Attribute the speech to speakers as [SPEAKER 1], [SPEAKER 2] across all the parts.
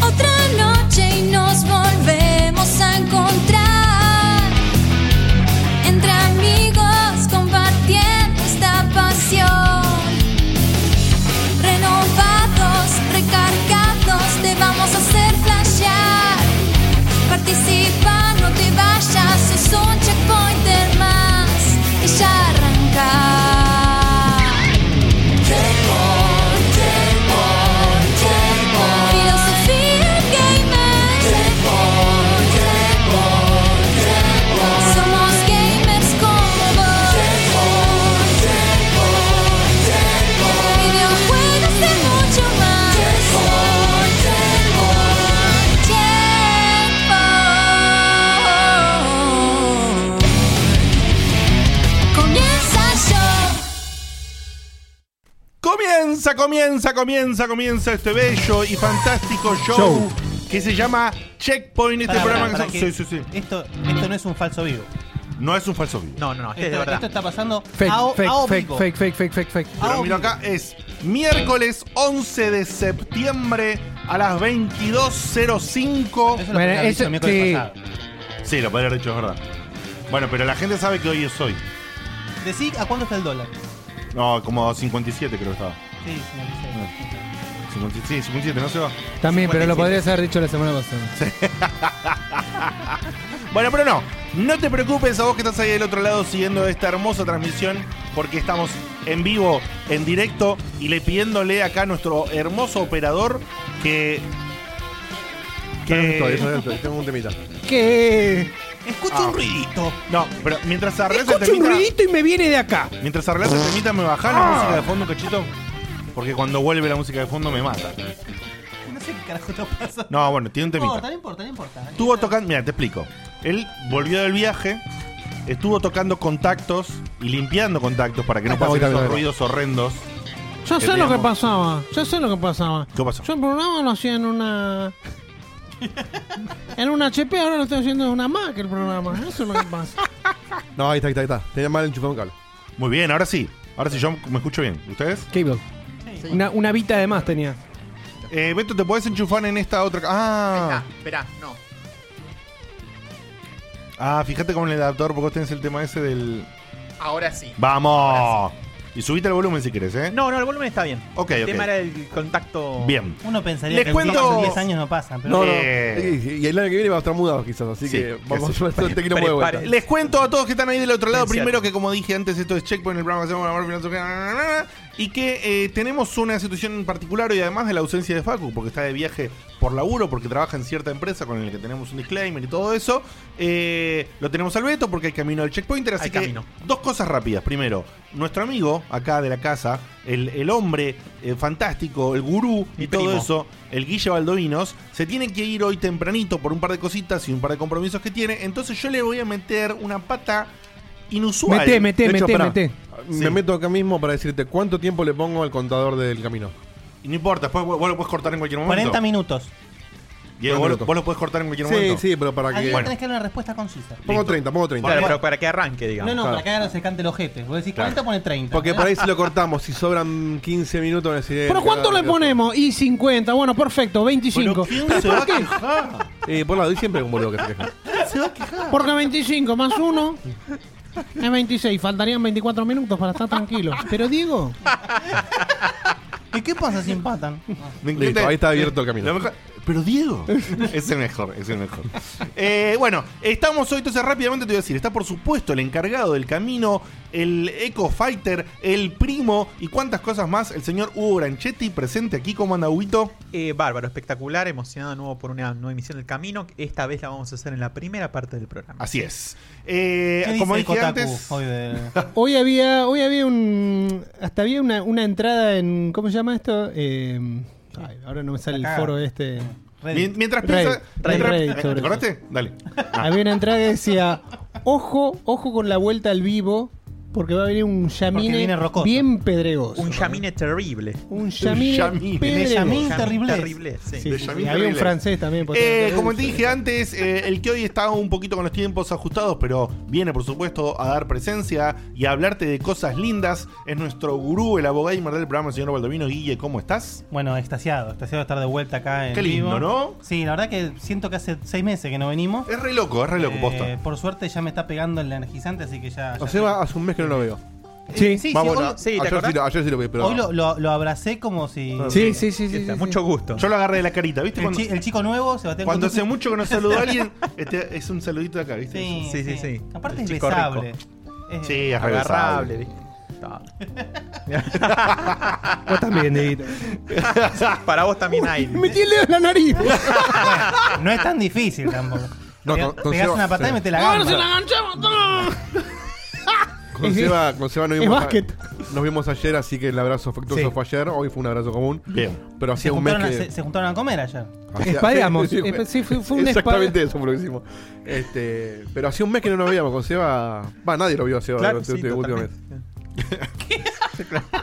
[SPEAKER 1] Otra noche y nos volvemos a encontrar entre amigos compartiendo esta pasión. Renovados, recargados, te vamos a hacer flashear. Participa, no te vayas, es un checkpointer más y ya arrancar. Filosofía gamer. Somos gamers como vos. Videojuegos de mucho más. Checkpoint. Comienza yo.
[SPEAKER 2] Comienza, comienza, comienza, comienza este bello y fantástico show,
[SPEAKER 3] Show.
[SPEAKER 2] que se llama Checkpoint, este
[SPEAKER 4] Pará,
[SPEAKER 2] programa
[SPEAKER 4] pará,
[SPEAKER 2] que,
[SPEAKER 4] pará, que
[SPEAKER 2] son- Sí, sí, sí.
[SPEAKER 4] Esto, esto no es un falso vivo.
[SPEAKER 2] No es un falso vivo.
[SPEAKER 4] No, no, no, este
[SPEAKER 5] es de
[SPEAKER 4] esto,
[SPEAKER 5] verdad.
[SPEAKER 4] esto está pasando
[SPEAKER 3] Fake,
[SPEAKER 4] a, o-
[SPEAKER 3] fake,
[SPEAKER 4] a o
[SPEAKER 3] fake,
[SPEAKER 4] vivo.
[SPEAKER 3] fake, fake, fake, fake, fake.
[SPEAKER 4] Ah,
[SPEAKER 2] Pero mira
[SPEAKER 4] obvio.
[SPEAKER 2] acá, es miércoles 11 de septiembre a las 22.05.
[SPEAKER 4] Eso es lo
[SPEAKER 3] Bueno,
[SPEAKER 4] que había
[SPEAKER 3] ese-
[SPEAKER 4] dicho el miércoles
[SPEAKER 3] sí.
[SPEAKER 4] pasado.
[SPEAKER 2] Sí, lo podría haber hecho, es verdad. Bueno, pero la gente sabe que hoy es hoy.
[SPEAKER 4] Decí a cuánto está el dólar.
[SPEAKER 2] No, como 57 creo que estaba.
[SPEAKER 4] Sí, señor, dice.
[SPEAKER 2] 50 sí, 57, no se va.
[SPEAKER 3] También, pero lo podrías haber dicho la semana pasada.
[SPEAKER 2] Bueno, pero no, no te preocupes a vos que estás ahí del otro lado siguiendo esta hermosa transmisión, porque estamos en vivo, en directo, y le pidiéndole acá a nuestro hermoso operador que.
[SPEAKER 5] Estoy,
[SPEAKER 2] que
[SPEAKER 5] estoy, estoy, tengo un temita.
[SPEAKER 3] ¿Qué?
[SPEAKER 4] Escucho
[SPEAKER 2] Ah.
[SPEAKER 4] un ruidito.
[SPEAKER 2] no, pero mientras arreglas el
[SPEAKER 3] Escucho un
[SPEAKER 2] temita.
[SPEAKER 3] ruidito y me viene de acá. Ah.
[SPEAKER 2] Mientras arreglas el temita, me bajás la música de fondo un cachito. Porque cuando vuelve la música de fondo me mata.
[SPEAKER 4] No sé qué carajo está pasando.
[SPEAKER 2] No, bueno, tiene un
[SPEAKER 4] No importa,
[SPEAKER 2] temita.
[SPEAKER 4] no importa, no importa.
[SPEAKER 2] Estuvo tocando. Mira, te explico. Él volvió del viaje, estuvo tocando contactos y limpiando contactos para que no
[SPEAKER 3] Ahí está,
[SPEAKER 2] pasen
[SPEAKER 3] ahí está, ahí
[SPEAKER 2] esos
[SPEAKER 3] está.
[SPEAKER 2] ruidos horrendos.
[SPEAKER 6] Yo sé
[SPEAKER 2] Digamos.
[SPEAKER 6] lo que pasaba, yo sé lo que pasaba.
[SPEAKER 2] ¿Qué pasó?
[SPEAKER 6] Yo el programa lo hacía en una. En una HP, ahora lo estoy haciendo en una Mac el programa. Eso es lo que pasa.
[SPEAKER 5] No, ahí está, ahí está, ahí está. Tenía mal enchufado un cable.
[SPEAKER 2] Muy bien, ahora sí. Ahora sí, yo me escucho bien. ¿Ustedes?
[SPEAKER 3] Cable. Una, una vita de más tenía.
[SPEAKER 2] Eh, Beto, ¿te podés enchufar en esta otra? ca- Ah,
[SPEAKER 5] Ahí
[SPEAKER 7] Esperá, no.
[SPEAKER 2] ah fíjate con el adaptador porque vos tenés el tema ese del...
[SPEAKER 7] Ahora sí.
[SPEAKER 2] ¡Vamos! Y subite el volumen si querés, ¿eh?
[SPEAKER 7] No, no, el volumen está bien.
[SPEAKER 2] Ok,
[SPEAKER 7] el
[SPEAKER 2] ok.
[SPEAKER 7] tema era el contacto.
[SPEAKER 2] Bien.
[SPEAKER 4] Uno pensaría
[SPEAKER 2] Les
[SPEAKER 4] que
[SPEAKER 2] cuento-
[SPEAKER 4] hace 10 años no pasan, pero
[SPEAKER 5] No, no.
[SPEAKER 2] Eh.
[SPEAKER 5] Y, y el año que viene va a estar mudado quizás, así
[SPEAKER 2] Sí,
[SPEAKER 5] que
[SPEAKER 2] que
[SPEAKER 5] vamos
[SPEAKER 2] sí.
[SPEAKER 5] a hacer un técnico de vuelta.
[SPEAKER 7] Prepare-
[SPEAKER 2] Les cuento a todos que están ahí del otro lado,
[SPEAKER 7] Pensate.
[SPEAKER 2] primero que como dije antes, esto es Checkpoint, el programa que hacemos amor, Finanzas, y que eh, tenemos una situación en particular y además de la ausencia de Facu, porque está de viaje por laburo, porque trabaja en cierta empresa con el que tenemos un disclaimer y todo eso, eh, lo tenemos al Beto porque hay camino al Checkpointer, así
[SPEAKER 7] Hay
[SPEAKER 2] que
[SPEAKER 7] camino.
[SPEAKER 2] dos cosas rápidas. Primero, nuestro amigo acá de la casa, el, el hombre eh, fantástico, el gurú y
[SPEAKER 7] Mi
[SPEAKER 2] todo
[SPEAKER 7] primo.
[SPEAKER 2] eso, el Guille Baldovinos, se tiene que ir hoy tempranito por un par de cositas y un par de compromisos que tiene. Entonces yo le voy a meter una pata inusual.
[SPEAKER 3] Meté, meté,
[SPEAKER 5] De hecho,
[SPEAKER 3] meté,
[SPEAKER 5] pará.
[SPEAKER 3] meté.
[SPEAKER 5] Me
[SPEAKER 2] Sí.
[SPEAKER 5] meto acá mismo para decirte cuánto tiempo le pongo al contador del camino.
[SPEAKER 2] Y no importa, después vos vos lo puedes cortar en cualquier momento.
[SPEAKER 4] 40 minutos.
[SPEAKER 5] 40
[SPEAKER 2] Diego, vos, lo-
[SPEAKER 5] minutos.
[SPEAKER 2] vos lo puedes cortar en cualquier
[SPEAKER 5] Sí,
[SPEAKER 2] momento.
[SPEAKER 5] sí, pero para
[SPEAKER 4] Alguien
[SPEAKER 5] que...
[SPEAKER 2] Bueno.
[SPEAKER 4] tenés que dar una respuesta concisa.
[SPEAKER 5] Pongo
[SPEAKER 2] Listo.
[SPEAKER 5] 30, pongo 30.
[SPEAKER 7] Claro,
[SPEAKER 2] Bueno.
[SPEAKER 7] pero para que arranque,
[SPEAKER 4] No,
[SPEAKER 7] digamos.
[SPEAKER 4] no,
[SPEAKER 5] Claro.
[SPEAKER 4] para que ahora no se cante el ojete. Vos decís 40, pone 30.
[SPEAKER 2] ¿eh?
[SPEAKER 5] Porque por ahí si lo cortamos, si sobran 15 minutos, van a decir... eh,
[SPEAKER 6] ¿Pero cuánto
[SPEAKER 5] cada-
[SPEAKER 6] le ponemos? Y 50, bueno, perfecto, 25.
[SPEAKER 2] Pero ¿quién se va a quejar?
[SPEAKER 5] Eh, por la doy siempre un boludo que se queja.
[SPEAKER 2] Se va a quejar.
[SPEAKER 6] Porque 25 más 1 es 26. Faltarían 24 minutos para estar tranquilo. Pero Diego,
[SPEAKER 4] ¿Y qué pasa si empatan?
[SPEAKER 2] Me
[SPEAKER 5] Listo, ahí está abierto el camino.
[SPEAKER 2] Lo mejor- Pero Diego es el mejor, es el mejor. Eh, bueno, estamos hoy, entonces rápidamente te voy a decir, está por supuesto el encargado del camino, el Eco Fighter, el primo y cuantas cosas más, el señor Hugo Granchetti presente aquí como anda Huguito.
[SPEAKER 7] Eh, bárbaro, espectacular, emocionado de nuevo por una nueva emisión del camino. Esta vez la vamos a hacer en la primera parte del programa.
[SPEAKER 2] Así es. Eh,
[SPEAKER 4] ¿Qué
[SPEAKER 2] como
[SPEAKER 4] dice
[SPEAKER 2] dije
[SPEAKER 4] Kotaku
[SPEAKER 2] antes,
[SPEAKER 4] hoy de-
[SPEAKER 6] hoy había, hoy había un. Hasta había una, una entrada en. ¿Cómo se llama esto? Eh, ay, ahora no me sale el
[SPEAKER 4] La caga.
[SPEAKER 6] foro este.
[SPEAKER 2] mi-
[SPEAKER 4] Reddit.
[SPEAKER 2] mientras
[SPEAKER 6] Reddit,
[SPEAKER 2] piensa...
[SPEAKER 6] Reddit,
[SPEAKER 2] mientras-
[SPEAKER 6] Reddit, sobre
[SPEAKER 2] ¿Te acordaste? Dale.
[SPEAKER 6] Había una entrada que decía Ojo, ojo con la vuelta al vivo, porque va a venir un yamine
[SPEAKER 4] viene rocoso.
[SPEAKER 6] bien pedregoso.
[SPEAKER 7] Un llamine terrible.
[SPEAKER 6] Un yamine
[SPEAKER 2] yamine.
[SPEAKER 4] yamín.
[SPEAKER 6] pedregoso.
[SPEAKER 7] Yamín
[SPEAKER 4] terriblez.
[SPEAKER 7] terrible, sí.
[SPEAKER 6] Sí,
[SPEAKER 2] De
[SPEAKER 6] sí,
[SPEAKER 2] yamín
[SPEAKER 6] había un
[SPEAKER 2] terrible.
[SPEAKER 6] francés también. por
[SPEAKER 2] Eh,
[SPEAKER 6] tanto.
[SPEAKER 2] como te dije antes, eh, el que hoy está un poquito con los tiempos ajustados, pero viene por supuesto a dar presencia y a hablarte de cosas lindas. Es nuestro gurú, el abogado gamer del programa, el señor Baldovino. Guille, ¿cómo estás?
[SPEAKER 4] Bueno, extasiado, extasiado de estar de vuelta acá en
[SPEAKER 2] Qué lindo,
[SPEAKER 4] vivo.
[SPEAKER 2] ¿no?
[SPEAKER 4] Sí, la verdad que siento que hace seis meses que no venimos.
[SPEAKER 2] Es re loco, es re loco,
[SPEAKER 4] Eh,
[SPEAKER 2] posta.
[SPEAKER 4] por suerte ya me está pegando el energizante, así que ya. ya-
[SPEAKER 5] O sea, hace un mes que no lo veo.
[SPEAKER 4] Eh,
[SPEAKER 3] Sí.
[SPEAKER 4] sí,
[SPEAKER 5] Vamos,
[SPEAKER 4] hoy,
[SPEAKER 5] no,
[SPEAKER 7] sí, ¿te
[SPEAKER 5] ayer,
[SPEAKER 7] acordás?
[SPEAKER 5] sí, lo- ayer sí lo vi, pero.
[SPEAKER 4] hoy lo, lo- lo abracé como si.
[SPEAKER 3] Sí, sí, sí, sí. sí,
[SPEAKER 7] Está,
[SPEAKER 3] sí.
[SPEAKER 7] Mucho gusto.
[SPEAKER 2] Eh, Yo lo agarré de la carita, ¿viste?
[SPEAKER 4] El,
[SPEAKER 2] Cuando,
[SPEAKER 4] chi- el chico nuevo, Sebastián
[SPEAKER 2] cuando hace
[SPEAKER 4] Conducci.
[SPEAKER 2] mucho que no saludo a alguien, este es un saludito de acá, ¿viste?
[SPEAKER 4] Sí,
[SPEAKER 7] Sí,
[SPEAKER 4] sí,
[SPEAKER 7] sí,
[SPEAKER 4] sí.
[SPEAKER 7] sí.
[SPEAKER 4] Aparte
[SPEAKER 7] El
[SPEAKER 4] es
[SPEAKER 7] chico
[SPEAKER 4] besable.
[SPEAKER 7] rico.
[SPEAKER 4] Es-
[SPEAKER 2] Sí, es
[SPEAKER 7] Agarrable,
[SPEAKER 2] regresable.
[SPEAKER 7] ¿viste? Está.
[SPEAKER 3] Vos también, Dieguito.
[SPEAKER 7] Para vos también hay.
[SPEAKER 6] Metí el dedo en la nariz.
[SPEAKER 4] No es tan difícil tampoco.
[SPEAKER 5] No,
[SPEAKER 4] Pega-
[SPEAKER 5] con- con
[SPEAKER 4] pegás
[SPEAKER 5] Seba-
[SPEAKER 4] una patada
[SPEAKER 5] sí.
[SPEAKER 4] y metes la
[SPEAKER 6] Ah,
[SPEAKER 4] gamba.
[SPEAKER 5] Con Seba, con Seba nos vimos.
[SPEAKER 6] Es básquet.
[SPEAKER 5] nos vimos ayer, así que el abrazo afectuoso
[SPEAKER 4] Sí.
[SPEAKER 5] fue ayer. Hoy fue un abrazo común.
[SPEAKER 2] Bien.
[SPEAKER 5] Pero
[SPEAKER 4] se,
[SPEAKER 5] hacía un mes
[SPEAKER 4] juntaron a,
[SPEAKER 5] que.
[SPEAKER 4] se- se juntaron a comer allá.
[SPEAKER 5] hacía-
[SPEAKER 3] Espadeamos.
[SPEAKER 5] Sí,
[SPEAKER 3] Eh, sí, fue- fue un
[SPEAKER 5] Exactamente
[SPEAKER 3] espade-
[SPEAKER 5] eso fue lo que hicimos. Este, pero hacía un mes que no nos veíamos con Seba. Va, nadie lo vio a Seba
[SPEAKER 7] Claro,
[SPEAKER 5] durante
[SPEAKER 7] sí,
[SPEAKER 5] este último mes.
[SPEAKER 7] totalmente.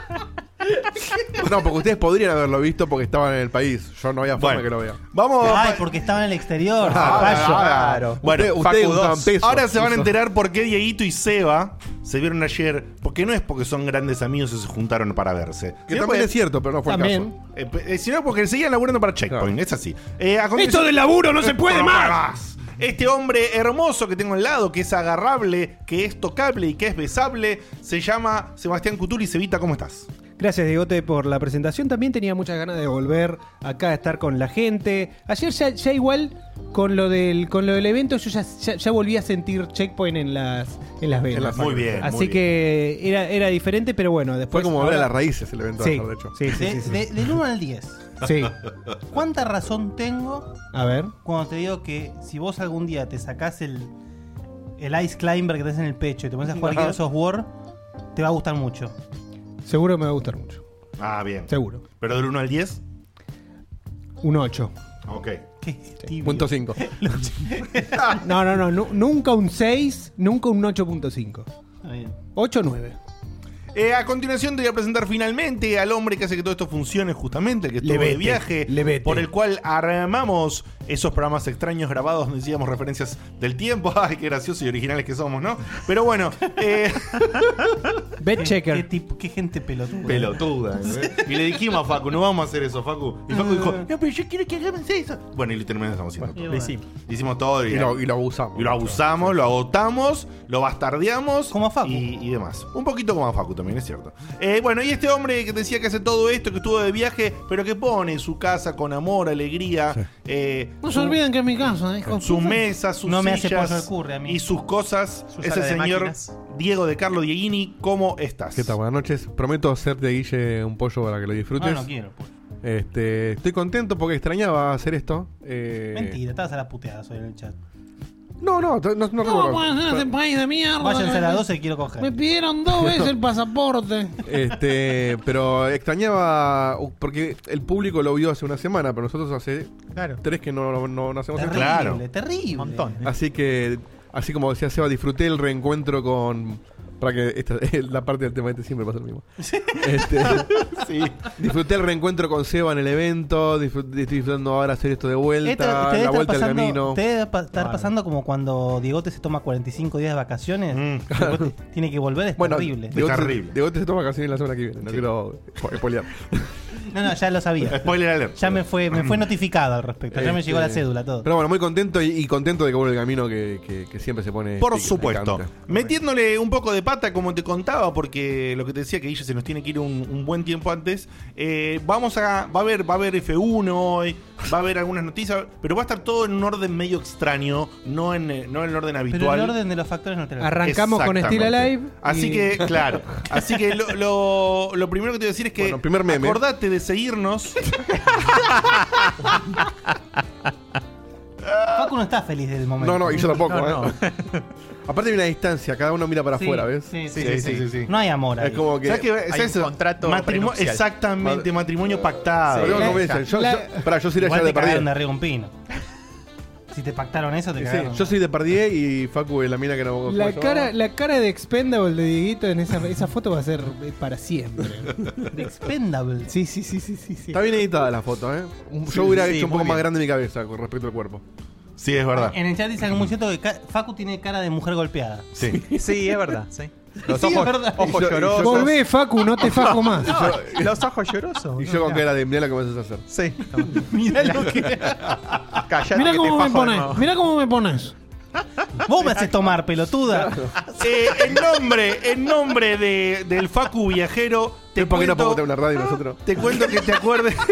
[SPEAKER 5] No, porque ustedes podrían haberlo visto porque estaban en el país. Yo no había forma
[SPEAKER 2] Bueno.
[SPEAKER 5] que lo vea.
[SPEAKER 2] Vamos.
[SPEAKER 4] Ay,
[SPEAKER 2] pa-
[SPEAKER 4] porque estaba en el
[SPEAKER 5] Ah,
[SPEAKER 4] exterior.
[SPEAKER 7] Claro.
[SPEAKER 2] Bueno,
[SPEAKER 5] Ustedes-
[SPEAKER 7] Facu
[SPEAKER 5] ustedes
[SPEAKER 7] dos.
[SPEAKER 5] usaban pesos.
[SPEAKER 2] Ahora se van a
[SPEAKER 5] Eso.
[SPEAKER 2] enterar por qué Dieguito y Seba se vieron ayer. Porque no es porque son grandes amigos y se juntaron para
[SPEAKER 5] Que
[SPEAKER 2] verse. Sino
[SPEAKER 5] también
[SPEAKER 2] porque-
[SPEAKER 5] es cierto, pero no fue el
[SPEAKER 6] También.
[SPEAKER 5] caso.
[SPEAKER 2] Eh, pe- eh, sino porque seguían laburando para Checkpoint,
[SPEAKER 5] Claro.
[SPEAKER 2] es así. Eh, a
[SPEAKER 3] Esto
[SPEAKER 2] continuación-
[SPEAKER 3] del laburo no se puede
[SPEAKER 2] No
[SPEAKER 3] más.
[SPEAKER 2] Este hombre hermoso que tengo al lado, que es agarrable, que es tocable y que es besable, se llama Sebastián Cutuli. Sevita, ¿cómo estás?
[SPEAKER 3] Gracias, Diegote, por la presentación. También tenía muchas ganas de volver acá a estar con la gente. Ayer ya, ya igual con lo del con lo del evento yo ya, ya, ya volví a sentir checkpoint en las en las venas.
[SPEAKER 5] En las
[SPEAKER 2] Muy bien.
[SPEAKER 3] Así
[SPEAKER 2] muy bien.
[SPEAKER 3] que era, era diferente, pero bueno,
[SPEAKER 5] Fue
[SPEAKER 3] después
[SPEAKER 5] como ver
[SPEAKER 3] ahora-
[SPEAKER 5] a las raíces el evento de
[SPEAKER 3] sí,
[SPEAKER 5] ayer, de hecho.
[SPEAKER 3] sí, sí,
[SPEAKER 4] De-
[SPEAKER 3] sí, sí.
[SPEAKER 4] de- del 1 al 10.
[SPEAKER 3] Sí.
[SPEAKER 4] ¿Cuánta razón tengo
[SPEAKER 3] A ver.
[SPEAKER 4] cuando te digo que si vos algún día te sacás el, el Ice Climber que tenés en el pecho y te pones a jugar Gears of War, te va a gustar mucho.
[SPEAKER 6] Seguro me va a gustar mucho.
[SPEAKER 2] Ah, bien.
[SPEAKER 6] Seguro.
[SPEAKER 2] Pero del 1 al 10.
[SPEAKER 6] Un 8.
[SPEAKER 2] Ok.
[SPEAKER 4] Qué tibio.
[SPEAKER 5] Punto 5.
[SPEAKER 6] No, no, no, nu- Nunca un 6, nunca un 8.5.
[SPEAKER 4] Está bien.
[SPEAKER 6] 8 9.
[SPEAKER 2] Eh, a continuación te voy a presentar finalmente al hombre que hace que todo esto funcione justamente, el que estuvo de
[SPEAKER 6] Levete,
[SPEAKER 2] viaje,
[SPEAKER 6] levete.
[SPEAKER 2] por el cual armamos esos programas extraños grabados donde hacíamos referencias del tiempo. Ay, qué graciosos y originales que somos, ¿no? Pero bueno, eh,
[SPEAKER 3] Bet
[SPEAKER 4] Qué,
[SPEAKER 3] checker.
[SPEAKER 4] tipo- qué gente pelotuda.
[SPEAKER 2] pelotuda. ¿eh? Y le dijimos a Facu, no vamos a hacer eso, Facu. Y Facu dijo, no, pero yo quiero que hagamos eso. Bueno, y literalmente estamos haciendo
[SPEAKER 4] Y
[SPEAKER 2] todo.
[SPEAKER 7] Lo
[SPEAKER 4] bueno,
[SPEAKER 7] hicimos.
[SPEAKER 2] Hicimos todo y,
[SPEAKER 5] Y lo, y lo abusamos.
[SPEAKER 2] y lo abusamos, lo agotamos, lo bastardeamos.
[SPEAKER 4] Como a Facu.
[SPEAKER 2] Y, y demás. Un poquito como a Facu también, es cierto. Eh, bueno, y este hombre que decía que hace todo esto, que estuvo de viaje, pero que pone su casa con amor, alegría. eh, su,
[SPEAKER 6] que es mi casa, ¿eh?
[SPEAKER 2] su mesa, sus
[SPEAKER 4] No me hace
[SPEAKER 2] sillas
[SPEAKER 4] pollo al curry a mí.
[SPEAKER 2] y sus cosas.
[SPEAKER 7] Su
[SPEAKER 2] Ese
[SPEAKER 7] sala de
[SPEAKER 2] señor
[SPEAKER 7] máquinas.
[SPEAKER 2] Diego de Carlo Dieguini, ¿cómo estás?
[SPEAKER 5] ¿Qué tal? Buenas noches. Prometo hacerte, Guille, un pollo para que lo disfrutes.
[SPEAKER 4] No, no quiero. pues.
[SPEAKER 5] Este, estoy contento porque extrañaba hacer esto. Eh,
[SPEAKER 4] Mentira, estabas a la puteada hoy en el chat.
[SPEAKER 5] No, no, no, no recuerdo.
[SPEAKER 6] este país de mierda.
[SPEAKER 4] Váyanse a las 12 que quiero coger.
[SPEAKER 6] pidieron dos veces el pasaporte.
[SPEAKER 5] Este, pero extrañaba porque el público lo vio hace una semana, pero nosotros hace
[SPEAKER 7] Claro.
[SPEAKER 5] tres que no, no, no hacemos
[SPEAKER 4] Terrible, ¿eh?
[SPEAKER 5] esto.
[SPEAKER 2] Claro.
[SPEAKER 4] terrible.
[SPEAKER 7] Un montón.
[SPEAKER 5] Así que, así como decía Seba, disfruté el reencuentro con. Para que esta, la parte del tema este siempre pasa lo mismo. Este, Disfruté el reencuentro con Seba en el evento. disfrut- estoy disfrutando ahora hacer esto de vuelta.
[SPEAKER 4] Esta- te debe
[SPEAKER 5] la
[SPEAKER 4] estar
[SPEAKER 5] vuelta al
[SPEAKER 4] pasando-
[SPEAKER 5] camino.
[SPEAKER 4] Te debe pa- estar
[SPEAKER 5] Claro.
[SPEAKER 4] pasando como cuando Diegote se toma 45 días de vacaciones. Después te- tiene que volver, es
[SPEAKER 5] Mm. Bueno,
[SPEAKER 4] terrible.
[SPEAKER 5] Diego,
[SPEAKER 2] Terrible.
[SPEAKER 5] Te, Diego te toma vacaciones la semana que viene. No quiero spo- spoilear.
[SPEAKER 4] No, no, ya lo sabía.
[SPEAKER 2] Spoiler alert.
[SPEAKER 4] Ya me fue, me fue notificado al respecto. Ya me llegó la
[SPEAKER 5] Mm. Este,
[SPEAKER 4] cédula, todo.
[SPEAKER 5] Pero bueno, muy contento y, y contento de que vuelva el camino que, que- que siempre se pone.
[SPEAKER 2] Por
[SPEAKER 5] este, que
[SPEAKER 2] supuesto.
[SPEAKER 5] me encanta.
[SPEAKER 2] Metiéndole un poco de pata, como te contaba, porque lo que te decía que ella se nos tiene que ir un, un buen tiempo antes. eh, vamos a. Va a haber, va a haber F1 hoy, va a haber algunas noticias, pero va a estar todo en un orden medio extraño, no en, eh, no en el orden habitual.
[SPEAKER 4] Pero el orden de los factores no te lo
[SPEAKER 6] Arrancamos con Steel Alive.
[SPEAKER 2] Exactamente. Así
[SPEAKER 6] y-
[SPEAKER 2] que, claro. Así que lo, lo- lo primero que te voy a decir es que
[SPEAKER 5] Bueno, primer meme.
[SPEAKER 2] acordate de seguirnos.
[SPEAKER 4] Facu no está feliz del momento.
[SPEAKER 5] No, no, y yo tampoco.
[SPEAKER 7] No,
[SPEAKER 5] ¿eh? Aparte hay una distancia, cada uno mira para
[SPEAKER 4] Sí,
[SPEAKER 5] afuera, ¿ves?
[SPEAKER 4] sí,
[SPEAKER 2] Sí, sí, sí, sí.
[SPEAKER 4] No hay amor ahí.
[SPEAKER 5] Es como que.
[SPEAKER 2] ¿Sabes qué?
[SPEAKER 7] hay
[SPEAKER 2] ¿Sabes
[SPEAKER 7] un contrato
[SPEAKER 2] Matrimonio-
[SPEAKER 7] prenupcial.
[SPEAKER 2] exactamente, matrimonio
[SPEAKER 5] Lo
[SPEAKER 2] pactado.
[SPEAKER 5] digo como dicen, yo- yo- pará, yo sería
[SPEAKER 4] Igual
[SPEAKER 5] ya
[SPEAKER 4] te cagaron
[SPEAKER 5] de
[SPEAKER 4] de
[SPEAKER 5] perdida.
[SPEAKER 4] arriba un pino. Si si te pactaron eso, te
[SPEAKER 5] Sí,
[SPEAKER 4] cagaron.
[SPEAKER 5] yo soy de Pardier y Facu es la mina que no. Ah,
[SPEAKER 6] La
[SPEAKER 5] ¿cómo se
[SPEAKER 6] cara,
[SPEAKER 5] llama?
[SPEAKER 6] la cara de Expendable de Dieguito en esa, esa foto va a ser eh, para siempre.
[SPEAKER 4] De Expendable.
[SPEAKER 6] Sí, sí, sí, sí, sí. sí.
[SPEAKER 5] Está bien editada la foto, ¿eh? Un-
[SPEAKER 2] Sí,
[SPEAKER 5] Yo hubiera
[SPEAKER 2] sí,
[SPEAKER 5] hecho un
[SPEAKER 2] muy
[SPEAKER 5] poco más
[SPEAKER 2] bien.
[SPEAKER 5] grande mi cabeza con respecto al cuerpo.
[SPEAKER 2] Sí, es verdad.
[SPEAKER 4] En el chat dice algo muy cierto que ca- Facu tiene cara de mujer golpeada.
[SPEAKER 2] Sí.
[SPEAKER 7] Sí, es verdad, sí. Los
[SPEAKER 4] Sí, es
[SPEAKER 7] ojos,
[SPEAKER 4] verdad.
[SPEAKER 7] ojos
[SPEAKER 5] Y yo- y yo-
[SPEAKER 7] llorosos.
[SPEAKER 6] Volvé, Facu, no te fajo más.
[SPEAKER 7] No, los ojos llorosos.
[SPEAKER 5] Y yo con cara de mirá lo que vas a hacer.
[SPEAKER 7] Sí.
[SPEAKER 4] Mirá lo que.
[SPEAKER 7] Callate
[SPEAKER 6] Mirá
[SPEAKER 7] que
[SPEAKER 6] cómo
[SPEAKER 7] te
[SPEAKER 6] me
[SPEAKER 7] fajo de nuevo.
[SPEAKER 6] pones, mirá cómo me pones.
[SPEAKER 4] Vos me haces tomar, pelotuda.
[SPEAKER 2] Eh, en nombre, en nombre de, del Facu Viajero, te
[SPEAKER 5] ¿Por qué no podemos
[SPEAKER 2] cuento,
[SPEAKER 5] tener una radio nosotros?
[SPEAKER 2] te cuento que te acuerdes.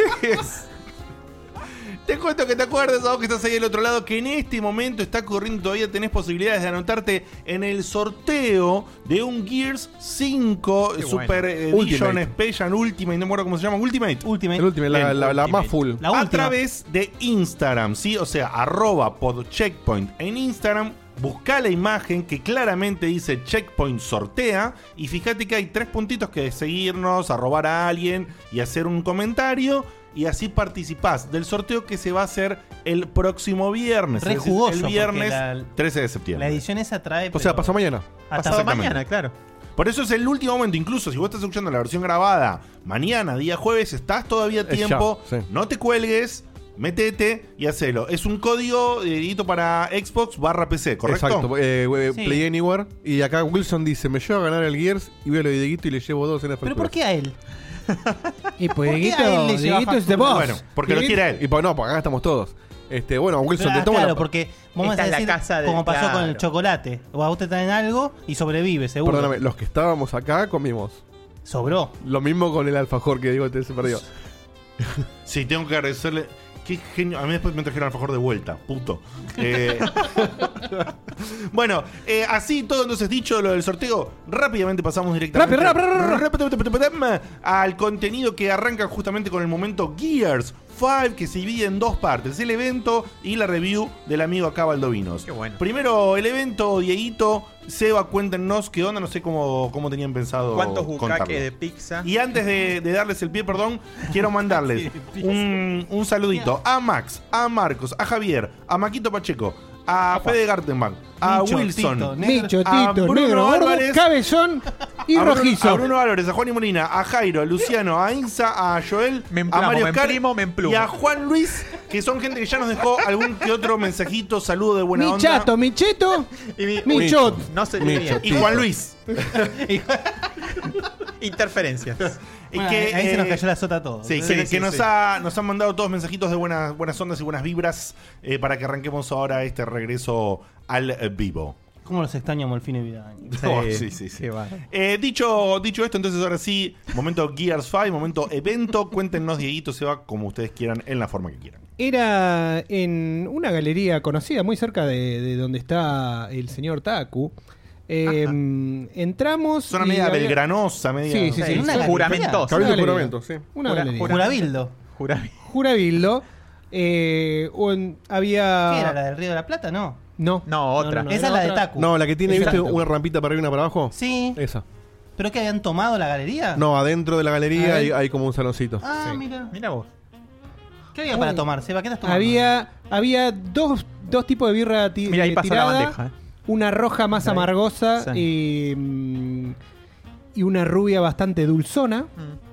[SPEAKER 2] Te cuento que te acuerdes, a vos que estás ahí del otro lado, que en este momento está corriendo, todavía tenés posibilidades de anotarte en el sorteo de un Gears 5
[SPEAKER 7] Qué bueno.
[SPEAKER 2] Super Edition
[SPEAKER 5] Ultimate.
[SPEAKER 2] Special Ultimate, no me acuerdo cómo se llama, Ultimate.
[SPEAKER 4] Ultimate.
[SPEAKER 5] El último, la,
[SPEAKER 2] El
[SPEAKER 5] la- la
[SPEAKER 7] último.
[SPEAKER 5] más full.
[SPEAKER 4] La
[SPEAKER 2] a
[SPEAKER 4] última.
[SPEAKER 2] través de Instagram, ¿sí? O sea, arroba podcheckpoint en Instagram. Busca la imagen que claramente dice Checkpoint sortea y fíjate que hay tres puntitos que es seguirnos, arrobar a alguien y hacer un comentario y así participás del sorteo que se va a hacer el próximo viernes.
[SPEAKER 4] Re
[SPEAKER 2] es decir,
[SPEAKER 4] jugoso,
[SPEAKER 2] el
[SPEAKER 4] porque
[SPEAKER 2] viernes
[SPEAKER 4] la-
[SPEAKER 2] 13 de
[SPEAKER 4] La
[SPEAKER 2] septiembre.
[SPEAKER 4] edición esa trae.
[SPEAKER 5] O sea,
[SPEAKER 4] pero
[SPEAKER 5] pasó mañana.
[SPEAKER 4] hasta
[SPEAKER 7] Pasado
[SPEAKER 4] mañana.
[SPEAKER 7] mañana, claro.
[SPEAKER 2] Por eso es el último momento, incluso si vos estás escuchando la versión grabada mañana, día jueves, estás todavía a
[SPEAKER 5] Es ya,
[SPEAKER 2] tiempo,
[SPEAKER 5] sí.
[SPEAKER 2] no te cuelgues, metete y hacelo. Es un código dedito para Xbox barra PC, ¿correcto?
[SPEAKER 5] Exacto. eh, we-
[SPEAKER 4] Sí.
[SPEAKER 5] Play Anywhere. Y acá Wilson dice: Me llevo a ganar el Gears y veo lo de Dieguito y le llevo dos en la
[SPEAKER 4] ¿Pero
[SPEAKER 5] factura.
[SPEAKER 4] por qué a él?
[SPEAKER 6] Y pues
[SPEAKER 4] ¿Por qué a él
[SPEAKER 6] Dieguito,
[SPEAKER 4] le lleva
[SPEAKER 6] Dieguito es de
[SPEAKER 4] factura?
[SPEAKER 6] vos.
[SPEAKER 2] Bueno, porque lo
[SPEAKER 6] Dieguito-
[SPEAKER 2] quiere él.
[SPEAKER 5] Y pa- no, pues acá estamos todos. Este, bueno, Wilson,
[SPEAKER 4] Ah,
[SPEAKER 5] te tomo
[SPEAKER 4] claro,
[SPEAKER 5] la-
[SPEAKER 4] porque vamos
[SPEAKER 7] Esta
[SPEAKER 4] a
[SPEAKER 7] es la
[SPEAKER 4] decir
[SPEAKER 7] casa de-
[SPEAKER 4] como pasó
[SPEAKER 7] claro.
[SPEAKER 4] con el chocolate. O a vos te traen algo y sobrevive, seguro.
[SPEAKER 5] Perdóname, los que estábamos acá comimos.
[SPEAKER 4] Sobró.
[SPEAKER 5] Lo mismo con el alfajor que digo, te se perdió.
[SPEAKER 2] Sí, tengo que agradecerle. Qué genio. A mí después me trajeron alfajor de vuelta, puto. Eh, bueno, eh, así todo entonces dicho lo del sorteo, rápidamente pasamos directamente
[SPEAKER 6] Rápido, rápido, rápido,
[SPEAKER 2] rápido, rápido, rápido, al contenido que arranca justamente con el momento Gears 5, que se divide en dos partes, el evento y la review del amigo acá Baldovinos.
[SPEAKER 7] Qué bueno.
[SPEAKER 2] Primero el evento, Dieguito, Seba, cuéntenos qué onda, no sé cómo, cómo tenían pensado
[SPEAKER 7] ¿Cuántos bucaques
[SPEAKER 2] contarlo.
[SPEAKER 7] de pizza?
[SPEAKER 2] Y antes de, de darles el pie, perdón, quiero mandarles un, un saludito a Max, a Marcos, a Javier, a Maquito Pacheco, a Fede Gartenbank, a
[SPEAKER 4] Nicho,
[SPEAKER 2] Wilson,
[SPEAKER 4] Tito,
[SPEAKER 6] Nicho,
[SPEAKER 2] A
[SPEAKER 6] Tito,
[SPEAKER 2] Bruno
[SPEAKER 6] negro, gordo,
[SPEAKER 2] Álvarez.
[SPEAKER 6] cabezón y
[SPEAKER 2] a, Bruno,
[SPEAKER 6] rojizo.
[SPEAKER 2] a Bruno Álvarez, a Juan y Molina, a Jairo, a Luciano, a Inza, a Joel,
[SPEAKER 7] Me emplamo,
[SPEAKER 2] a Mario
[SPEAKER 7] me
[SPEAKER 2] Oscar
[SPEAKER 7] emplimo, me emplumo.
[SPEAKER 2] y a Juan Luis, que son gente que ya nos dejó algún que otro mensajito, saludo de buena
[SPEAKER 6] mi
[SPEAKER 2] onda.
[SPEAKER 6] chato, mi cheto,
[SPEAKER 7] Y mi-
[SPEAKER 6] mi
[SPEAKER 7] Uy,
[SPEAKER 6] chot.
[SPEAKER 7] No se lee bien.
[SPEAKER 2] Y Juan Luis.
[SPEAKER 7] Interferencias.
[SPEAKER 2] y
[SPEAKER 4] Bueno,
[SPEAKER 2] que,
[SPEAKER 4] ahí se nos
[SPEAKER 2] eh,
[SPEAKER 4] cayó la sota a todos.
[SPEAKER 2] Sí,
[SPEAKER 7] Sí,
[SPEAKER 2] que,
[SPEAKER 7] sí,
[SPEAKER 2] que nos,
[SPEAKER 7] sí.
[SPEAKER 2] Ha, nos han mandado todos mensajitos de buenas, buenas ondas y buenas vibras eh, para que arranquemos ahora este regreso al eh, vivo.
[SPEAKER 4] ¿Cómo los extrañamos el fin de vida?
[SPEAKER 2] Oh, sí, sí, sí.
[SPEAKER 7] Qué bárbaro.
[SPEAKER 2] Eh, dicho, dicho esto, entonces ahora sí, momento Gears 5, momento evento. Cuéntenos, Dieguito, se va como ustedes quieran, en la forma que quieran.
[SPEAKER 6] Era en una galería conocida, muy cerca de, de donde está el señor Taku. Eh, entramos.
[SPEAKER 2] Zona
[SPEAKER 6] y
[SPEAKER 2] media
[SPEAKER 6] había-
[SPEAKER 2] belgranosa, media.
[SPEAKER 6] Sí, sí,
[SPEAKER 7] Sí,
[SPEAKER 6] sí.
[SPEAKER 7] una
[SPEAKER 6] Una
[SPEAKER 7] juramentosa.
[SPEAKER 5] Cabildo
[SPEAKER 6] galería.
[SPEAKER 5] juramento, sí.
[SPEAKER 6] Una
[SPEAKER 7] Jura-
[SPEAKER 6] galería.
[SPEAKER 4] Jurabildo.
[SPEAKER 7] Jurame.
[SPEAKER 6] Jurabildo. eh, un- había.
[SPEAKER 4] ¿Qué era? ¿La del Río de la Plata? No.
[SPEAKER 6] No.
[SPEAKER 7] No, otra.
[SPEAKER 4] Esa es la de
[SPEAKER 6] otra.
[SPEAKER 4] Taku.
[SPEAKER 5] No, la que tiene,
[SPEAKER 6] Exacto.
[SPEAKER 5] ¿viste? Una rampita para arriba y una para abajo.
[SPEAKER 4] Sí.
[SPEAKER 5] Esa.
[SPEAKER 4] ¿Pero que habían tomado la galería?
[SPEAKER 5] No, adentro de la galería hay,
[SPEAKER 6] Adentro.
[SPEAKER 5] hay como un saloncito.
[SPEAKER 4] Ah, mira.
[SPEAKER 7] Mira vos.
[SPEAKER 4] ¿Qué había para tomar, Seba? ¿Qué estás tomando?
[SPEAKER 6] Había, había dos, dos tipos de birra ti-
[SPEAKER 7] Mira, ahí
[SPEAKER 6] eh,
[SPEAKER 7] pasa la
[SPEAKER 6] tirada,
[SPEAKER 7] bandeja. eh.
[SPEAKER 6] Una roja más
[SPEAKER 7] Ahí.
[SPEAKER 6] amargosa y, mm, y una rubia bastante dulzona.
[SPEAKER 7] Mm.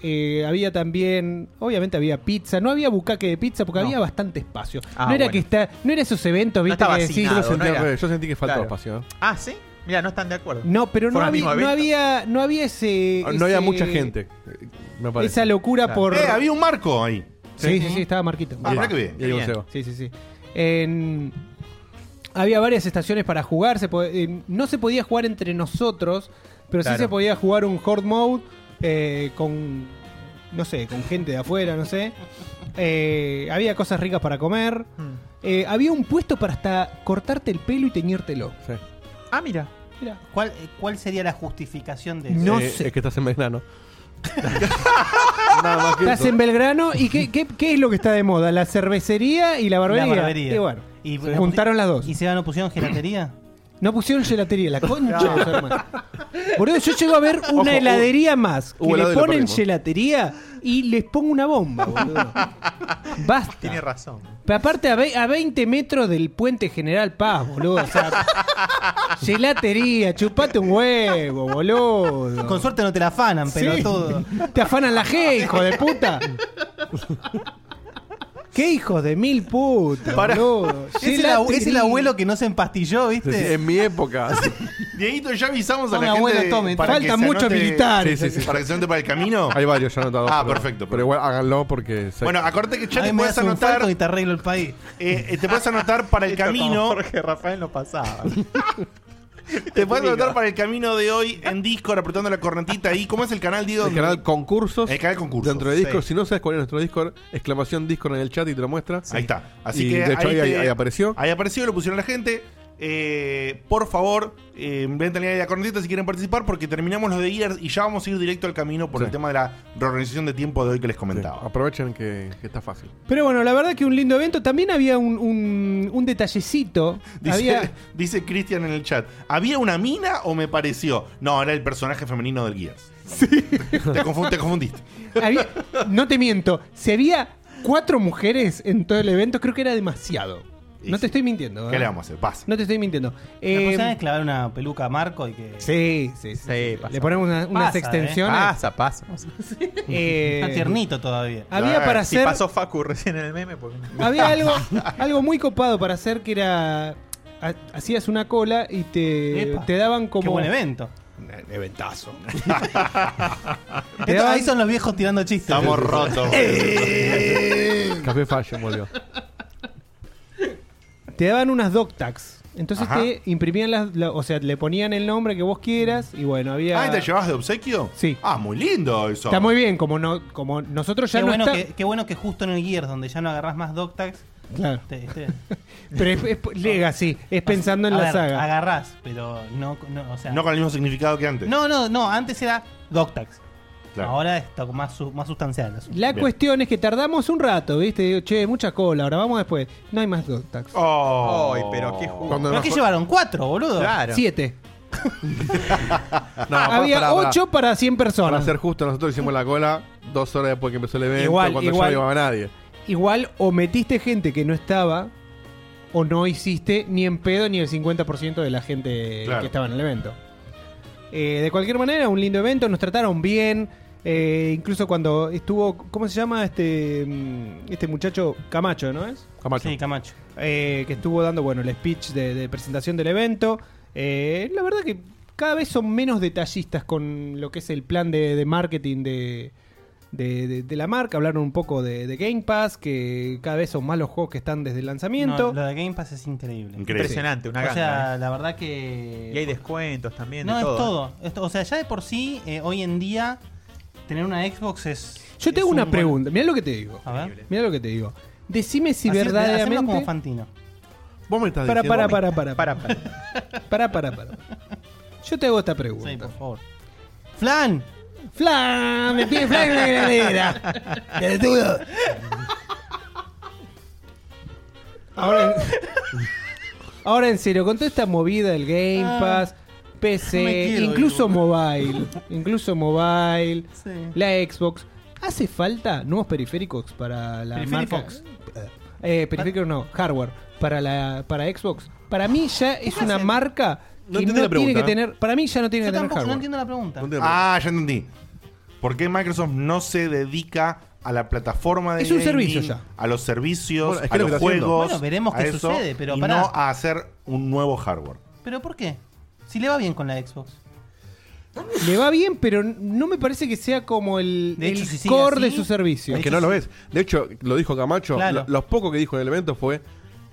[SPEAKER 6] Eh, había también, obviamente había pizza, no había bucaque de pizza porque
[SPEAKER 7] No.
[SPEAKER 6] había bastante espacio.
[SPEAKER 7] Ah,
[SPEAKER 6] no era
[SPEAKER 7] bueno.
[SPEAKER 6] que está, no era esos eventos, viste,
[SPEAKER 7] estaba
[SPEAKER 6] que
[SPEAKER 7] así
[SPEAKER 6] decís,
[SPEAKER 7] nada.
[SPEAKER 5] Yo,
[SPEAKER 7] Claro,
[SPEAKER 5] sentí,
[SPEAKER 7] no
[SPEAKER 5] al
[SPEAKER 7] era-
[SPEAKER 5] revés, yo sentí que faltaba
[SPEAKER 7] Claro.
[SPEAKER 5] espacio. ¿eh?
[SPEAKER 7] Ah, sí. Mira, no están de acuerdo.
[SPEAKER 6] no, pero no
[SPEAKER 7] Fueron al
[SPEAKER 6] había,
[SPEAKER 7] mismo
[SPEAKER 6] no
[SPEAKER 7] evento.
[SPEAKER 6] había, no había ese,
[SPEAKER 5] Ah, No había
[SPEAKER 6] ese-
[SPEAKER 5] mucha gente, eh, me parece.
[SPEAKER 6] Esa locura
[SPEAKER 7] Claro.
[SPEAKER 6] por
[SPEAKER 2] Eh, había un marco ahí.
[SPEAKER 6] Sí, sí, sí, estaba Marquito.
[SPEAKER 2] Ah, mirá que bien.
[SPEAKER 5] Y ahí
[SPEAKER 7] Bien.
[SPEAKER 5] Seba.
[SPEAKER 6] Sí, sí, sí. En- Había varias estaciones para jugar. se po- eh, no se podía jugar entre nosotros, pero
[SPEAKER 7] Claro.
[SPEAKER 6] sí se podía jugar un Horde Mode eh, con, no sé, con gente de afuera, no sé. Eh, había cosas ricas para comer.
[SPEAKER 7] Mm.
[SPEAKER 6] Eh, había un puesto para hasta cortarte el pelo y teñírtelo.
[SPEAKER 5] Sí.
[SPEAKER 7] Ah, mira.
[SPEAKER 6] Mirá.
[SPEAKER 4] ¿Cuál, eh, ¿Cuál sería la justificación de eso?
[SPEAKER 6] No
[SPEAKER 5] Eh,
[SPEAKER 6] sé.
[SPEAKER 5] Es que estás en Belgrano. Nada más que
[SPEAKER 6] Estás
[SPEAKER 5] eso.
[SPEAKER 6] en Belgrano y ¿qué, qué, qué es lo que está de moda? La cervecería y la barbería.
[SPEAKER 4] La barbería.
[SPEAKER 6] Y bueno,
[SPEAKER 4] Y-
[SPEAKER 6] se juntaron las dos.
[SPEAKER 4] ¿Y Seba no pusieron gelatería?
[SPEAKER 6] No pusieron gelatería, la concha. de su hermana. Boludo, yo llego a ver una heladería más que
[SPEAKER 5] hubo helado
[SPEAKER 6] le
[SPEAKER 5] y lo
[SPEAKER 6] ponen
[SPEAKER 5] perdimos.
[SPEAKER 6] gelatería y les pongo una bomba, boludo. Basta.
[SPEAKER 7] Tiene razón.
[SPEAKER 6] Pero aparte a, ve- a 20 metros del puente General Paz, boludo. O sea, gelatería, chupate un huevo, boludo.
[SPEAKER 4] Con suerte no te la afanan,
[SPEAKER 6] Sí.
[SPEAKER 4] pero todo.
[SPEAKER 6] Te afanan la G, hijo de puta. ¿Qué hijos de mil putas, boludo?
[SPEAKER 4] Es el,
[SPEAKER 6] Gelatería.
[SPEAKER 4] abue- es el abuelo que no se empastilló, ¿viste?
[SPEAKER 5] En mi época. sí.
[SPEAKER 2] Dieguito, ya avisamos a
[SPEAKER 4] Tome,
[SPEAKER 2] la gente
[SPEAKER 4] abuelo, tome.
[SPEAKER 2] para que
[SPEAKER 6] Faltan
[SPEAKER 2] se
[SPEAKER 6] muchos
[SPEAKER 2] anote-
[SPEAKER 6] militares.
[SPEAKER 5] Sí, sí, sí.
[SPEAKER 2] Para que se anote para el camino.
[SPEAKER 5] Hay varios ya anotados.
[SPEAKER 2] Ah,
[SPEAKER 5] pero-
[SPEAKER 2] perfecto,
[SPEAKER 5] Pero igual háganlo porque. se-
[SPEAKER 2] Bueno, acordate que ya
[SPEAKER 4] Ahí
[SPEAKER 2] te
[SPEAKER 4] me
[SPEAKER 2] puedes
[SPEAKER 4] das un falco
[SPEAKER 2] anotar.
[SPEAKER 4] y te arreglo el país.
[SPEAKER 2] eh, eh, te puedes anotar para el
[SPEAKER 7] Esto como
[SPEAKER 2] camino.
[SPEAKER 7] Jorge Rafael no pasaba.
[SPEAKER 2] Te puedes anotar para el camino de hoy en Discord, apretando la cornetita ahí. ¿Cómo es el canal, Diego?
[SPEAKER 5] el canal concursos.
[SPEAKER 2] El canal concursos,
[SPEAKER 5] Dentro de Discord.
[SPEAKER 2] sí.
[SPEAKER 5] Si no sabes cuál es nuestro Discord, exclamación Discord en el chat y te lo muestra.
[SPEAKER 2] Ahí está. Así
[SPEAKER 5] Y
[SPEAKER 2] que
[SPEAKER 5] de hecho ahí-
[SPEAKER 2] te-
[SPEAKER 5] ahí apareció.
[SPEAKER 2] Ahí apareció, lo pusieron la gente. Eh, por favor, eh, venten ahí la cornetita si quieren participar, porque terminamos los de Gears y ya vamos a ir directo al camino por
[SPEAKER 5] Sí.
[SPEAKER 2] el tema de la reorganización de tiempo de hoy que les
[SPEAKER 5] Sí,
[SPEAKER 2] comentaba.
[SPEAKER 5] Aprovechen que, que está fácil.
[SPEAKER 6] Pero bueno, la verdad que un lindo evento. También había un, un- un detallecito.
[SPEAKER 2] Dice,
[SPEAKER 6] Había-
[SPEAKER 2] dice Cristian en el chat, ¿había una mina o me pareció? No, era el personaje femenino del Gears. Te, confun- te confundiste.
[SPEAKER 6] había- no te miento, si había cuatro mujeres en todo el evento, creo que era demasiado.
[SPEAKER 2] Y
[SPEAKER 6] No
[SPEAKER 2] sí.
[SPEAKER 6] te estoy mintiendo.
[SPEAKER 2] ¿Qué
[SPEAKER 6] ¿eh?
[SPEAKER 2] le vamos a hacer? Pasa.
[SPEAKER 6] No te estoy mintiendo.
[SPEAKER 4] La
[SPEAKER 6] Eh,
[SPEAKER 4] cosa es clavar una peluca a Marco y que.
[SPEAKER 6] sí, sí, sí, sí.
[SPEAKER 7] Sí, pasa.
[SPEAKER 6] Le ponemos una- unas
[SPEAKER 4] Pasa, eh.
[SPEAKER 6] extensiones.
[SPEAKER 7] Pasa, pasa.
[SPEAKER 6] Eh,
[SPEAKER 4] Está tiernito todavía.
[SPEAKER 6] Había
[SPEAKER 2] Ah,
[SPEAKER 6] para
[SPEAKER 7] Si
[SPEAKER 6] hacer.
[SPEAKER 7] pasó Facu recién en el meme, porque
[SPEAKER 6] Había algo, algo muy copado para hacer que era. ha- Hacías una cola y te,
[SPEAKER 4] Epa,
[SPEAKER 6] te daban
[SPEAKER 4] Qué
[SPEAKER 6] como.
[SPEAKER 4] buen evento.
[SPEAKER 2] Eventazo.
[SPEAKER 6] Te
[SPEAKER 4] Esto- ahí
[SPEAKER 6] daban-
[SPEAKER 4] son los viejos tirando chistes.
[SPEAKER 2] Estamos rotos.
[SPEAKER 5] Café Fashion volvió.
[SPEAKER 6] te daban unas doc tags. Entonces
[SPEAKER 2] Ajá.
[SPEAKER 6] te imprimían las. la- o sea, le ponían el nombre que vos quieras. Y bueno, había.
[SPEAKER 2] Ah, ¿y te llevas de obsequio?
[SPEAKER 6] Sí.
[SPEAKER 2] Ah, muy lindo eso.
[SPEAKER 6] Está muy bien, como no, como nosotros ya
[SPEAKER 4] Qué
[SPEAKER 6] no
[SPEAKER 4] bueno,
[SPEAKER 6] está-
[SPEAKER 4] que, qué bueno que justo en el Gears, donde ya no agarrás más Doctax,
[SPEAKER 6] Claro.
[SPEAKER 4] te, te-
[SPEAKER 6] Pero es, es Legacy, es pensando en
[SPEAKER 4] A
[SPEAKER 6] la
[SPEAKER 4] ver,
[SPEAKER 6] saga.
[SPEAKER 4] Agarrás, pero no, no, o sea,
[SPEAKER 2] No con el mismo significado que antes.
[SPEAKER 4] no, no, no, antes era Doctax.
[SPEAKER 2] Claro.
[SPEAKER 4] Ahora está más, su- más sustancial. el asunto.
[SPEAKER 6] La
[SPEAKER 2] Bien.
[SPEAKER 6] cuestión es que tardamos un rato, ¿viste? Digo, che, mucha cola, ahora vamos después. No hay más doc tags.
[SPEAKER 2] Oh.
[SPEAKER 7] Ay, pero qué jugo.
[SPEAKER 5] Cuando
[SPEAKER 4] ¿Pero
[SPEAKER 5] nos-
[SPEAKER 4] qué llevaron? ¿Cuatro, boludo?
[SPEAKER 7] Claro.
[SPEAKER 6] Siete.
[SPEAKER 5] No,
[SPEAKER 6] Ah, había
[SPEAKER 5] para- para-
[SPEAKER 6] ocho para 100
[SPEAKER 5] Para,
[SPEAKER 6] personas.
[SPEAKER 5] ser justo, nosotros hicimos la cola dos horas después que empezó el evento.
[SPEAKER 6] Igual,
[SPEAKER 5] cuando
[SPEAKER 6] igual.
[SPEAKER 5] ya no iba nadie.
[SPEAKER 6] Igual o metiste gente que no estaba o no hiciste ni en pedo ni el 50% de la gente
[SPEAKER 2] Claro.
[SPEAKER 6] que estaba en el evento. Eh, de cualquier manera, un lindo evento, nos trataron bien. eh, incluso cuando estuvo, ¿cómo se llama este, mm, este muchacho? Camacho, ¿no es?
[SPEAKER 5] Camacho.
[SPEAKER 4] Sí, Camacho.
[SPEAKER 6] eh, que estuvo dando bueno el speech de, de presentación del evento. Eh, la verdad que cada vez son menos detallistas con lo que es el plan de, de marketing de, de- de- de la marca. Hablaron un poco de, de Game Pass, que cada vez son más los juegos que están desde el
[SPEAKER 4] No,
[SPEAKER 6] lanzamiento.
[SPEAKER 4] lo de Game Pass es increíble.
[SPEAKER 2] Increíble.
[SPEAKER 7] Impresionante, una
[SPEAKER 4] O
[SPEAKER 7] ganga.
[SPEAKER 4] sea,
[SPEAKER 7] ¿eh?
[SPEAKER 4] la verdad que...
[SPEAKER 7] Y hay descuentos también.
[SPEAKER 4] No,
[SPEAKER 7] de
[SPEAKER 4] es
[SPEAKER 2] ¿eh?
[SPEAKER 7] todo.
[SPEAKER 4] todo. Es to- o sea, ya de por sí, eh, hoy en día, tener una Xbox es...
[SPEAKER 6] Yo te
[SPEAKER 4] es
[SPEAKER 6] hago
[SPEAKER 4] un
[SPEAKER 6] una
[SPEAKER 4] buen-
[SPEAKER 6] pregunta. Mira lo que te digo.
[SPEAKER 4] A ver.
[SPEAKER 6] Mira lo que te digo. Decime si
[SPEAKER 4] Hacer- hacerlo como
[SPEAKER 6] verdaderamente.
[SPEAKER 4] Fantino.
[SPEAKER 5] Vos me estás
[SPEAKER 6] Para,
[SPEAKER 5] diciendo.
[SPEAKER 6] para, para, para, para,
[SPEAKER 7] Para, para.
[SPEAKER 6] para, para, Yo te hago esta pregunta.
[SPEAKER 4] Sí, por favor. Flan,
[SPEAKER 6] Flan, me pide flan en la heladera. Pelotudo. Ahora, en- ahora en serio, con toda esta movida del Game Pass,
[SPEAKER 4] Ah. me
[SPEAKER 6] PC,
[SPEAKER 4] quiero ir,
[SPEAKER 6] incluso
[SPEAKER 4] boludo.
[SPEAKER 6] mobile, incluso mobile,
[SPEAKER 4] Sí.
[SPEAKER 6] la Xbox, ¿hace falta nuevos periféricos para la
[SPEAKER 4] Periférica.
[SPEAKER 6] marca? Eh, periféricos no, hardware para la para Xbox. Para mí ya es una marca
[SPEAKER 5] No
[SPEAKER 6] que no,
[SPEAKER 5] entendí la
[SPEAKER 6] tiene que
[SPEAKER 5] pregunta.
[SPEAKER 6] tener, para mí ya no tiene
[SPEAKER 4] Yo
[SPEAKER 6] que tener
[SPEAKER 4] tampoco no
[SPEAKER 6] hardware.
[SPEAKER 4] entiendo la pregunta.
[SPEAKER 5] No te-
[SPEAKER 2] Ah, ya entendí. ¿Por qué Microsoft no se dedica a la plataforma de
[SPEAKER 6] Es un
[SPEAKER 2] gaming,
[SPEAKER 6] servicio ya.
[SPEAKER 2] a los servicios,
[SPEAKER 5] Bueno, es que
[SPEAKER 2] a
[SPEAKER 5] lo
[SPEAKER 2] los
[SPEAKER 5] que está haciendo.
[SPEAKER 2] juegos,
[SPEAKER 4] Bueno, veremos
[SPEAKER 2] a
[SPEAKER 4] qué
[SPEAKER 2] eso,
[SPEAKER 4] sucede, pero
[SPEAKER 2] y
[SPEAKER 4] pará.
[SPEAKER 2] no a hacer un nuevo hardware?
[SPEAKER 4] ¿Pero por qué? Si le va bien con la Xbox.
[SPEAKER 6] Le va bien, pero no me parece que sea como el,
[SPEAKER 4] De hecho,
[SPEAKER 6] el
[SPEAKER 4] si sigue
[SPEAKER 6] core de
[SPEAKER 4] así-
[SPEAKER 6] su servicio.
[SPEAKER 5] Es que no lo ves. De hecho, lo dijo Camacho.
[SPEAKER 4] Claro.
[SPEAKER 5] lo- los pocos que dijo en el evento fue: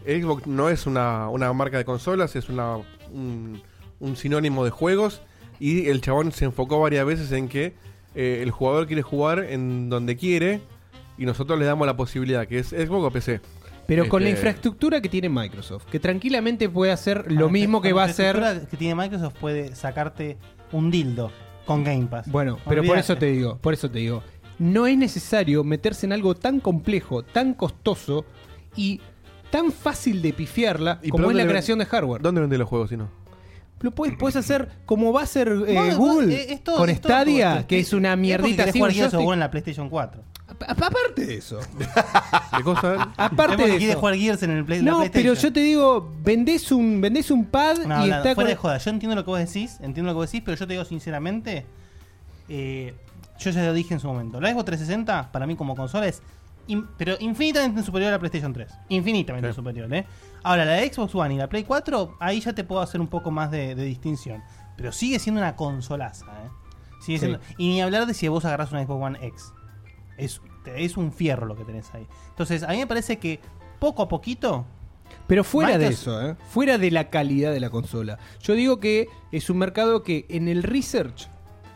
[SPEAKER 5] Xbox no es una, una marca de consolas, es una, un, un sinónimo de juegos. Y el chabón se enfocó varias veces en que eh, el jugador quiere jugar en donde quiere y nosotros le damos la posibilidad, que es Xbox o PC.
[SPEAKER 6] Pero con la
[SPEAKER 5] Este-
[SPEAKER 6] infraestructura que tiene Microsoft, que tranquilamente puede hacer lo
[SPEAKER 4] Ah,
[SPEAKER 6] mismo
[SPEAKER 4] con
[SPEAKER 6] que
[SPEAKER 4] la
[SPEAKER 6] va a hacer.
[SPEAKER 4] infraestructura que tiene Microsoft puede sacarte un dildo con Game Pass.
[SPEAKER 6] Bueno, pero por
[SPEAKER 4] Olvídate.
[SPEAKER 6] eso te digo, por eso te digo, no es necesario meterse en algo tan complejo, tan costoso y tan fácil de pifiarla
[SPEAKER 5] ¿Y
[SPEAKER 6] como
[SPEAKER 5] pero
[SPEAKER 6] es la
[SPEAKER 5] dónde le-
[SPEAKER 6] creación de hardware.
[SPEAKER 5] ¿Dónde venden los juegos si no?
[SPEAKER 6] Lo puedes, puedes hacer como va a ser eh,
[SPEAKER 4] Vos- vos-
[SPEAKER 6] Google
[SPEAKER 4] eh, es todo-
[SPEAKER 6] con
[SPEAKER 4] es todo
[SPEAKER 6] Stadia,
[SPEAKER 4] todo esto.
[SPEAKER 6] que es una
[SPEAKER 4] porque
[SPEAKER 6] mierdita
[SPEAKER 4] querés
[SPEAKER 6] así.
[SPEAKER 4] jugar
[SPEAKER 6] un
[SPEAKER 4] Gears of
[SPEAKER 6] joystick.
[SPEAKER 4] War en la PlayStation 4.
[SPEAKER 6] A- Aparte de eso.
[SPEAKER 5] ¿Qué cosa?
[SPEAKER 6] Aparte
[SPEAKER 4] Vemos
[SPEAKER 6] de
[SPEAKER 4] que quiere
[SPEAKER 6] eso.
[SPEAKER 4] jugar Gears en el Play- la
[SPEAKER 6] No, pero
[SPEAKER 4] PlayStation.
[SPEAKER 6] yo te digo, vendés un, vendés un pad
[SPEAKER 4] No,
[SPEAKER 6] y
[SPEAKER 4] hablando,
[SPEAKER 6] está
[SPEAKER 4] fuera
[SPEAKER 6] con.
[SPEAKER 4] de joda, yo entiendo lo que vos decís, entiendo lo que vos decís, pero yo te digo sinceramente, eh, yo ya lo dije en su momento, la Xbox 360 para mí como consola es, in- pero infinitamente superior a la PlayStation 3, infinitamente superior, ¿eh? Ahora, la Xbox One y la Play 4, ahí ya te puedo hacer un poco más de, de distinción, pero sigue siendo una consolaza, ¿eh? Sigue siendo- Y ni hablar de si vos agarrás una Xbox One X, es, te- es un fierro lo que tenés ahí. Entonces, a mí me parece que poco a poquito...
[SPEAKER 6] Pero fuera de
[SPEAKER 4] Microsoft-
[SPEAKER 6] eso, ¿eh? fuera de la calidad de la consola. Yo digo que es un mercado que en el research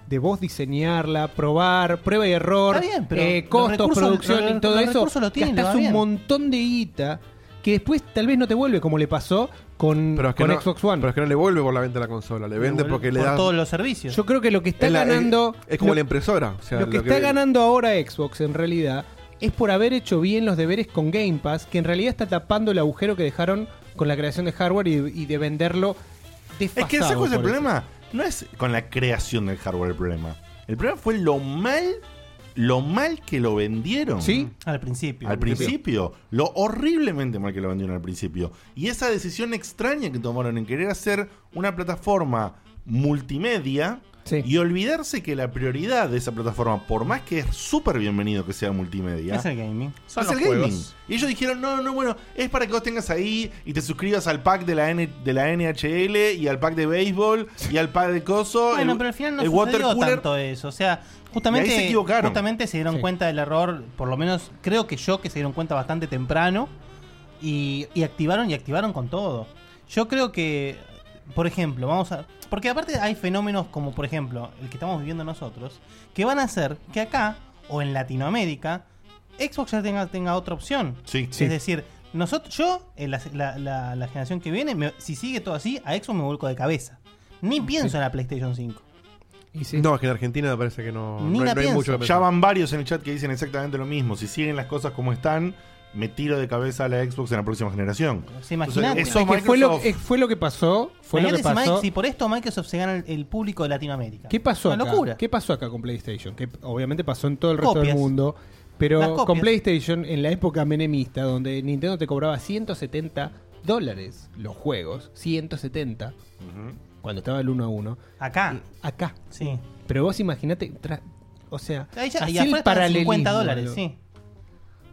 [SPEAKER 6] de vos diseñarla, probar, prueba y error,
[SPEAKER 4] Está bien, pero
[SPEAKER 6] eh,
[SPEAKER 4] los
[SPEAKER 6] costos,
[SPEAKER 4] recursos-
[SPEAKER 6] producción
[SPEAKER 4] los-
[SPEAKER 6] y todo
[SPEAKER 4] los
[SPEAKER 6] eso,
[SPEAKER 4] recursos lo tienen, le
[SPEAKER 6] gastás
[SPEAKER 4] va
[SPEAKER 6] un
[SPEAKER 4] bien.
[SPEAKER 6] montón de guita que después tal vez no te vuelve como le pasó con,
[SPEAKER 5] Pero es que
[SPEAKER 6] con
[SPEAKER 5] no,
[SPEAKER 6] Xbox One.
[SPEAKER 5] Pero es que no le vuelve por la venta a la consola, le vende porque le
[SPEAKER 4] por
[SPEAKER 5] da.
[SPEAKER 4] todos los servicios.
[SPEAKER 6] Yo creo que lo que está
[SPEAKER 5] es la- es-
[SPEAKER 6] ganando
[SPEAKER 5] Es, como
[SPEAKER 6] lo-
[SPEAKER 5] la impresora. o sea,
[SPEAKER 6] lo que está ganando ahora Xbox en realidad es por haber hecho bien los deberes con Game Pass, que en realidad está tapando el agujero que dejaron con la creación de hardware y, y de venderlo
[SPEAKER 2] Es
[SPEAKER 6] desfasado.
[SPEAKER 2] que ¿sabes cuál es el
[SPEAKER 6] por eso.
[SPEAKER 2] problema? No es con la creación del hardware el problema. El problema fue lo mal, lo mal que lo vendieron.
[SPEAKER 6] Sí,
[SPEAKER 4] Al principio.
[SPEAKER 2] Al principio, lo horriblemente mal que lo vendieron al principio. Y esa decisión extraña que tomaron en querer hacer una plataforma multimedia
[SPEAKER 6] Sí.
[SPEAKER 2] y olvidarse que la prioridad de esa plataforma, por más que es súper bienvenido que sea multimedia,
[SPEAKER 4] Es el gaming.
[SPEAKER 2] Son
[SPEAKER 7] los juegos.
[SPEAKER 2] Y ellos dijeron, no, no, bueno, es para que vos tengas ahí y te suscribas al pack de la, N de la NHL y al pack de béisbol y al pack de coso.
[SPEAKER 4] Bueno,
[SPEAKER 2] el-
[SPEAKER 4] pero al final no
[SPEAKER 2] el water
[SPEAKER 4] sucedió
[SPEAKER 2] cooler.
[SPEAKER 4] tanto eso. O sea, justamente,
[SPEAKER 2] Y ahí se equivocaron.
[SPEAKER 4] justamente se dieron
[SPEAKER 6] Sí.
[SPEAKER 4] cuenta del error, por lo menos creo que yo, que se dieron cuenta bastante temprano. Y, y activaron y activaron con todo. Yo creo que, por ejemplo, vamos a... Porque aparte hay fenómenos como, por ejemplo, el que estamos viviendo nosotros, que van a hacer que acá, o en Latinoamérica, Xbox ya tenga, tenga otra opción.
[SPEAKER 2] Sí,
[SPEAKER 4] Es decir, nosotros, yo, en la, la- la- la generación que viene, me- si sigue todo así, a Xbox me vuelco de cabeza. Ni pienso en la PlayStation 5.
[SPEAKER 6] y sí.
[SPEAKER 5] No, es que en Argentina me parece que no,
[SPEAKER 4] Ni
[SPEAKER 5] no,
[SPEAKER 4] la
[SPEAKER 5] hay- no hay
[SPEAKER 4] pienso.
[SPEAKER 5] mucho que
[SPEAKER 2] Ya
[SPEAKER 5] pensar.
[SPEAKER 2] van varios en el chat que dicen exactamente lo mismo. Si siguen las cosas como están, me tiro de cabeza a la Xbox en la próxima generación.
[SPEAKER 4] ¿Se imaginan?
[SPEAKER 2] Entonces,
[SPEAKER 6] Es
[SPEAKER 2] eso
[SPEAKER 6] que fue, lo,
[SPEAKER 2] Microsoft-
[SPEAKER 6] es- fue lo que pasó. Fue lo que pasó.
[SPEAKER 4] Si por esto Microsoft se gana el, el público de Latinoamérica.
[SPEAKER 6] ¿Qué pasó
[SPEAKER 4] Una
[SPEAKER 6] acá?
[SPEAKER 4] locura.
[SPEAKER 6] ¿Qué pasó acá con PlayStation? Que obviamente pasó en todo el resto
[SPEAKER 4] Copias.
[SPEAKER 6] del mundo.
[SPEAKER 4] Las
[SPEAKER 6] Pero
[SPEAKER 4] copias.
[SPEAKER 6] con PlayStation, en la época menemista, donde Nintendo te cobraba 170 dólares los juegos, 170, cuando estaba el 1 a 1,
[SPEAKER 4] Acá.
[SPEAKER 6] acá.
[SPEAKER 4] Sí.
[SPEAKER 6] Pero vos imaginate, tra- o sea,
[SPEAKER 4] Ahí ya,
[SPEAKER 6] así
[SPEAKER 4] y
[SPEAKER 6] el
[SPEAKER 4] afuera están a
[SPEAKER 6] paralelismo,
[SPEAKER 4] 50 dólares,
[SPEAKER 6] boludo.
[SPEAKER 4] sí.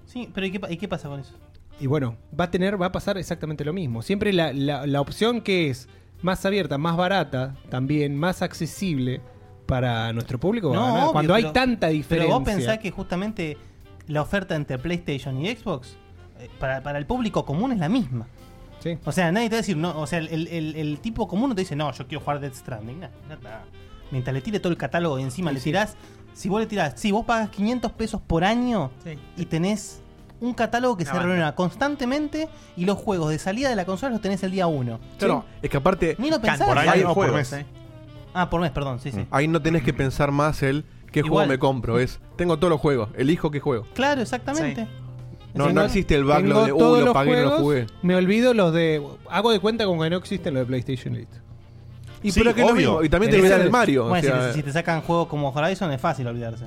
[SPEAKER 4] Sí, pero ¿y qué, pa- y qué pasa con eso?
[SPEAKER 6] Y bueno, va a tener, va a pasar exactamente lo mismo. Siempre la, la- la opción que es más abierta, más barata, también más accesible para nuestro público. va a ganar.
[SPEAKER 4] obvio,
[SPEAKER 6] Cuando hay
[SPEAKER 4] pero-
[SPEAKER 6] tanta diferencia.
[SPEAKER 4] Pero vos pensás que justamente la oferta entre PlayStation y Xbox, eh, para, para el público común es la misma.
[SPEAKER 6] Sí.
[SPEAKER 4] O sea, nadie te va a decir, no, o sea, el, el- el tipo común no te dice, no, yo quiero jugar Dead Stranding. Nah, nah, nah. Mientras le tire todo el catálogo y encima
[SPEAKER 6] Sí,
[SPEAKER 4] le
[SPEAKER 6] sí.
[SPEAKER 4] tirás, si vos le tirás, si vos pagas 500 pesos por año
[SPEAKER 7] Sí.
[SPEAKER 4] y tenés un catálogo que
[SPEAKER 7] Una
[SPEAKER 4] se
[SPEAKER 7] banda.
[SPEAKER 4] renueva constantemente y los juegos de salida de la consola los tenés el día 1.
[SPEAKER 5] Claro, es que aparte,
[SPEAKER 4] Ni lo pensás.
[SPEAKER 2] Por
[SPEAKER 5] año
[SPEAKER 2] ahí
[SPEAKER 5] hay
[SPEAKER 2] no, por
[SPEAKER 5] juegos, Mm.
[SPEAKER 2] mes.
[SPEAKER 7] ¿eh?
[SPEAKER 4] Ah, por mes, perdón,
[SPEAKER 6] Mm.
[SPEAKER 4] sí, sí.
[SPEAKER 5] ahí no tenés que pensar más el qué
[SPEAKER 4] Igual.
[SPEAKER 5] juego me compro. Es, tengo todos los juegos, elijo qué juego.
[SPEAKER 4] Claro, exactamente.
[SPEAKER 7] Sí.
[SPEAKER 5] No,
[SPEAKER 4] Sí,
[SPEAKER 5] no
[SPEAKER 4] no.
[SPEAKER 5] existe el
[SPEAKER 6] Tengo
[SPEAKER 5] backlog de,
[SPEAKER 6] todos
[SPEAKER 5] uh, lo
[SPEAKER 6] los
[SPEAKER 5] pagué, no lo
[SPEAKER 6] juegos,
[SPEAKER 5] jugué.
[SPEAKER 6] Me olvido los de. Hago de cuenta como que no existen los de PlayStation y listo.
[SPEAKER 5] Y,
[SPEAKER 2] Sí,
[SPEAKER 5] pero que es lo
[SPEAKER 2] obvio.
[SPEAKER 5] mismo, y también te
[SPEAKER 6] Ese
[SPEAKER 5] olvidas del
[SPEAKER 6] es-
[SPEAKER 5] Mario. o
[SPEAKER 4] Bueno, si
[SPEAKER 5] sea,
[SPEAKER 4] te- si, te sacan juegos como Horizon es fácil olvidarse.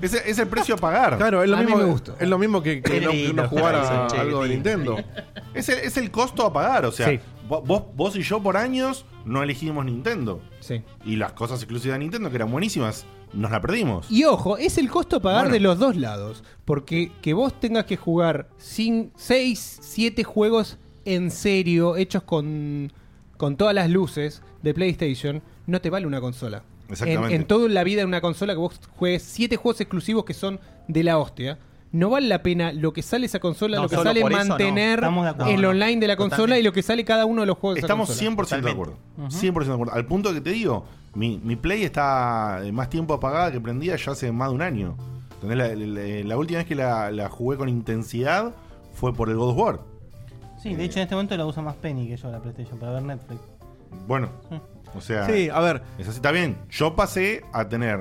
[SPEAKER 2] Ese es el precio a pagar.
[SPEAKER 5] Claro, es lo,
[SPEAKER 6] A mí
[SPEAKER 5] mismo,
[SPEAKER 6] me gustó.
[SPEAKER 5] es lo mismo que, que
[SPEAKER 7] Qué
[SPEAKER 5] no, que
[SPEAKER 7] lindo,
[SPEAKER 5] no jugar a
[SPEAKER 7] Horizon, che,
[SPEAKER 5] algo de
[SPEAKER 7] qué lindo.
[SPEAKER 5] Nintendo.
[SPEAKER 2] Es el, es el costo a pagar. O sea,
[SPEAKER 6] Sí.
[SPEAKER 2] vo- vos, vos y yo por años no elegimos Nintendo.
[SPEAKER 6] Sí.
[SPEAKER 2] Y las cosas exclusivas de Nintendo, que eran buenísimas, nos la perdimos.
[SPEAKER 6] Y ojo, es el costo a pagar
[SPEAKER 2] Bueno.
[SPEAKER 6] de los dos lados. Porque que vos tengas que jugar 6, 7 juegos en serio, hechos con, con todas las luces de PlayStation, no te vale una consola. En,
[SPEAKER 2] Exactamente.
[SPEAKER 6] en toda la vida de una consola que vos juegues 7 juegos exclusivos que son de la hostia. No vale la pena lo que sale esa consola,
[SPEAKER 7] No,
[SPEAKER 6] lo que
[SPEAKER 7] solo
[SPEAKER 6] sale
[SPEAKER 7] por eso no.
[SPEAKER 6] mantener
[SPEAKER 4] Estamos de acuerdo.
[SPEAKER 6] el
[SPEAKER 4] No, no.
[SPEAKER 6] online de la consola
[SPEAKER 7] Totalmente.
[SPEAKER 6] y lo que sale cada uno de los juegos. de esa
[SPEAKER 2] Estamos
[SPEAKER 6] consola.
[SPEAKER 2] 100% de
[SPEAKER 7] Totalmente.
[SPEAKER 2] acuerdo. 100% de acuerdo. Al punto que te digo, mi, mi Play está eh, más tiempo apagada que prendida ya hace más de un año. ¿Entendés? La, la- la última vez que la, la jugué con intensidad fue por el God of War.
[SPEAKER 4] Sí, de hecho en este momento la usa más Penny que yo la PlayStation para ver Netflix. Mm.
[SPEAKER 2] Bueno, o sea,
[SPEAKER 5] Sí, a ver,
[SPEAKER 2] es así. Está bien. Yo pasé a tener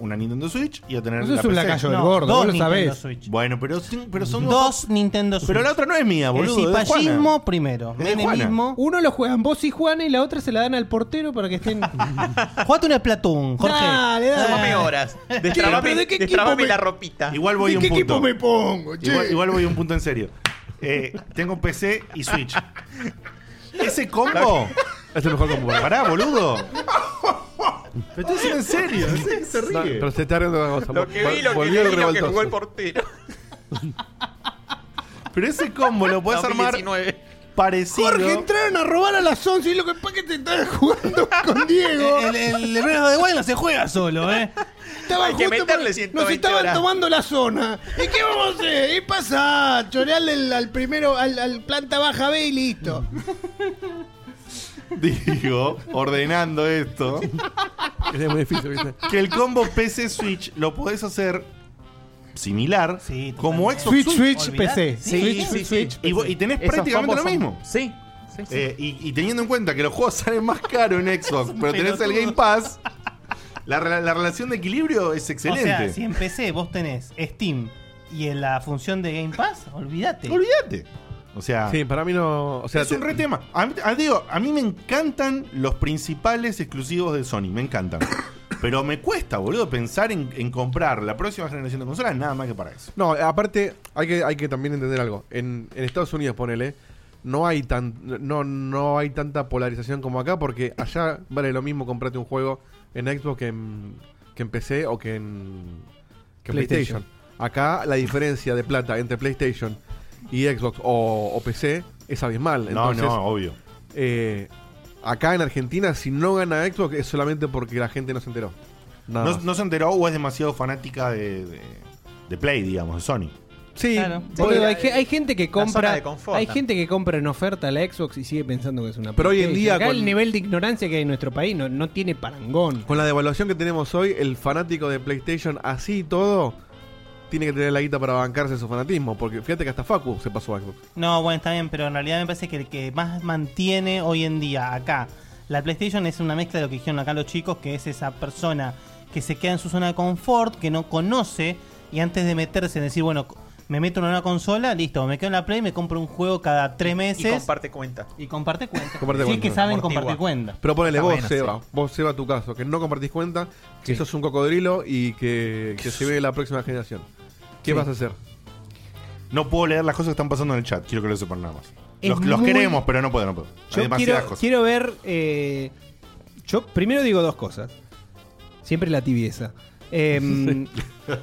[SPEAKER 2] una Nintendo Switch y a tener
[SPEAKER 6] Eso es
[SPEAKER 2] la
[SPEAKER 6] un
[SPEAKER 2] PC.
[SPEAKER 6] lacayo del
[SPEAKER 4] No,
[SPEAKER 6] gordo,
[SPEAKER 4] dos
[SPEAKER 6] vos lo
[SPEAKER 4] Nintendo
[SPEAKER 6] sabés.
[SPEAKER 4] Switch.
[SPEAKER 2] Bueno, pero, sin- pero son
[SPEAKER 4] Dos Nintendo Switch.
[SPEAKER 2] Pero la otra no es mía, boludo. es de
[SPEAKER 4] El
[SPEAKER 2] Juana.
[SPEAKER 4] cipallismo primero.
[SPEAKER 2] Es de Juana.
[SPEAKER 4] Menemismo.
[SPEAKER 6] Uno lo juegan vos y Juana y la otra se la dan al portero para que estén.
[SPEAKER 4] Jugate un Splatoon, Jorge.
[SPEAKER 6] Dale, dale.
[SPEAKER 7] Tómame
[SPEAKER 2] ¿eh?
[SPEAKER 7] horas.
[SPEAKER 6] pero ¿de
[SPEAKER 7] Destrabame,
[SPEAKER 6] qué
[SPEAKER 7] destrabame
[SPEAKER 6] equipo me-
[SPEAKER 7] la ropita.
[SPEAKER 2] Igual voy
[SPEAKER 6] ¿De
[SPEAKER 2] a un
[SPEAKER 6] qué
[SPEAKER 2] punto.
[SPEAKER 6] equipo me pongo? che?
[SPEAKER 2] Igual, igual voy a un punto en serio. Eh, tengo PC y Switch. Ese combo.
[SPEAKER 5] Es el mejor combo.
[SPEAKER 2] Pará, boludo. Pero estoy diciendo en serio. ¿en serio se
[SPEAKER 5] No,
[SPEAKER 2] ríe?
[SPEAKER 5] pero se está riendo de una cosa.
[SPEAKER 7] Lo que
[SPEAKER 5] Vol-
[SPEAKER 7] vi, lo que
[SPEAKER 5] volvió el
[SPEAKER 7] leí, lo que
[SPEAKER 5] revoltoso.
[SPEAKER 7] jugó el portero.
[SPEAKER 2] Pero ese combo lo puedes armar
[SPEAKER 7] 2019.
[SPEAKER 2] parecido.
[SPEAKER 6] Jorge, entraron a robar a las 11 y lo que pasa es que te estaban jugando con Diego.
[SPEAKER 4] El, el, el Breath of the Wild no se juega solo, ¿eh?
[SPEAKER 6] Estaban
[SPEAKER 7] Hay que
[SPEAKER 6] justo
[SPEAKER 7] meterle
[SPEAKER 6] por-
[SPEAKER 7] 120
[SPEAKER 6] nos estaban
[SPEAKER 7] horas.
[SPEAKER 6] tomando la zona. ¿Y qué vamos a hacer? ¿Y pasa? Chorearle al, al primero, al, al planta baja B y listo.
[SPEAKER 2] Digo, ordenando esto.
[SPEAKER 5] Es muy difícil, ¿viste?
[SPEAKER 2] Que el combo PC Switch lo podés hacer similar.
[SPEAKER 4] Sí,
[SPEAKER 2] como
[SPEAKER 4] totalmente.
[SPEAKER 2] Xbox
[SPEAKER 4] Olvidate.
[SPEAKER 7] Sí, sí, sí,
[SPEAKER 2] Y, vo- y tenés
[SPEAKER 7] Esos
[SPEAKER 2] prácticamente
[SPEAKER 7] combos
[SPEAKER 2] lo
[SPEAKER 7] son-
[SPEAKER 2] mismo.
[SPEAKER 7] Sí. sí, sí.
[SPEAKER 2] Eh, y, y teniendo en cuenta que los juegos salen más caros en Xbox, pero tenés el
[SPEAKER 4] pelotudo.
[SPEAKER 2] Game Pass, la, re- la relación de equilibrio es excelente.
[SPEAKER 4] O sea, si en PC vos tenés Steam y en la función de Game Pass, olvídate.
[SPEAKER 2] Olvídate. O sea,
[SPEAKER 5] Sí, para mí no. O sea,
[SPEAKER 2] es un
[SPEAKER 5] te-
[SPEAKER 2] re tema. A mí, a- digo, a mí me encantan los principales exclusivos de Sony, me encantan. Pero me cuesta, boludo, pensar en, en comprar la próxima generación de consolas nada más que para eso.
[SPEAKER 5] No, aparte, hay que, hay que también entender algo. En, en Estados Unidos, ponele, no hay tan no, no hay tanta polarización como acá, porque allá vale lo mismo comprarte un juego en Xbox que en, que en PC o que en, que en PlayStation.
[SPEAKER 6] PlayStation.
[SPEAKER 5] Acá la diferencia de plata entre PlayStation y Xbox o, o PC es abismal. Entonces,
[SPEAKER 2] no, no, obvio.
[SPEAKER 5] eh, acá en Argentina, si no gana Xbox, es solamente porque la gente no se enteró. Nada
[SPEAKER 2] No,
[SPEAKER 5] más.
[SPEAKER 2] no se enteró o es demasiado fanática de, de, de Play, digamos, de Sony.
[SPEAKER 5] Sí,
[SPEAKER 4] Claro.
[SPEAKER 5] voy-
[SPEAKER 6] hay, ge- hay gente que
[SPEAKER 7] zona
[SPEAKER 6] compra
[SPEAKER 7] de confort,
[SPEAKER 6] hay
[SPEAKER 7] ¿no?
[SPEAKER 6] gente que compra en oferta la Xbox y sigue pensando que es una
[SPEAKER 5] Pero hoy en
[SPEAKER 6] PlayStation.
[SPEAKER 5] día
[SPEAKER 6] Acá
[SPEAKER 5] con-
[SPEAKER 6] el nivel de ignorancia que hay en nuestro país no, no tiene parangón
[SPEAKER 5] Con la devaluación que tenemos hoy, el fanático de PlayStation, así y todo, tiene que tener la guita para bancarse su fanatismo. Porque fíjate que hasta Facu se pasó a Xbox.
[SPEAKER 4] No, bueno, está bien, pero en realidad me parece que el que más mantiene hoy en día acá la PlayStation es una mezcla de lo que dijeron acá los chicos, que es esa persona que se queda en su zona de confort, que no conoce, y antes de meterse en decir, bueno, me meto en una consola, listo, me quedo en la Play, me compro un juego cada tres
[SPEAKER 7] Y
[SPEAKER 4] meses
[SPEAKER 7] comparte cuenta.
[SPEAKER 4] y comparte cuenta.
[SPEAKER 5] Comparte
[SPEAKER 4] si
[SPEAKER 5] cuenta.
[SPEAKER 4] es que saben
[SPEAKER 7] Amortigua.
[SPEAKER 4] compartir cuenta.
[SPEAKER 5] Pero ponele
[SPEAKER 7] Está
[SPEAKER 5] vos,
[SPEAKER 7] bueno,
[SPEAKER 5] Seba, vos, Seba, tu caso, que no compartís cuenta, que sos un cocodrilo y que, que se ve la próxima generación. ¿Qué vas a hacer?
[SPEAKER 2] No puedo leer las cosas que están pasando en el chat, quiero que lo sepan nada más.
[SPEAKER 6] Es
[SPEAKER 2] Los, los
[SPEAKER 6] muy-
[SPEAKER 2] queremos, pero no puedo, no puedo. Hay
[SPEAKER 6] yo
[SPEAKER 2] demasiadas
[SPEAKER 6] quiero,
[SPEAKER 2] cosas.
[SPEAKER 6] quiero ver eh, yo primero digo dos cosas siempre la tibieza Em,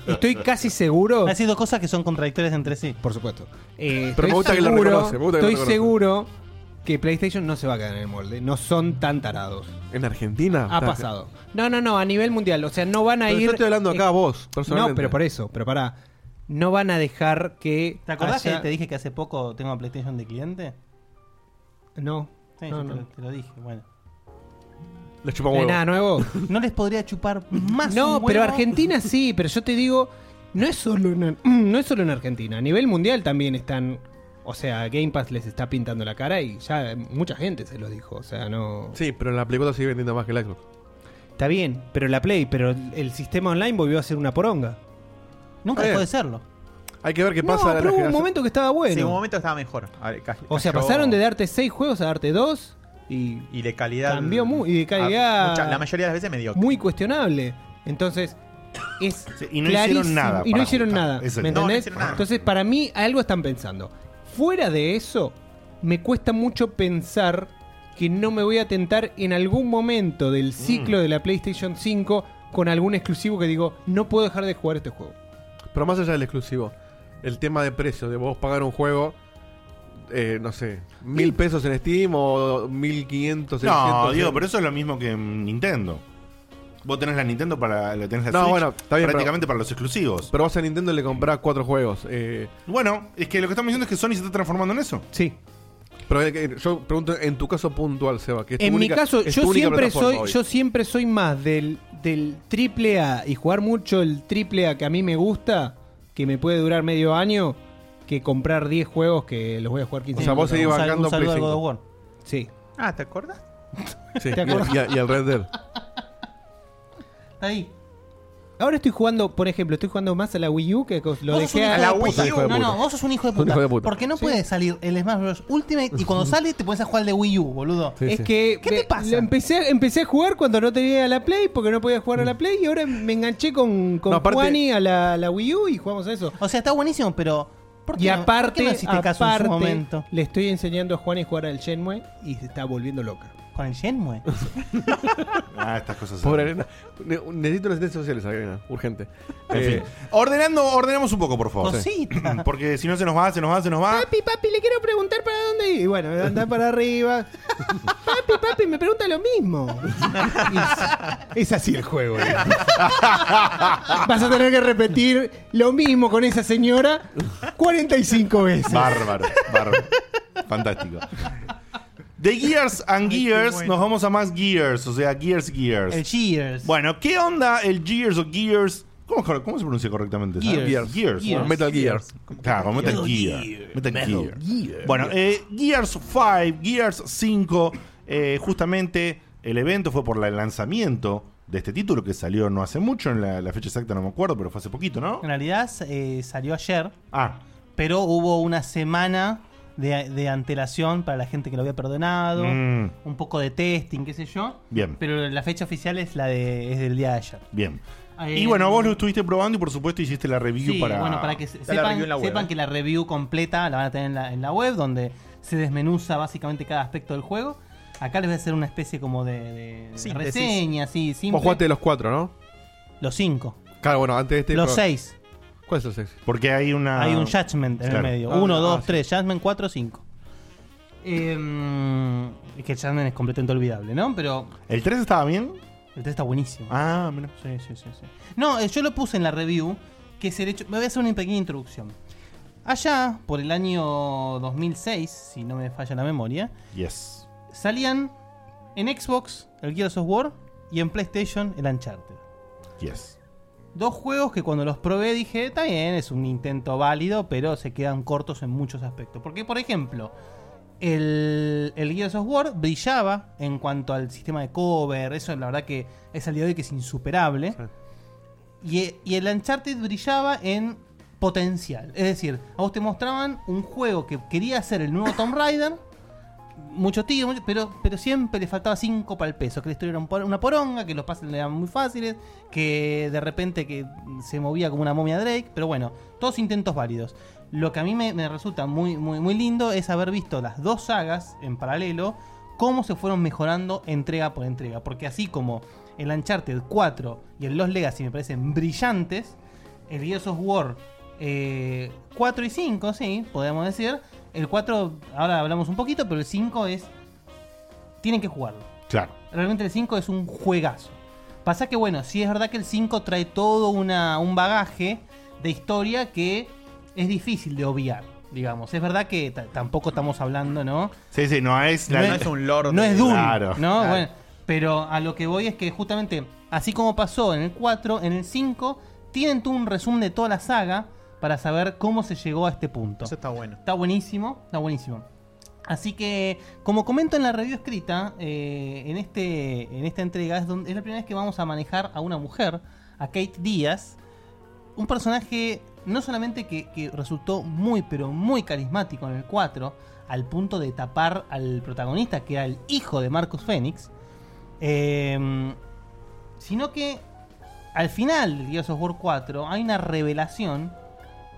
[SPEAKER 6] estoy casi seguro
[SPEAKER 4] Han sido cosas que son contradictorias entre sí.
[SPEAKER 6] Por supuesto. Eh,
[SPEAKER 5] Pero me
[SPEAKER 6] estoy
[SPEAKER 5] gusta que lo
[SPEAKER 6] seguro-
[SPEAKER 5] reconoce, me gusta que lo
[SPEAKER 6] Estoy
[SPEAKER 5] reconoce.
[SPEAKER 6] seguro que PlayStation no se va a quedar en el molde. No son tan tarados.
[SPEAKER 5] ¿En Argentina?
[SPEAKER 6] Ha
[SPEAKER 5] Estás-
[SPEAKER 6] pasado. No, no, no, a nivel mundial. O sea, no van a
[SPEAKER 5] Pero
[SPEAKER 6] ir.
[SPEAKER 5] yo estoy hablando acá a
[SPEAKER 6] eh,
[SPEAKER 5] vos, personalmente.
[SPEAKER 6] No, pero por eso, pero pará. No van a dejar que.
[SPEAKER 4] ¿Te acordás
[SPEAKER 6] haya-
[SPEAKER 4] que te dije que hace poco tengo una PlayStation de cliente?
[SPEAKER 6] No.
[SPEAKER 4] Sí,
[SPEAKER 6] no,
[SPEAKER 4] yo te, lo,
[SPEAKER 6] no.
[SPEAKER 4] te lo dije, bueno.
[SPEAKER 5] La chupa
[SPEAKER 6] No hay
[SPEAKER 5] huevo.
[SPEAKER 6] nada nuevo.
[SPEAKER 4] No les podría chupar más un
[SPEAKER 6] no,
[SPEAKER 4] huevo.
[SPEAKER 6] pero Argentina sí, pero yo te digo, no es solo en, Ar- no es solo en Argentina. A nivel mundial también están. O sea, Game Pass les está pintando la cara y ya mucha gente se lo dijo. O sea, no.
[SPEAKER 5] Sí, pero la película sigue vendiendo más que la Xbox.
[SPEAKER 6] Está bien, pero la Play, pero el sistema online volvió a ser una poronga.
[SPEAKER 4] Nunca
[SPEAKER 5] Eh.
[SPEAKER 4] dejó de serlo.
[SPEAKER 5] Hay que ver qué
[SPEAKER 6] No,
[SPEAKER 5] pasa en la
[SPEAKER 6] pero hubo un
[SPEAKER 5] generación.
[SPEAKER 6] momento que estaba
[SPEAKER 7] En un
[SPEAKER 6] bueno.
[SPEAKER 7] momento estaba mejor. A ver, ca-
[SPEAKER 6] o sea,
[SPEAKER 7] cayó-
[SPEAKER 6] pasaron de darte seis juegos a darte dos y
[SPEAKER 7] Y de calidad.
[SPEAKER 6] Cambió mu- y de calidad-
[SPEAKER 7] a- Ah, mucha- la mayoría de las veces me dio.
[SPEAKER 6] muy cuestionable. Entonces, es
[SPEAKER 2] Sí, y no
[SPEAKER 6] clarísimo-
[SPEAKER 2] hicieron nada
[SPEAKER 6] Y no
[SPEAKER 2] para
[SPEAKER 6] hicieron
[SPEAKER 2] ajustar.
[SPEAKER 6] nada.
[SPEAKER 2] Exacto.
[SPEAKER 6] ¿Me
[SPEAKER 7] No, no
[SPEAKER 6] entendés?
[SPEAKER 7] hicieron nada.
[SPEAKER 6] Entonces, para mí, algo están pensando. Fuera de eso, me cuesta mucho pensar que no me voy a tentar en algún momento
[SPEAKER 7] Mm.
[SPEAKER 6] del ciclo de la PlayStation 5 con algún exclusivo que digo, no puedo dejar de jugar este juego.
[SPEAKER 5] Pero más allá del exclusivo, el tema de precio, de vos pagar un juego, eh, no sé, mil pesos en Steam o mil quinientos,
[SPEAKER 2] No, digo, pero eso es lo mismo que en Nintendo. Vos tenés la Nintendo para la tenés la
[SPEAKER 5] No,
[SPEAKER 2] Switch
[SPEAKER 5] bueno, está bien,
[SPEAKER 2] prácticamente para los exclusivos.
[SPEAKER 5] Pero vos a Nintendo le comprás cuatro juegos. eh,
[SPEAKER 2] bueno, es que lo que estamos diciendo es que Sony se está transformando en eso.
[SPEAKER 6] Sí,
[SPEAKER 5] pero eh, que- yo pregunto, en tu caso puntual, Seba, que es tu
[SPEAKER 6] En
[SPEAKER 5] única-
[SPEAKER 6] mi caso,
[SPEAKER 5] es
[SPEAKER 6] yo
[SPEAKER 5] tu única
[SPEAKER 6] siempre
[SPEAKER 5] plataforma
[SPEAKER 6] soy,
[SPEAKER 5] hoy.
[SPEAKER 6] yo siempre soy más del, del triple A y jugar mucho el triple A que a mí me gusta, que me puede durar medio año, que comprar 10 juegos que los voy a jugar 15
[SPEAKER 5] O sea, vos
[SPEAKER 6] minutos.
[SPEAKER 5] seguís
[SPEAKER 4] un, sal-
[SPEAKER 5] bancando
[SPEAKER 4] un saludo
[SPEAKER 5] Play
[SPEAKER 4] al God of
[SPEAKER 5] 5.
[SPEAKER 4] War.
[SPEAKER 6] Sí.
[SPEAKER 7] Ah, ¿te acordás?
[SPEAKER 5] Sí,
[SPEAKER 6] ¿Te
[SPEAKER 5] y, y- y al Red Dead.
[SPEAKER 4] Está ahí.
[SPEAKER 6] Ahora estoy jugando, por ejemplo, estoy jugando más a la Wii U que cos- lo
[SPEAKER 4] Vos sos un
[SPEAKER 6] dejé a
[SPEAKER 4] hijo
[SPEAKER 7] la
[SPEAKER 4] de
[SPEAKER 7] Wii
[SPEAKER 4] puta.
[SPEAKER 7] U.
[SPEAKER 5] Hijo de
[SPEAKER 4] No,
[SPEAKER 5] puta.
[SPEAKER 4] no, vos sos un hijo de
[SPEAKER 5] Un
[SPEAKER 4] puta.
[SPEAKER 5] hijo de puta.
[SPEAKER 4] Porque no puede salir el Smash Bros. Ultimate y cuando sale te pones a jugar el de Wii U, boludo.
[SPEAKER 5] Sí,
[SPEAKER 6] es
[SPEAKER 5] sí.
[SPEAKER 6] que
[SPEAKER 4] ¿Qué te
[SPEAKER 6] me-
[SPEAKER 4] pasa?
[SPEAKER 6] lo empecé, a- empecé a jugar cuando no tenía la Play porque no podía jugar a la Play y ahora me enganché con, con
[SPEAKER 5] No, aparte-
[SPEAKER 6] Juani a la, la Wii U y jugamos a eso.
[SPEAKER 4] O sea, está buenísimo, pero. ¿por qué
[SPEAKER 6] Y
[SPEAKER 4] no- por qué
[SPEAKER 6] aparte,
[SPEAKER 4] no hiciste caso en
[SPEAKER 6] aparte
[SPEAKER 4] su momento?
[SPEAKER 6] le estoy enseñando a Juan a jugar al Shenmue y se está volviendo loca.
[SPEAKER 4] Con el Shenmue.
[SPEAKER 2] Ah, estas cosas.
[SPEAKER 5] Pobre Arena. Ne- Necesito las redes sociales, Arena. Urgente.
[SPEAKER 2] En
[SPEAKER 5] Eh,
[SPEAKER 2] fin. Ordenando, ordenemos un poco, por favor.
[SPEAKER 4] Cosita.
[SPEAKER 2] Mm, Porque si no se nos va, se nos va, se nos va.
[SPEAKER 6] Papi, papi, le quiero preguntar para dónde ir. Y bueno, anda para arriba. Papi, papi, me pregunta lo mismo. Y es, es así el juego. ¿eh? Vas a tener que repetir lo mismo con esa señora 45 veces.
[SPEAKER 2] Bárbaro, bárbaro. Fantástico. De Gears and
[SPEAKER 7] qué
[SPEAKER 2] Gears
[SPEAKER 7] bueno.
[SPEAKER 2] nos vamos a más Gears, o sea, Gears Gears.
[SPEAKER 4] El Cheers.
[SPEAKER 2] Bueno, ¿qué onda el Gears o Gears? ¿Cómo, cómo se pronuncia correctamente? Ah,
[SPEAKER 4] Gears.
[SPEAKER 2] Gears. Gears.
[SPEAKER 4] Gears.
[SPEAKER 5] Metal Gear.
[SPEAKER 2] Claro, con Metal Gear. Metal Gear. Bueno, eh, Gears 5, Gears 5, eh, justamente el evento fue por la- el lanzamiento de este título que salió no hace mucho, en la, la fecha exacta no me acuerdo, pero fue hace poquito, ¿no?
[SPEAKER 4] En realidad eh, salió ayer,
[SPEAKER 2] Ah,
[SPEAKER 4] pero hubo una semana de, de antelación para la gente que lo había perdonado.
[SPEAKER 2] Mm.
[SPEAKER 4] Un poco de testing, qué sé yo.
[SPEAKER 2] Bien.
[SPEAKER 4] Pero la fecha oficial es la de, es del día de ayer.
[SPEAKER 2] bien.
[SPEAKER 4] Eh,
[SPEAKER 2] Y bueno, vos lo estuviste probando y por supuesto hiciste la review
[SPEAKER 4] Sí,
[SPEAKER 2] para...
[SPEAKER 4] bueno, para que se-
[SPEAKER 7] Está la review
[SPEAKER 4] sepan,
[SPEAKER 7] en la web,
[SPEAKER 4] sepan
[SPEAKER 7] eh.
[SPEAKER 4] que la review completa la van a tener en la, en la web, donde se desmenuza básicamente cada aspecto del juego. Acá les voy a hacer una especie como de, de- de
[SPEAKER 7] Síntesis.
[SPEAKER 4] reseña, sí, simple.
[SPEAKER 5] Vos jugaste los cuatro, ¿no?
[SPEAKER 4] Los cinco,
[SPEAKER 5] Claro, bueno, antes de este.
[SPEAKER 4] los
[SPEAKER 5] pero-
[SPEAKER 4] seis.
[SPEAKER 5] ¿Cuál es el seis?
[SPEAKER 2] Porque hay una...
[SPEAKER 4] Hay un judgment en
[SPEAKER 2] Ah, Claro.
[SPEAKER 4] el medio.
[SPEAKER 5] Ah,
[SPEAKER 4] Uno,
[SPEAKER 5] ah,
[SPEAKER 4] dos,
[SPEAKER 5] sí.
[SPEAKER 4] tres. Judgment cuatro, cinco. Eh, es que el judgment es completamente olvidable, ¿no? Pero
[SPEAKER 2] ¿El 3 estaba bien?
[SPEAKER 4] el test está buenísimo.
[SPEAKER 2] Ah, mira.
[SPEAKER 4] Sí, sí, sí, sí. No, eh, yo lo puse en la review, que es el hecho... Me voy a hacer una pequeña introducción. Allá, por el año 2006, si no me falla la memoria,
[SPEAKER 2] Yes.
[SPEAKER 4] salían en Xbox el Gears of War y en PlayStation el Uncharted.
[SPEAKER 2] Yes.
[SPEAKER 4] Dos juegos que cuando los probé dije, está bien, es un intento válido, pero se quedan cortos en muchos aspectos. Porque, por ejemplo, el, el Gears of War brillaba en cuanto al sistema de cover, eso la verdad que es al día de hoy que es insuperable. Y, e- y el Uncharted brillaba en potencial. Es decir, a vos te mostraban un juego que quería ser el nuevo Tomb Raider, mucho tío, mucho- pero, pero siempre le faltaba cinco para el peso. Que la historia era un por- una poronga, que los pases le eran muy fáciles, que de repente que se movía como una momia Drake. Pero bueno, todos intentos válidos. Lo que a mí me, me resulta muy, muy, muy lindo es haber visto las dos sagas en paralelo, cómo se fueron mejorando entrega por entrega. Porque así como el Uncharted 4 y el Lost Legacy me parecen brillantes, el Gears of War eh, 4 y 5, sí, podemos decir. El 4, ahora hablamos un poquito, pero el 5 es. Tienen que jugarlo.
[SPEAKER 2] Claro.
[SPEAKER 4] Realmente el 5 es un juegazo. Pasa que, bueno, sí es verdad que el 5 trae todo una, un bagaje de historia que es difícil de obviar, digamos. Es verdad que ta- tampoco estamos hablando, ¿no?
[SPEAKER 2] Sí, sí, no es... la-
[SPEAKER 7] No es un lord.
[SPEAKER 4] No
[SPEAKER 7] de-
[SPEAKER 4] es Doom.
[SPEAKER 2] Claro, Ah,
[SPEAKER 4] ¿no? Bueno, pero a lo que voy es que justamente, así como pasó en el 4, en el 5, tienen tú un resumen de toda la saga para saber cómo se llegó a este punto.
[SPEAKER 7] Eso está bueno.
[SPEAKER 4] Está buenísimo, está buenísimo. Así que, como comento en la review escrita, eh, en, este, en esta entrega es, donde, es la primera vez que vamos a manejar a una mujer, a Kate Díaz, un personaje no solamente que, que resultó muy, pero muy carismático en el 4, al punto de tapar al protagonista, que era el hijo de Marcus Phoenix, eh, sino que al final de Gears of War 4 hay una revelación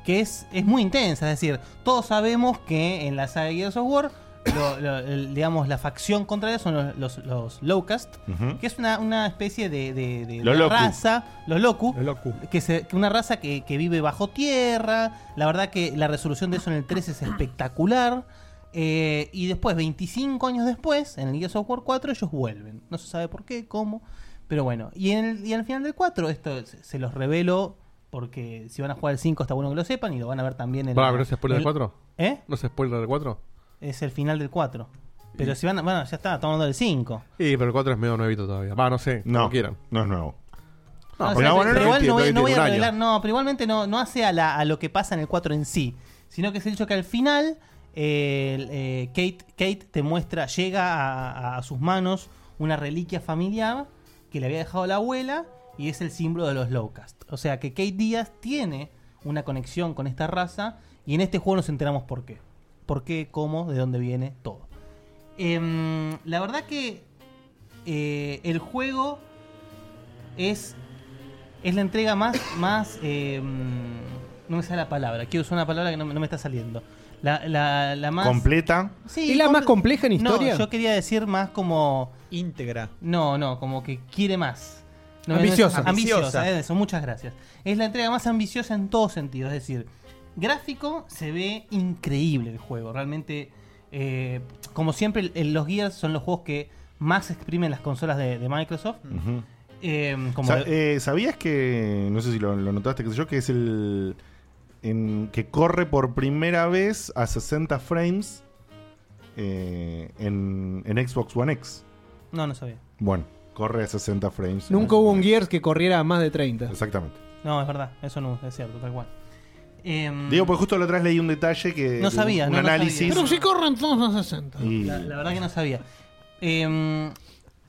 [SPEAKER 4] que es, es muy intensa. Es decir, todos sabemos que en la saga de Gears of War, lo- lo- el- digamos, la facción contraria son los, los, los Locust,
[SPEAKER 2] Ujú.
[SPEAKER 4] que es una, una especie de, de- de-
[SPEAKER 2] Los
[SPEAKER 4] de
[SPEAKER 2] Locu.
[SPEAKER 4] raza, los Locu,
[SPEAKER 5] El Ocu.
[SPEAKER 4] que, se- que una raza que, que vive bajo tierra. La verdad que la resolución de eso en el 3 es espectacular. Eh, y después, 25 años después, en el Gears of War 4, ellos vuelven. No se sabe por qué, cómo. Pero bueno, y en el, y al final del 4, esto se, se los revelo porque si van a jugar el 5 está bueno que lo sepan y lo van a ver también en
[SPEAKER 5] Pará,
[SPEAKER 4] la-
[SPEAKER 5] pero no se spoiler
[SPEAKER 4] en-
[SPEAKER 5] del 4.
[SPEAKER 4] ¿Eh?
[SPEAKER 5] ¿No se spoiler del 4?
[SPEAKER 4] Es el final del 4. Pero si van a... Bueno, ya está, estamos hablando del 5.
[SPEAKER 5] Sí, pero el 4 es medio nuevito todavía. Va, no sé.
[SPEAKER 2] No,
[SPEAKER 5] como quieran.
[SPEAKER 2] no es
[SPEAKER 5] No,
[SPEAKER 2] nuevo.
[SPEAKER 4] Ah,
[SPEAKER 5] pero
[SPEAKER 4] o sea,
[SPEAKER 5] no,
[SPEAKER 4] pero-
[SPEAKER 5] bueno,
[SPEAKER 4] pero
[SPEAKER 5] no
[SPEAKER 4] igual no
[SPEAKER 5] entiendo,
[SPEAKER 4] voy, no voy
[SPEAKER 5] tiene
[SPEAKER 4] a
[SPEAKER 5] un año.
[SPEAKER 4] revelar, no, pero igualmente no, no hace a, la- a lo que pasa en el 4 en sí, sino que es el hecho que al final eh, el, eh, Kate, Kate te muestra, llega a, a sus manos una reliquia familiar que le había dejado la abuela y es el símbolo de los Lowcast. O sea que Kate Díaz tiene una conexión con esta raza y en este juego nos enteramos por qué. Por qué, cómo, de dónde viene, todo. Em, la verdad que eh, el juego es, es la entrega más... más em, no me sale la palabra, quiero usar una palabra que no, me- no me está saliendo. La, la, la más...
[SPEAKER 2] Completa.
[SPEAKER 4] Sí,
[SPEAKER 6] ¿Es la
[SPEAKER 4] comple-
[SPEAKER 6] más compleja en historia?
[SPEAKER 4] No, yo quería decir más como...
[SPEAKER 7] Íntegra.
[SPEAKER 4] No, no, como que quiere más. No,
[SPEAKER 6] Ambiciosa.
[SPEAKER 4] no es- ambiciosa,
[SPEAKER 7] Ambiciosa.
[SPEAKER 4] eh, eso, muchas gracias. Es la entrega más ambiciosa en todo sentido. Es decir, gráfico se ve increíble el juego. Realmente, eh, como siempre, el- el- los Gears son los juegos que más exprimen las consolas de, de Microsoft.
[SPEAKER 2] Ujú.
[SPEAKER 4] Eh, como
[SPEAKER 2] Sa- eh, ¿Sabías que, no sé si lo, lo notaste, que sé yo, que es el en, que corre por primera vez a 60 frames eh, en, en Xbox One X?
[SPEAKER 4] No, no sabía.
[SPEAKER 2] Bueno, corre a 60 frames.
[SPEAKER 6] Nunca hubo un Gears que corriera a más de 30.
[SPEAKER 2] Exactamente.
[SPEAKER 4] No, es verdad. Eso no es cierto, tal cual. Em,
[SPEAKER 2] Digo, pues justo lo atrás leí un detalle que.
[SPEAKER 4] No sabía,
[SPEAKER 2] un
[SPEAKER 4] no, no
[SPEAKER 2] análisis.
[SPEAKER 4] sabía. Mm. Pero si
[SPEAKER 6] corren todos a 60.
[SPEAKER 2] y-
[SPEAKER 4] La, la verdad que no sabía. Eh,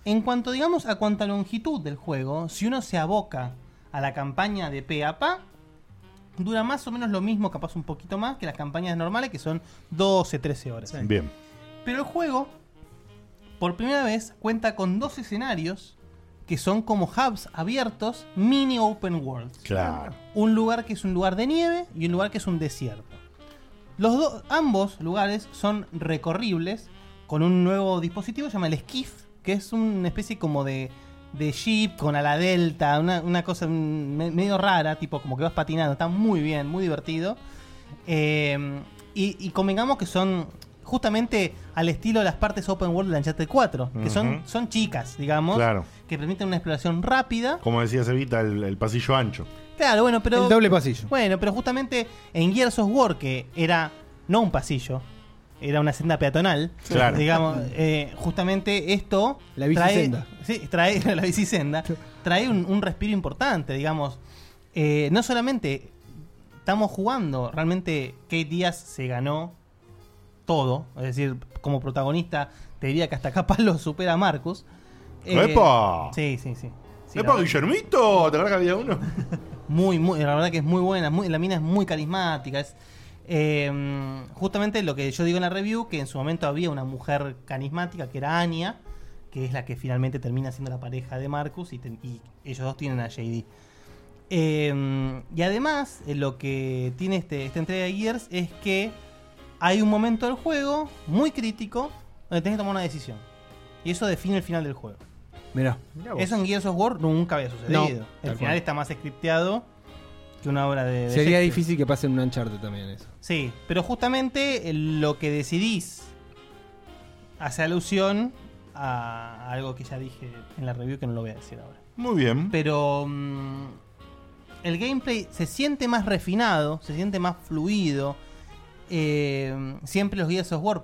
[SPEAKER 4] en cuanto, digamos, a cuanto a longitud del juego, si uno se aboca a la campaña de pe a pa, dura más o menos lo mismo, capaz un poquito más, que las campañas normales, que son 12, 13 horas.
[SPEAKER 7] Sí.
[SPEAKER 2] Bien.
[SPEAKER 4] Pero el juego, por primera vez, cuenta con dos escenarios que son como hubs abiertos, mini open worlds
[SPEAKER 2] Claro.
[SPEAKER 4] un lugar que es un lugar de nieve y un lugar que es un desierto. Los dos, ambos lugares son recorribles con un nuevo dispositivo que se llama el esquif, que es una especie como de, de jeep con ala delta, una, una cosa mm, me- medio rara, tipo como que vas patinando, está muy bien, muy divertido. Eh, y, y convengamos que son justamente al estilo de las partes open world de la Uncharted 4, que son,
[SPEAKER 2] Ujú.
[SPEAKER 4] son chicas, digamos,
[SPEAKER 2] Claro.
[SPEAKER 4] que permiten una exploración rápida.
[SPEAKER 2] Como decía Evita, el, el pasillo ancho.
[SPEAKER 4] Claro, bueno, pero...
[SPEAKER 6] El doble pasillo.
[SPEAKER 4] Bueno, pero justamente en Gears of War, que era no un pasillo, era una senda peatonal,
[SPEAKER 2] Claro.
[SPEAKER 4] digamos, eh, justamente esto
[SPEAKER 6] La bicisenda.
[SPEAKER 4] Trae, sí, trae la bicisenda, trae un, un respiro importante, digamos. Eh, no solamente estamos jugando, realmente Kate Díaz se ganó todo, es decir, como protagonista, te diría que hasta capaz lo supera a Marcus. Eh,
[SPEAKER 2] ¡Epa!
[SPEAKER 4] Sí, sí, sí. Sí, la
[SPEAKER 2] ¡Epa,
[SPEAKER 4] verdad-
[SPEAKER 2] Guillermito! ¿Te acuerdas que había uno?
[SPEAKER 4] muy, muy, la verdad que es muy buena, muy- la mina es muy carismática, es eh, justamente lo que yo digo en la review, que en su momento había una mujer carismática que era Anya, que es la que finalmente termina siendo la pareja de Marcus y, ten- y ellos dos tienen a JD. Eh, y además, eh, lo que tiene este, esta entrega de Gears es que hay un momento del juego muy crítico donde tenés que tomar una decisión. Y eso define el final del juego.
[SPEAKER 6] Mirá.
[SPEAKER 4] Eso en Gears of War nunca había
[SPEAKER 6] No,
[SPEAKER 4] sucedido.
[SPEAKER 6] tal
[SPEAKER 4] el final
[SPEAKER 6] cual.
[SPEAKER 4] está más scripteado que una obra de. de
[SPEAKER 6] Sería
[SPEAKER 4] Shakespeare.
[SPEAKER 6] difícil que pasen un Uncharted también eso.
[SPEAKER 4] Sí, pero justamente eh, lo que decidís hace alusión a algo que ya dije Eh, en la review que no lo voy a decir ahora.
[SPEAKER 2] Muy bien.
[SPEAKER 4] Pero mm, el gameplay se siente más refinado, se siente más fluido. Eh, siempre los guías de software,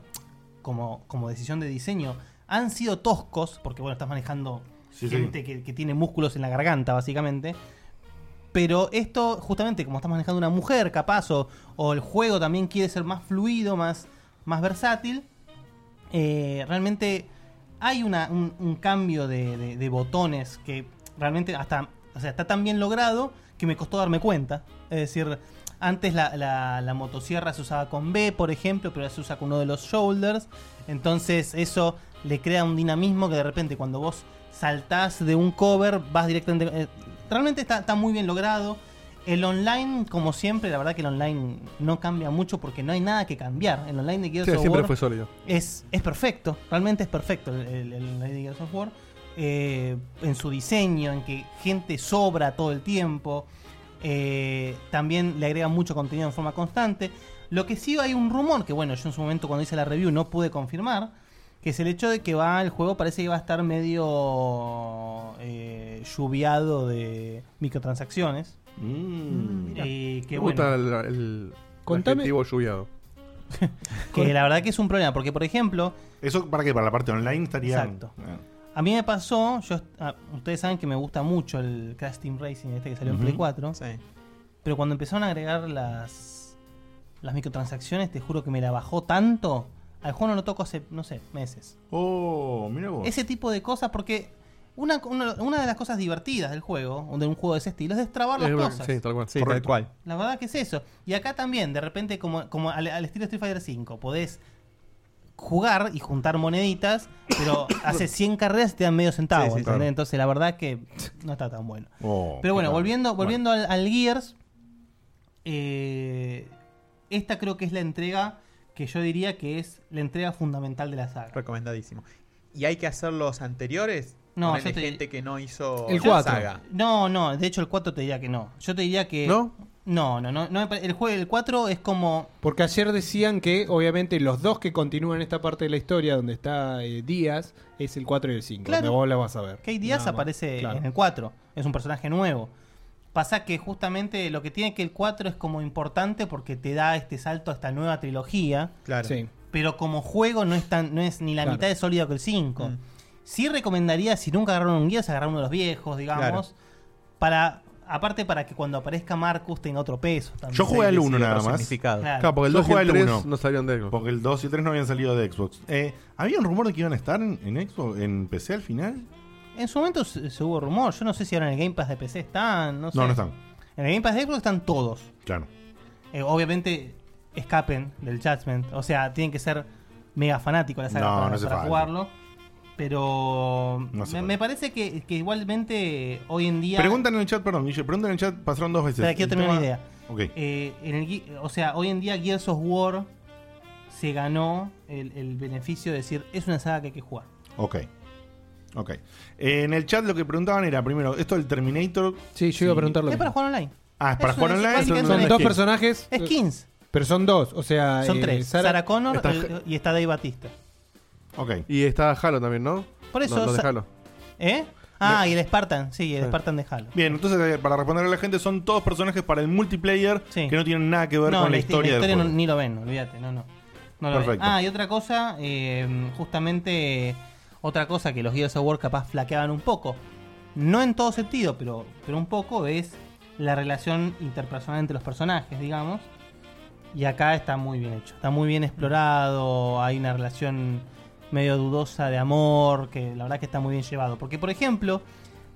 [SPEAKER 4] como, como decisión de diseño, han sido toscos, porque bueno, estás manejando
[SPEAKER 2] Sí, sí.
[SPEAKER 4] gente Que, que tiene músculos en la garganta, básicamente. Pero esto, justamente, como estás manejando una mujer, capaz, o, o el juego también quiere ser más fluido, más, más versátil, eh, realmente hay una- un, un cambio de, de- de botones que realmente hasta o sea, está tan bien logrado que me costó darme cuenta. Es decir, antes la, la- la motosierra se usaba con B, por ejemplo, pero ahora se usa con uno de los shoulders. Entonces eso le crea un dinamismo que de repente cuando vos saltás de un cover vas directamente... eh, realmente está, está muy bien logrado. El online, como siempre, la verdad que el online no cambia mucho porque no hay nada que cambiar. El online de
[SPEAKER 5] Sí,
[SPEAKER 4] Gears of
[SPEAKER 5] siempre
[SPEAKER 4] War-
[SPEAKER 5] fue sólido.
[SPEAKER 4] es, es perfecto, realmente es perfecto el, el, el Lady Gear of War. Eh, en su diseño, en que gente sobra todo el tiempo. Eh, también le agrega mucho contenido en forma constante. Lo que sí hay un rumor, que bueno, yo en su momento cuando hice la review no pude confirmar, que es el hecho de que va el juego parece que va a estar medio eh, lluviado de microtransacciones.
[SPEAKER 2] Mm.
[SPEAKER 4] Eh, que
[SPEAKER 5] Me
[SPEAKER 4] bueno,
[SPEAKER 5] gusta el, el
[SPEAKER 6] Contame-
[SPEAKER 5] adjetivo lluviado.
[SPEAKER 4] que la verdad que es un problema, porque por ejemplo,
[SPEAKER 2] ¿Eso para qué? Para la parte online estaría.
[SPEAKER 4] Exacto.
[SPEAKER 2] Ah.
[SPEAKER 4] A mí me pasó, yo ah, ustedes saben que me gusta mucho el Crash Team Racing, este que salió en
[SPEAKER 2] Ujú.
[SPEAKER 4] Play 4,
[SPEAKER 7] Sí.
[SPEAKER 4] pero cuando empezaron a agregar las las microtransacciones, te juro que me la bajó tanto, al juego no lo toco hace, no sé, meses.
[SPEAKER 2] Oh, mira vos.
[SPEAKER 4] Ese tipo de cosas porque Una, una, una de las cosas divertidas del juego, de un juego de ese estilo, es destrabar las
[SPEAKER 5] Es una-
[SPEAKER 4] cosas.
[SPEAKER 5] sí, tal cual.
[SPEAKER 7] Sí,
[SPEAKER 5] Correcto.
[SPEAKER 7] tal cual.
[SPEAKER 4] La verdad que es eso. Y acá también, de repente, como, como al, al estilo Street Fighter 5, podés jugar y juntar moneditas, pero hace 100 carreras y te dan medio centavo.
[SPEAKER 7] Sí, sí,
[SPEAKER 4] ¿entendés?
[SPEAKER 5] claro.
[SPEAKER 4] Entonces, la verdad que no está tan bueno.
[SPEAKER 2] Oh,
[SPEAKER 4] Pero bueno,
[SPEAKER 2] claro.
[SPEAKER 4] volviendo, volviendo al- Al, Gears, eh, esta creo que es la entrega que yo diría que es la entrega fundamental de la saga.
[SPEAKER 7] Recomendadísimo. ¿Y hay que hacer los anteriores?
[SPEAKER 4] No,
[SPEAKER 7] Ponele
[SPEAKER 4] yo te-
[SPEAKER 7] gente que no hizo
[SPEAKER 3] El
[SPEAKER 7] la
[SPEAKER 3] cuatro.
[SPEAKER 7] saga.
[SPEAKER 4] No, no, de hecho el 4 te diría que no. Yo te diría que...
[SPEAKER 5] ¿No?
[SPEAKER 4] No, no, no. no me pare- el, juego, el 4 es como...
[SPEAKER 3] Porque ayer decían que, obviamente, los dos que continúan esta parte de la historia donde está eh, Díaz es el 4 y el 5.
[SPEAKER 4] Claro.
[SPEAKER 3] Donde vos la vas a ver.
[SPEAKER 4] Kate Díaz
[SPEAKER 3] Nada más.
[SPEAKER 4] aparece
[SPEAKER 3] Claro.
[SPEAKER 4] en el 4, es un personaje nuevo. Pasa que justamente lo que tiene que el 4 es como importante porque te da este salto a esta nueva trilogía,
[SPEAKER 7] Claro.
[SPEAKER 3] Sí.
[SPEAKER 4] pero como juego no es, tan, no es ni la
[SPEAKER 3] Claro.
[SPEAKER 4] mitad de sólido que el 5.
[SPEAKER 7] Mm.
[SPEAKER 4] Sí recomendaría, si nunca agarraron un guía, se agarrar uno de los viejos, digamos, para aparte para que cuando aparezca Marcus tenga otro peso. También.
[SPEAKER 2] Yo jugué al
[SPEAKER 7] Sí,
[SPEAKER 2] 1
[SPEAKER 7] sí,
[SPEAKER 2] nada
[SPEAKER 7] otro
[SPEAKER 2] más.
[SPEAKER 7] significado.
[SPEAKER 4] Claro.
[SPEAKER 5] Claro, porque el
[SPEAKER 2] Yo
[SPEAKER 5] 2 y
[SPEAKER 2] jugué
[SPEAKER 5] el
[SPEAKER 2] al
[SPEAKER 5] 3
[SPEAKER 2] uno.
[SPEAKER 5] no salieron de Xbox.
[SPEAKER 2] Porque el 2 y el 3 no habían salido de Xbox. Eh, ¿Había un rumor de que iban a estar en, en Xbox, en PC al final?
[SPEAKER 4] En su momento se, se hubo rumor, yo no sé si ahora en el Game Pass de PC están, no sé.
[SPEAKER 2] No, no están.
[SPEAKER 4] En el Game Pass de Xbox están todos.
[SPEAKER 2] Claro.
[SPEAKER 4] Eh, obviamente escapen del Judgment. O sea, tienen que ser mega fanáticos de la saga
[SPEAKER 2] No,
[SPEAKER 4] para,
[SPEAKER 2] no hace
[SPEAKER 4] para
[SPEAKER 2] falta.
[SPEAKER 4] jugarlo. Pero
[SPEAKER 2] No hace
[SPEAKER 4] me,
[SPEAKER 2] falta.
[SPEAKER 4] me parece que, que igualmente hoy en día.
[SPEAKER 2] Preguntan en el chat, perdón, Guille, preguntan en el chat, pasaron dos veces.
[SPEAKER 4] Espera, quiero
[SPEAKER 2] El
[SPEAKER 4] terminar una
[SPEAKER 2] tema-
[SPEAKER 4] idea.
[SPEAKER 2] Ok.
[SPEAKER 4] Eh, en el gui- o sea, hoy en día Gears of War se ganó el, el beneficio de decir es una saga que hay que jugar.
[SPEAKER 2] Ok. Ok. Eh, en el chat lo que preguntaban era, primero, esto del Terminator.
[SPEAKER 3] Sí, yo iba a preguntarlo.
[SPEAKER 4] Es para jugar online. Eh,
[SPEAKER 2] Ah, es para
[SPEAKER 4] Es
[SPEAKER 2] jugar
[SPEAKER 4] una-
[SPEAKER 2] online.
[SPEAKER 4] es básicamente
[SPEAKER 2] Son
[SPEAKER 3] Son
[SPEAKER 4] una-
[SPEAKER 3] dos
[SPEAKER 2] skins.
[SPEAKER 3] personajes, eh,
[SPEAKER 4] Skins.
[SPEAKER 3] pero son dos. O sea,
[SPEAKER 4] Son
[SPEAKER 3] eh,
[SPEAKER 4] tres. Sarah,
[SPEAKER 3] Sarah-
[SPEAKER 4] Connor
[SPEAKER 5] está-
[SPEAKER 4] el- y está Dave Batista.
[SPEAKER 2] Ok.
[SPEAKER 5] Y está Halo también, ¿no?
[SPEAKER 4] Por eso
[SPEAKER 5] Lo, lo de
[SPEAKER 4] sa-
[SPEAKER 5] Halo.
[SPEAKER 4] ¿Eh? Ah, y el Spartan. Sí, el
[SPEAKER 5] Sí.
[SPEAKER 4] Spartan de Halo.
[SPEAKER 2] Bien, entonces eh, para responder a la gente, son todos personajes para el multiplayer
[SPEAKER 4] Sí.
[SPEAKER 2] que no tienen nada que ver
[SPEAKER 4] No,
[SPEAKER 2] con la,
[SPEAKER 4] la histi-
[SPEAKER 2] historia, del
[SPEAKER 4] no-
[SPEAKER 2] juego.
[SPEAKER 4] ni lo ven, olvídate, no, no. No lo ven.
[SPEAKER 2] Perfecto.
[SPEAKER 4] Ah, y otra cosa, eh, justamente eh, otra cosa que los Gears of War capaz flaqueaban un poco, no en todo sentido, pero, pero un poco, es la relación interpersonal entre los personajes, digamos. Y acá está muy bien hecho, está muy bien explorado, hay una relación medio dudosa de amor, que la verdad que está muy bien llevado. Porque, por ejemplo,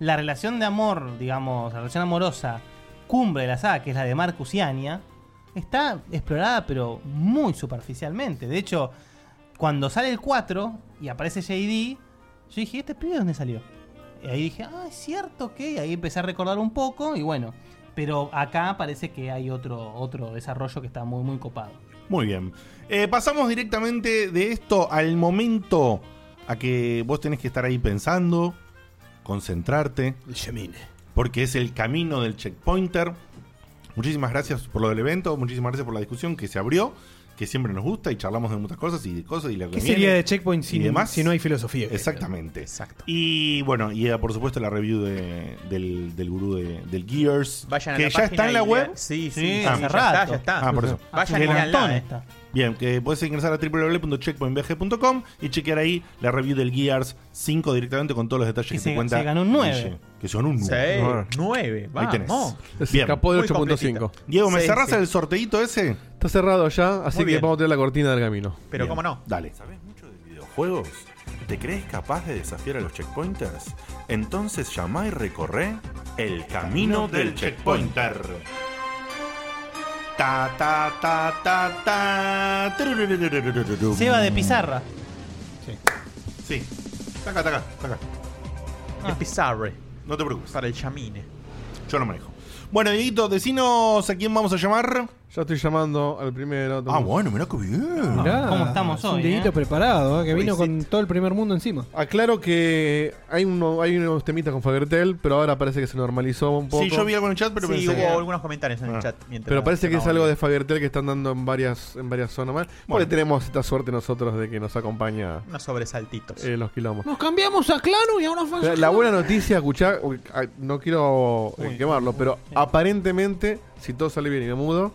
[SPEAKER 4] la relación de amor, digamos, la relación amorosa cumbre de la saga, que es la de Marcus y Anya, está explorada pero muy superficialmente. De hecho, cuando sale el 4 y aparece JD, yo dije, ¿este pibe de dónde salió? Y ahí dije, ah, es cierto que... y Ahí empecé a recordar un poco y bueno. Pero acá parece que hay otro, otro desarrollo que está muy, muy copado.
[SPEAKER 2] Muy bien. Eh, pasamos directamente de esto al momento a que vos tenés que estar ahí pensando, concentrarte. Porque es el camino del checkpointer. Muchísimas gracias por lo del evento, muchísimas gracias por la discusión que se abrió, que siempre nos gusta y charlamos de muchas cosas y de cosas y la
[SPEAKER 3] ¿Qué sería de Checkpoint
[SPEAKER 2] Y
[SPEAKER 3] sin,
[SPEAKER 2] demás.
[SPEAKER 3] si no hay filosofía?
[SPEAKER 2] Exactamente.
[SPEAKER 7] Exacto.
[SPEAKER 2] Y bueno, y eh, por supuesto la review de- del, del gurú de, del Gears,
[SPEAKER 7] Vayan a
[SPEAKER 2] que
[SPEAKER 7] la
[SPEAKER 2] ya está
[SPEAKER 7] página
[SPEAKER 2] en la
[SPEAKER 7] y
[SPEAKER 2] web.
[SPEAKER 7] le- Sí,
[SPEAKER 4] Sí,
[SPEAKER 7] sí,
[SPEAKER 8] Ah,
[SPEAKER 7] sí,
[SPEAKER 4] hace
[SPEAKER 7] ya está,
[SPEAKER 4] rato.
[SPEAKER 7] ya está.
[SPEAKER 2] Ah, por eso.
[SPEAKER 7] Vayan
[SPEAKER 4] Hace
[SPEAKER 7] y
[SPEAKER 4] un
[SPEAKER 7] leanla,
[SPEAKER 4] montón
[SPEAKER 7] eh.
[SPEAKER 4] esta.
[SPEAKER 2] Bien, que puedes ingresar a www.checkpointviaje.com y chequear ahí la review del Gears 5 directamente con todos los detalles
[SPEAKER 4] Que
[SPEAKER 2] que,
[SPEAKER 4] se-
[SPEAKER 2] te cuenta.
[SPEAKER 4] se ganó un nueve.
[SPEAKER 2] Guille, Que son un 9.
[SPEAKER 5] Nueve.
[SPEAKER 7] Sí, nueve.
[SPEAKER 2] Ahí tenés.
[SPEAKER 7] Vamos.
[SPEAKER 5] Se
[SPEAKER 2] Bien.
[SPEAKER 5] escapó del
[SPEAKER 7] Muy
[SPEAKER 5] 8.5.
[SPEAKER 2] Diego, ¿me
[SPEAKER 7] Sí,
[SPEAKER 2] cerrás
[SPEAKER 7] sí.
[SPEAKER 2] el sorteíto ese?
[SPEAKER 5] Está cerrado ya, así
[SPEAKER 7] Muy
[SPEAKER 5] que
[SPEAKER 7] bien.
[SPEAKER 5] vamos a tener la cortina del camino.
[SPEAKER 7] Pero
[SPEAKER 2] Bien,
[SPEAKER 7] cómo no.
[SPEAKER 2] Dale.
[SPEAKER 9] ¿Sabes mucho de videojuegos? ¿Te crees capaz de desafiar a los checkpointers? Entonces llama y recorre el camino del checkpoint.
[SPEAKER 2] Ta, ta, ta, ta, ta. Tururururururu.
[SPEAKER 4] Seba de Pizarra.
[SPEAKER 2] Sí. Taca, taca, taca.
[SPEAKER 7] Es Pizarre
[SPEAKER 2] Ah. No te preocupes.
[SPEAKER 7] para el chamine.
[SPEAKER 2] Yo lo manejo. Bueno, Dieguito, decinos a quién vamos a llamar.
[SPEAKER 5] Ya estoy llamando al primero.
[SPEAKER 2] Ah,
[SPEAKER 5] entonces-
[SPEAKER 2] bueno, mirá que bien.
[SPEAKER 3] Mirá,
[SPEAKER 4] ¿Cómo estamos
[SPEAKER 3] es un
[SPEAKER 4] hoy,
[SPEAKER 3] Dieguito
[SPEAKER 4] eh?
[SPEAKER 3] preparado, eh, que vino con todo el primer mundo encima.
[SPEAKER 5] Aclaro que hay, uno, hay unos temitas con Fagertel, pero ahora parece que se normalizó un poco.
[SPEAKER 2] Sí, yo vi algo en el chat, pero
[SPEAKER 7] sí,
[SPEAKER 2] pensé.
[SPEAKER 7] hubo algunos comentarios en
[SPEAKER 2] Ah.
[SPEAKER 7] el chat. mientras-
[SPEAKER 5] Pero parece que
[SPEAKER 7] no,
[SPEAKER 5] es algo de Fagertel que están dando en varias, en varias zonas más. Porque
[SPEAKER 2] Bueno.
[SPEAKER 5] tenemos esta suerte nosotros de que nos acompaña
[SPEAKER 7] Unos sobresaltitos.
[SPEAKER 5] eh, los quilombos.
[SPEAKER 3] Nos cambiamos a Clano y ahora
[SPEAKER 5] La, la buena noticia, escuchar, no quiero eh, quemarlo, pero aparentemente, si todo sale bien y me mudo,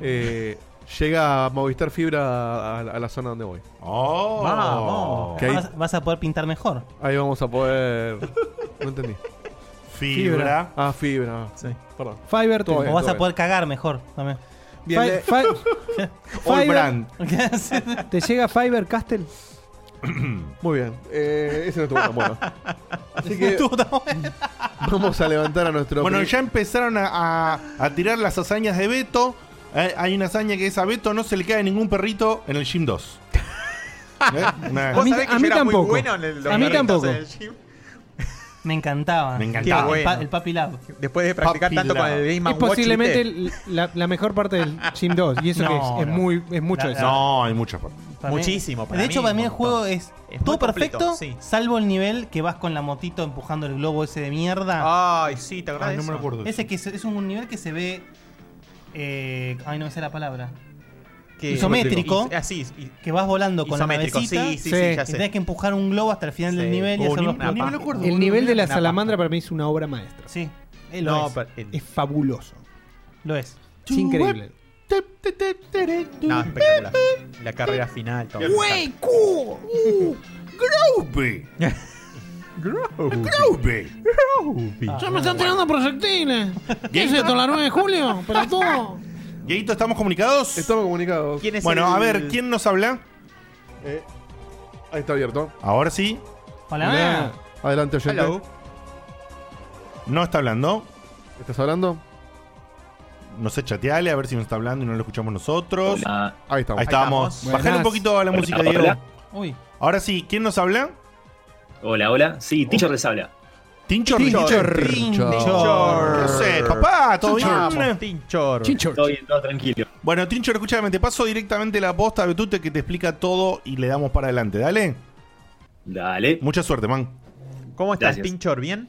[SPEAKER 5] eh, llega Movistar Fibra a, a- a la zona donde voy.
[SPEAKER 2] ¡Oh!
[SPEAKER 7] Vamos.
[SPEAKER 5] Que ahí,
[SPEAKER 4] Vas, vas a poder pintar mejor.
[SPEAKER 5] ahí vamos a poder. No entendí.
[SPEAKER 2] Fibra.
[SPEAKER 5] Ah, Fibra.
[SPEAKER 7] Sí.
[SPEAKER 5] Perdón.
[SPEAKER 3] Fiverr
[SPEAKER 5] Todo
[SPEAKER 3] Tel.
[SPEAKER 5] bien,
[SPEAKER 4] O vas
[SPEAKER 5] todo
[SPEAKER 4] a poder cagar mejor también.
[SPEAKER 5] bien. Bien,
[SPEAKER 3] Fi-
[SPEAKER 5] le-
[SPEAKER 3] fi-
[SPEAKER 2] All
[SPEAKER 3] Fiverr-
[SPEAKER 2] brand.
[SPEAKER 3] ¿Te llega Fiverr Castle?
[SPEAKER 5] Muy bien. Eh, ese no estuvo tan bueno. Así que
[SPEAKER 4] Estuvo tan bueno.
[SPEAKER 5] vamos a levantar a nuestro.
[SPEAKER 2] Bueno, ya empezaron a, a- a tirar las hazañas de Beto. Eh, Hay una hazaña que es a Beto no se le cae ningún perrito en el Gym 2. ¿Eh? Una-
[SPEAKER 7] ¿Vos
[SPEAKER 3] mí-
[SPEAKER 7] sabés que
[SPEAKER 3] a
[SPEAKER 7] yo
[SPEAKER 3] mí
[SPEAKER 7] era muy
[SPEAKER 3] tampoco.
[SPEAKER 7] bueno en el- los
[SPEAKER 3] A mí
[SPEAKER 7] perritos eh.
[SPEAKER 3] tampoco.
[SPEAKER 7] en el gym?
[SPEAKER 4] Me encantaba.
[SPEAKER 2] Me encantaba.
[SPEAKER 7] Qué
[SPEAKER 4] El pa-
[SPEAKER 7] bueno.
[SPEAKER 4] El, Papi Lab.
[SPEAKER 7] Después de practicar
[SPEAKER 2] Papi
[SPEAKER 7] tanto con
[SPEAKER 2] Lab.
[SPEAKER 7] el Game
[SPEAKER 6] Es
[SPEAKER 7] Watch,
[SPEAKER 6] posiblemente
[SPEAKER 7] ¿viste?
[SPEAKER 6] el- la, la mejor parte del Gym 2. Y eso
[SPEAKER 4] No,
[SPEAKER 6] que es, es
[SPEAKER 4] no.
[SPEAKER 6] muy, es mucho
[SPEAKER 4] La-
[SPEAKER 6] eso.
[SPEAKER 2] No, hay muchas formas.
[SPEAKER 4] Para mí-
[SPEAKER 7] Muchísimo, para
[SPEAKER 4] de
[SPEAKER 7] mí,
[SPEAKER 4] hecho, para mí
[SPEAKER 7] un
[SPEAKER 4] el
[SPEAKER 7] montón.
[SPEAKER 4] juego es,
[SPEAKER 7] Es muy
[SPEAKER 4] todo
[SPEAKER 7] completo,
[SPEAKER 4] perfecto,
[SPEAKER 7] sí.
[SPEAKER 4] salvo el nivel que vas con la motito empujando el globo ese de mierda.
[SPEAKER 7] Ay, sí,
[SPEAKER 6] Ah,
[SPEAKER 7] te acordás.
[SPEAKER 2] Ay,
[SPEAKER 7] de
[SPEAKER 2] no
[SPEAKER 7] eso?
[SPEAKER 2] me acuerdo.
[SPEAKER 4] Ese que es, es un nivel que se ve. eh, ay, no me sé la palabra.
[SPEAKER 7] Que-
[SPEAKER 4] Isométrico.
[SPEAKER 7] Is- Así, is- is-
[SPEAKER 4] Que vas volando con la
[SPEAKER 7] isométrico. Sí,
[SPEAKER 4] navecita
[SPEAKER 6] Sí.
[SPEAKER 7] sí, sí, ya
[SPEAKER 4] y tenés
[SPEAKER 7] sé.
[SPEAKER 4] que empujar un globo hasta el final
[SPEAKER 7] Sí.
[SPEAKER 4] del nivel y
[SPEAKER 7] Oh,
[SPEAKER 4] hacer
[SPEAKER 7] ni-
[SPEAKER 4] los
[SPEAKER 7] una paja.
[SPEAKER 6] El nivel de la
[SPEAKER 7] Una
[SPEAKER 6] salamandra para mí es una obra maestra.
[SPEAKER 4] Sí, eh, lo,
[SPEAKER 7] No,
[SPEAKER 4] es,
[SPEAKER 7] pero- el-
[SPEAKER 6] Es fabuloso.
[SPEAKER 4] lo es.
[SPEAKER 6] Es increíble.
[SPEAKER 7] no, espectacular. La carrera final. todo.
[SPEAKER 8] ¡Uh!
[SPEAKER 2] ¡Groovy! ¡Groovy!
[SPEAKER 7] Ah,
[SPEAKER 6] ¡Ya me están tirando proyectiles! ¿Qué es esto, la 9 de julio? ¡Pero todo!
[SPEAKER 2] Dieguito, ¿estamos comunicados?
[SPEAKER 5] Estamos comunicados.
[SPEAKER 7] ¿Quién es
[SPEAKER 2] Bueno,
[SPEAKER 7] el-
[SPEAKER 2] a ver, ¿quién nos habla?
[SPEAKER 5] Eh, ahí está abierto.
[SPEAKER 2] Ahora sí,
[SPEAKER 4] Hola.
[SPEAKER 5] Adelante, oyente.
[SPEAKER 7] Hello.
[SPEAKER 2] no está hablando.
[SPEAKER 5] ¿Estás hablando?
[SPEAKER 2] No sé, chateale a ver si nos está hablando y no lo escuchamos nosotros.
[SPEAKER 5] Ahí estamos.
[SPEAKER 2] Ahí
[SPEAKER 6] estamos.
[SPEAKER 2] estamos. Bajale un
[SPEAKER 6] Buenas.
[SPEAKER 2] poquito a la música,
[SPEAKER 10] hola.
[SPEAKER 2] Diego.
[SPEAKER 4] Uy,
[SPEAKER 2] Ahora sí, ¿quién nos habla?
[SPEAKER 10] Hola, hola. Sí, Teacher les habla.
[SPEAKER 2] Tinchor.
[SPEAKER 5] Tinchor. Tinchor.
[SPEAKER 2] ¿Qué
[SPEAKER 7] Tinchor.
[SPEAKER 2] haces, papá? ¿Todo bien?
[SPEAKER 7] Vamos, Tinchor.
[SPEAKER 10] Todo bien, todo tranquilo.
[SPEAKER 2] Bueno, Tinchor, escúchame, te paso directamente la posta a Betute que te explica todo y le damos para adelante. Dale.
[SPEAKER 10] Dale.
[SPEAKER 2] Mucha suerte, man.
[SPEAKER 7] ¿Cómo estás,
[SPEAKER 10] Gracias.
[SPEAKER 7] Tinchor? ¿Bien?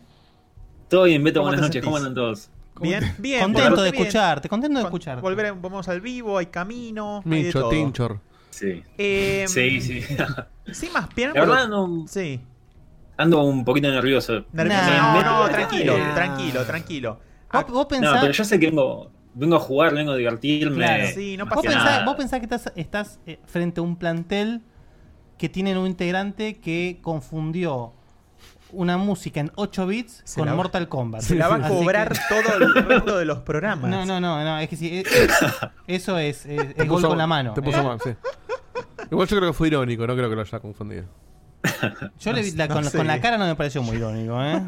[SPEAKER 10] Todo bien, Beto,
[SPEAKER 7] ¿Cómo
[SPEAKER 10] buenas
[SPEAKER 7] te
[SPEAKER 10] noches. ¿Cómo
[SPEAKER 7] sentís?
[SPEAKER 10] andan todos?
[SPEAKER 7] Bien, bien.
[SPEAKER 4] contento de
[SPEAKER 7] bastante bien.
[SPEAKER 4] escucharte, contento de
[SPEAKER 7] Con-
[SPEAKER 4] escucharte.
[SPEAKER 7] Volver, vamos al vivo, hay camino. hay de
[SPEAKER 5] Mincho,
[SPEAKER 7] todo.
[SPEAKER 5] Tinchor.
[SPEAKER 10] Sí.
[SPEAKER 7] Eh,
[SPEAKER 10] Sí, sí. La
[SPEAKER 7] Sí, más bien.
[SPEAKER 10] verdad, no,
[SPEAKER 7] Sí.
[SPEAKER 10] ando un poquito nervioso.
[SPEAKER 7] Nervioso.
[SPEAKER 4] Nah.
[SPEAKER 7] No, no,
[SPEAKER 10] Nah.
[SPEAKER 7] tranquilo,
[SPEAKER 10] Nah.
[SPEAKER 7] tranquilo, tranquilo. Ah,
[SPEAKER 4] vos, vos pensás,
[SPEAKER 10] No, pero yo sé que vengo, vengo a jugar, vengo a divertirme.
[SPEAKER 4] Claro,
[SPEAKER 7] sí, no
[SPEAKER 10] más
[SPEAKER 7] pasa
[SPEAKER 4] vos
[SPEAKER 10] que
[SPEAKER 7] nada.
[SPEAKER 4] pensás- vos pensás que estás, estás, eh, frente a un plantel que tienen un integrante que confundió una música en 8 bits
[SPEAKER 7] Se
[SPEAKER 4] con
[SPEAKER 7] la va-
[SPEAKER 4] Mortal Kombat.
[SPEAKER 7] se la va a
[SPEAKER 4] Así que-
[SPEAKER 7] cobrar todo el resto de los programas.
[SPEAKER 4] No, no, no, no, es que sí, eh, eso es, eh, es,
[SPEAKER 5] Te
[SPEAKER 4] gol
[SPEAKER 5] puso-
[SPEAKER 4] con la mano.
[SPEAKER 5] Te
[SPEAKER 4] eh.
[SPEAKER 5] puso mal, sí. Igual yo creo que fue irónico, no creo que lo haya confundido.
[SPEAKER 4] Yo le vi la-
[SPEAKER 7] no
[SPEAKER 4] con,
[SPEAKER 7] sé.
[SPEAKER 4] con la cara no me pareció muy irónico, ¿eh?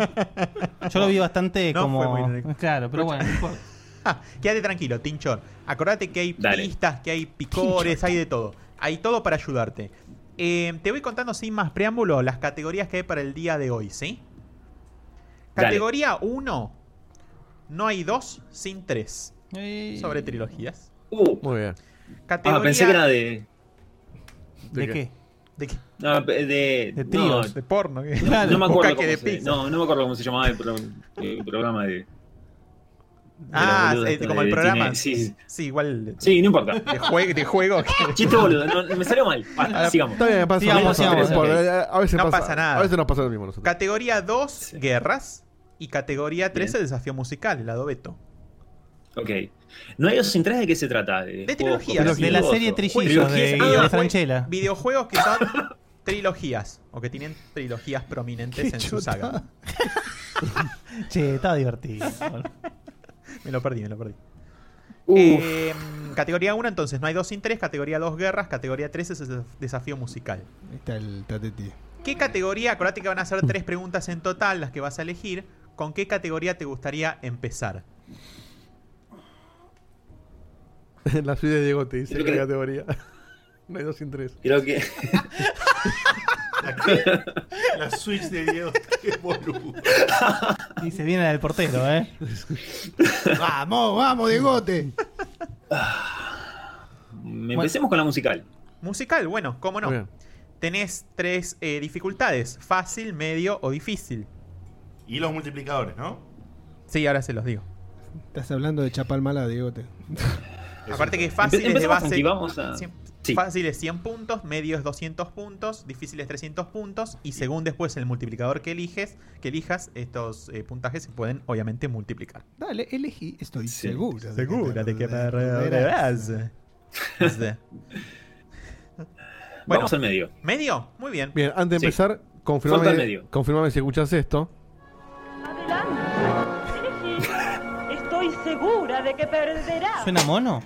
[SPEAKER 4] Yo lo vi bastante
[SPEAKER 7] No
[SPEAKER 4] como...
[SPEAKER 7] fue muy irónico.
[SPEAKER 4] Claro, pero bueno. no importa.
[SPEAKER 7] Ah, quédate tranquilo, Tinchor. Acordate que hay
[SPEAKER 10] Dale.
[SPEAKER 7] pistas, que hay picores, hay de todo. Hay todo para ayudarte. Eh, te voy contando sin más preámbulo las categorías que hay para el día de hoy, ¿sí?
[SPEAKER 10] Dale.
[SPEAKER 7] Categoría 1. No hay 2 sin 3.
[SPEAKER 4] Eh,
[SPEAKER 7] Sobre trilogías.
[SPEAKER 10] Uh,
[SPEAKER 5] Muy bien.
[SPEAKER 10] ah,
[SPEAKER 7] Categoría...
[SPEAKER 10] pensé que era de.
[SPEAKER 4] ¿De qué?
[SPEAKER 7] ¿De qué?
[SPEAKER 10] No, de. de
[SPEAKER 4] De
[SPEAKER 10] no,
[SPEAKER 4] tríos.
[SPEAKER 7] De porno. ¿qué?
[SPEAKER 10] No, me acuerdo.
[SPEAKER 7] Bucaque
[SPEAKER 10] Cómo
[SPEAKER 7] de
[SPEAKER 10] se,
[SPEAKER 7] pizza.
[SPEAKER 10] no, no me acuerdo cómo se llamaba el, pro- el programa de. de la
[SPEAKER 7] Ah,
[SPEAKER 10] boluda
[SPEAKER 7] eh,
[SPEAKER 10] esta
[SPEAKER 7] como
[SPEAKER 10] de-
[SPEAKER 7] el
[SPEAKER 10] de
[SPEAKER 7] programa.
[SPEAKER 10] Disney. Sí, sí.
[SPEAKER 7] Sí, igual de,
[SPEAKER 10] Sí, no importa.
[SPEAKER 7] de jue- de juego. Ah,
[SPEAKER 10] Chiste boludo, no, me salió mal. Basta, sigamos.
[SPEAKER 5] Está bien, pasa.
[SPEAKER 4] Sigamos,
[SPEAKER 5] pasa,
[SPEAKER 4] sigamos.
[SPEAKER 5] pasa. eh,
[SPEAKER 10] Ok.
[SPEAKER 5] A veces
[SPEAKER 7] No pasa nada.
[SPEAKER 5] A veces nos pasa lo mismo a nosotros.
[SPEAKER 7] Categoría 2, guerras. Y categoría 3,
[SPEAKER 10] Bien.
[SPEAKER 7] el desafío musical, el lado Beto.
[SPEAKER 10] Ok. ¿No hay dos sin tres de qué se trata? De, juegos
[SPEAKER 7] trilogías.
[SPEAKER 10] cooperativos
[SPEAKER 4] De la serie
[SPEAKER 10] o-
[SPEAKER 4] Trillizos de,
[SPEAKER 10] Ah,
[SPEAKER 4] de
[SPEAKER 7] videojue-
[SPEAKER 4] Franchella.
[SPEAKER 7] Videojuegos que son trilogías. O que tienen trilogías prominentes en su saga.
[SPEAKER 4] Che, estaba divertido.
[SPEAKER 7] Me lo perdí, me lo perdí.
[SPEAKER 10] Uf.
[SPEAKER 7] Eh, categoría 1, entonces no hay 2 sin 3. Categoría 2, guerras. Categoría 3 es el desaf- desafío musical.
[SPEAKER 6] Ahí está el tatete.
[SPEAKER 7] ¿Qué categoría? Acordate que van a ser tres preguntas en total las que vas a elegir. ¿Con qué categoría te gustaría empezar?
[SPEAKER 5] La suya de Diego te dice
[SPEAKER 10] Creo
[SPEAKER 5] qué
[SPEAKER 10] que-
[SPEAKER 5] categoría. No hay dos sin tres.
[SPEAKER 10] Creo que.
[SPEAKER 2] La Switch de Diego. boludo.
[SPEAKER 4] Y se viene la del portero, ¿eh?
[SPEAKER 6] ¡Vamos, vamos, Diegote!
[SPEAKER 10] Empecemos con la musical.
[SPEAKER 7] Musical, bueno, cómo no.
[SPEAKER 5] Muy bien.
[SPEAKER 7] Tenés tres eh, dificultades: fácil, medio o difícil.
[SPEAKER 2] Y los multiplicadores, ¿no?
[SPEAKER 7] Sí, ahora se los digo.
[SPEAKER 6] Estás hablando de Chapalmala, Diegote.
[SPEAKER 7] Aparte que fácil es de
[SPEAKER 10] empecemos
[SPEAKER 7] base.
[SPEAKER 10] tranqui, vamos a-
[SPEAKER 7] Cien-
[SPEAKER 10] Sí.
[SPEAKER 7] Fácil es 100 puntos, medio es 200 puntos, difícil es 300 puntos y según después el multiplicador que eliges, que elijas, estos eh, puntajes se pueden obviamente multiplicar.
[SPEAKER 6] Dale, elegí. Estoy
[SPEAKER 10] Sí.
[SPEAKER 6] seguro. de
[SPEAKER 7] Segúrate que
[SPEAKER 6] te
[SPEAKER 7] perderás. Este. Bueno,
[SPEAKER 10] Vamos al medio.
[SPEAKER 7] medio, muy bien.
[SPEAKER 5] Bien, antes de
[SPEAKER 10] Sí.
[SPEAKER 5] empezar,
[SPEAKER 10] Falta el
[SPEAKER 5] confirmame,
[SPEAKER 10] medio.
[SPEAKER 5] confirmame si escuchas esto.
[SPEAKER 8] Adelante, elegí. Estoy segura de que perderás.
[SPEAKER 4] ¿Suena mono?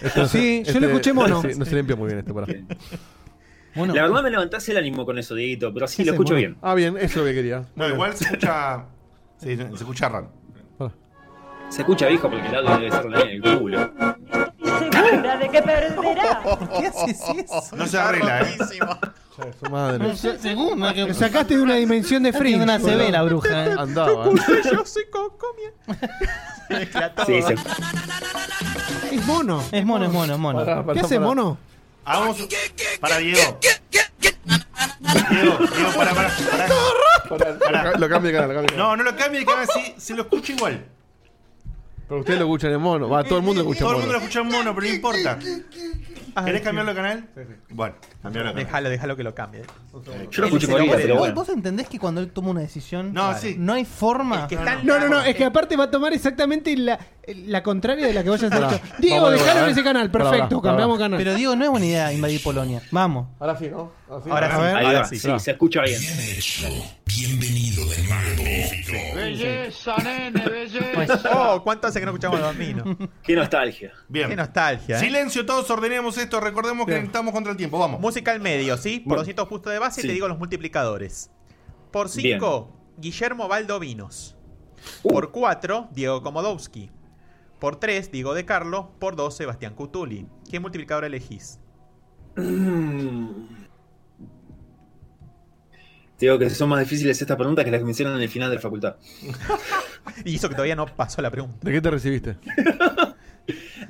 [SPEAKER 5] Esto no se-
[SPEAKER 6] Sí, yo lo escuché mono.
[SPEAKER 5] sí, no se limpia muy bien este por ahí.
[SPEAKER 4] Bueno.
[SPEAKER 10] La verdad me levantás el ánimo con eso, Dieguito, pero así
[SPEAKER 4] Ese
[SPEAKER 10] lo escucho
[SPEAKER 4] mono.
[SPEAKER 10] bien.
[SPEAKER 5] Ah, bien, eso es lo que quería.
[SPEAKER 2] No, igual se escucha. sí, se escucha raro.
[SPEAKER 10] Se escucha viejo porque el lado debe ser en el culo.
[SPEAKER 8] Estoy segura de que perderá.
[SPEAKER 4] ¿Por qué haces eso?
[SPEAKER 2] No se arregla, ¿eh?
[SPEAKER 7] Buenísimo.
[SPEAKER 5] Che, su madre.
[SPEAKER 4] Según, no, que
[SPEAKER 6] Lo sacaste de una dimensión de
[SPEAKER 4] Tiene
[SPEAKER 6] Fringe.
[SPEAKER 4] una
[SPEAKER 6] boludo.
[SPEAKER 4] severa bruja. ¿eh?
[SPEAKER 5] Andaba.
[SPEAKER 7] Yo soy cocomia. Mezcla todo.
[SPEAKER 10] Sí, se...
[SPEAKER 6] Es mono.
[SPEAKER 4] Es mono, es mono, es mono.
[SPEAKER 6] ¿Qué hace mono?
[SPEAKER 2] Hagamos. Para Diego. Diego, Diego, para, para, para.
[SPEAKER 5] Lo, lo cambia de canal, lo cambia de canal.
[SPEAKER 2] No, no lo cambie de canal, sí, se lo escucha igual.
[SPEAKER 5] Pero ustedes lo escuchan en mono. Va, todo el mundo lo escucha
[SPEAKER 2] Todo el
[SPEAKER 5] en
[SPEAKER 2] mundo lo
[SPEAKER 5] mono.
[SPEAKER 2] escucha en mono, pero no importa. ¿Querés cambiarlo de canal? Bueno, cambiarlo de canal.
[SPEAKER 7] Déjalo, déjalo que lo cambie.
[SPEAKER 10] Yo lo escucho con
[SPEAKER 7] Él se
[SPEAKER 10] ella,
[SPEAKER 7] lo
[SPEAKER 10] pero
[SPEAKER 7] merece.
[SPEAKER 4] ¿Vos,
[SPEAKER 10] bueno.
[SPEAKER 4] vos entendés que cuando él toma una decisión,
[SPEAKER 2] No, sí.
[SPEAKER 4] no hay forma.
[SPEAKER 7] El que está en
[SPEAKER 6] No,
[SPEAKER 7] la-
[SPEAKER 6] no, no, es que aparte va a tomar exactamente la, eh, la contraria de la que vayas a hacer.
[SPEAKER 5] Pará,
[SPEAKER 6] Diego,
[SPEAKER 5] vamos
[SPEAKER 6] dejalo
[SPEAKER 5] de vuelta,
[SPEAKER 6] en
[SPEAKER 5] a
[SPEAKER 6] ese
[SPEAKER 5] ver.
[SPEAKER 6] canal,
[SPEAKER 5] Pará,
[SPEAKER 6] perfecto,
[SPEAKER 5] pará,
[SPEAKER 6] cambiamos
[SPEAKER 5] pará.
[SPEAKER 6] canal.
[SPEAKER 4] Pero digo, no es buena idea invadir Polonia. Vamos.
[SPEAKER 5] Ahora sí, ¿no? Ahora sí.
[SPEAKER 7] Ahora sí,
[SPEAKER 10] Ahí
[SPEAKER 7] ahora
[SPEAKER 10] va,
[SPEAKER 7] sí.
[SPEAKER 10] sí, se escucha bien.
[SPEAKER 7] Oh, ¿cuánto hace que no escuchamos los minos?
[SPEAKER 10] Qué nostalgia.
[SPEAKER 2] Bien.
[SPEAKER 7] Qué nostalgia. ¿eh?
[SPEAKER 2] Silencio, todos ordenemos esto. Recordemos que estamos contra el tiempo. Vamos.
[SPEAKER 7] Música al medio, ¿sí? Por
[SPEAKER 10] Bueno.
[SPEAKER 7] 200 puntos de base
[SPEAKER 10] Sí.
[SPEAKER 7] te digo los multiplicadores. Por 5, Guillermo Valdovinos.
[SPEAKER 10] Uh.
[SPEAKER 7] Por 4, Diego Komodowski. Por 3, Diego De Carlo. Por 2, Sebastián Cutuli. ¿Qué multiplicador elegís?
[SPEAKER 10] Mm. Te Digo que son más difíciles estas preguntas que las que me hicieron en el final de la facultad.
[SPEAKER 7] Y eso que todavía no pasó la pregunta.
[SPEAKER 5] ¿De qué te recibiste?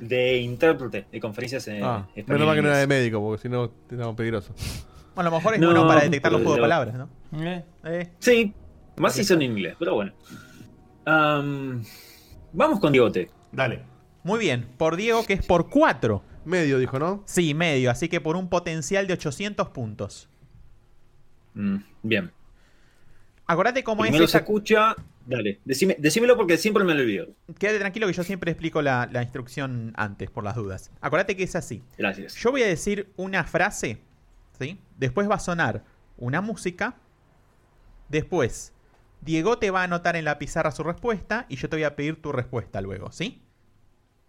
[SPEAKER 10] De intérprete, de conferencias en
[SPEAKER 5] Ah,
[SPEAKER 10] español
[SPEAKER 5] menos mal que no era de
[SPEAKER 10] e inglés.
[SPEAKER 5] médico, porque si no, te damos peligroso.
[SPEAKER 7] Bueno, a lo mejor es
[SPEAKER 10] No,
[SPEAKER 7] bueno para detectar los
[SPEAKER 10] pero-
[SPEAKER 7] juegos de palabras, ¿no?
[SPEAKER 4] Eh,
[SPEAKER 7] Eh,
[SPEAKER 10] Sí, más si son en inglés, pero bueno. Am, vamos con Diegote.
[SPEAKER 2] Dale.
[SPEAKER 7] muy bien, por Diego que es por 4.
[SPEAKER 5] Medio, dijo, ¿no?
[SPEAKER 7] Sí, medio, así que por un potencial de 800 puntos.
[SPEAKER 10] Mm, bien.
[SPEAKER 7] Acordate cómo es
[SPEAKER 10] Primero se
[SPEAKER 7] esta...
[SPEAKER 10] escucha. Dale, decime- decímelo porque siempre me lo olvido.
[SPEAKER 7] Quédate tranquilo que yo siempre explico la, la instrucción antes, por las dudas. Acordate que es así.
[SPEAKER 10] Gracias.
[SPEAKER 7] Yo voy a decir una frase, ¿sí? Después va a sonar una música. Después, Diego te va a anotar en la pizarra su respuesta y yo te voy a pedir tu respuesta luego, ¿sí?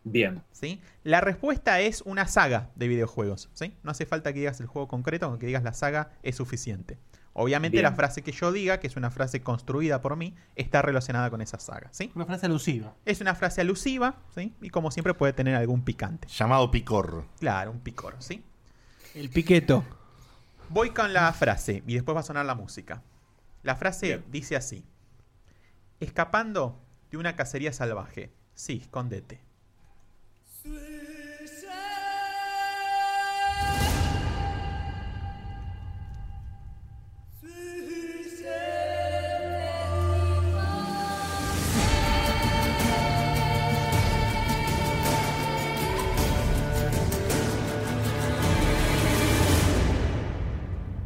[SPEAKER 10] Bien.
[SPEAKER 7] ¿Sí? La respuesta es una saga de videojuegos, ¿sí? No hace falta que digas el juego concreto, con que digas la saga es suficiente. Obviamente
[SPEAKER 10] Bien.
[SPEAKER 7] la frase que yo diga, que es una frase construida por mí, está relacionada con esa saga, ¿sí?
[SPEAKER 4] una frase alusiva.
[SPEAKER 7] Es una frase alusiva, ¿sí? Y como siempre puede tener algún picante.
[SPEAKER 2] Llamado Picor.
[SPEAKER 7] Claro, un picor, ¿sí?
[SPEAKER 6] El piqueto.
[SPEAKER 7] Voy con la frase y después va a sonar la música. La frase
[SPEAKER 10] Bien.
[SPEAKER 7] dice así. Escapando de una cacería salvaje. Sí, escóndete.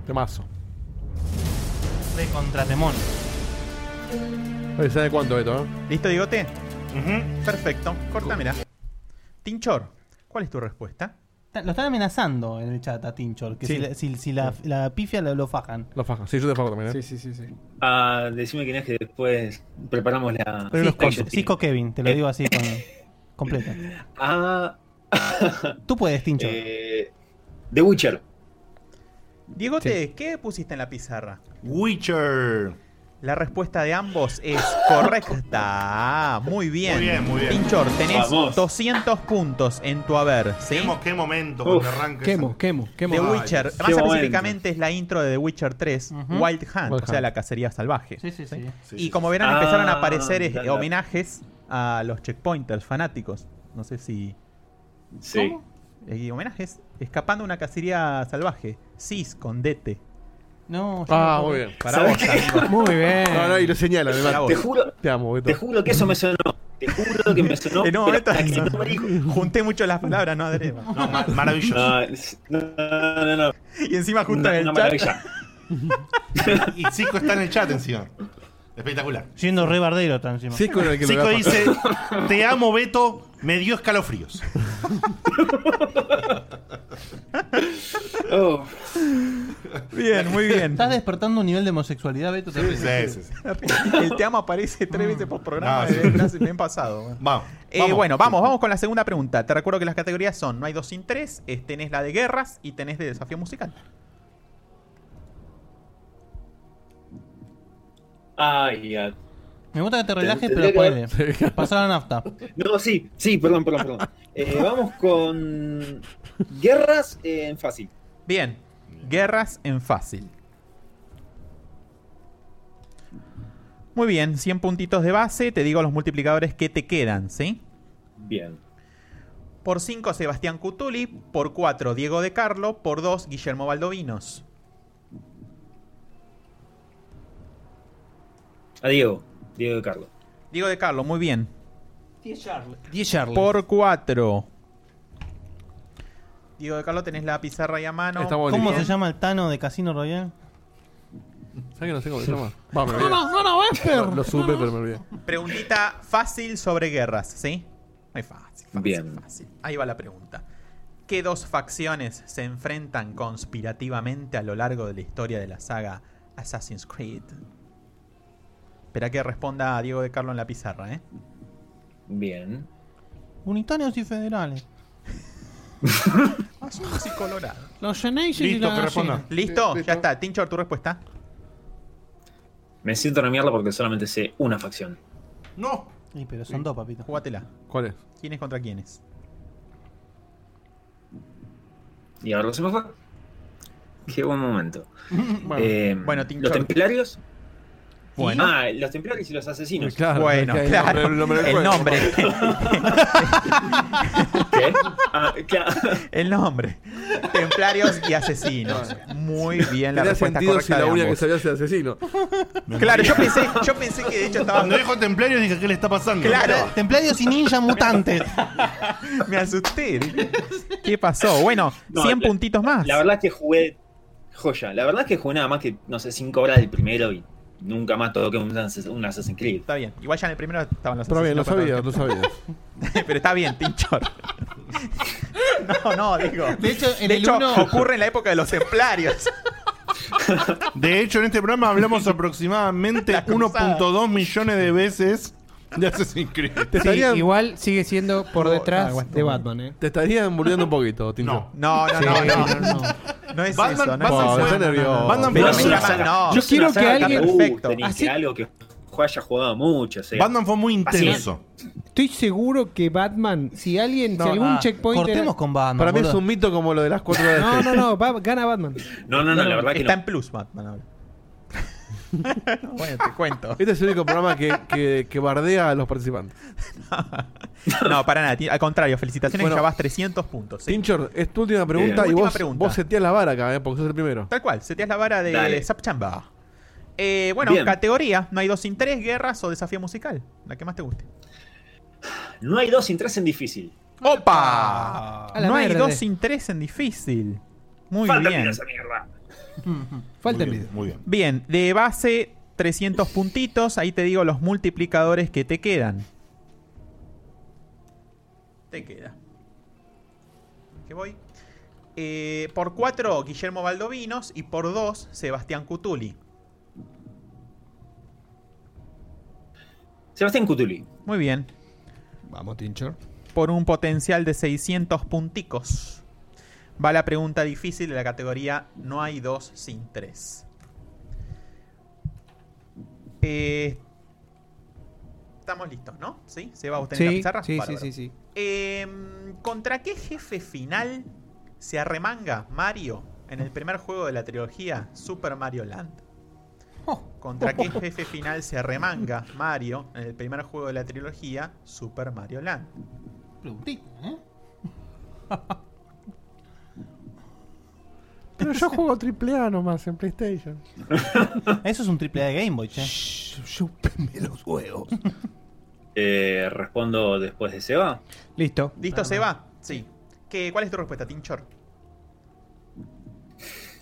[SPEAKER 5] Temazo.
[SPEAKER 4] De contratemón.
[SPEAKER 5] Oye, ¿Sabe cuánto esto, no?
[SPEAKER 7] ¿Listo, Digote?
[SPEAKER 2] Ujú.
[SPEAKER 7] Perfecto. Corta, mira. Tinchor, ¿cuál es tu respuesta?
[SPEAKER 4] Ta- Lo están amenazando en el chat a Tinchor, que
[SPEAKER 7] Sí.
[SPEAKER 4] si, la- si- si la, la pifia lo, lo fajan.
[SPEAKER 5] Lo faja. Sí, yo te fajo también, ¿eh?
[SPEAKER 6] Sí, sí, sí, sí.
[SPEAKER 10] Ah, decime quién es que después preparamos la.
[SPEAKER 5] Hay unos
[SPEAKER 10] la
[SPEAKER 5] cuantos.
[SPEAKER 10] guillotina.
[SPEAKER 4] Cisco Kevin, te lo
[SPEAKER 10] Eh.
[SPEAKER 4] digo así con, completo.
[SPEAKER 10] Ah,
[SPEAKER 4] Tú puedes, Tinchor.
[SPEAKER 10] eh, The Witcher.
[SPEAKER 7] Diegote, ¿qué pusiste en la pizarra?
[SPEAKER 2] Witcher.
[SPEAKER 7] La respuesta de ambos es correcta. Muy bien.
[SPEAKER 2] Muy bien, muy bien.
[SPEAKER 7] Tinchor, tenés
[SPEAKER 10] Vamos.
[SPEAKER 7] 200 puntos en tu haber. ¿sí?
[SPEAKER 2] Quemo- qué momento
[SPEAKER 10] Uf.
[SPEAKER 2] cuando arranca.
[SPEAKER 6] Quemo, quemo, quemo.
[SPEAKER 7] The
[SPEAKER 2] Ay,
[SPEAKER 7] Witcher,
[SPEAKER 2] qué
[SPEAKER 7] más
[SPEAKER 10] momento.
[SPEAKER 7] específicamente es la intro de The Witcher 3,
[SPEAKER 4] Ujú.
[SPEAKER 7] Wild Hunt,
[SPEAKER 5] Wild
[SPEAKER 7] o sea,
[SPEAKER 5] Hunt.
[SPEAKER 7] la cacería salvaje.
[SPEAKER 4] Sí, sí, sí.
[SPEAKER 2] Sí,
[SPEAKER 7] y
[SPEAKER 2] sí,
[SPEAKER 7] como verán,
[SPEAKER 10] Ah,
[SPEAKER 7] empezaron a aparecer eh,
[SPEAKER 10] ya, ya.
[SPEAKER 7] homenajes a los checkpointers fanáticos. No sé si.
[SPEAKER 10] Sí.
[SPEAKER 7] eh, y homenajes. Escapando de una cacería salvaje. Cis con DT.
[SPEAKER 4] No, yo
[SPEAKER 5] Ah,
[SPEAKER 4] no-
[SPEAKER 5] muy bien.
[SPEAKER 7] Para
[SPEAKER 10] ¿Sabés
[SPEAKER 7] vos,
[SPEAKER 10] qué?
[SPEAKER 7] amigo.
[SPEAKER 6] Muy bien.
[SPEAKER 5] No, no, y lo señala,
[SPEAKER 7] Para
[SPEAKER 5] además.
[SPEAKER 7] vos.
[SPEAKER 10] Te juro,
[SPEAKER 5] Te amo, Beto.
[SPEAKER 10] te juro que eso me sonó. Te juro que me sonó.
[SPEAKER 7] En un momento
[SPEAKER 10] pero hasta que no me dijo-
[SPEAKER 7] junté mucho las palabras, no adreba.
[SPEAKER 2] No, ma- maravilloso.
[SPEAKER 10] No, es- no, no, no.
[SPEAKER 7] Y encima junto
[SPEAKER 10] Una,
[SPEAKER 7] en
[SPEAKER 10] una
[SPEAKER 7] el chat.
[SPEAKER 10] maravilla.
[SPEAKER 2] Y Cisco está en el chat encima. Espectacular.
[SPEAKER 4] Siendo re bardero tan encima.
[SPEAKER 5] Sí, con el que
[SPEAKER 2] Cisco
[SPEAKER 5] lo gasta.
[SPEAKER 2] dice: Te amo, Beto. Me dio escalofríos.
[SPEAKER 10] Oh,
[SPEAKER 7] Bien, muy bien.
[SPEAKER 4] Estás despertando un nivel de homosexualidad, Beto.
[SPEAKER 2] Sí,
[SPEAKER 4] también.
[SPEAKER 2] sí, sí.
[SPEAKER 7] El te amo aparece tres veces por programa.
[SPEAKER 2] No, sí.
[SPEAKER 7] eh, frases bien pasado. bueno.
[SPEAKER 2] Vamos.
[SPEAKER 7] Eh, Bueno, vamos, vamos con la segunda pregunta. Te recuerdo que las categorías son: no hay dos sin tres, es- tenés la de guerras y tenés de desafío musical.
[SPEAKER 10] Ay, ya.
[SPEAKER 4] Me gusta que te relajes,
[SPEAKER 10] Tendría
[SPEAKER 4] pero
[SPEAKER 10] que haber-
[SPEAKER 4] puede. Pasar la nafta.
[SPEAKER 10] No, sí, sí, perdón, perdón, perdón. Eh, vamos con guerras en fácil.
[SPEAKER 7] Bien. Guerras en fácil. Muy bien, 100 puntitos de base. Te digo los multiplicadores que te quedan, ¿sí?
[SPEAKER 10] Bien.
[SPEAKER 7] Por 5, Sebastián Cutuli. Por 4, Diego De Carlo. Por 2, Guillermo Baldovinos.
[SPEAKER 10] A Diego, Diego de Carlos.
[SPEAKER 7] Diego De Carlo, muy bien.
[SPEAKER 3] 10 Charles.
[SPEAKER 7] Por 4. Diego De Carlo, tenés la pizarra ahí a mano.
[SPEAKER 5] Está bueno.
[SPEAKER 4] ¿Cómo
[SPEAKER 5] Bien.
[SPEAKER 4] se llama el Tano de Casino Royale?
[SPEAKER 5] ¿Sabes que no sé cómo se llama? Va, me olvidé. Lo, lo supe, pero me olvidé.
[SPEAKER 7] Preguntita fácil sobre guerras, ¿sí? Muy fácil, fácil,
[SPEAKER 10] Bien.
[SPEAKER 7] fácil. Ahí va la pregunta. ¿Qué dos facciones se enfrentan conspirativamente a lo largo de la historia de la saga Assassin's Creed? Espera que responda Diego de Carlo en la pizarra, ¿eh?
[SPEAKER 10] Bien.
[SPEAKER 4] Unitarios y federales.
[SPEAKER 7] Azules y colorados.
[SPEAKER 3] Los Genesis y
[SPEAKER 2] Listo,
[SPEAKER 3] la
[SPEAKER 2] que
[SPEAKER 3] gallina.
[SPEAKER 2] responda.
[SPEAKER 7] ¿Listo? Ya está. Tinchor, tu respuesta.
[SPEAKER 10] Me siento una mierda porque solamente sé una facción.
[SPEAKER 2] No.
[SPEAKER 4] Y pero son dos, papito.
[SPEAKER 7] Jugátela.
[SPEAKER 5] ¿Cuál es?
[SPEAKER 7] ¿Quiénes contra quiénes?
[SPEAKER 10] Y ahora lo se me fue. Qué buen momento.
[SPEAKER 5] Bueno,
[SPEAKER 10] Eh,
[SPEAKER 7] bueno, Tincho.
[SPEAKER 10] los templarios.
[SPEAKER 7] Bueno.
[SPEAKER 10] Ah, los templarios y los asesinos.
[SPEAKER 5] Claro,
[SPEAKER 7] bueno,
[SPEAKER 5] es que el
[SPEAKER 7] claro.
[SPEAKER 5] nombre- el nombre del
[SPEAKER 7] el
[SPEAKER 5] juego.
[SPEAKER 7] nombre.
[SPEAKER 10] ¿Qué? Ah, claro.
[SPEAKER 7] El nombre. Templarios y asesinos. Muy bien la
[SPEAKER 5] Tenía
[SPEAKER 7] respuesta
[SPEAKER 5] sentido si
[SPEAKER 7] correcta
[SPEAKER 5] la
[SPEAKER 7] de
[SPEAKER 5] única que
[SPEAKER 7] ambos.
[SPEAKER 5] sabía es el asesino.
[SPEAKER 7] Claro, yo pensé, yo pensé que de hecho estaba.
[SPEAKER 2] Cuando dijo templario dije, ¿qué le está pasando?
[SPEAKER 7] Claro,
[SPEAKER 4] Templarios y ninja mutantes.
[SPEAKER 7] me asusté. dije, ¿Qué pasó? Bueno,
[SPEAKER 10] No,
[SPEAKER 7] 100
[SPEAKER 10] la-
[SPEAKER 7] puntitos más.
[SPEAKER 10] La verdad es que jugué joya. La verdad es que jugué nada más que, no sé, 5 horas del primero y nunca más toqué un, Assass- un Assassin's Creed.
[SPEAKER 7] Está bien. Igual ya en el primero estaban los
[SPEAKER 5] Pero bien, lo
[SPEAKER 7] asesinos,
[SPEAKER 5] sabía,
[SPEAKER 7] pero-
[SPEAKER 5] lo sabía.
[SPEAKER 7] Pero está bien, Tinchor. No, no, digo.
[SPEAKER 3] De hecho, en
[SPEAKER 7] De
[SPEAKER 3] el
[SPEAKER 7] hecho,
[SPEAKER 3] uno-
[SPEAKER 7] ocurre en la época de los templarios.
[SPEAKER 2] De hecho, en este programa hablamos aproximadamente
[SPEAKER 7] La cruzada.
[SPEAKER 2] 1.2 millones de veces de Assassin's Creed.
[SPEAKER 5] Te Oh,
[SPEAKER 3] Sí,
[SPEAKER 5] estarían,
[SPEAKER 3] igual sigue siendo por detrás de Batman, eh.
[SPEAKER 5] te estarían burlando un poquito, Tincho.
[SPEAKER 2] No.
[SPEAKER 7] Oh, No, no, no, no. No es
[SPEAKER 2] Batman-
[SPEAKER 7] eso, no
[SPEAKER 2] Batman
[SPEAKER 7] es
[SPEAKER 5] Oh,
[SPEAKER 7] eso.
[SPEAKER 5] está
[SPEAKER 2] fue-
[SPEAKER 5] nervioso.
[SPEAKER 2] Batman
[SPEAKER 10] Pero
[SPEAKER 2] fue
[SPEAKER 7] Pero
[SPEAKER 10] es
[SPEAKER 2] muy-
[SPEAKER 10] una
[SPEAKER 7] mira,
[SPEAKER 10] saga-
[SPEAKER 7] no.
[SPEAKER 3] Yo
[SPEAKER 10] es
[SPEAKER 3] quiero
[SPEAKER 10] una saga
[SPEAKER 3] que alguien-
[SPEAKER 10] tan- Uh,
[SPEAKER 3] Perfecto.
[SPEAKER 10] tenía
[SPEAKER 3] Así-
[SPEAKER 10] que algo que haya jugado mucho. o sea.
[SPEAKER 2] Batman fue muy
[SPEAKER 10] Así es.
[SPEAKER 2] intenso.
[SPEAKER 3] Estoy seguro que Batman, si alguien,
[SPEAKER 4] No,
[SPEAKER 3] si algún
[SPEAKER 4] ah,
[SPEAKER 3] checkpoint.
[SPEAKER 4] Cortemos con Batman.
[SPEAKER 5] Para mí es
[SPEAKER 4] boludo.
[SPEAKER 5] un mito como lo de las cuatro horas de
[SPEAKER 3] No,
[SPEAKER 5] Skype.
[SPEAKER 3] no, no, va- gana Batman.
[SPEAKER 10] No, no, no, la verdad que
[SPEAKER 7] Está
[SPEAKER 10] no.
[SPEAKER 7] en plus, Batman ahora. bueno, te cuento.
[SPEAKER 5] Este es el único programa que, que, que bardea a los participantes.
[SPEAKER 7] No, para nada. ti- Al contrario, felicitaciones,
[SPEAKER 5] Bueno.
[SPEAKER 7] ya vas 300 puntos. ¿sí?
[SPEAKER 5] Tinchor, es tu última pregunta
[SPEAKER 10] Bien.
[SPEAKER 5] y
[SPEAKER 7] Última
[SPEAKER 5] vos,
[SPEAKER 7] pregunta.
[SPEAKER 5] vos seteás la vara acá, eh, porque sos el primero.
[SPEAKER 7] Tal cual, seteas la vara de
[SPEAKER 10] Dale.
[SPEAKER 7] Sapchamba. Eh, bueno,
[SPEAKER 10] Bien.
[SPEAKER 7] categoría. No hay dos sin tres, guerras o desafío musical. La que más te guste.
[SPEAKER 10] No hay dos sin tres en difícil. Ah,
[SPEAKER 7] ¡Opa!
[SPEAKER 3] A la
[SPEAKER 7] No hay
[SPEAKER 3] verde.
[SPEAKER 7] dos sin tres en difícil. Muy
[SPEAKER 10] Falta
[SPEAKER 7] bien.
[SPEAKER 10] mirar esa mierda.
[SPEAKER 3] Falta el
[SPEAKER 2] Muy bien,
[SPEAKER 3] video.
[SPEAKER 2] muy bien.
[SPEAKER 7] Bien, de base 300 puntitos. Ahí te digo los multiplicadores que te quedan. Te queda. ¿Qué voy? Eh, por 4, Guillermo Baldovinos. Y por 2, Sebastián Cutuli.
[SPEAKER 10] Sebastián Cutuli.
[SPEAKER 7] Muy bien.
[SPEAKER 3] Vamos, Tinchor.
[SPEAKER 7] por un potencial de 600 punticos. Va la pregunta difícil de la categoría No hay dos sin tres. Eh, estamos listos, ¿no? ¿Sí? ¿Se va a obtener la
[SPEAKER 3] Sí,
[SPEAKER 7] pizarra?
[SPEAKER 3] sí, sí,
[SPEAKER 7] Bárbaro.
[SPEAKER 3] sí, sí.
[SPEAKER 7] Eh, ¿Contra qué jefe final se arremanga Mario en el primer juego de la trilogía Super Mario Land?
[SPEAKER 3] Oh.
[SPEAKER 7] ¿Contra qué jefe final se arremanga Mario en el primer juego de la trilogía Super Mario Land?
[SPEAKER 4] Preguntita, ¿eh?
[SPEAKER 5] Pero yo juego triple A nomás en PlayStation.
[SPEAKER 4] Eso es un triple A de Game Boy, che.
[SPEAKER 10] Eh, respondo después de Seba.
[SPEAKER 3] Listo.
[SPEAKER 7] ¿Listo, Seba? Sí. ¿Qué, ¿Cuál es tu respuesta, Tinchor?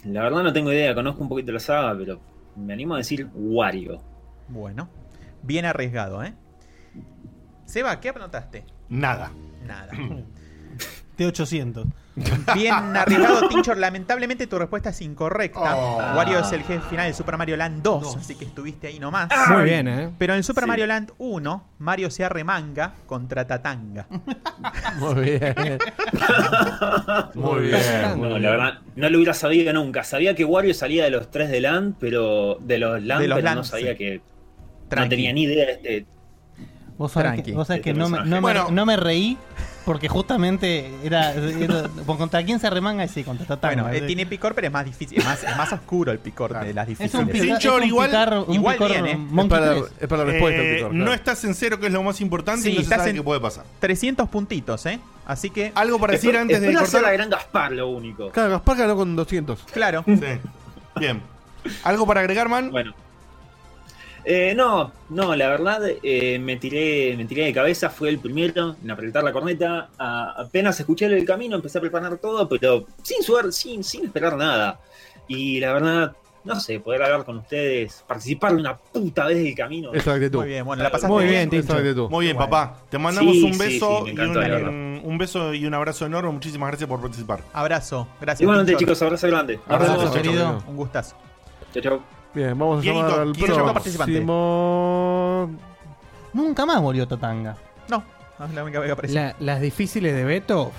[SPEAKER 10] La verdad no tengo idea, conozco un poquito la saga, pero me animo a decir Wario.
[SPEAKER 7] Bueno, bien arriesgado, ¿eh? Seba, ¿qué anotaste?
[SPEAKER 2] Nada.
[SPEAKER 7] Nada.
[SPEAKER 4] T800.
[SPEAKER 7] Bien arriesgado, Tinchor. Lamentablemente tu respuesta es incorrecta.
[SPEAKER 2] Oh.
[SPEAKER 7] Wario es el jefe final de Super Mario Land 2, así que estuviste ahí nomás.
[SPEAKER 3] Muy bien, eh.
[SPEAKER 7] Pero en Super
[SPEAKER 10] Sí.
[SPEAKER 7] Mario Land 1, Mario se arremanga contra Tatanga.
[SPEAKER 5] Muy bien. Muy bien.
[SPEAKER 10] No, la verdad, no lo hubiera sabido nunca. Sabía que Wario salía de los tres de LAN, pero. De los LAN,
[SPEAKER 7] De los
[SPEAKER 10] pero
[SPEAKER 7] LAN,
[SPEAKER 10] no sabía
[SPEAKER 7] sí.
[SPEAKER 10] que
[SPEAKER 7] Tranqui.
[SPEAKER 10] No tenía ni idea de este.
[SPEAKER 4] Vos sabés que,
[SPEAKER 7] Tranqui.
[SPEAKER 4] vos sabés que
[SPEAKER 10] Este
[SPEAKER 4] no, me,
[SPEAKER 10] personaje.
[SPEAKER 4] no, me-
[SPEAKER 2] Bueno.
[SPEAKER 4] no me reí porque justamente era. era- contra quién se arremanga y sí, contra Tatanga.
[SPEAKER 7] Bueno, eh, tiene picor, pero es más difícil, es más, es más oscuro el picor de las
[SPEAKER 4] es
[SPEAKER 7] difíciles.
[SPEAKER 4] un, pica- es
[SPEAKER 2] Sinchor,
[SPEAKER 4] un
[SPEAKER 2] igual-
[SPEAKER 4] picar, un
[SPEAKER 7] igual
[SPEAKER 4] picor
[SPEAKER 7] bien, ¿eh?
[SPEAKER 5] Es
[SPEAKER 4] Monkey
[SPEAKER 5] para,
[SPEAKER 4] 3.
[SPEAKER 5] es para la respuesta.
[SPEAKER 2] Eh,
[SPEAKER 5] el picor,
[SPEAKER 2] No
[SPEAKER 5] claro.
[SPEAKER 2] estás sincero, que es lo más importante,
[SPEAKER 7] Sí,
[SPEAKER 2] y no se
[SPEAKER 7] estás
[SPEAKER 2] sabe
[SPEAKER 7] en-
[SPEAKER 2] qué puede pasar.
[SPEAKER 7] 300 puntitos, ¿eh? Así que,
[SPEAKER 2] Algo para decir
[SPEAKER 10] Después-
[SPEAKER 2] antes de
[SPEAKER 10] después lo hacía la
[SPEAKER 2] cortar.
[SPEAKER 10] gran Gaspar, lo único.
[SPEAKER 5] Claro, Gaspar ganó con 200.
[SPEAKER 7] claro.
[SPEAKER 2] Sí. Bien. ¿Algo para agregar, man?
[SPEAKER 10] Bueno. Eh, no, no, la verdad eh, me, tiré, me tiré de cabeza, fue el primero en apretar la corneta. A- apenas escuché el camino, empecé a preparar todo, pero sin suerte, sin, sin esperar nada. Y la verdad, no sé, poder hablar con ustedes, participar de una puta vez del camino.
[SPEAKER 5] Esa actitud.
[SPEAKER 7] Muy bien, bueno, la pasaste
[SPEAKER 5] Muy
[SPEAKER 7] bien.
[SPEAKER 5] bien, Esa actitud.
[SPEAKER 2] Muy bien, papá. Te mandamos
[SPEAKER 10] Sí,
[SPEAKER 2] un
[SPEAKER 10] sí,
[SPEAKER 2] beso
[SPEAKER 10] sí, me
[SPEAKER 2] y
[SPEAKER 10] encantó, la
[SPEAKER 2] un, un beso y un abrazo enorme. Muchísimas gracias por participar.
[SPEAKER 7] Abrazo, gracias.
[SPEAKER 10] Igualmente,
[SPEAKER 7] Pinchor.
[SPEAKER 10] chicos, abrazo grande. Nos
[SPEAKER 7] Abrazo,
[SPEAKER 10] vemos.
[SPEAKER 5] chao,
[SPEAKER 7] querido.
[SPEAKER 5] chao.
[SPEAKER 7] Un gustazo.
[SPEAKER 10] Chau, chau.
[SPEAKER 5] Bien, vamos a
[SPEAKER 2] Dieguito,
[SPEAKER 5] llamar al
[SPEAKER 2] ¿quién llama
[SPEAKER 5] próximo.
[SPEAKER 4] Nunca más volvió Tatanga.
[SPEAKER 7] No, no es la única vez que apareció.
[SPEAKER 6] La- las difíciles de Beto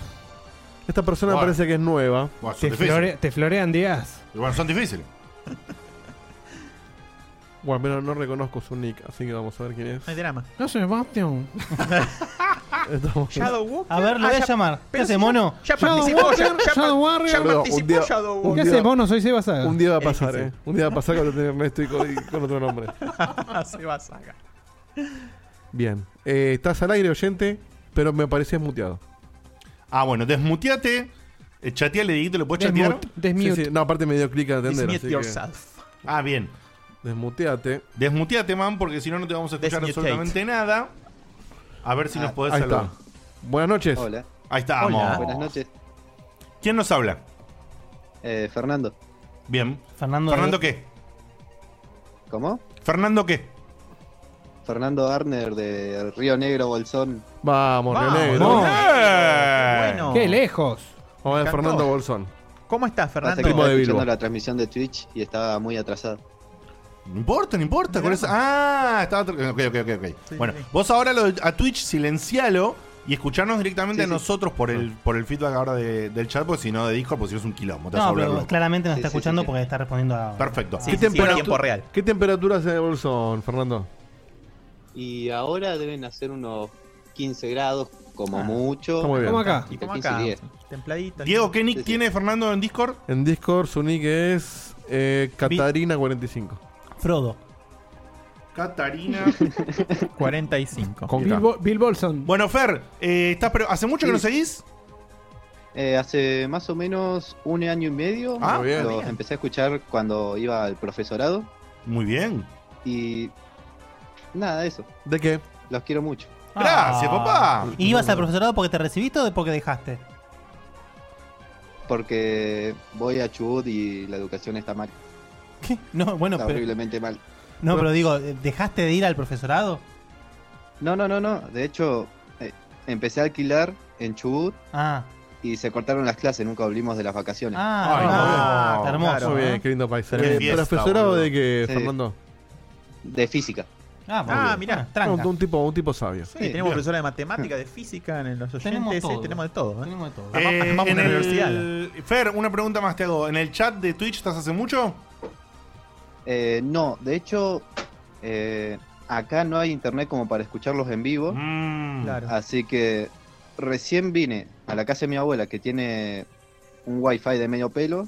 [SPEAKER 5] Esta persona
[SPEAKER 2] Bueno.
[SPEAKER 5] parece que es nueva.
[SPEAKER 2] Bueno, son
[SPEAKER 6] te,
[SPEAKER 2] difíciles.
[SPEAKER 6] flore- te florean días.
[SPEAKER 2] Bueno, son difíciles.
[SPEAKER 5] Bueno, pero no reconozco su nick, así que vamos a ver quién es.
[SPEAKER 7] No hay drama.
[SPEAKER 6] No se me va
[SPEAKER 5] Estamos-
[SPEAKER 7] Ah, Shadow Walker.
[SPEAKER 4] A ver, lo
[SPEAKER 7] Ah,
[SPEAKER 4] voy a
[SPEAKER 7] ya-
[SPEAKER 4] llamar. ¿Qué
[SPEAKER 7] pero
[SPEAKER 4] hace,
[SPEAKER 7] si-
[SPEAKER 4] mono?
[SPEAKER 7] Ya
[SPEAKER 6] Shadow
[SPEAKER 7] participó, ya,
[SPEAKER 6] Warrior, Shadow
[SPEAKER 7] ya, par- ya
[SPEAKER 6] Warrior.
[SPEAKER 5] Boludo, un
[SPEAKER 7] participó
[SPEAKER 5] día-
[SPEAKER 7] Shadow
[SPEAKER 5] un
[SPEAKER 6] ¿Qué
[SPEAKER 7] Warrior.
[SPEAKER 5] día-
[SPEAKER 6] haces vos? No soy Seba Saga.
[SPEAKER 5] Un día va a
[SPEAKER 7] Es
[SPEAKER 5] pasar, eh.
[SPEAKER 7] difícil.
[SPEAKER 5] Un día va a pasar cuando tener Ernesto y con, y con otro nombre.
[SPEAKER 7] Se va a sacar.
[SPEAKER 5] Bien. Eh, estás al aire, oyente, pero me parecías muteado.
[SPEAKER 2] Ah, bueno, desmuteate. Eh, Chateale, Dieguito, ¿le puedes chatear?
[SPEAKER 6] Desmute.
[SPEAKER 5] Sí,
[SPEAKER 6] desmute.
[SPEAKER 5] sí. No, aparte me dio clic a atender.
[SPEAKER 7] Dismute
[SPEAKER 5] Así que
[SPEAKER 7] yourself.
[SPEAKER 2] Ah, bien.
[SPEAKER 5] desmuteate.
[SPEAKER 2] Desmuteate, man, porque si no, no te vamos a escuchar
[SPEAKER 7] Desmutate.
[SPEAKER 2] absolutamente nada. A ver si nos podés
[SPEAKER 5] Ah, Ahí
[SPEAKER 2] saludar.
[SPEAKER 5] está. Buenas noches.
[SPEAKER 11] Hola,
[SPEAKER 2] Ahí está,
[SPEAKER 7] Hola.
[SPEAKER 2] vamos.
[SPEAKER 11] buenas noches.
[SPEAKER 2] ¿Quién nos habla?
[SPEAKER 11] Eh, Fernando,
[SPEAKER 2] Bien.
[SPEAKER 4] Fernando.
[SPEAKER 2] ¿Fernando qué?
[SPEAKER 11] ¿cómo?
[SPEAKER 2] ¿Fernando qué?
[SPEAKER 11] Fernando Arner de Río Negro, Bolsón.
[SPEAKER 5] Vamos,
[SPEAKER 7] Vamos,
[SPEAKER 5] René.
[SPEAKER 7] René.
[SPEAKER 5] Vamos
[SPEAKER 2] Eh.
[SPEAKER 7] Bueno.
[SPEAKER 6] Qué lejos.
[SPEAKER 5] a ver,
[SPEAKER 7] encantó.
[SPEAKER 5] Fernando Bolsón.
[SPEAKER 7] ¿Cómo estás,
[SPEAKER 11] Pasa
[SPEAKER 7] Fernando?
[SPEAKER 11] que
[SPEAKER 5] Tipo
[SPEAKER 11] estaba
[SPEAKER 5] de Bilbo.
[SPEAKER 11] escuchando la transmisión de Twitch y estaba muy atrasado.
[SPEAKER 2] No importa, no importa. Con eso- Ah, estaba. tr- Ok, ok, ok. ok.
[SPEAKER 7] Sí,
[SPEAKER 2] bueno,
[SPEAKER 7] sí.
[SPEAKER 2] vos ahora lo, a Twitch silencialo y escucharnos
[SPEAKER 11] Sí,
[SPEAKER 2] directamente a
[SPEAKER 11] sí.
[SPEAKER 2] nosotros por el, por el feedback ahora de- del chat, porque si no de Discord, pues si no es un quilombo. Te vas a
[SPEAKER 4] No,
[SPEAKER 2] volver
[SPEAKER 4] pero
[SPEAKER 2] loco.
[SPEAKER 4] claramente nos
[SPEAKER 11] Sí,
[SPEAKER 4] está
[SPEAKER 11] sí,
[SPEAKER 4] escuchando
[SPEAKER 11] sí, sí.
[SPEAKER 4] porque está respondiendo a.
[SPEAKER 2] Perfecto.
[SPEAKER 7] Sí,
[SPEAKER 5] ¿Qué
[SPEAKER 7] sí, sí, en
[SPEAKER 5] temperatura-
[SPEAKER 7] tiempo real.
[SPEAKER 5] ¿Qué temperatura hace Bolsón, Fernando?
[SPEAKER 11] Y ahora deben hacer unos 15 grados como
[SPEAKER 4] Ah,
[SPEAKER 11] mucho.
[SPEAKER 5] Está muy bien.
[SPEAKER 6] Como acá.
[SPEAKER 7] Y como
[SPEAKER 11] 15 y
[SPEAKER 7] acá,
[SPEAKER 11] 10.
[SPEAKER 7] templadito.
[SPEAKER 2] Diego, ¿qué nick
[SPEAKER 11] Sí, sí.
[SPEAKER 2] tiene Fernando en Discord?
[SPEAKER 5] En Discord su nick es eh, Catarina45.
[SPEAKER 4] Frodo.
[SPEAKER 2] Catarina.
[SPEAKER 7] 45.
[SPEAKER 5] Con
[SPEAKER 6] Bill,
[SPEAKER 5] K.
[SPEAKER 6] Bo- Bill Bolson.
[SPEAKER 2] bueno, Fer, eh, ¿estás pre- ¿hace mucho que
[SPEAKER 11] Sí.
[SPEAKER 2] no seguís?
[SPEAKER 11] Eh, hace más o menos un año y medio
[SPEAKER 2] Ah,
[SPEAKER 11] los
[SPEAKER 5] bien.
[SPEAKER 11] empecé a escuchar cuando iba al profesorado
[SPEAKER 2] Muy bien.
[SPEAKER 11] y nada, eso.
[SPEAKER 5] ¿De qué?
[SPEAKER 11] Los quiero mucho.
[SPEAKER 2] Gracias,
[SPEAKER 4] Ah.
[SPEAKER 2] papá.
[SPEAKER 4] ¿Y ibas al profesorado porque te recibiste o de- porque dejaste?
[SPEAKER 11] Porque voy a Chubut y la educación está mal,
[SPEAKER 4] ¿Qué? No, bueno,
[SPEAKER 11] está
[SPEAKER 4] pero,
[SPEAKER 11] horriblemente mal.
[SPEAKER 4] no, pero digo, ¿dejaste de ir al profesorado?
[SPEAKER 11] No, no, no, no. De hecho, eh, empecé a alquilar en Chubut
[SPEAKER 4] Ah,
[SPEAKER 11] y se cortaron las clases, nunca volvimos de las vacaciones.
[SPEAKER 4] ah,
[SPEAKER 2] Ay,
[SPEAKER 4] ah,
[SPEAKER 2] no.
[SPEAKER 4] está hermoso.
[SPEAKER 5] Muy bien,
[SPEAKER 4] ¿eh?
[SPEAKER 5] qué lindo país.
[SPEAKER 2] Qué
[SPEAKER 5] Eh,
[SPEAKER 2] fiesta,
[SPEAKER 5] ¿Profesorado
[SPEAKER 2] boludo.
[SPEAKER 5] de qué,
[SPEAKER 11] Sí.
[SPEAKER 5] Fernando?
[SPEAKER 11] De física.
[SPEAKER 4] Ah,
[SPEAKER 7] Ah,
[SPEAKER 4] mira,
[SPEAKER 7] mirá.
[SPEAKER 4] tranca.
[SPEAKER 5] Un, un tipo, un tipo sabio.
[SPEAKER 7] Sí,
[SPEAKER 11] Sí,
[SPEAKER 7] tenemos
[SPEAKER 2] bien.
[SPEAKER 7] profesora de matemática, de física, en los oyentes,
[SPEAKER 4] Tenemos
[SPEAKER 7] tenemos,
[SPEAKER 4] todo.
[SPEAKER 7] tenemos de todo. ¿eh?
[SPEAKER 4] Tenemos de todo.
[SPEAKER 7] Eh, Armamos- armamos
[SPEAKER 2] en
[SPEAKER 7] una
[SPEAKER 2] el-
[SPEAKER 7] universidad.
[SPEAKER 2] Fer, una pregunta más te hago. ¿En el chat de Twitch estás hace mucho?
[SPEAKER 11] Eh, no, de hecho, eh, acá no hay internet como para escucharlos en vivo.
[SPEAKER 2] Mm.
[SPEAKER 7] Claro.
[SPEAKER 11] Así que recién vine a la casa de mi abuela que tiene un wifi de medio pelo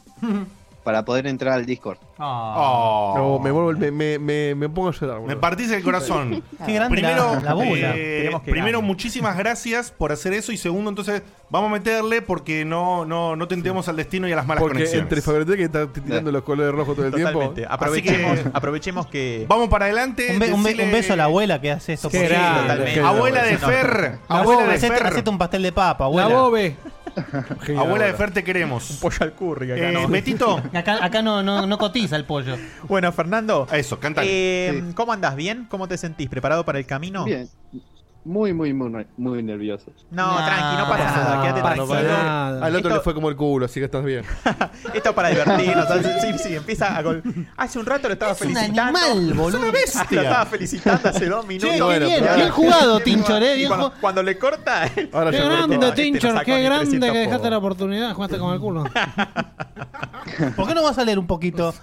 [SPEAKER 11] para poder entrar al Discord.
[SPEAKER 4] Ah,
[SPEAKER 2] Oh.
[SPEAKER 5] No, me, vuelvo, me, me, me, me pongo a llorar.
[SPEAKER 2] Me
[SPEAKER 5] boludo.
[SPEAKER 2] partís el
[SPEAKER 11] Eh,
[SPEAKER 2] corazón.
[SPEAKER 4] Qué grande
[SPEAKER 2] primero,
[SPEAKER 4] la, la bola.
[SPEAKER 2] eh,
[SPEAKER 7] Tenemos que
[SPEAKER 2] primero
[SPEAKER 7] ganar.
[SPEAKER 2] muchísimas gracias por hacer eso. Y segundo, entonces, vamos a meterle porque no, no, no tentemos al destino y a las malas
[SPEAKER 5] Porque
[SPEAKER 2] conexiones.
[SPEAKER 5] entre Fabreté que está tirando los colores rojos todo el
[SPEAKER 7] Totalmente.
[SPEAKER 5] tiempo.
[SPEAKER 7] Aprovechemos,
[SPEAKER 2] Así que-
[SPEAKER 7] aprovechemos que.
[SPEAKER 2] Vamos para adelante.
[SPEAKER 4] Un, be- un be-
[SPEAKER 2] decile-
[SPEAKER 4] un beso a la abuela que hace esto.
[SPEAKER 6] Qué
[SPEAKER 4] posible.
[SPEAKER 6] grande.
[SPEAKER 7] Totalmente.
[SPEAKER 2] Abuela de
[SPEAKER 7] No,
[SPEAKER 2] Fer.
[SPEAKER 4] La
[SPEAKER 2] Abuela
[SPEAKER 4] bobe,
[SPEAKER 2] de
[SPEAKER 4] hacete,
[SPEAKER 2] Fer.
[SPEAKER 4] hacete un pastel de papa,
[SPEAKER 6] La
[SPEAKER 4] abuela.
[SPEAKER 6] Bobe.
[SPEAKER 5] Genial,
[SPEAKER 2] Abuela de
[SPEAKER 5] boludo.
[SPEAKER 2] Fer, te queremos.
[SPEAKER 7] Pollo al curry acá,
[SPEAKER 2] Eh,
[SPEAKER 7] ¿no?
[SPEAKER 2] Betito.
[SPEAKER 4] Acá, acá no, no, no cotiza el pollo.
[SPEAKER 7] Bueno, Fernando,
[SPEAKER 2] Eso, canta.
[SPEAKER 7] eh, ¿cómo andás? ¿Bien? ¿Cómo te sentís? ¿Preparado para el camino?
[SPEAKER 11] Bien. Muy, muy, muy, ne- muy nervioso.
[SPEAKER 7] No,
[SPEAKER 4] No,
[SPEAKER 7] tranqui, no pasa
[SPEAKER 4] pasa
[SPEAKER 7] nada.
[SPEAKER 4] nada,
[SPEAKER 7] Quédate
[SPEAKER 4] Ah, pasa
[SPEAKER 7] tranquilo.
[SPEAKER 4] nada.
[SPEAKER 5] Al otro
[SPEAKER 7] Esto-
[SPEAKER 5] le fue como el culo, así que estás bien.
[SPEAKER 7] Esto es para divertirnos. Entonces, Sí, sí, empieza a gol. Hace un rato lo estaba
[SPEAKER 4] Es un
[SPEAKER 7] felicitando.
[SPEAKER 4] animal, boludo.
[SPEAKER 7] Es una bestia. Lo estaba felicitando hace dos
[SPEAKER 4] Che,
[SPEAKER 7] minutos.
[SPEAKER 4] qué
[SPEAKER 5] bueno,
[SPEAKER 4] bien,
[SPEAKER 5] pero-
[SPEAKER 4] bien jugado, Tincho, eh,
[SPEAKER 7] Y
[SPEAKER 4] bien
[SPEAKER 7] cuando,
[SPEAKER 4] ju-
[SPEAKER 7] cuando le corta.
[SPEAKER 5] Ahora
[SPEAKER 6] Qué
[SPEAKER 5] ya cortó.
[SPEAKER 6] grande,
[SPEAKER 7] cortó. Este no
[SPEAKER 6] Tinchor.
[SPEAKER 7] sacó
[SPEAKER 6] Qué
[SPEAKER 7] ni
[SPEAKER 6] grande
[SPEAKER 7] 300
[SPEAKER 6] que dejaste
[SPEAKER 7] pavos.
[SPEAKER 6] la oportunidad. Jugaste con el culo.
[SPEAKER 4] ¿Por qué no vas a leer un poquito?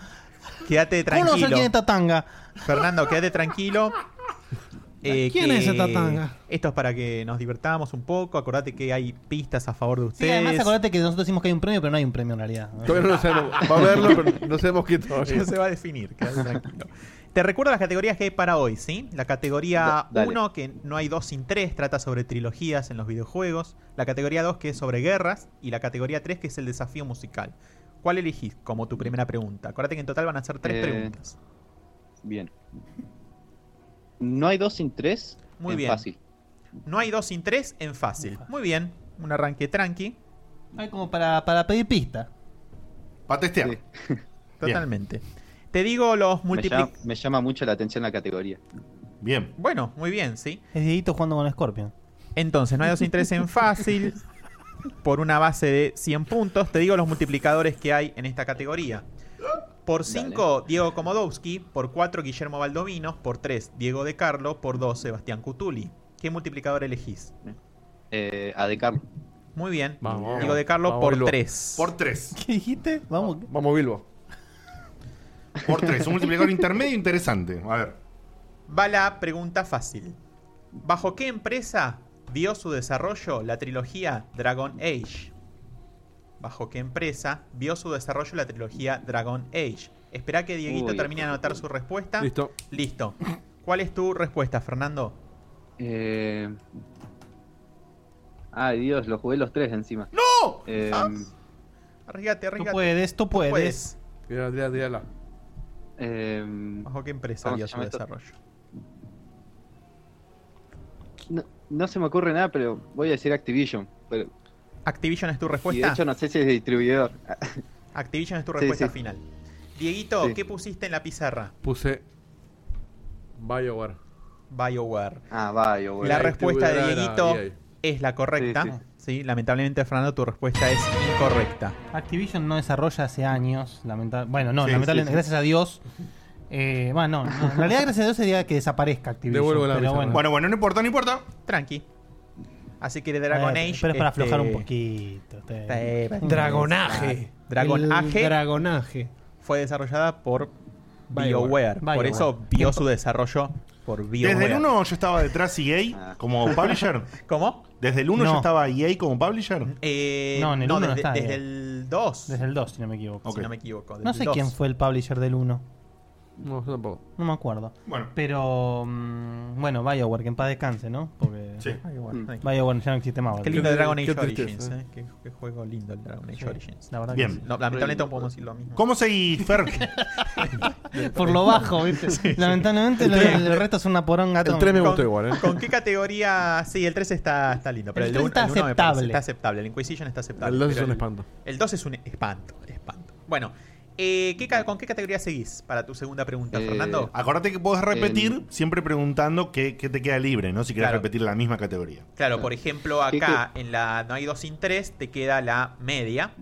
[SPEAKER 7] Quédate
[SPEAKER 4] ¿Cómo no vas a leer
[SPEAKER 7] tranquilo.
[SPEAKER 4] quién es Tatanga?
[SPEAKER 7] Fernando, quédate tranquilo. eh,
[SPEAKER 6] ¿Quién
[SPEAKER 7] que-
[SPEAKER 6] es esta tanga?
[SPEAKER 7] Esto es para que nos divertamos un poco. Acordate que hay pistas a favor de
[SPEAKER 4] Sí,
[SPEAKER 7] ustedes.
[SPEAKER 4] además acordate que nosotros decimos que hay un premio, pero no hay un premio en realidad.
[SPEAKER 5] Todavía no lo sabemos. Va a verlo, pero no sabemos quién todavía.
[SPEAKER 7] Ya se va a definir, quédate tranquilo. Te recuerdo las categorías que hay para hoy, ¿sí? La categoría
[SPEAKER 11] Da- dale.
[SPEAKER 7] 1, que no hay dos sin tres, trata sobre trilogías en los videojuegos. La categoría 2, que es sobre guerras. Y la categoría 3, que es el desafío musical. ¿Cuál elegís como tu primera pregunta? Acuérdate que en total van a ser tres
[SPEAKER 11] Eh,
[SPEAKER 7] preguntas.
[SPEAKER 11] Bien. No hay dos sin tres.
[SPEAKER 7] Muy
[SPEAKER 11] en
[SPEAKER 7] bien.
[SPEAKER 11] Fácil.
[SPEAKER 7] No hay dos sin tres en fácil. Muy bien, un arranque tranqui.
[SPEAKER 4] Hay como para, para pedir pista.
[SPEAKER 2] Para testear.
[SPEAKER 11] Sí.
[SPEAKER 7] Totalmente. Te digo los
[SPEAKER 11] Me, llama,
[SPEAKER 7] multiplic...
[SPEAKER 11] me llama mucho la atención la categoría.
[SPEAKER 2] Bien.
[SPEAKER 7] Bueno, muy bien, ¿sí?
[SPEAKER 4] Es Dieguito jugando con Scorpion.
[SPEAKER 7] Entonces, no hay 2 sin 3 en fácil. Por una base de 100 puntos. Te digo los multiplicadores que hay en esta categoría. Por 5, Diego Komodowski. Por 4, Guillermo Baldovinos. Por 3, Diego De Carlo. Por 2, Sebastián Cutuli. ¿Qué multiplicador elegís?
[SPEAKER 11] Eh, a De Carlos.
[SPEAKER 7] Muy bien.
[SPEAKER 5] Vamos.
[SPEAKER 7] Diego De Carlo
[SPEAKER 5] Vamos,
[SPEAKER 7] por
[SPEAKER 5] Bilbo.
[SPEAKER 7] 3.
[SPEAKER 2] Por tres.
[SPEAKER 4] ¿Qué dijiste? Vamos.
[SPEAKER 5] Vamos, Bilbo.
[SPEAKER 2] Por tres. Un multiplicador intermedio interesante. A ver.
[SPEAKER 7] Va la pregunta fácil. ¿Bajo qué empresa vio su desarrollo la trilogía Dragon Age? ¿Bajo qué empresa vio su desarrollo la trilogía Dragon Age? Espera que Dieguito
[SPEAKER 11] Uy,
[SPEAKER 7] termine de anotar su respuesta.
[SPEAKER 5] Listo.
[SPEAKER 7] Listo. ¿Cuál es tu respuesta, Fernando?
[SPEAKER 11] Eh... Ay, Dios, lo jugué los tres encima.
[SPEAKER 2] ¡No!
[SPEAKER 11] Eh,
[SPEAKER 7] Arrígate,
[SPEAKER 4] Tú
[SPEAKER 7] arrígate.
[SPEAKER 4] puedes, tú puedes.
[SPEAKER 7] puedes.
[SPEAKER 5] Tírala, tírala, tírala.
[SPEAKER 11] eh,
[SPEAKER 7] ¿Bajo qué empresa
[SPEAKER 11] ¿Cómo
[SPEAKER 7] vio
[SPEAKER 11] se
[SPEAKER 7] su
[SPEAKER 11] llama esto?
[SPEAKER 7] desarrollo?
[SPEAKER 11] no, no se me ocurre nada, pero voy a decir Activision. Pero,
[SPEAKER 7] Activision es tu
[SPEAKER 11] y de
[SPEAKER 7] respuesta.
[SPEAKER 11] hecho, no sé si es distribuidor.
[SPEAKER 7] Activision es tu
[SPEAKER 11] Sí,
[SPEAKER 7] respuesta
[SPEAKER 11] sí.
[SPEAKER 7] final. Dieguito,
[SPEAKER 11] Sí.
[SPEAKER 7] ¿qué pusiste en la pizarra?
[SPEAKER 5] Puse BioWare.
[SPEAKER 7] BioWare.
[SPEAKER 11] Ah, vaya, bueno.
[SPEAKER 7] La
[SPEAKER 5] Ahí
[SPEAKER 7] respuesta de
[SPEAKER 5] estuve, era
[SPEAKER 7] Dieguito
[SPEAKER 5] EA.
[SPEAKER 7] es la correcta. Sí,
[SPEAKER 11] Sí,
[SPEAKER 7] lamentablemente, Fernando, tu respuesta es incorrecta.
[SPEAKER 4] Activision no desarrolla hace años, lamenta- Bueno, no,
[SPEAKER 2] Sí,
[SPEAKER 4] lamentablemente,
[SPEAKER 2] sí, sí.
[SPEAKER 4] gracias a Dios. Eh, bueno, no, no, en realidad gracias a Dios sería que desaparezca Activision.
[SPEAKER 5] Devuelvo la
[SPEAKER 4] pero
[SPEAKER 5] pizarra.
[SPEAKER 4] bueno,
[SPEAKER 2] Bueno, bueno, no importa, no importa.
[SPEAKER 7] Tranqui. Así que de Dragon
[SPEAKER 4] eh,
[SPEAKER 7] Age.
[SPEAKER 4] Pero es para
[SPEAKER 7] este,
[SPEAKER 4] aflojar un poquito. eh. te-
[SPEAKER 7] este,
[SPEAKER 6] eh, Dragonaje.
[SPEAKER 7] Dragon
[SPEAKER 6] El
[SPEAKER 7] Age
[SPEAKER 6] Dragonaje.
[SPEAKER 7] fue desarrollada por BioWare. Por
[SPEAKER 4] BioWare.
[SPEAKER 7] eso vio su desarrollo por BioWare.
[SPEAKER 2] Desde el 1 yo estaba detrás EA
[SPEAKER 11] Ah.
[SPEAKER 2] como publisher.
[SPEAKER 7] ¿Cómo?
[SPEAKER 2] Desde el 1
[SPEAKER 4] No.
[SPEAKER 2] yo estaba EA como publisher.
[SPEAKER 7] Eh,
[SPEAKER 4] No, en el uno no
[SPEAKER 7] desde,
[SPEAKER 4] está,
[SPEAKER 7] desde
[SPEAKER 4] eh.
[SPEAKER 7] el 2.
[SPEAKER 4] Desde el 2, si no me equivoco.
[SPEAKER 7] Si no me equivoco. desde
[SPEAKER 4] No
[SPEAKER 7] el
[SPEAKER 4] sé
[SPEAKER 7] 2.
[SPEAKER 4] quién fue el publisher del 1.
[SPEAKER 5] No, yo tampoco.
[SPEAKER 4] No me acuerdo.
[SPEAKER 2] Bueno,
[SPEAKER 4] Pero, mm, bueno, BioWare, que en paz descanse, ¿no? Porque
[SPEAKER 2] sí.
[SPEAKER 7] BioWare.
[SPEAKER 11] Mm.
[SPEAKER 4] BioWare ya no existe más.
[SPEAKER 7] Qué
[SPEAKER 4] ¿verdad?
[SPEAKER 7] lindo
[SPEAKER 5] Qué-
[SPEAKER 7] el Dragon Age
[SPEAKER 5] qué
[SPEAKER 7] Origins.
[SPEAKER 5] tristeza.
[SPEAKER 7] eh. Qué, qué juego lindo el Dragon Age
[SPEAKER 4] Sí.
[SPEAKER 7] Origins.
[SPEAKER 4] La verdad
[SPEAKER 2] Bien.
[SPEAKER 4] que sí.
[SPEAKER 7] No, lamentablemente no podemos decir lo mismo.
[SPEAKER 2] ¿Cómo seguís, Fer?
[SPEAKER 4] Por lo bajo, ¿viste? Lamentablemente, lo- el, resto es una poronga.
[SPEAKER 5] El
[SPEAKER 4] atómica.
[SPEAKER 5] 3 me
[SPEAKER 7] Con-
[SPEAKER 5] gustó igual, ¿eh?
[SPEAKER 7] ¿Con qué categoría? Sí, el 3 está, está lindo, pero
[SPEAKER 4] El
[SPEAKER 7] el,
[SPEAKER 4] tres
[SPEAKER 7] 1
[SPEAKER 4] está aceptable.
[SPEAKER 7] Está aceptable, el Inquisition está aceptable.
[SPEAKER 5] El 2 es
[SPEAKER 7] pero
[SPEAKER 5] un espanto.
[SPEAKER 7] El 2 es un espanto, espanto. Bueno, eh, ¿qué ca- ¿con qué categoría seguís para tu segunda pregunta,
[SPEAKER 11] Eh,
[SPEAKER 7] Fernando?
[SPEAKER 2] Acordate que podés repetir
[SPEAKER 11] El-
[SPEAKER 2] siempre preguntando qué, qué te queda libre, ¿no? Si querés
[SPEAKER 7] Claro.
[SPEAKER 2] repetir la misma categoría.
[SPEAKER 7] Claro, por ejemplo,
[SPEAKER 11] ¿Qué-
[SPEAKER 7] acá en la No hay 2 sin 3 te queda la media.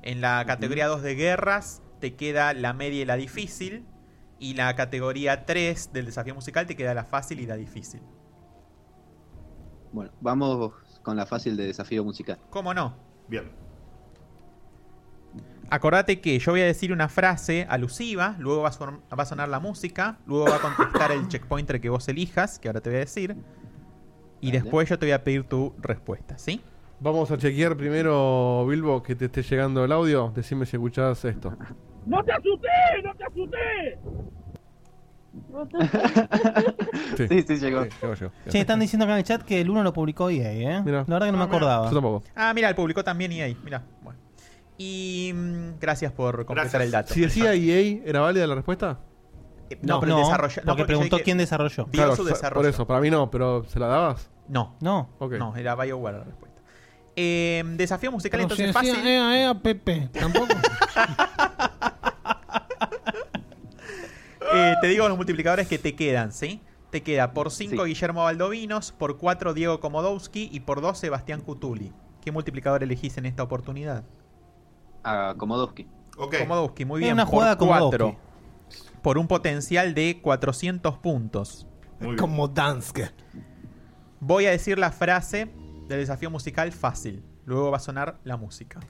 [SPEAKER 7] En la categoría 2 de guerras te queda la media y la difícil. Y la categoría 3 del desafío musical te queda la fácil y la difícil.
[SPEAKER 11] Bueno, vamos con la fácil de desafío musical.
[SPEAKER 7] ¿Cómo no?
[SPEAKER 2] Bien.
[SPEAKER 7] Acordate que yo voy a decir una frase alusiva, luego va a, son- va a sonar la música, luego va a contestar el checkpointer que vos elijas, que ahora te voy a decir, y
[SPEAKER 11] Dale.
[SPEAKER 7] después yo te voy a pedir tu respuesta, ¿sí?
[SPEAKER 5] Vamos a chequear primero, Bilbo, que te esté llegando el audio. Decime si escuchás esto.
[SPEAKER 8] ¡No te asusté! ¡No te asusté! No te
[SPEAKER 5] Sí,
[SPEAKER 11] Sí, sí, llegó.
[SPEAKER 5] Sí, llegó, llegó.
[SPEAKER 4] Che, están diciendo acá en el chat que el 1 lo publicó EA, ¿eh?
[SPEAKER 5] Mirá.
[SPEAKER 4] La verdad que no me
[SPEAKER 5] Yo
[SPEAKER 4] acordaba.
[SPEAKER 5] tampoco.
[SPEAKER 7] Ah, mira, el publicó también EA, mira. Bueno. Y mm, gracias por completar
[SPEAKER 2] Gracias.
[SPEAKER 7] el dato.
[SPEAKER 5] Si decía EA, ¿era válida la respuesta?
[SPEAKER 7] Eh, no, pero desarrolló- no,
[SPEAKER 4] porque
[SPEAKER 7] yo
[SPEAKER 4] preguntó
[SPEAKER 7] dije-
[SPEAKER 4] quién desarrolló.
[SPEAKER 7] Dio su
[SPEAKER 5] fa-
[SPEAKER 7] desarrollo.
[SPEAKER 5] Por eso, para mí no, pero ¿se la dabas?
[SPEAKER 7] No,
[SPEAKER 4] No.
[SPEAKER 5] Ok.
[SPEAKER 7] no, era BioWare la respuesta. Eh, desafío musical,
[SPEAKER 6] No, si
[SPEAKER 7] entonces
[SPEAKER 6] decía,
[SPEAKER 7] fácil.
[SPEAKER 6] "Ea, ea, Pepe", tampoco.
[SPEAKER 7] Eh, te digo los multiplicadores que te quedan, ¿sí? Te queda por 5
[SPEAKER 11] Sí.
[SPEAKER 7] Guillermo Baldovinos, por 4 Diego Komodowski y por 2 Sebastián Cutuli. ¿Qué multiplicador elegís en esta oportunidad?
[SPEAKER 11] A Komodowski.
[SPEAKER 2] Ok.
[SPEAKER 7] Komodowski, muy
[SPEAKER 4] Es
[SPEAKER 7] bien.
[SPEAKER 4] una jugada
[SPEAKER 7] por
[SPEAKER 4] Komodowski.
[SPEAKER 7] cuatro. Por un potencial de 400 puntos.
[SPEAKER 2] Muy bien.
[SPEAKER 6] Como Danske.
[SPEAKER 7] Voy a decir la frase del desafío musical fácil. Luego va a sonar la música.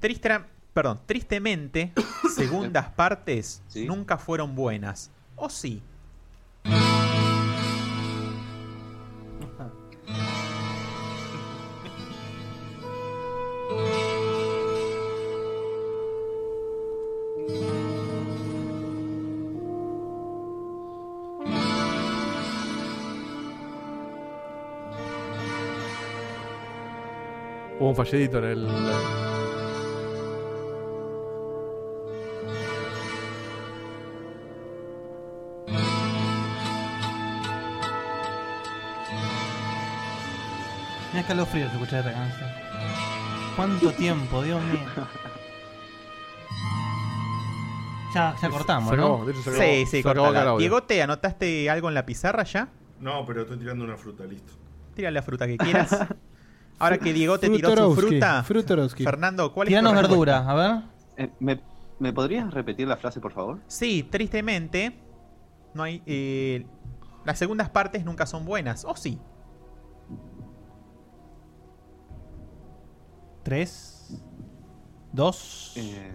[SPEAKER 7] Tristra- perdón, tristemente, segundas partes
[SPEAKER 11] Sí.
[SPEAKER 7] nunca fueron buenas. ¿O sí?
[SPEAKER 5] Hubo un falledito en el.
[SPEAKER 4] Me da frío escuchar esta canción. ¿Cuánto tiempo, Dios mío? Ya, ya cortamos,
[SPEAKER 5] Se
[SPEAKER 4] ¿no?
[SPEAKER 5] acabó, de hecho se acabó.
[SPEAKER 7] Sí, sí,
[SPEAKER 5] se acabó acá el
[SPEAKER 7] cortala.
[SPEAKER 5] audio.
[SPEAKER 7] Diego, ¿te anotaste algo en la pizarra ya?
[SPEAKER 2] No, pero estoy tirando una fruta, listo.
[SPEAKER 7] Tira la fruta que quieras. Ahora que Diego te tiró su
[SPEAKER 6] Frutorowski,
[SPEAKER 7] fruta,
[SPEAKER 6] Frutorowski.
[SPEAKER 7] Fernando, ¿cuál es tu
[SPEAKER 4] Tiranos
[SPEAKER 7] respuesta?
[SPEAKER 4] verdura, a ver.
[SPEAKER 11] Eh, ¿me, ¿Me podrías repetir la frase, por favor?
[SPEAKER 7] Sí, tristemente, no hay. eh, las segundas partes nunca son buenas, ¿o sí?
[SPEAKER 4] Tres, dos,
[SPEAKER 11] Eh,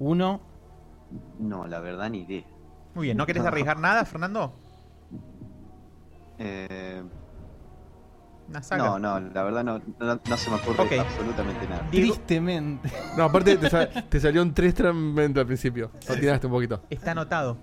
[SPEAKER 4] uno.
[SPEAKER 11] no, la verdad ni idea.
[SPEAKER 7] Muy bien, ¿no querés arriesgar nada, Fernando?
[SPEAKER 11] Eh,
[SPEAKER 7] Una saga.
[SPEAKER 11] no, no, la verdad no, no, no se me ocurre
[SPEAKER 7] Ok.
[SPEAKER 11] absolutamente nada.
[SPEAKER 7] Diego,
[SPEAKER 4] Tristemente.
[SPEAKER 5] No, aparte te, sa- te salió un tres tremendo al principio. Lo tiraste un poquito.
[SPEAKER 7] está anotado.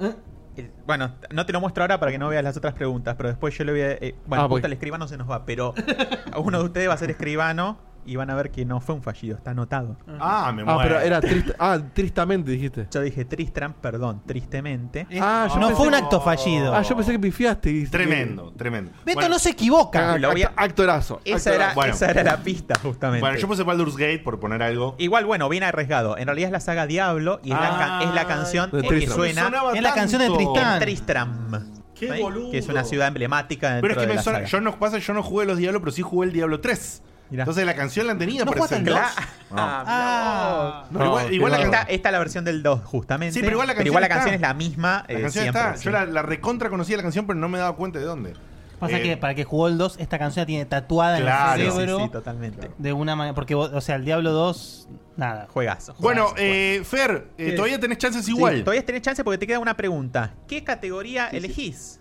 [SPEAKER 5] ¿Eh?
[SPEAKER 7] El- Bueno, no te lo muestro ahora para que no veas las otras preguntas, pero después yo le voy a. eh, bueno,
[SPEAKER 5] Ah, voy.
[SPEAKER 7] justo el escribano se nos va, pero a uno de ustedes va a ser escribano y van a ver que no fue un fallido, está anotado.
[SPEAKER 2] Ah, me
[SPEAKER 5] Ah,
[SPEAKER 2] muero.
[SPEAKER 5] pero era triste. Ah, tristamente dijiste.
[SPEAKER 7] Yo dije Tristram, perdón, tristemente.
[SPEAKER 5] Ah, yo
[SPEAKER 4] no
[SPEAKER 5] pensé
[SPEAKER 4] fue un
[SPEAKER 5] que-
[SPEAKER 4] acto fallido.
[SPEAKER 5] Ah, yo pensé que pifiaste. y-
[SPEAKER 2] Tremendo, tremendo.
[SPEAKER 4] Beto
[SPEAKER 2] Bueno,
[SPEAKER 4] no se equivoca.
[SPEAKER 5] Ah,
[SPEAKER 7] Lo voy a-
[SPEAKER 5] act- Actorazo.
[SPEAKER 7] Esa era,
[SPEAKER 2] Bueno.
[SPEAKER 7] esa era la pista, justamente.
[SPEAKER 2] Bueno, yo puse Baldur's Gate por poner algo.
[SPEAKER 7] Igual, bueno, bien arriesgado. En realidad es la saga Diablo y es, la,
[SPEAKER 2] Ah,
[SPEAKER 7] ca- es la canción
[SPEAKER 5] de
[SPEAKER 7] que
[SPEAKER 5] Tristram.
[SPEAKER 7] suena
[SPEAKER 2] Sonaba
[SPEAKER 4] es la canción de
[SPEAKER 2] tanto.
[SPEAKER 4] Tristán.
[SPEAKER 7] en Tristram.
[SPEAKER 2] Qué
[SPEAKER 7] ¿sí?
[SPEAKER 2] boludo.
[SPEAKER 7] Que es una ciudad emblemática dentro
[SPEAKER 2] Pero es que
[SPEAKER 7] de
[SPEAKER 2] me
[SPEAKER 7] la
[SPEAKER 2] suena-
[SPEAKER 7] saga.
[SPEAKER 2] yo no pasa, yo no jugué los Diablos, pero sí jugué el Diablo 3.
[SPEAKER 7] Mirá.
[SPEAKER 2] Entonces la canción la han tenido
[SPEAKER 4] ¿No jugaste al
[SPEAKER 2] presente.
[SPEAKER 4] dos?
[SPEAKER 2] No.
[SPEAKER 4] Ah,
[SPEAKER 5] No,
[SPEAKER 2] igual-
[SPEAKER 5] qué
[SPEAKER 2] igual la
[SPEAKER 5] bárbaro.
[SPEAKER 7] Esta, esta es Ah, la versión del 2, justamente.
[SPEAKER 2] Sí, pero igual la canción está.
[SPEAKER 7] es la misma.
[SPEAKER 2] La
[SPEAKER 7] eh,
[SPEAKER 2] canción
[SPEAKER 7] siempre,
[SPEAKER 2] está.
[SPEAKER 7] sí.
[SPEAKER 2] Yo la, la recontra conocía la canción, pero no me daba cuenta de dónde.
[SPEAKER 4] pasa
[SPEAKER 2] Eh,
[SPEAKER 4] que para que jugó el 2, esta canción la tiene tatuada
[SPEAKER 2] Claro.
[SPEAKER 7] Sí,
[SPEAKER 4] en
[SPEAKER 7] sí,
[SPEAKER 4] el cerebro.
[SPEAKER 7] sí, totalmente.
[SPEAKER 4] De una manera. Porque, vos- o sea, el Diablo 2, nada.
[SPEAKER 7] Juegazo. juegazo,
[SPEAKER 2] Bueno,
[SPEAKER 7] juegazo.
[SPEAKER 2] eh, Fer, eh,
[SPEAKER 6] ¿Qué?
[SPEAKER 2] todavía tenés chances
[SPEAKER 7] Sí,
[SPEAKER 2] igual.
[SPEAKER 7] todavía tenés chance porque te queda una pregunta. ¿Qué categoría
[SPEAKER 11] sí.
[SPEAKER 7] elegís?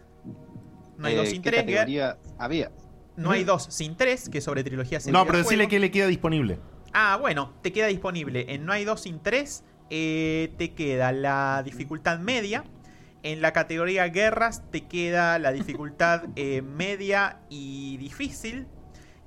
[SPEAKER 7] No hay
[SPEAKER 11] Eh,
[SPEAKER 7] dos sin
[SPEAKER 11] ¿Qué
[SPEAKER 7] tres.
[SPEAKER 11] categoría había? Mm.
[SPEAKER 7] No hay dos sin tres, que es sobre trilogías en
[SPEAKER 2] no, pero
[SPEAKER 7] videojuegos.
[SPEAKER 2] decirle que le queda disponible.
[SPEAKER 7] Ah, bueno, te queda disponible en No hay 2 sin 3. te queda la dificultad media. En la categoría guerras te queda la dificultad eh, media y difícil.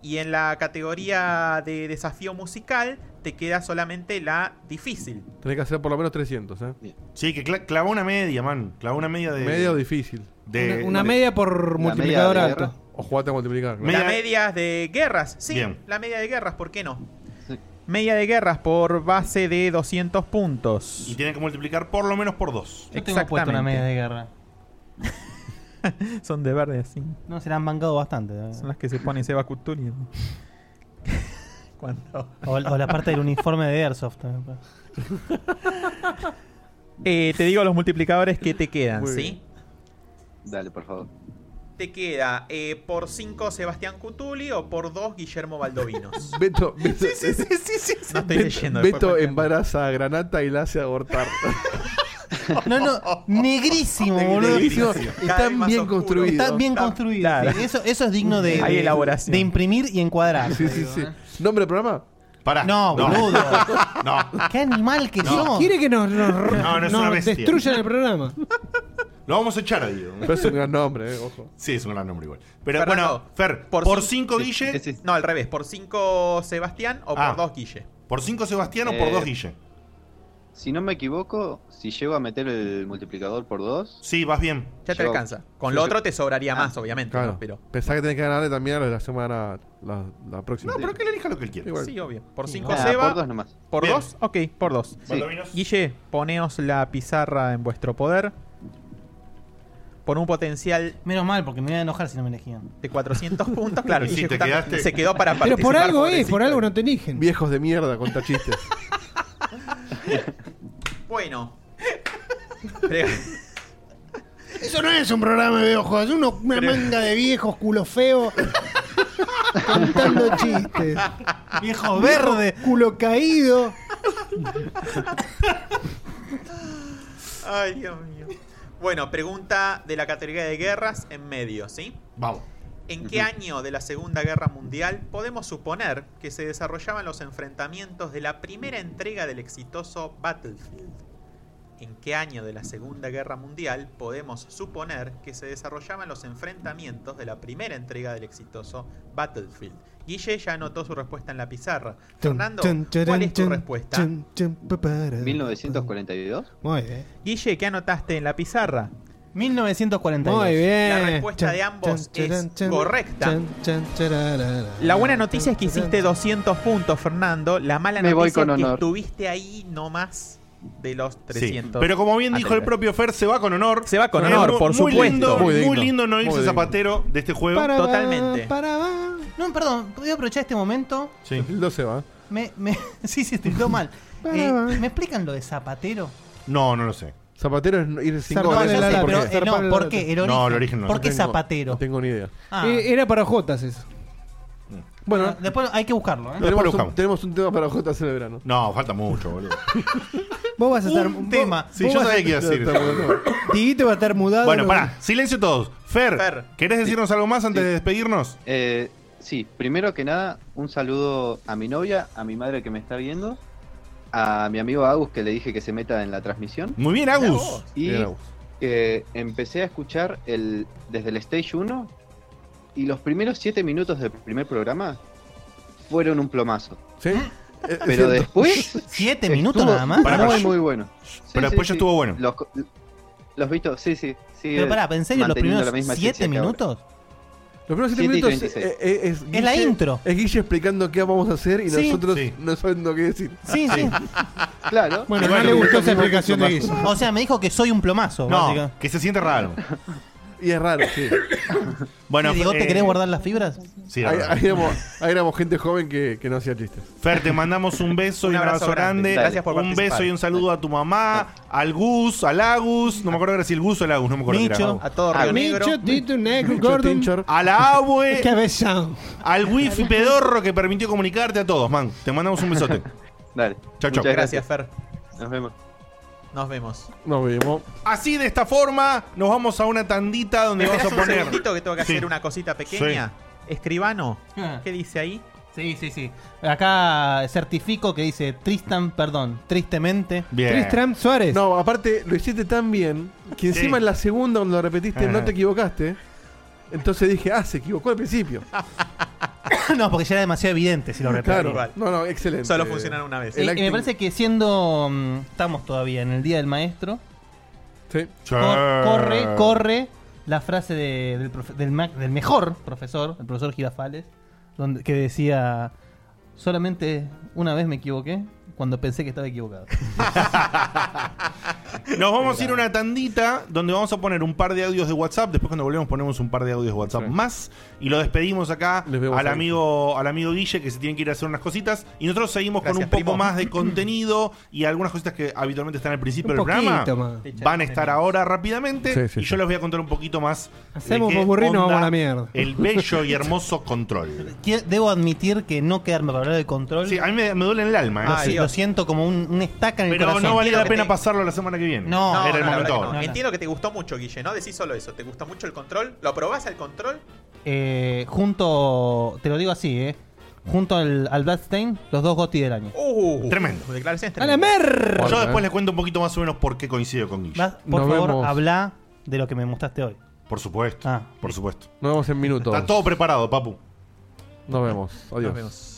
[SPEAKER 7] Y en la categoría de desafío musical te queda solamente la difícil.
[SPEAKER 5] Tenés que hacer por lo menos 300, ¿eh?
[SPEAKER 2] Sí, que cla- clavó una media, man. Clavó una media de.
[SPEAKER 5] Medio difícil.
[SPEAKER 2] de-
[SPEAKER 6] una una
[SPEAKER 2] de-
[SPEAKER 6] media por
[SPEAKER 11] La
[SPEAKER 6] multiplicador
[SPEAKER 11] media de
[SPEAKER 6] alto.
[SPEAKER 11] guerra.
[SPEAKER 5] O jugate a multiplicar. ¿no?
[SPEAKER 2] Me- Media-
[SPEAKER 7] La media de guerras, sí.
[SPEAKER 2] Bien.
[SPEAKER 7] La media de guerras, ¿por qué no?
[SPEAKER 11] Sí.
[SPEAKER 7] Media de guerras por base de 200 puntos.
[SPEAKER 2] Y tiene que multiplicar por lo menos por dos.
[SPEAKER 4] Yo tengo puesto una media de guerra.
[SPEAKER 7] Son de verde así.
[SPEAKER 4] No, se la han bancado bastante.
[SPEAKER 7] Son las que se pone Seba Couturier. Cuando.
[SPEAKER 4] O, o la parte del uniforme de Airsoft también. pues.
[SPEAKER 7] Eh, te digo los multiplicadores que te quedan,
[SPEAKER 5] Muy
[SPEAKER 7] ¿sí?
[SPEAKER 5] bien.
[SPEAKER 11] Dale, por favor.
[SPEAKER 7] Te queda eh, por 5 Sebastián Cutuli o por 2 Guillermo Baldovinos.
[SPEAKER 5] Beto, Beto,
[SPEAKER 7] No estoy leyendo. después
[SPEAKER 5] Beto
[SPEAKER 7] cuento.
[SPEAKER 5] embaraza a Granata y la hace abortar.
[SPEAKER 4] No, no, negrísimo, boludo.
[SPEAKER 5] Buenísimo,
[SPEAKER 7] Cada vez
[SPEAKER 5] Están
[SPEAKER 7] más
[SPEAKER 5] bien
[SPEAKER 7] oscuro.
[SPEAKER 5] construidos.
[SPEAKER 4] Está bien
[SPEAKER 7] Está-
[SPEAKER 4] construido.
[SPEAKER 7] claro.
[SPEAKER 4] sí. Eso, eso es digno de,
[SPEAKER 7] Hay
[SPEAKER 4] de-
[SPEAKER 7] elaboración.
[SPEAKER 4] de imprimir y encuadrar.
[SPEAKER 5] Sí, sí, sí. ¿Nombre del programa?
[SPEAKER 2] Pará.
[SPEAKER 4] No, boludo.
[SPEAKER 2] No,
[SPEAKER 4] Qué animal que sos.
[SPEAKER 6] Quiere que nos, nos-
[SPEAKER 2] No, no es
[SPEAKER 6] nos
[SPEAKER 2] una bestia.
[SPEAKER 6] destruyan el programa.
[SPEAKER 2] lo vamos a echar, digo.
[SPEAKER 5] Pero es un gran nombre, eh, ojo.
[SPEAKER 2] Sí, es un gran nombre igual. Pero
[SPEAKER 7] Fernando,
[SPEAKER 2] bueno, Fer,
[SPEAKER 7] por
[SPEAKER 2] por,
[SPEAKER 7] cin-
[SPEAKER 2] 5 Guille,
[SPEAKER 11] Sí, sí.
[SPEAKER 7] No, al revés. Por 5 Sebastián o
[SPEAKER 2] Ah.
[SPEAKER 7] por 2 Guille.
[SPEAKER 2] por 5 Sebastián o por
[SPEAKER 11] Eh,
[SPEAKER 2] 2 Guille.
[SPEAKER 11] Si no me equivoco, si llego a meter el multiplicador por dos,
[SPEAKER 2] Sí, vas bien.
[SPEAKER 7] Ya te
[SPEAKER 11] Yo-
[SPEAKER 7] alcanza. Con
[SPEAKER 11] yo-
[SPEAKER 7] lo otro te sobraría
[SPEAKER 11] Ah,
[SPEAKER 7] más, obviamente.
[SPEAKER 5] Claro.
[SPEAKER 7] ¿no? Pero.
[SPEAKER 5] Pensá que tenés que ganarle también a la semana la, la próxima.
[SPEAKER 2] No, pero que le elija lo que él quiera.
[SPEAKER 5] Igual.
[SPEAKER 7] Sí, obvio. Por 5
[SPEAKER 11] Ah, por dos
[SPEAKER 7] Seba.
[SPEAKER 11] nomás.
[SPEAKER 7] ¿Por
[SPEAKER 2] Bien.
[SPEAKER 7] 2? Ok, por 2.
[SPEAKER 11] Sí.
[SPEAKER 2] Valdovinos.
[SPEAKER 7] Guille, poneos la pizarra en vuestro poder. Por un potencial
[SPEAKER 4] Menos mal, porque me voy a enojar si no me elegían.
[SPEAKER 7] de 400 puntos. Claro,
[SPEAKER 2] Y si
[SPEAKER 7] Guille
[SPEAKER 2] te
[SPEAKER 7] justamente
[SPEAKER 2] quedaste-
[SPEAKER 7] se quedó para
[SPEAKER 6] Pero
[SPEAKER 7] participar.
[SPEAKER 6] por algo es,
[SPEAKER 7] pobrecito.
[SPEAKER 6] por algo no te eligen.
[SPEAKER 5] Viejos de mierda, contar chistes.
[SPEAKER 7] Bueno. Pero-
[SPEAKER 6] Eso no es un programa de ojos, es uno- una manga de viejos culo feo contando chistes.
[SPEAKER 4] Viejo verde.
[SPEAKER 6] Culo caído.
[SPEAKER 7] Ay, Dios mío. Bueno, pregunta de la categoría de guerras en medio, ¿sí?
[SPEAKER 2] Vamos.
[SPEAKER 7] ¿En qué año de la Segunda Guerra Mundial podemos suponer que se desarrollaban los enfrentamientos de la primera entrega del exitoso Battlefield? en qué año de la Segunda Guerra Mundial podemos suponer que se desarrollaban los enfrentamientos de la primera entrega del exitoso Battlefield. Guille ya anotó su respuesta en la pizarra. Fernando, ¿cuál es tu respuesta?
[SPEAKER 11] 1942.
[SPEAKER 6] Muy bien.
[SPEAKER 7] Guille, ¿qué anotaste en la pizarra?
[SPEAKER 4] 1942.
[SPEAKER 6] Muy bien.
[SPEAKER 7] La respuesta de ambos es correcta. La
[SPEAKER 6] La
[SPEAKER 7] buena noticia es que hiciste 200 puntos, Fernando. La mala
[SPEAKER 11] Me voy
[SPEAKER 7] noticia
[SPEAKER 11] con
[SPEAKER 7] es que
[SPEAKER 11] honor.
[SPEAKER 7] estuviste ahí nomás de los
[SPEAKER 2] Sí,
[SPEAKER 7] 300.
[SPEAKER 2] Pero como bien dijo el
[SPEAKER 7] anteriores.
[SPEAKER 2] propio Fer, se va con honor.
[SPEAKER 7] Ah, Se va con
[SPEAKER 2] Eh,
[SPEAKER 7] honor,
[SPEAKER 2] mu-
[SPEAKER 7] por
[SPEAKER 2] muy
[SPEAKER 7] supuesto.
[SPEAKER 2] Lindo,
[SPEAKER 5] Muy
[SPEAKER 2] muy,
[SPEAKER 5] digno.
[SPEAKER 2] lindo no
[SPEAKER 5] Muy
[SPEAKER 2] irse
[SPEAKER 5] digno.
[SPEAKER 2] zapatero de este juego.
[SPEAKER 6] Para,
[SPEAKER 7] Totalmente.
[SPEAKER 6] para, para.
[SPEAKER 4] No, perdón, voy a aprovechar este momento.
[SPEAKER 2] Sí.
[SPEAKER 5] El 12 va.
[SPEAKER 4] Me, me, sí, sí, estoy mal. Eh, ¿Me explican lo de Zapatero?
[SPEAKER 2] No, no lo sé.
[SPEAKER 5] Zapatero es ir sin
[SPEAKER 6] Zarpale
[SPEAKER 5] goles.
[SPEAKER 4] Yo
[SPEAKER 6] la
[SPEAKER 4] sé,
[SPEAKER 6] lata.
[SPEAKER 4] pero,
[SPEAKER 5] ¿Por qué?
[SPEAKER 4] eh,
[SPEAKER 6] Zarpale
[SPEAKER 4] no,
[SPEAKER 6] la
[SPEAKER 4] ¿por
[SPEAKER 6] lata.
[SPEAKER 4] qué? El origen.
[SPEAKER 2] No, el origen no.
[SPEAKER 4] ¿Por qué
[SPEAKER 5] No tengo-
[SPEAKER 4] Zapatero?
[SPEAKER 5] No tengo ni idea.
[SPEAKER 4] Ah,
[SPEAKER 6] Eh, Era para Jotas eso. Ah.
[SPEAKER 5] Bueno,
[SPEAKER 4] después hay que buscarlo, ¿eh?
[SPEAKER 5] tenemos,
[SPEAKER 2] buscamos.
[SPEAKER 5] un, tenemos un tema para JC de verano.
[SPEAKER 2] No, falta mucho, boludo.
[SPEAKER 6] Vos vas a estar.
[SPEAKER 4] Un
[SPEAKER 6] vos-
[SPEAKER 4] tema.
[SPEAKER 2] Sí, yo
[SPEAKER 6] vas a-
[SPEAKER 2] sabía que iba a decir.
[SPEAKER 5] Está
[SPEAKER 2] eso.
[SPEAKER 5] bueno.
[SPEAKER 6] Dieguito va a estar mudado.
[SPEAKER 2] Bueno,
[SPEAKER 6] ¿no?
[SPEAKER 2] pará, silencio todos. Fer,
[SPEAKER 7] Fer.
[SPEAKER 2] ¿querés decirnos algo más antes de despedirnos?
[SPEAKER 11] Eh, sí, primero que nada, un saludo a mi novia, a mi madre que me está viendo, a mi amigo Agus que le dije que se meta en la transmisión.
[SPEAKER 2] Muy bien, Agus.
[SPEAKER 11] Y
[SPEAKER 5] Bien, Agus.
[SPEAKER 11] eh, empecé a escuchar el, desde el Stage 1 y los primeros 7 minutos del primer programa fueron un plomazo.
[SPEAKER 5] ¿Sí? Eh,
[SPEAKER 11] Pero
[SPEAKER 5] siento-
[SPEAKER 11] después...
[SPEAKER 4] ¿Siete minutos
[SPEAKER 11] estuvo
[SPEAKER 4] ¿Ah? nada más?
[SPEAKER 2] Pará,
[SPEAKER 11] Muy,
[SPEAKER 2] pará.
[SPEAKER 11] muy bueno.
[SPEAKER 2] Pero después ya estuvo bueno.
[SPEAKER 11] Los, co- los vistos, sí, sí. sigue
[SPEAKER 4] Pero pará, ¿en serio
[SPEAKER 11] manteniendo
[SPEAKER 4] los primeros
[SPEAKER 11] la misma
[SPEAKER 4] siete
[SPEAKER 11] esencia que ahora.
[SPEAKER 4] minutos?
[SPEAKER 5] Los primeros
[SPEAKER 11] 7
[SPEAKER 5] 7
[SPEAKER 11] y
[SPEAKER 5] minutos
[SPEAKER 11] 36.
[SPEAKER 5] eh, eh, es,
[SPEAKER 4] Es la
[SPEAKER 5] Guille-
[SPEAKER 4] intro.
[SPEAKER 5] Es Guille explicando qué vamos a hacer y
[SPEAKER 4] Sí.
[SPEAKER 5] nosotros
[SPEAKER 2] Sí.
[SPEAKER 5] no sabiendo qué decir.
[SPEAKER 4] Sí, sí.
[SPEAKER 11] Claro.
[SPEAKER 6] Bueno,
[SPEAKER 2] Bueno,
[SPEAKER 6] no le gustó esa
[SPEAKER 5] esto mismo que
[SPEAKER 6] explicación de
[SPEAKER 5] hizo
[SPEAKER 6] Guille.
[SPEAKER 4] O sea, me dijo que soy un plomazo.
[SPEAKER 2] No,
[SPEAKER 4] básicamente.
[SPEAKER 2] que se siente raro.
[SPEAKER 5] Y es raro, sí.
[SPEAKER 2] Bueno,
[SPEAKER 4] Digo, ¿te
[SPEAKER 2] eh,
[SPEAKER 4] querés guardar las fibras?
[SPEAKER 2] Sí, es
[SPEAKER 5] Ahí,
[SPEAKER 2] verdad.
[SPEAKER 5] ahí éramos, ahí éramos gente joven que, que no hacía chistes.
[SPEAKER 2] Fer, te mandamos un beso y un abrazo grande.
[SPEAKER 11] Dale.
[SPEAKER 7] Gracias por
[SPEAKER 2] Un
[SPEAKER 7] participar.
[SPEAKER 2] beso y un saludo a tu mamá, al Gus, al Agus. No me acuerdo que era si el Gus o el Agus, no me acuerdo que era.
[SPEAKER 4] Micho.
[SPEAKER 7] A todo Río Negro.
[SPEAKER 6] Micho, Tito, Negro,
[SPEAKER 5] Mucho
[SPEAKER 6] Gordon.
[SPEAKER 5] Tinchor.
[SPEAKER 2] A la abue,
[SPEAKER 6] Qué besado.
[SPEAKER 2] al wifi pedorro que permitió comunicarte a todos, man. Te mandamos un besote.
[SPEAKER 11] Dale.
[SPEAKER 2] chau.
[SPEAKER 11] Muchas
[SPEAKER 7] Gracias, Fer.
[SPEAKER 11] Nos vemos.
[SPEAKER 7] Nos vemos.
[SPEAKER 5] Nos vimos.
[SPEAKER 2] Así de esta forma, nos vamos a una tandita donde vamos a
[SPEAKER 7] esperás un
[SPEAKER 2] poner.
[SPEAKER 7] segundito que tengo que
[SPEAKER 2] Sí.
[SPEAKER 7] hacer una cosita pequeña? Escribano,
[SPEAKER 4] Ah.
[SPEAKER 7] ¿qué dice ahí?
[SPEAKER 4] Sí, sí, sí. Acá certifico que dice Tristan, perdón, tristemente.
[SPEAKER 2] Bien.
[SPEAKER 6] Tristram Suárez.
[SPEAKER 5] No, aparte lo hiciste tan bien que
[SPEAKER 2] Sí.
[SPEAKER 5] encima en la segunda cuando lo repetiste
[SPEAKER 2] Ah.
[SPEAKER 5] no
[SPEAKER 4] Eh.
[SPEAKER 5] te equivocaste. Entonces dije, ah, se equivocó al principio.
[SPEAKER 4] no, porque ya era demasiado evidente si lo repetía.
[SPEAKER 5] claro.
[SPEAKER 7] igual.
[SPEAKER 5] No, no, excelente.
[SPEAKER 7] Solo funcionan una vez.
[SPEAKER 4] Sí,
[SPEAKER 5] El
[SPEAKER 4] y Eh, me
[SPEAKER 5] acting.
[SPEAKER 4] parece que siendo. mm, estamos todavía en el Día del Maestro.
[SPEAKER 5] Sí.
[SPEAKER 2] Che.
[SPEAKER 4] cor- corre, corre la frase de- del, profe- del ma- del mejor profesor, el profesor Girafales, donde, que decía: Solamente una vez me equivoqué cuando pensé que estaba equivocado.
[SPEAKER 2] Nos vamos a ir a una tandita donde vamos a poner un par de audios de WhatsApp. Después cuando volvemos ponemos un par de audios de WhatsApp
[SPEAKER 5] Sí.
[SPEAKER 2] más. Y lo despedimos acá
[SPEAKER 5] Les vemos
[SPEAKER 2] al
[SPEAKER 5] ahí.
[SPEAKER 2] amigo, al amigo Guille que se tiene que ir a hacer unas cositas. Y nosotros seguimos con
[SPEAKER 7] Gracias,
[SPEAKER 2] un poco
[SPEAKER 7] primo.
[SPEAKER 2] más de contenido y algunas cositas que habitualmente están al principio
[SPEAKER 6] Un
[SPEAKER 2] del programa.
[SPEAKER 6] poquito más.
[SPEAKER 2] Van a estar ahora rápidamente.
[SPEAKER 5] Sí, sí,
[SPEAKER 2] y yo
[SPEAKER 5] sí.
[SPEAKER 2] les voy a contar un poquito más. de
[SPEAKER 6] Hacemos
[SPEAKER 2] qué
[SPEAKER 6] popurrí, nos
[SPEAKER 2] onda
[SPEAKER 6] vamos a la mierda.
[SPEAKER 2] El bello y hermoso control.
[SPEAKER 4] Quie- Debo admitir que no quedarme para hablar de control.
[SPEAKER 2] Sí, a mí me, me duele en el alma. ¿eh?
[SPEAKER 7] Ah,
[SPEAKER 4] Sí,
[SPEAKER 7] Dios.
[SPEAKER 4] lo siento como un, un estaca en el
[SPEAKER 2] Pero
[SPEAKER 4] corazón.
[SPEAKER 2] no valía la
[SPEAKER 7] que
[SPEAKER 2] pena
[SPEAKER 7] te-
[SPEAKER 2] pasarlo la semana que viene.
[SPEAKER 4] No,
[SPEAKER 7] No,
[SPEAKER 2] era el
[SPEAKER 7] no, la verdad
[SPEAKER 2] momento
[SPEAKER 7] que
[SPEAKER 2] ahora.
[SPEAKER 7] no.
[SPEAKER 4] no.
[SPEAKER 7] Entiendo que te gustó mucho, Guille. No decís solo eso. ¿Te gustó mucho el control? ¿Lo probás el control?
[SPEAKER 4] Eh, junto, te lo digo así, eh. Junto al, al Bloodstain, los dos GOTI del año.
[SPEAKER 7] Uh,
[SPEAKER 2] Tremendo.
[SPEAKER 7] Declaraciones
[SPEAKER 6] ¡A la
[SPEAKER 7] tremendas.
[SPEAKER 6] mer!
[SPEAKER 2] Yo
[SPEAKER 5] Bueno,
[SPEAKER 2] después
[SPEAKER 5] eh.
[SPEAKER 2] les cuento un poquito más o menos por qué coincido con Guille.
[SPEAKER 4] Vas, por
[SPEAKER 5] Nos
[SPEAKER 4] favor,
[SPEAKER 5] vemos.
[SPEAKER 4] habla de lo que me mostraste hoy.
[SPEAKER 2] Por supuesto.
[SPEAKER 4] Ah.
[SPEAKER 2] Por supuesto.
[SPEAKER 5] Nos vemos en minutos.
[SPEAKER 2] Está todo preparado, papu.
[SPEAKER 5] Nos vemos. Adiós.
[SPEAKER 7] Nos vemos.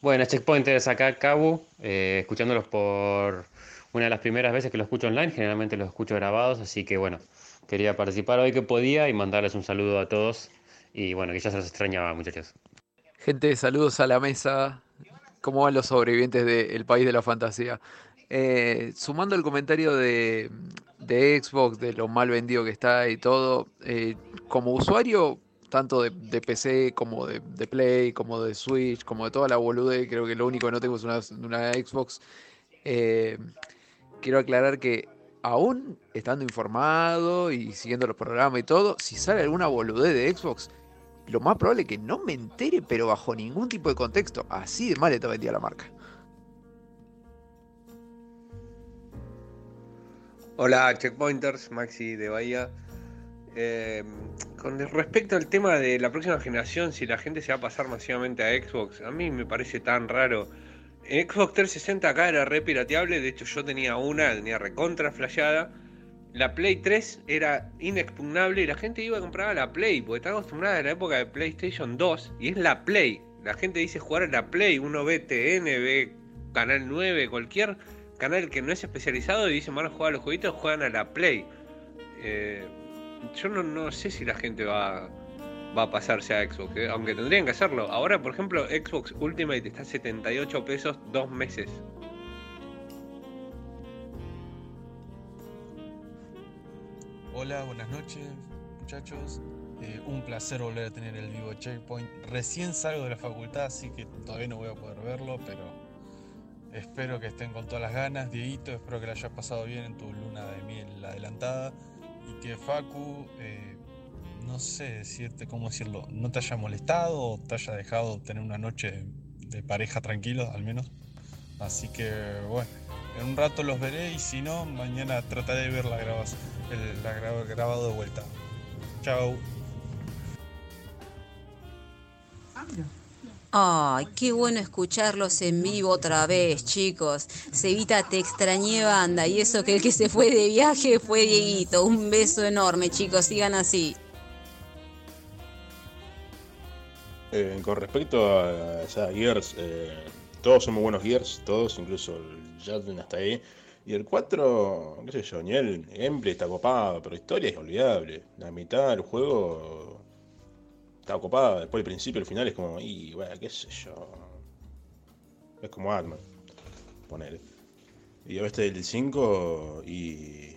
[SPEAKER 12] Bueno, Checkpointers, acá Cabu, eh, escuchándolos por una de las primeras veces que los escucho online, generalmente los escucho grabados, así que bueno, quería participar hoy que podía y mandarles un saludo a todos y bueno, que ya se los extrañaba muchachos.
[SPEAKER 13] Gente, saludos a la mesa. ¿Cómo van los sobrevivientes del país de la fantasía? Eh, sumando el comentario de, de Xbox, de lo mal vendido que está y todo, eh, como usuario, tanto de, de PC como de, de Play, como de Switch, como de toda la bolude, creo que lo único que no tengo es una, una Xbox. eh, quiero aclarar que aún estando informado y siguiendo los programas y todo, si sale alguna boludez de Xbox, lo más probable es que no me entere, pero bajo ningún tipo de contexto. Así de mal está vendida la marca.
[SPEAKER 14] Hola, checkpointers, Maxi de Bahía. Eh, con respecto al tema de la próxima generación, si la gente se va a pasar masivamente a Xbox, a mí me parece tan raro. Xbox 360 acá era re pirateable, de hecho yo tenía una, tenía recontra flasheada. La Play 3 era inexpugnable y la gente iba a comprar la Play, porque está acostumbrada a la época de PlayStation 2 y es la Play. La gente dice jugar a la Play, uno ve TN, ve Canal 9, cualquier canal que no es especializado y dicen van a jugar a los jueguitos, juegan a la Play. Eh, yo no, no sé si la gente va, va a pasarse a Xbox, eh, aunque tendrían que hacerlo. Ahora, por ejemplo, Xbox Ultimate está a 78 pesos dos meses.
[SPEAKER 15] Hola, buenas noches, muchachos. Eh, un placer volver a tener el vivo Checkpoint. Recién salgo de la facultad, así que todavía no voy a poder verlo, pero espero que estén con todas las ganas. Dieguito, espero que la hayas pasado bien en tu luna de miel adelantada. Y que Facu, eh, no sé decirte cómo decirlo, no te haya molestado o te haya dejado tener una noche de pareja tranquilo, al menos. Así que, bueno, en un rato los veré y si no, mañana trataré de ver la grabación, el la gra- grabado de vuelta. Chao.
[SPEAKER 16] Ay, qué bueno escucharlos en vivo otra vez, chicos. Cevita, te extrañé banda. Y eso que el que se fue de viaje fue Dieguito. Un beso enorme, chicos. Sigan así.
[SPEAKER 17] Eh, con respecto a, o sea, Gears, eh, todos son muy buenos Gears, todos, incluso el Jadden hasta ahí. Y el 4, qué sé yo, ni el gameplay está copado, pero la historia es olvidable. La mitad del juego está copada, después el principio, el final es como, y bueno, qué sé yo. Es como Batman, ponele. Y este del 5 y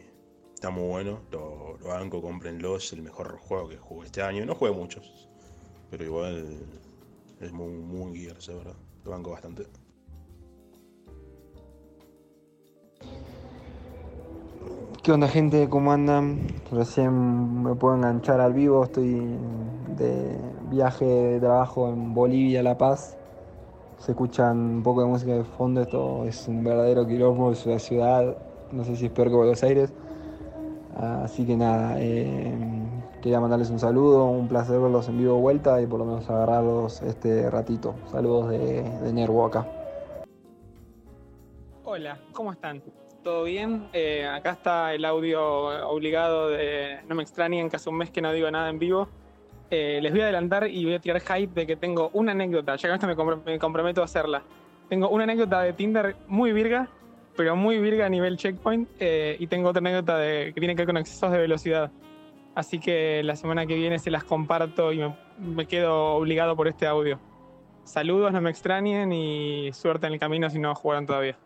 [SPEAKER 17] está muy bueno, lo, lo banco, cómprenlo, es el mejor juego que jugué este año. No jugué muchos, pero igual es muy, muy Gears, de verdad. Lo banco bastante.
[SPEAKER 18] ¿Qué onda gente? ¿Cómo andan? Recién me puedo enganchar al vivo, estoy de viaje de trabajo en Bolivia, La Paz. Se escuchan un poco de música de fondo, esto es un verdadero quilombo, es una ciudad, no sé si es peor que Buenos Aires. Así que nada, eh, quería mandarles un saludo, un placer verlos en vivo de vuelta y por lo menos agarrarlos este ratito. Saludos de, de Nervo acá.
[SPEAKER 19] Hola, ¿cómo están? ¿Todo bien? Eh, acá está el audio obligado de No me extrañen que hace un mes que no digo nada en vivo. Eh, les voy a adelantar y voy a tirar hype de que tengo una anécdota, ya con esto me, compro- me comprometo a hacerla. Tengo una anécdota de Tinder muy virga, pero muy virga a nivel checkpoint, eh, y tengo otra anécdota de- que tiene que ver con excesos de velocidad. Así que la semana que viene se las comparto y me, me quedo obligado por este audio. Saludos, no me extrañen y suerte en el camino si no jugaron todavía.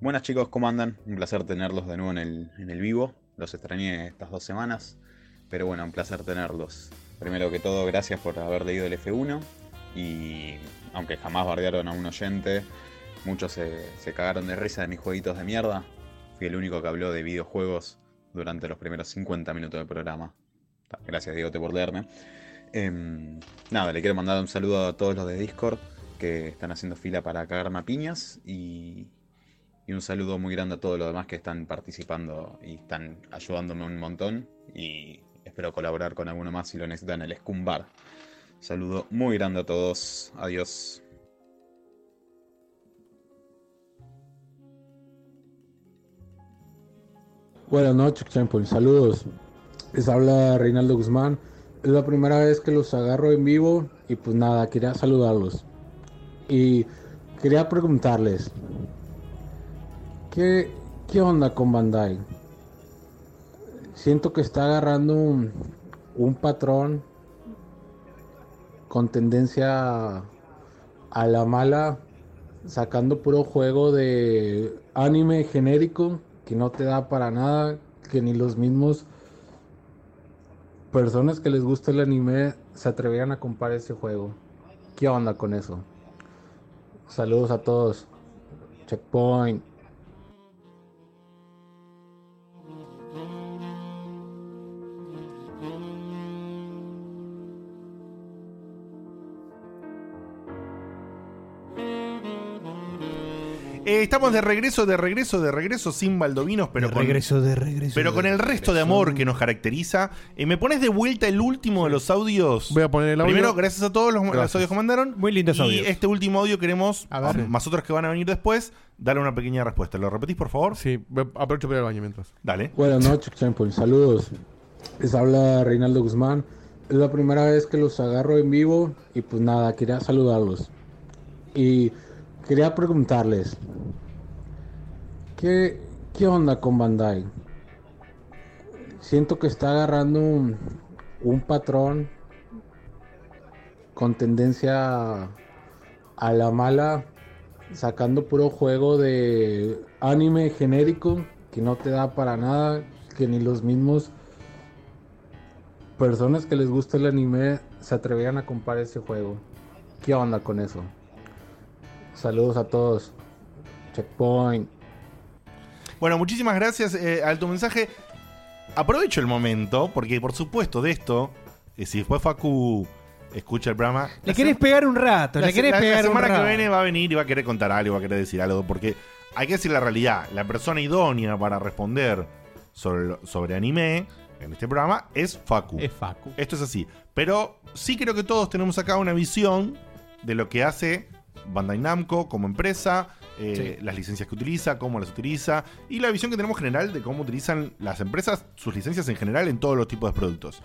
[SPEAKER 20] Buenas chicos, ¿cómo andan? Un placer tenerlos de nuevo en el, en el vivo. Los extrañé estas dos semanas, pero bueno, un placer tenerlos. Primero que todo, gracias por haber leído el F1 y aunque jamás bardearon a un oyente, muchos se, se cagaron de risa de mis jueguitos de mierda. Fui el único que habló de videojuegos durante los primeros 50 minutos del programa. Gracias, Diego, por leerme. Em, nada, le quiero mandar un saludo a todos los de Discord que están haciendo fila para cagarme a piñas y, y un saludo muy grande a todos los demás que están participando y están ayudándome un montón. Y espero colaborar con alguno más si lo necesitan en el Scumbar. Saludo muy grande a todos. Adiós.
[SPEAKER 21] Buenas noches, Champion. Saludos. Les habla Reinaldo Guzmán. Es la primera vez que los agarro en vivo y pues nada, quería saludarlos. Y quería preguntarles, ¿qué, qué onda con Bandai? Siento que está agarrando un, un patrón con tendencia a la mala, sacando puro juego de anime genérico que no te da para nada, que ni los mismos personas que les gusta el anime se atreverían a comprar ese juego. ¿Qué onda con eso? Saludos a todos. Checkpoint.
[SPEAKER 2] Eh, estamos de regreso, de regreso, de regreso, sin baldovinos, pero
[SPEAKER 6] De
[SPEAKER 2] con.
[SPEAKER 6] regreso, de regreso,
[SPEAKER 2] Pero con el resto de amor que nos caracteriza. Eh, ¿Me pones de vuelta el último de los audios? Voy
[SPEAKER 5] a poner el audio.
[SPEAKER 2] Primero, gracias a todos los, los
[SPEAKER 5] Gracias.
[SPEAKER 2] audios que mandaron.
[SPEAKER 6] Muy lindos
[SPEAKER 2] y
[SPEAKER 6] audios.
[SPEAKER 2] este último audio queremos,
[SPEAKER 5] ver.
[SPEAKER 2] más otros que van a venir después, darle una pequeña respuesta. ¿Lo repetís, por favor?
[SPEAKER 5] Sí, aprovecho para ir al baño mientras.
[SPEAKER 2] Dale.
[SPEAKER 21] Buenas noches, Champion. Saludos. Les habla Reinaldo Guzmán. Es la primera vez que los agarro en vivo y pues nada, quería saludarlos. Y quería preguntarles, ¿qué, qué onda con Bandai? Siento que está agarrando un, un patrón con tendencia a la mala, sacando puro juego de anime genérico que no te da para nada, que ni los mismos personas que les gusta el anime se atreverían a comprar ese juego. ¿Qué onda con eso? Saludos a todos. Checkpoint.
[SPEAKER 2] Bueno, muchísimas gracias eh, al tu mensaje. Aprovecho el momento, porque por supuesto de esto, eh, si después Facu escucha el programa.
[SPEAKER 6] Le querés pegar un rato,
[SPEAKER 2] la
[SPEAKER 6] le
[SPEAKER 2] se-
[SPEAKER 6] querés
[SPEAKER 2] la- la
[SPEAKER 6] pegar un
[SPEAKER 2] semana
[SPEAKER 6] rato.
[SPEAKER 2] que viene va a venir y va a querer contar algo, va a querer decir algo, porque hay que decir la realidad. La persona idónea para responder sobre, lo- sobre anime en este programa es Facu. Es
[SPEAKER 7] Facu.
[SPEAKER 2] Esto es así. Pero sí creo que todos tenemos acá una visión de lo que hace Bandai Namco como empresa, eh, las licencias que utiliza, cómo las utiliza y la visión que tenemos general de cómo utilizan las empresas sus licencias en general en todos los tipos de productos.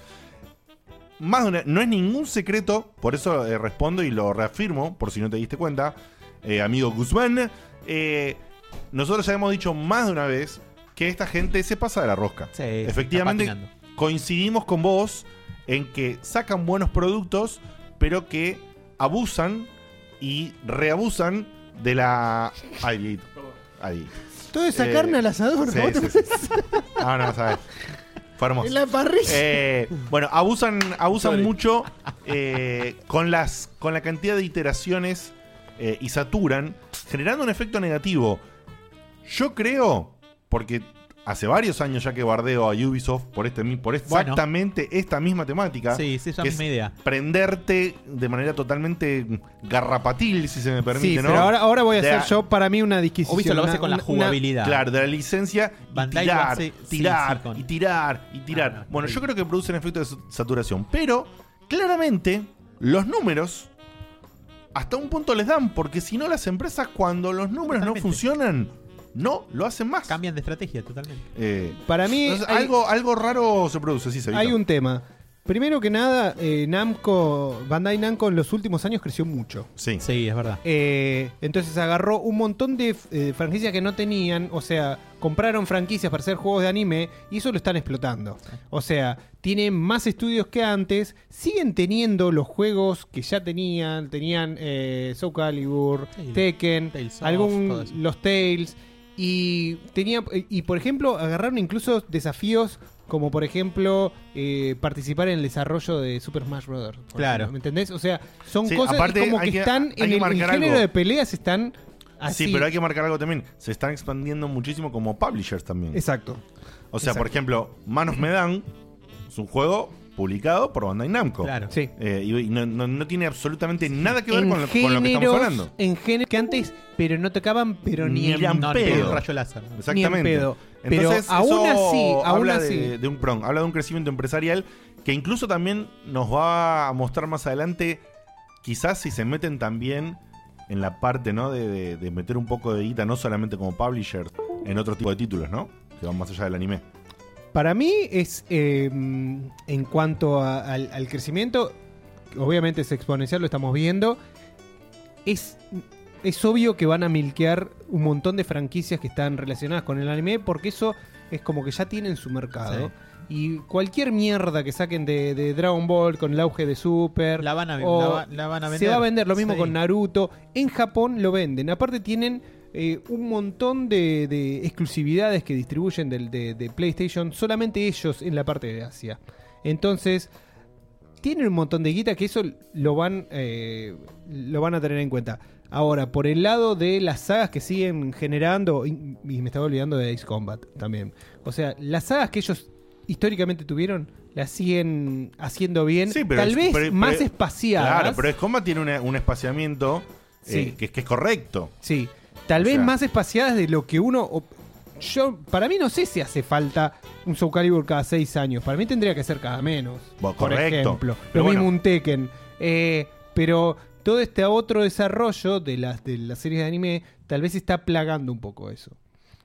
[SPEAKER 2] Más de una- no es ningún secreto, por eso eh, respondo y lo reafirmo, por si no te diste cuenta, eh, amigo Guzmán. eh, nosotros ya hemos dicho más de una vez que esta gente se pasa de la rosca. Efectivamente,
[SPEAKER 7] está
[SPEAKER 2] coincidimos con vos en que sacan buenos productos, pero que abusan y reabusan de la. Ay, Dieguito. Ay, Dieguito.
[SPEAKER 6] Todo es sacarme
[SPEAKER 2] Eh,
[SPEAKER 6] al asador,
[SPEAKER 2] sí,
[SPEAKER 6] ¿no?
[SPEAKER 2] sí, sí. Ah, no, sabes. Fue hermoso.
[SPEAKER 6] En la parrilla.
[SPEAKER 2] Eh, bueno, abusan, abusan
[SPEAKER 6] Sorry.
[SPEAKER 2] mucho eh, con, las, con la cantidad de iteraciones eh, y saturan, generando un efecto negativo. Yo creo, porque hace varios años ya que bardeo a Ubisoft por, este, mi- por exactamente esta misma temática.
[SPEAKER 7] Sí, sí, esa
[SPEAKER 2] que
[SPEAKER 7] misma
[SPEAKER 2] es
[SPEAKER 7] idea.
[SPEAKER 2] Prenderte de manera totalmente garrapatil, si se me
[SPEAKER 6] Sí,
[SPEAKER 2] permite, ¿no?
[SPEAKER 6] pero ahora, ahora voy a
[SPEAKER 2] De
[SPEAKER 6] hacer yo para mí una disquisición.
[SPEAKER 2] Ubisoft lo hace
[SPEAKER 6] una-
[SPEAKER 2] con la
[SPEAKER 6] una-
[SPEAKER 2] jugabilidad. Claro, de la licencia y
[SPEAKER 6] Bandai lo
[SPEAKER 2] tirar,
[SPEAKER 6] hace- sí,
[SPEAKER 2] tirar,
[SPEAKER 6] sí, con-
[SPEAKER 2] y tirar, y tirar. bueno, yo creo que produce un efecto de sa- saturación, pero claramente los números hasta un punto les dan, porque si no las empresas cuando los números no funcionan, no lo hacen más.
[SPEAKER 7] Cambian de estrategia totalmente.
[SPEAKER 6] Para mí
[SPEAKER 2] Entonces,
[SPEAKER 6] hay-
[SPEAKER 2] algo, algo raro se produce, sí, se
[SPEAKER 6] Hay un tema. Primero que nada, eh, Namco, Bandai Namco en los últimos años creció mucho.
[SPEAKER 2] Sí.
[SPEAKER 7] Sí, es verdad.
[SPEAKER 6] Eh, entonces agarró un montón de eh, franquicias que no tenían, o sea, compraron franquicias para hacer juegos de anime y eso lo están explotando. O sea, tienen más estudios que antes, siguen teniendo los juegos que ya tenían, tenían eh, Soul Calibur, Tekken, algún,
[SPEAKER 18] todo eso.
[SPEAKER 6] los Tales y tenía y por ejemplo agarraron incluso desafíos como por ejemplo eh, participar en el desarrollo de Super Smash Bros. por
[SPEAKER 2] Claro.
[SPEAKER 6] ejemplo, ¿Me entendés? O sea, son
[SPEAKER 2] Sí,
[SPEAKER 6] cosas
[SPEAKER 2] aparte,
[SPEAKER 6] y como
[SPEAKER 2] hay
[SPEAKER 6] que,
[SPEAKER 2] que-
[SPEAKER 6] están
[SPEAKER 2] hay que
[SPEAKER 6] en el, el
[SPEAKER 2] marcar
[SPEAKER 6] género
[SPEAKER 2] algo.
[SPEAKER 6] de peleas están así.
[SPEAKER 2] Sí, pero hay que marcar algo también. Se están expandiendo muchísimo como publishers también.
[SPEAKER 6] Exacto.
[SPEAKER 2] O sea,
[SPEAKER 6] Exacto.
[SPEAKER 2] por ejemplo, Man of Medan es un juego publicado por Bandai Namco.
[SPEAKER 6] Claro. Sí.
[SPEAKER 2] Eh, y y no, no- no tiene absolutamente nada que ver
[SPEAKER 6] En
[SPEAKER 2] con lo, con lo que estamos
[SPEAKER 6] géneros-
[SPEAKER 2] hablando.
[SPEAKER 6] En género que antes, pero no tocaban, pero ni, en,
[SPEAKER 2] en pedo.
[SPEAKER 6] Ni
[SPEAKER 2] Exactamente.
[SPEAKER 6] en pedo. Pero
[SPEAKER 2] Entonces,
[SPEAKER 6] aún
[SPEAKER 2] eso
[SPEAKER 6] así, aún
[SPEAKER 2] habla
[SPEAKER 6] así.
[SPEAKER 2] De, de un pron, habla de un crecimiento empresarial que incluso también nos va a mostrar más adelante, quizás si se meten también en la parte ¿no? de, de- de meter un poco de guita, no solamente como publisher, en otro tipo de títulos, ¿no? Que van más allá del anime.
[SPEAKER 6] Para mí es, eh, en cuanto a- al, al crecimiento, obviamente es exponencial, lo estamos viendo. Es, es obvio que van a milquear un montón de franquicias que están relacionadas con el anime, porque eso es como que ya tienen su mercado.
[SPEAKER 18] Sí.
[SPEAKER 6] Y cualquier mierda que saquen de, de Dragon Ball con el auge de Super. La van
[SPEAKER 7] a- la va- la van a
[SPEAKER 6] Se
[SPEAKER 7] vender.
[SPEAKER 6] va a vender lo mismo
[SPEAKER 7] Sí.
[SPEAKER 6] con Naruto. En Japón lo venden. Aparte tienen eh, un montón de, de exclusividades que distribuyen del, de, de PlayStation solamente ellos en la parte de Asia. Entonces, tienen un montón de guita que eso lo van, eh, lo van a tener en cuenta. Ahora, por el lado de las sagas que siguen generando, y, y me estaba olvidando de Ace Combat también. O sea, las sagas que ellos históricamente tuvieron, las siguen haciendo bien.
[SPEAKER 2] Sí, pero
[SPEAKER 6] Tal
[SPEAKER 2] es-
[SPEAKER 6] vez
[SPEAKER 2] pero-
[SPEAKER 6] más
[SPEAKER 2] pero-
[SPEAKER 6] espaciadas.
[SPEAKER 2] Claro, pero es Combat tiene una- un espaciamiento eh,
[SPEAKER 6] Sí.
[SPEAKER 2] que, que es correcto.
[SPEAKER 6] Sí,
[SPEAKER 3] Tal
[SPEAKER 2] O
[SPEAKER 3] vez
[SPEAKER 2] sea,
[SPEAKER 3] más espaciadas de lo que uno. op- Yo, para mí no sé si hace falta un Soul Calibur cada seis años. Para mí tendría que ser cada menos.
[SPEAKER 2] Bueno,
[SPEAKER 3] por
[SPEAKER 2] correcto.
[SPEAKER 3] ejemplo.
[SPEAKER 2] Pero
[SPEAKER 3] lo mismo
[SPEAKER 2] bueno.
[SPEAKER 3] un Tekken. Eh, pero todo este otro desarrollo de las, de las series de anime tal vez está plagando un poco eso.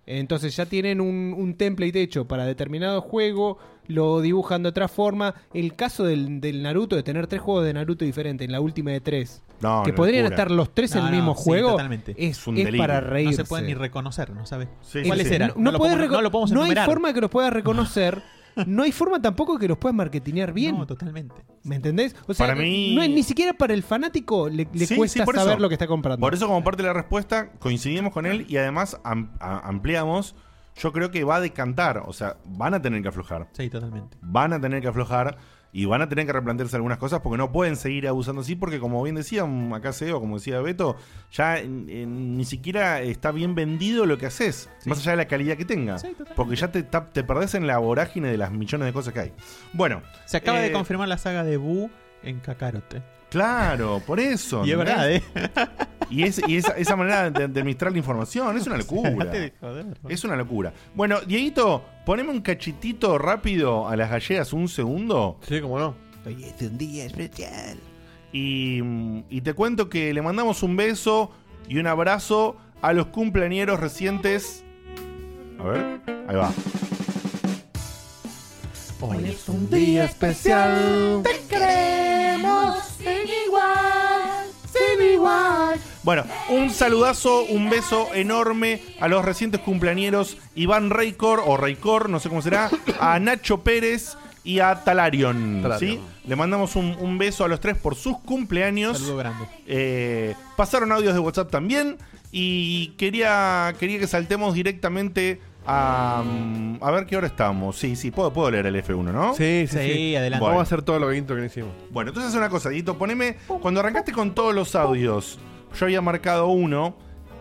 [SPEAKER 3] Entonces ya tienen un, un template hecho para determinado juego, lo dibujan de otra forma. El caso del, del Naruto, de tener tres juegos de Naruto diferentes, en la última de tres,
[SPEAKER 2] No,
[SPEAKER 3] que
[SPEAKER 2] una
[SPEAKER 3] podrían
[SPEAKER 2] locura.
[SPEAKER 3] estar los tres en
[SPEAKER 7] No,
[SPEAKER 3] el
[SPEAKER 7] no,
[SPEAKER 3] mismo
[SPEAKER 7] sí,
[SPEAKER 3] juego,
[SPEAKER 7] totalmente.
[SPEAKER 3] es,
[SPEAKER 7] Es un
[SPEAKER 3] es
[SPEAKER 7] delirio.
[SPEAKER 3] para
[SPEAKER 7] No se
[SPEAKER 3] reírse.
[SPEAKER 7] pueden ni reconocer, no sabes.
[SPEAKER 2] Sí,
[SPEAKER 7] ¿Cuáles
[SPEAKER 3] Sí.
[SPEAKER 7] eran?
[SPEAKER 3] No,
[SPEAKER 7] No
[SPEAKER 3] no
[SPEAKER 7] lo
[SPEAKER 3] podés
[SPEAKER 7] podemos-
[SPEAKER 3] reco-
[SPEAKER 7] no lo podemos
[SPEAKER 3] no hay
[SPEAKER 7] enumerar.
[SPEAKER 3] forma que los puedas reconocer. No hay forma tampoco que los puedas marketinear bien. No,
[SPEAKER 7] totalmente.
[SPEAKER 3] ¿Me entendés? O sea,
[SPEAKER 2] Para mí-
[SPEAKER 3] no es ni siquiera para el fanático le, le
[SPEAKER 2] Sí,
[SPEAKER 3] cuesta
[SPEAKER 2] sí, por
[SPEAKER 3] saber
[SPEAKER 2] eso.
[SPEAKER 3] lo que está comprando.
[SPEAKER 2] Por eso, como parte de la respuesta, coincidimos con él y además am- a- ampliamos. Yo creo que va a decantar, o sea, van a tener que aflojar.
[SPEAKER 7] Sí, totalmente.
[SPEAKER 2] Van a tener que aflojar y van a tener que replantearse algunas cosas porque no pueden seguir abusando así. Porque, como bien decía mm, acá Seo, como decía Beto, ya en- en- ni siquiera está bien vendido lo que haces, más allá de la calidad que tenga. porque ya te, ta- te perdés en la vorágine de las millones de cosas que hay. Bueno,
[SPEAKER 7] Se acaba de
[SPEAKER 2] eh,
[SPEAKER 7] confirmar la saga de Boo en Kakarote.
[SPEAKER 2] Claro, por eso.
[SPEAKER 7] Y es
[SPEAKER 2] ¿entendés?
[SPEAKER 7] verdad, ¿eh?
[SPEAKER 2] Y, es, y esa, esa manera de, de administrar la información es una locura.
[SPEAKER 7] Dejate de joder.
[SPEAKER 2] Es una locura. Bueno, Dieguito, poneme un cachitito rápido a las gallegas, un segundo.
[SPEAKER 5] Sí, cómo no.
[SPEAKER 2] Hoy es un día especial. Y, mm, y te cuento que le mandamos un beso y un abrazo a los cumpleañeros recientes. A ver, ahí va.
[SPEAKER 5] Hoy es
[SPEAKER 2] un
[SPEAKER 5] día especial.
[SPEAKER 8] Te queremos sin igual, sin igual.
[SPEAKER 2] Bueno, un saludazo, un beso enorme a los recientes cumpleañeros Iván Reicor o Reicor, no sé cómo será, a Nacho Pérez y a Talarion.
[SPEAKER 5] Talarion.
[SPEAKER 2] ¿sí? Le mandamos un, un beso a los tres por sus cumpleaños.
[SPEAKER 7] Saludo grande.
[SPEAKER 2] Eh, pasaron audios de WhatsApp también y quería, quería que saltemos directamente a... mm, A ver qué hora estamos. Sí, sí, puedo, puedo leer el F1, ¿no?
[SPEAKER 5] Sí, sí, sí.
[SPEAKER 2] Bueno.
[SPEAKER 5] Vamos a hacer todo lo que intro que no hicimos.
[SPEAKER 2] Bueno, entonces una cosa, Dito, poneme. Cuando arrancaste con todos los audios, yo había marcado uno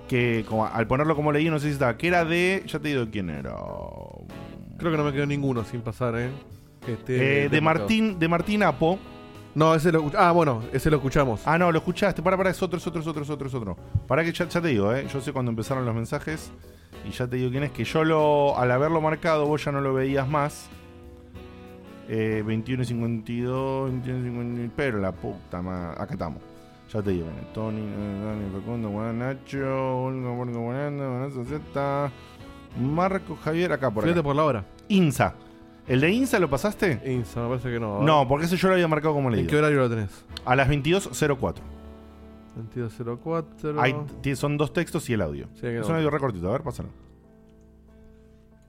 [SPEAKER 2] que como, al ponerlo como leí, no sé si estaba, que era de. Ya te digo quién era.
[SPEAKER 5] Creo que no me quedó ninguno sin pasar, ¿eh? Que esté
[SPEAKER 2] Eh, de
[SPEAKER 5] dentro.
[SPEAKER 2] Martín, de Martín Apo.
[SPEAKER 5] No, ese lo Ah, bueno, ese lo escuchamos.
[SPEAKER 2] Ah, no, lo escuchaste. Para, para, es otro, es otro, es otro, es otro, es otro. Para que ya, ya te digo, eh. Yo sé cuando empezaron los mensajes. Y ya te digo quién es, que yo lo. Al haberlo marcado, vos ya no lo veías más. Eh, 21 y 52, 21 y 52, Pero la puta madre. Acá estamos. Ya te digo, bueno, Tony, eh, Dani, Facundo, Juan, Nacho, Olga, Borgo, Bonanda, Bonanza Z, Marco, Javier, acá por
[SPEAKER 5] Fíjate
[SPEAKER 2] acá.
[SPEAKER 5] por la hora.
[SPEAKER 2] INSA. ¿El de INSA lo pasaste?
[SPEAKER 5] INSA, me parece que no.
[SPEAKER 2] No, porque ese yo lo había marcado como leído.
[SPEAKER 5] ¿En qué horario lo tenés?
[SPEAKER 2] A las 22.04.
[SPEAKER 5] 2204.
[SPEAKER 2] Hay- ti- son dos textos y el audio.
[SPEAKER 5] que
[SPEAKER 2] es
[SPEAKER 5] no.
[SPEAKER 2] un audio recortito, a ver, pásalo.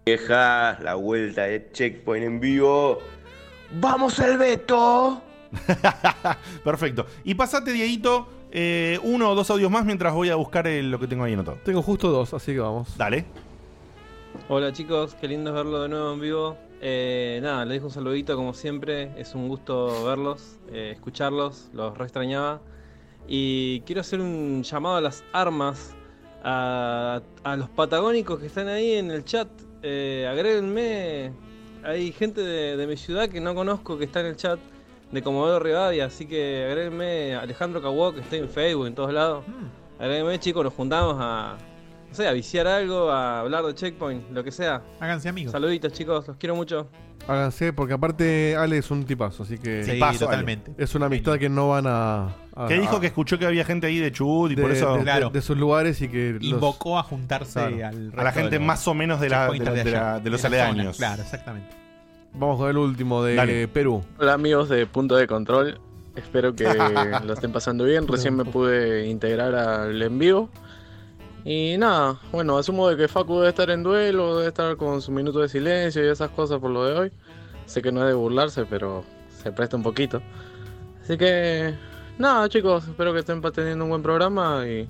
[SPEAKER 1] Vieja, la vuelta de Checkpoint en vivo. ¡Vamos el Beto!
[SPEAKER 2] Perfecto. Y pasate, Dieguito, eh, uno o dos audios más mientras voy a buscar el- lo que tengo ahí anotado.
[SPEAKER 5] Tengo justo dos, así que vamos.
[SPEAKER 2] Dale.
[SPEAKER 22] Hola chicos, qué lindo es verlo de nuevo en vivo. Eh, nada, les dejo un saludito como siempre, es un gusto verlos, eh, escucharlos, los re extrañaba. Y quiero hacer un llamado a las armas, a, a los patagónicos que están ahí en el chat. Eh, agréguenme, hay gente de, de mi ciudad que no conozco que está en el chat de Comodoro Rivadavia, así que agréguenme a Alejandro Caguó que estoy en Facebook, en todos lados. Agréguenme chicos, nos juntamos a, no sé, a viciar algo, a hablar de Checkpoint, lo que sea.
[SPEAKER 7] Háganse amigos.
[SPEAKER 22] Saluditos, chicos, los quiero mucho.
[SPEAKER 5] Háganse, Ah, porque aparte Ale es un tipazo, así que.
[SPEAKER 2] Sí, Tipazo, Ale. totalmente.
[SPEAKER 5] Es una amistad que no van a. a-
[SPEAKER 2] que dijo
[SPEAKER 5] a-
[SPEAKER 2] que escuchó que había gente ahí de Chubut y
[SPEAKER 5] Ah, de,
[SPEAKER 2] por eso.
[SPEAKER 5] de- de- de sus lugares y que. los-
[SPEAKER 7] Invocó a juntarse
[SPEAKER 5] Claro.
[SPEAKER 7] al
[SPEAKER 2] A la
[SPEAKER 7] resto
[SPEAKER 2] gente
[SPEAKER 7] de los
[SPEAKER 2] más o menos de, la- de,
[SPEAKER 7] checkpointers
[SPEAKER 2] la- de la-
[SPEAKER 7] allá,
[SPEAKER 2] de los
[SPEAKER 7] la zona.
[SPEAKER 2] aledaños.
[SPEAKER 7] Claro, exactamente.
[SPEAKER 5] Vamos con el último de
[SPEAKER 2] Dale.
[SPEAKER 5] Perú.
[SPEAKER 23] Hola amigos de Punto de Control, espero que lo estén pasando bien, recién me pude integrar al en vivo. Y nada, bueno, asumo de que Facu debe estar en duelo, debe estar con su minuto de silencio y esas cosas por lo de hoy. Sé que no es de burlarse, pero se presta un poquito. Así que nada chicos, espero que estén teniendo un buen programa y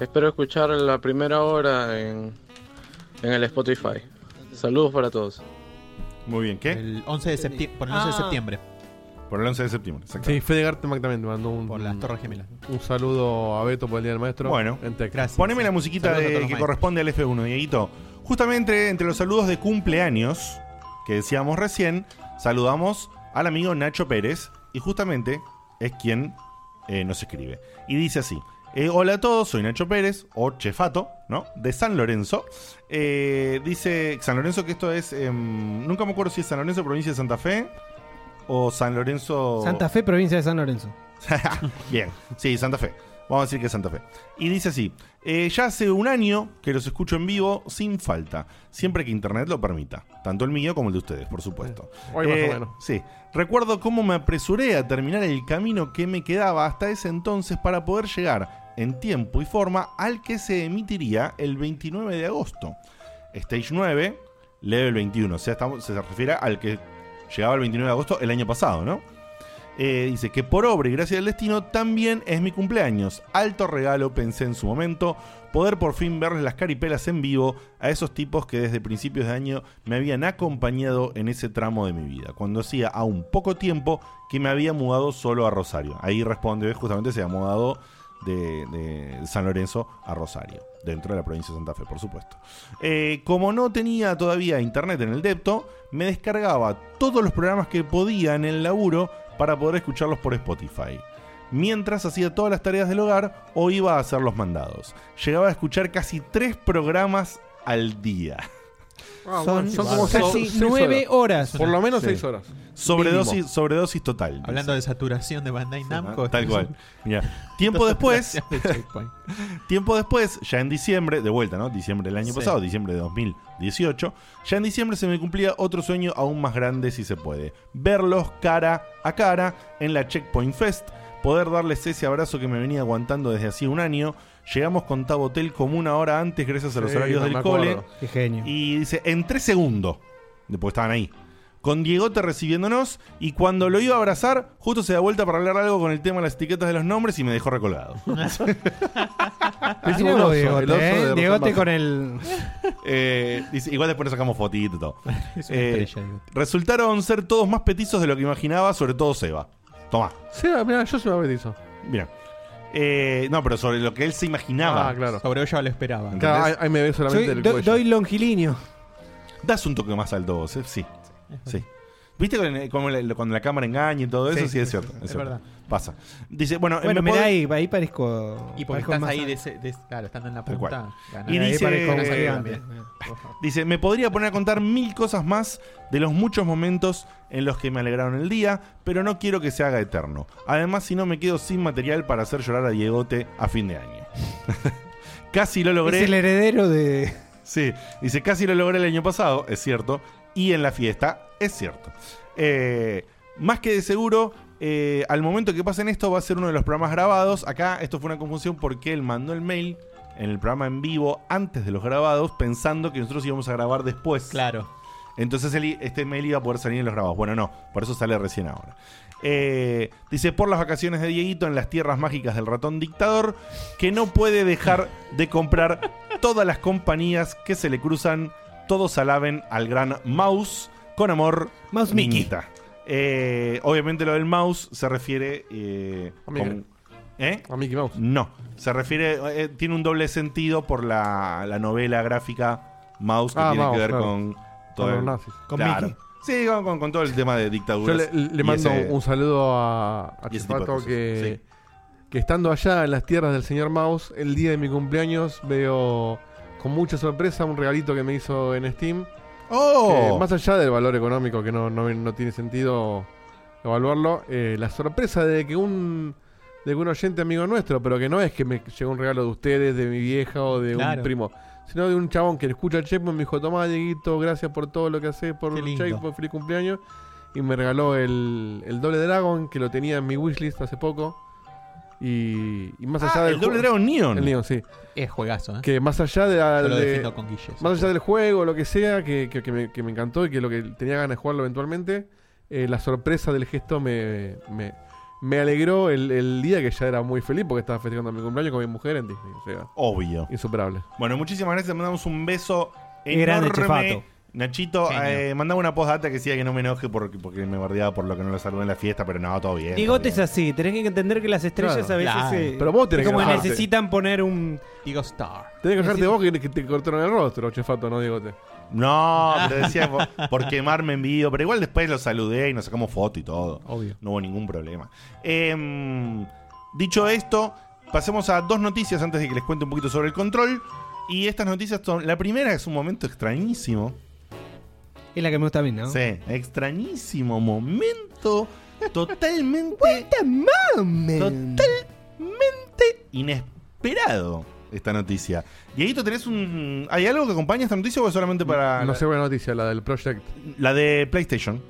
[SPEAKER 23] espero escuchar la primera hora en, en el Spotify. Saludos para todos.
[SPEAKER 2] Muy bien, ¿qué?
[SPEAKER 7] El 11 de septiembre. Por el 11 de
[SPEAKER 5] Ah.
[SPEAKER 7] septiembre.
[SPEAKER 2] Por el 11 de septiembre, exacto.
[SPEAKER 5] Sí, Fede Gartemack también te mandó un. Por las
[SPEAKER 7] Torres Gemelas.
[SPEAKER 5] Un saludo a Beto por el Día del Maestro.
[SPEAKER 2] Bueno,
[SPEAKER 5] en Tec.
[SPEAKER 2] Poneme la musiquita
[SPEAKER 5] Saludos a
[SPEAKER 2] de-
[SPEAKER 5] todos
[SPEAKER 2] que
[SPEAKER 5] los maestros.
[SPEAKER 2] corresponde al F1, Dieguito. Justamente entre los saludos de cumpleaños que decíamos recién, saludamos al amigo Nacho Pérez y justamente es quien eh, nos escribe. Y dice así, Eh, hola a todos, soy Nacho Pérez, o Chefato, ¿no? De San Lorenzo. Eh, dice San Lorenzo que esto es. em, nunca me acuerdo si es San Lorenzo, provincia de Santa Fe. O San Lorenzo.
[SPEAKER 3] Santa Fe, provincia de San Lorenzo.
[SPEAKER 2] Bien, sí, Santa Fe. Vamos a decir que es Santa Fe. Y dice así: eh, Ya hace un año que los escucho en vivo sin falta, siempre que internet lo permita. Tanto el mío como el de ustedes, por supuesto.
[SPEAKER 5] Eh,
[SPEAKER 2] Eh,
[SPEAKER 5] Hoy más o menos.
[SPEAKER 2] Sí. Recuerdo cómo me apresuré a terminar el camino que me quedaba hasta ese entonces para poder llegar en tiempo y forma al que se emitiría el 29 de agosto. Stage 9, level 21. O sea, estamos- se refiere al que llegaba el 29 de agosto el año pasado, ¿no? Eh, dice que por obra y gracias al destino también es mi cumpleaños. Alto regalo, pensé en su momento, poder por fin verles las caripelas en vivo a esos tipos que desde principios de año me habían acompañado en ese tramo de mi vida, cuando hacía aún poco tiempo que me había mudado solo a Rosario. Ahí responde, justamente se ha mudado de, de San Lorenzo a Rosario, dentro de la provincia de Santa Fe, por supuesto. Eh, como no tenía todavía internet en el Depto, me descargaba todos los programas que podía en el laburo para poder escucharlos por Spotify. Mientras hacía todas las tareas del hogar o iba a hacer los mandados. Llegaba a escuchar casi tres programas al día.
[SPEAKER 5] Ah,
[SPEAKER 3] Son-
[SPEAKER 5] bueno,
[SPEAKER 3] son como casi
[SPEAKER 5] seis
[SPEAKER 3] nueve horas.
[SPEAKER 5] Por lo menos
[SPEAKER 2] Sí.
[SPEAKER 5] seis horas.
[SPEAKER 2] Sobredosis, sobredosis total.
[SPEAKER 7] Hablando de saturación de Bandai Namco.
[SPEAKER 2] Tal cual. Mirá. Tiempo después. tiempo después, ya en diciembre, de vuelta, ¿no? Diciembre del año
[SPEAKER 7] Sí.
[SPEAKER 2] pasado, diciembre de 2018. Ya en diciembre se me cumplía otro sueño aún más grande, si se puede. Verlos cara a cara en la Checkpoint Fest. Poder darles ese abrazo que me venía aguantando desde hacía un año. Llegamos con Tab Hotel como una hora antes, gracias a los
[SPEAKER 3] Sí,
[SPEAKER 2] horarios
[SPEAKER 3] no me
[SPEAKER 2] del
[SPEAKER 3] acuerdo.
[SPEAKER 2] cole.
[SPEAKER 3] Qué genio.
[SPEAKER 2] Y dice, en tres segundos. Después estaban ahí. Con Diegote recibiéndonos. Y cuando lo iba a abrazar, justo se da vuelta para hablar algo con el tema de las etiquetas de los nombres y me dejó recolgado.
[SPEAKER 3] Mirá vos, Diegote, ¿eh? Diegote con el-
[SPEAKER 2] Eh, dice, igual después nos sacamos fotito y todo.
[SPEAKER 3] Es una
[SPEAKER 2] Eh,
[SPEAKER 3] estrella, Diegote.
[SPEAKER 2] resultaron ser todos más petizos de lo que imaginaba, sobre todo Seba. Toma.
[SPEAKER 5] Seba, mira, yo soy un petizo.
[SPEAKER 2] Mira. Eh, no, pero sobre lo que él se imaginaba.
[SPEAKER 5] Ah, claro.
[SPEAKER 7] Sobre ella lo esperaba.
[SPEAKER 5] Claro, ahí- ahí me ve solamente Soy- el do- cuello. doy
[SPEAKER 2] longilinio. Das un toque más alto vos, ¿eh? sí. Sí. ¿Viste con- eh, cómo la- cuando la cámara engaña y todo eso? Sí,
[SPEAKER 3] Sí,
[SPEAKER 2] es
[SPEAKER 3] sí,
[SPEAKER 2] cierto.
[SPEAKER 3] sí,
[SPEAKER 2] Es,
[SPEAKER 3] es
[SPEAKER 2] cierto.
[SPEAKER 3] verdad.
[SPEAKER 2] Pasa. Dice, bueno, eh,
[SPEAKER 3] Bueno,
[SPEAKER 2] me
[SPEAKER 3] mirá,
[SPEAKER 2] puedo-
[SPEAKER 3] ahí, ahí parezco.
[SPEAKER 7] Y porque
[SPEAKER 3] parezco
[SPEAKER 7] estás
[SPEAKER 3] más
[SPEAKER 7] ahí,
[SPEAKER 3] a-
[SPEAKER 7] de ese- de- claro, estando en la
[SPEAKER 3] Tal cual.
[SPEAKER 7] punta. ganás.
[SPEAKER 2] Y
[SPEAKER 3] Ahí
[SPEAKER 2] dice,
[SPEAKER 3] parezco más
[SPEAKER 2] eh,
[SPEAKER 3] gigante.
[SPEAKER 2] Dice, me podría poner a contar mil cosas más de los muchos momentos en los que me alegraron el día, pero no quiero que se haga eterno. Además, si no, me quedo sin material para hacer llorar a Diegote a fin de año. Casi lo logré.
[SPEAKER 3] Es el heredero de.
[SPEAKER 2] Sí, dice, casi lo logré el año pasado, es cierto. Y en la fiesta, es cierto. Eh, más que de seguro, eh, al momento que pasen esto va a ser uno de los programas grabados. Acá esto fue una confusión porque él mandó el mail en el programa en vivo antes de los grabados pensando que nosotros íbamos a grabar después. Claro. Entonces él i- este mail iba a poder salir en los grabados. Bueno, no, por eso sale recién ahora. Eh, dice, por las vacaciones de Dieguito en las tierras mágicas del ratón dictador, que no puede dejar de comprar todas las compañías que se le cruzan. Todos alaben al gran Mouse con amor. Mouse Miquita. obviamente lo del Mouse se refiere eh,
[SPEAKER 5] A Mickey.
[SPEAKER 2] con- ¿Eh? ¿A Mickey Mouse? No, se refiere, eh, tiene un doble sentido por la, la novela gráfica Mouse que
[SPEAKER 5] Ah,
[SPEAKER 2] tiene que
[SPEAKER 5] Mouse,
[SPEAKER 2] ver
[SPEAKER 5] claro.
[SPEAKER 2] con
[SPEAKER 5] Con los nazis.
[SPEAKER 2] Con
[SPEAKER 5] Con
[SPEAKER 2] Mickey.
[SPEAKER 5] Mickey.
[SPEAKER 2] Sí, con, con- con todo el tema de
[SPEAKER 5] Yo
[SPEAKER 2] dictaduras.
[SPEAKER 5] le, le
[SPEAKER 2] y
[SPEAKER 5] mando
[SPEAKER 2] ese-
[SPEAKER 5] un saludo a, a
[SPEAKER 2] y ese tipo de
[SPEAKER 5] Chifato
[SPEAKER 2] cosas,
[SPEAKER 5] que, que estando allá en las tierras del señor Mouse, el día de mi cumpleaños veo con mucha sorpresa un regalito que me hizo en Steam.
[SPEAKER 2] ¡Oh!
[SPEAKER 5] Que, más allá del valor económico, que no, no- no tiene sentido evaluarlo, eh, la sorpresa de que un de que un oyente amigo nuestro, pero que no es que me llegó un regalo de ustedes, de mi vieja o de
[SPEAKER 7] Claro.
[SPEAKER 5] un primo, sino de un chabón que escucha el Checkpoint me dijo, tomá Dieguito, gracias por todo lo que haces, por
[SPEAKER 7] Qué
[SPEAKER 5] el
[SPEAKER 7] lindo.
[SPEAKER 5] Checkpoint, feliz cumpleaños. Y me regaló el, el Doble Dragon, que lo tenía en mi wishlist hace poco. Y, y más
[SPEAKER 7] Ah,
[SPEAKER 5] allá del
[SPEAKER 7] el Double
[SPEAKER 5] ju-
[SPEAKER 7] Dragon Neon.
[SPEAKER 5] El Neon, sí.
[SPEAKER 7] Es juegazo, ¿eh?
[SPEAKER 5] Que más allá de, la-
[SPEAKER 7] Yo lo
[SPEAKER 5] de-
[SPEAKER 7] defiendo con Guille, ese
[SPEAKER 5] más allá del juego, lo que sea, que, que- que me, que me encantó y que lo que tenía ganas de jugarlo eventualmente, eh, la sorpresa del gesto me, me, me alegró el, el día que ya era muy feliz porque estaba festejando mi cumpleaños con mi mujer en Disney. o sea,
[SPEAKER 2] Obvio.
[SPEAKER 5] Insuperable.
[SPEAKER 2] Bueno, muchísimas gracias. Mandamos un beso
[SPEAKER 5] Qué grande,
[SPEAKER 2] enorme.
[SPEAKER 5] Chefato.
[SPEAKER 2] Nachito,
[SPEAKER 5] Genio.
[SPEAKER 2] eh, mandame una postdata que decía que no me enoje porque, porque me bardeaba por lo que no lo saludé en la fiesta, pero no, todo bien.
[SPEAKER 3] Diegote es así, tenés que entender que las estrellas
[SPEAKER 2] Claro.
[SPEAKER 3] a veces
[SPEAKER 2] Claro.
[SPEAKER 3] eh,
[SPEAKER 2] Pero vos tenés
[SPEAKER 3] como
[SPEAKER 2] que enojarte.
[SPEAKER 3] necesitan poner un
[SPEAKER 7] Digo Star.
[SPEAKER 5] Tenés que dejarte vos que, que te cortaron el rostro, chefato, no digote.
[SPEAKER 2] No, pero decía por, por quemarme en vivo. Pero igual después lo saludé y nos sacamos foto y todo. Obvio. No hubo ningún problema. Em, dicho esto, Pasemos a dos noticias antes de que les cuente un poquito sobre el control. Y estas noticias son. La primera es un momento extrañísimo.
[SPEAKER 6] Es la que me gusta a mí, ¿no?
[SPEAKER 2] Sí, extrañísimo momento. Totalmente. Totalmente inesperado esta noticia. Y ahí tú tenés un. ¿Hay algo que acompaña esta noticia o es solamente para.?
[SPEAKER 5] No sé buena noticia, la del Project.
[SPEAKER 2] La de PlayStation.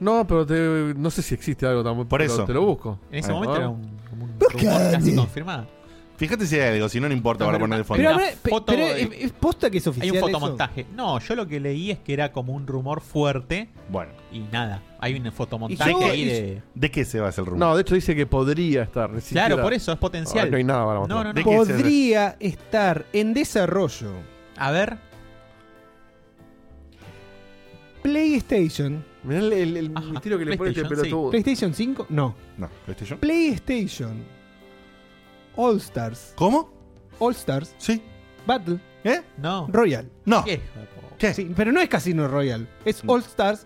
[SPEAKER 5] No, pero te- no sé si existe algo tampoco.
[SPEAKER 2] Por
[SPEAKER 5] pero
[SPEAKER 2] eso.
[SPEAKER 5] Te lo busco.
[SPEAKER 7] En ese
[SPEAKER 5] Ahí,
[SPEAKER 7] momento
[SPEAKER 5] ¿no?
[SPEAKER 7] era un, como un rumor casi confirmado.
[SPEAKER 2] Fíjate si hay algo, si no, no importa para poner el fondo.
[SPEAKER 6] Pero,
[SPEAKER 7] Una
[SPEAKER 6] habrá- pe-
[SPEAKER 7] foto
[SPEAKER 6] pero
[SPEAKER 7] de-
[SPEAKER 6] es, es posta que es
[SPEAKER 7] Hay
[SPEAKER 6] oficial.
[SPEAKER 7] un
[SPEAKER 6] eso.
[SPEAKER 7] fotomontaje. No, yo lo que leí es que era como un rumor fuerte.
[SPEAKER 2] Bueno.
[SPEAKER 7] Y nada. Hay un
[SPEAKER 2] ¿De,
[SPEAKER 7] fotomontaje
[SPEAKER 2] qué,
[SPEAKER 7] ahí de.
[SPEAKER 2] de qué se basa el rumor?
[SPEAKER 5] No, de hecho dice que podría estar. ni
[SPEAKER 7] Claro,
[SPEAKER 5] siquiera-
[SPEAKER 7] por eso, es potencial.
[SPEAKER 5] Ah, no hay nada para mostrar.
[SPEAKER 7] No, no, no.
[SPEAKER 2] ¿De qué se-
[SPEAKER 6] Podría estar en desarrollo
[SPEAKER 7] A ver.
[SPEAKER 6] PlayStation.
[SPEAKER 5] Mirá el, el- el misterio que le pone este
[SPEAKER 6] PlayStation,
[SPEAKER 5] pelotudo.
[SPEAKER 6] sí. PlayStation 5, no.
[SPEAKER 2] No, PlayStation.
[SPEAKER 6] PlayStation All Stars.
[SPEAKER 2] ¿Cómo?
[SPEAKER 6] All Stars.
[SPEAKER 2] Sí.
[SPEAKER 6] Battle.
[SPEAKER 2] ¿Eh?
[SPEAKER 7] No.
[SPEAKER 6] Royal.
[SPEAKER 2] No.
[SPEAKER 7] ¿Qué?
[SPEAKER 2] ¿Qué?
[SPEAKER 6] Sí, pero no es Casino Royal. Es All Stars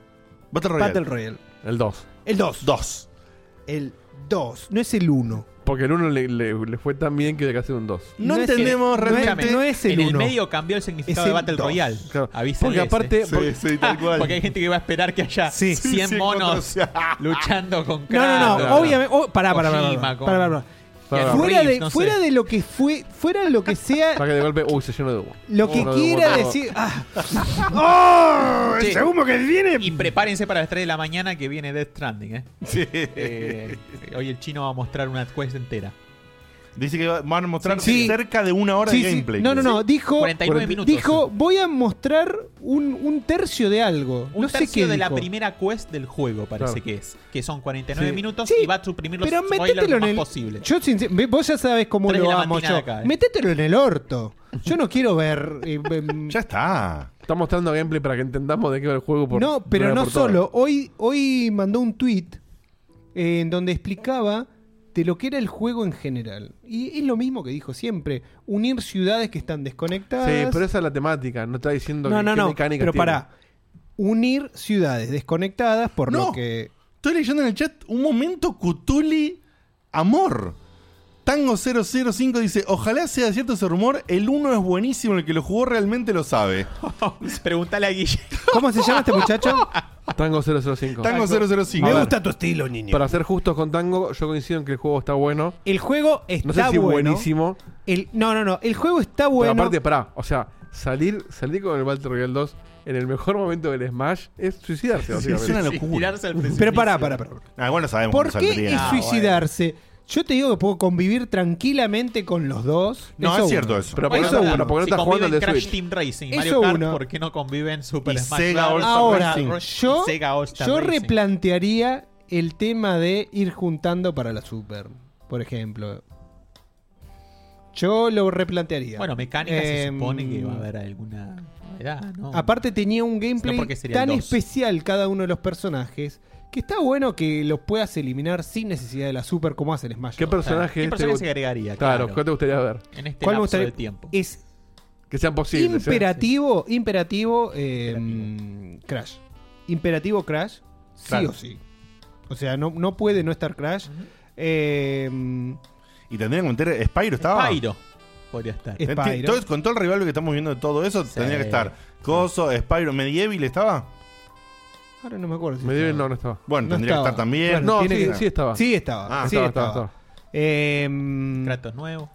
[SPEAKER 2] Battle Royale.
[SPEAKER 6] Battle Royal.
[SPEAKER 5] El 2.
[SPEAKER 6] El 2.
[SPEAKER 2] 2.
[SPEAKER 6] El 2. No es el 1.
[SPEAKER 5] Porque el 1 le, le- le fue tan bien que hay que hacer un 2.
[SPEAKER 6] No No es entendemos el- realmente-
[SPEAKER 7] Escúchame,
[SPEAKER 6] no es el
[SPEAKER 7] En el
[SPEAKER 6] uno.
[SPEAKER 7] medio cambió el
[SPEAKER 6] Es
[SPEAKER 7] significado
[SPEAKER 6] el
[SPEAKER 7] de Battle
[SPEAKER 6] dos.
[SPEAKER 7] Royale. Avísales,
[SPEAKER 5] Porque
[SPEAKER 7] eh.
[SPEAKER 5] aparte- Sí, porque- sí, tal cual.
[SPEAKER 7] Porque hay gente que va a esperar que haya
[SPEAKER 5] Sí.
[SPEAKER 7] 100
[SPEAKER 5] Sí, sí,
[SPEAKER 7] monos
[SPEAKER 5] encontró-
[SPEAKER 7] luchando con
[SPEAKER 6] No, no, no.
[SPEAKER 7] Kratos.
[SPEAKER 6] Obviamente. oh, pará, pará, pará,
[SPEAKER 7] Kojima
[SPEAKER 6] pará,
[SPEAKER 7] con-
[SPEAKER 6] pará, pará.
[SPEAKER 5] Pará.
[SPEAKER 6] Fuera,
[SPEAKER 7] Reeves,
[SPEAKER 6] de,
[SPEAKER 7] no sé.
[SPEAKER 6] fuera de lo que fue, fuera de lo que sea,
[SPEAKER 5] Para que de golpe. Uy, se llenó de humo.
[SPEAKER 6] lo que
[SPEAKER 5] Lleno de humo,
[SPEAKER 6] quiera
[SPEAKER 5] no.
[SPEAKER 6] decir. Ah,
[SPEAKER 7] Che,
[SPEAKER 6] ¡Oh! que viene.
[SPEAKER 7] Y prepárense para las 3 de la mañana que viene Death Stranding, ¿eh? Eh, hoy el chino va a mostrar una quest entera.
[SPEAKER 2] Dice que va- van a mostrar
[SPEAKER 6] Sí.
[SPEAKER 2] cerca de una hora
[SPEAKER 6] Sí,
[SPEAKER 2] de
[SPEAKER 6] sí.
[SPEAKER 2] gameplay.
[SPEAKER 6] No, no, no. Dijo.
[SPEAKER 7] 49
[SPEAKER 6] cuarenta-
[SPEAKER 7] minutos.
[SPEAKER 6] Dijo, voy a mostrar un, un tercio de algo.
[SPEAKER 7] Un
[SPEAKER 6] no sé
[SPEAKER 7] tercio
[SPEAKER 6] qué
[SPEAKER 7] de la
[SPEAKER 6] dijo.
[SPEAKER 7] primera quest del juego parece
[SPEAKER 6] Claro.
[SPEAKER 7] que es. Que son 49
[SPEAKER 6] Sí.
[SPEAKER 7] minutos
[SPEAKER 6] Sí,
[SPEAKER 7] y va a suprimir los
[SPEAKER 6] Pero
[SPEAKER 7] spoilers
[SPEAKER 6] métetelo
[SPEAKER 7] lo
[SPEAKER 6] en
[SPEAKER 7] más
[SPEAKER 6] el.
[SPEAKER 7] posible.
[SPEAKER 6] Yo, sincer- ve, vos ya sabés cómo
[SPEAKER 7] Tres de
[SPEAKER 6] lo
[SPEAKER 7] la
[SPEAKER 6] amo yo.
[SPEAKER 7] matinada acá, eh.
[SPEAKER 6] Métetelo en el orto. Yo no quiero ver. eh, em,
[SPEAKER 2] Ya está.
[SPEAKER 5] Está mostrando gameplay para que entendamos de qué va el juego. Por,
[SPEAKER 6] no,
[SPEAKER 5] de
[SPEAKER 6] pero
[SPEAKER 5] una
[SPEAKER 6] no
[SPEAKER 5] por todas.
[SPEAKER 6] solo. Hoy, hoy mandó un tweet en donde explicaba de lo que era el juego en general. Y es lo mismo que dijo siempre. Unir ciudades que están desconectadas.
[SPEAKER 5] Sí, pero esa es la temática. No está diciendo
[SPEAKER 6] no,
[SPEAKER 5] que-
[SPEAKER 6] no,
[SPEAKER 5] qué
[SPEAKER 6] no.
[SPEAKER 5] mecánica
[SPEAKER 6] Pero
[SPEAKER 5] tiene.
[SPEAKER 6] pará. Unir ciudades desconectadas por
[SPEAKER 2] No.
[SPEAKER 6] lo que.
[SPEAKER 2] Estoy leyendo en el chat un momento Cutuli amor. Tango 005 dice, ojalá sea cierto ese rumor, el uno es buenísimo, el que lo jugó realmente lo sabe.
[SPEAKER 7] Preguntale a Guille.
[SPEAKER 6] ¿Cómo se llama este muchacho?
[SPEAKER 5] Tango 005.
[SPEAKER 2] Tango 005.
[SPEAKER 5] A
[SPEAKER 2] Me
[SPEAKER 5] ver,
[SPEAKER 2] gusta tu estilo, niño.
[SPEAKER 5] Para ser justos con Tango, yo coincido en que el juego está bueno.
[SPEAKER 6] El juego está
[SPEAKER 5] No sé si
[SPEAKER 6] bueno.
[SPEAKER 5] buenísimo.
[SPEAKER 6] El, no, no, no. El juego está bueno.
[SPEAKER 5] Pero aparte, pará. O sea, salir, salir con el Battle Royale 2 en el mejor momento del Smash es suicidarse, básicamente.
[SPEAKER 2] es una locura.
[SPEAKER 7] Tirarse al precipicio.
[SPEAKER 6] Pero pará, pará, pará.
[SPEAKER 2] Ah, bueno, sabemos
[SPEAKER 6] ¿Por
[SPEAKER 2] cómo
[SPEAKER 6] qué
[SPEAKER 2] saldría.
[SPEAKER 6] es
[SPEAKER 2] Ah, bueno.
[SPEAKER 6] suicidarse? Yo te digo que puedo convivir tranquilamente con los dos.
[SPEAKER 2] No,
[SPEAKER 6] Eso
[SPEAKER 2] es
[SPEAKER 6] uno.
[SPEAKER 2] cierto eso.
[SPEAKER 5] Pero por
[SPEAKER 7] Bueno,
[SPEAKER 5] eso,
[SPEAKER 7] claro,
[SPEAKER 5] bueno, porque no
[SPEAKER 7] si
[SPEAKER 5] estás jugando
[SPEAKER 7] conviven
[SPEAKER 5] al de
[SPEAKER 7] Crash
[SPEAKER 5] Switch.
[SPEAKER 7] Team Racing,
[SPEAKER 6] Eso
[SPEAKER 7] Mario Kart,
[SPEAKER 6] uno.
[SPEAKER 7] ¿por qué no conviven Super
[SPEAKER 2] Y
[SPEAKER 7] Smash
[SPEAKER 2] Sega
[SPEAKER 7] Bros?
[SPEAKER 2] All-Star
[SPEAKER 6] Ahora,
[SPEAKER 2] Racing.
[SPEAKER 6] yo,
[SPEAKER 7] Sega All-Star
[SPEAKER 6] yo
[SPEAKER 7] Racing.
[SPEAKER 6] replantearía el tema de ir juntando para la Super, por ejemplo. Yo lo replantearía.
[SPEAKER 7] Bueno, mecánica se
[SPEAKER 6] Em,
[SPEAKER 7] supone que va a haber alguna novedad, ¿no?
[SPEAKER 6] Aparte tenía un gameplay
[SPEAKER 7] No, porque sería el
[SPEAKER 6] tan
[SPEAKER 7] dos.
[SPEAKER 6] especial cada uno de los personajes que está bueno que los puedas eliminar sin necesidad de la Super como hace el Smash.
[SPEAKER 5] ¿Qué
[SPEAKER 6] Bros.
[SPEAKER 5] personaje
[SPEAKER 7] ¿Qué
[SPEAKER 5] este
[SPEAKER 7] personaje
[SPEAKER 5] gust-
[SPEAKER 7] se agregaría?
[SPEAKER 5] Claro,
[SPEAKER 7] Claro.
[SPEAKER 5] ¿cuál te gustaría ver?
[SPEAKER 7] en este
[SPEAKER 6] ¿Cuál me
[SPEAKER 7] lapso
[SPEAKER 6] gustaría-
[SPEAKER 7] del tiempo.
[SPEAKER 6] Es
[SPEAKER 5] Que sean posibles. ¿eh?
[SPEAKER 6] imperativo, imperativo, eh, Crash. Imperativo Crash, sí
[SPEAKER 2] Claro.
[SPEAKER 6] o sí. O sea, no, no puede no estar Crash. Eh,
[SPEAKER 2] Y tendrían que meter... Spyro estaba...
[SPEAKER 7] Pyro podría estar.
[SPEAKER 6] Es- Spyro.
[SPEAKER 2] Enti- todo- con todo el rival que estamos viendo de todo eso, tendría que estar. Coso, Spyro, Medieval estaba.
[SPEAKER 6] ahora no me acuerdo. si
[SPEAKER 5] Me dieron-
[SPEAKER 6] estaba.
[SPEAKER 5] no, no estaba.
[SPEAKER 2] Bueno,
[SPEAKER 6] No
[SPEAKER 2] tendría
[SPEAKER 6] estaba.
[SPEAKER 2] que estar Ah, también.
[SPEAKER 6] Claro,
[SPEAKER 5] No,
[SPEAKER 6] tiene
[SPEAKER 5] sí,
[SPEAKER 6] que-
[SPEAKER 5] sí estaba.
[SPEAKER 6] Sí estaba.
[SPEAKER 2] Ah,
[SPEAKER 6] sí
[SPEAKER 5] estaba,
[SPEAKER 6] estaba.
[SPEAKER 5] estaba,
[SPEAKER 6] Eh,
[SPEAKER 7] Kratos nuevo.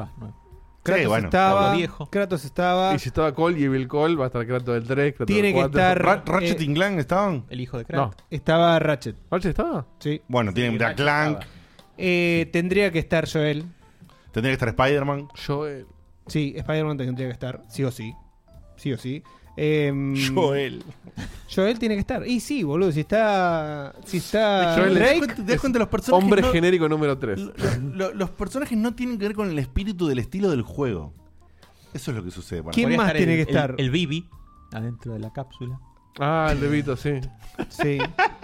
[SPEAKER 7] Va, nuevo.
[SPEAKER 6] Kratos
[SPEAKER 2] Sí, bueno,
[SPEAKER 6] estaba.
[SPEAKER 7] Pablo viejo.
[SPEAKER 6] Kratos estaba.
[SPEAKER 5] Y si estaba Cole y Evil Cole, va a estar Kratos del 3, Kratos
[SPEAKER 6] Tiene
[SPEAKER 5] del
[SPEAKER 6] que
[SPEAKER 5] 4.
[SPEAKER 6] estar-
[SPEAKER 2] Ra- Ratchet
[SPEAKER 6] eh,
[SPEAKER 2] y Clank estaban.
[SPEAKER 7] El hijo de Kratos.
[SPEAKER 5] No.
[SPEAKER 6] Estaba Ratchet.
[SPEAKER 5] ¿Ratchet estaba?
[SPEAKER 6] Sí.
[SPEAKER 2] Bueno, tiene que meter a
[SPEAKER 7] Ratchet
[SPEAKER 2] Clank,
[SPEAKER 7] estaba.
[SPEAKER 6] Eh, tendría que estar Joel.
[SPEAKER 2] tendría que estar Spider-Man.
[SPEAKER 5] Joel.
[SPEAKER 6] Sí, Spider-Man tendría que estar. Sí o sí. Sí o sí. Em,
[SPEAKER 2] Joel.
[SPEAKER 6] Joel tiene que estar. Y sí, boludo, si está. Si está.
[SPEAKER 5] Joel es-
[SPEAKER 6] Drake.
[SPEAKER 2] ¿Te das cuenta los personajes?
[SPEAKER 5] Hombre
[SPEAKER 2] no-
[SPEAKER 5] genérico número 3.
[SPEAKER 2] lo- lo- los personajes no tienen que ver con el espíritu del estilo del juego. Eso es lo que sucede. para
[SPEAKER 6] ¿Quién
[SPEAKER 2] mí.
[SPEAKER 7] Podría
[SPEAKER 6] más tiene
[SPEAKER 7] el-
[SPEAKER 6] que estar?
[SPEAKER 7] El, el Bibi adentro de la cápsula.
[SPEAKER 5] Ah, el de Vito, sí.
[SPEAKER 6] Sí.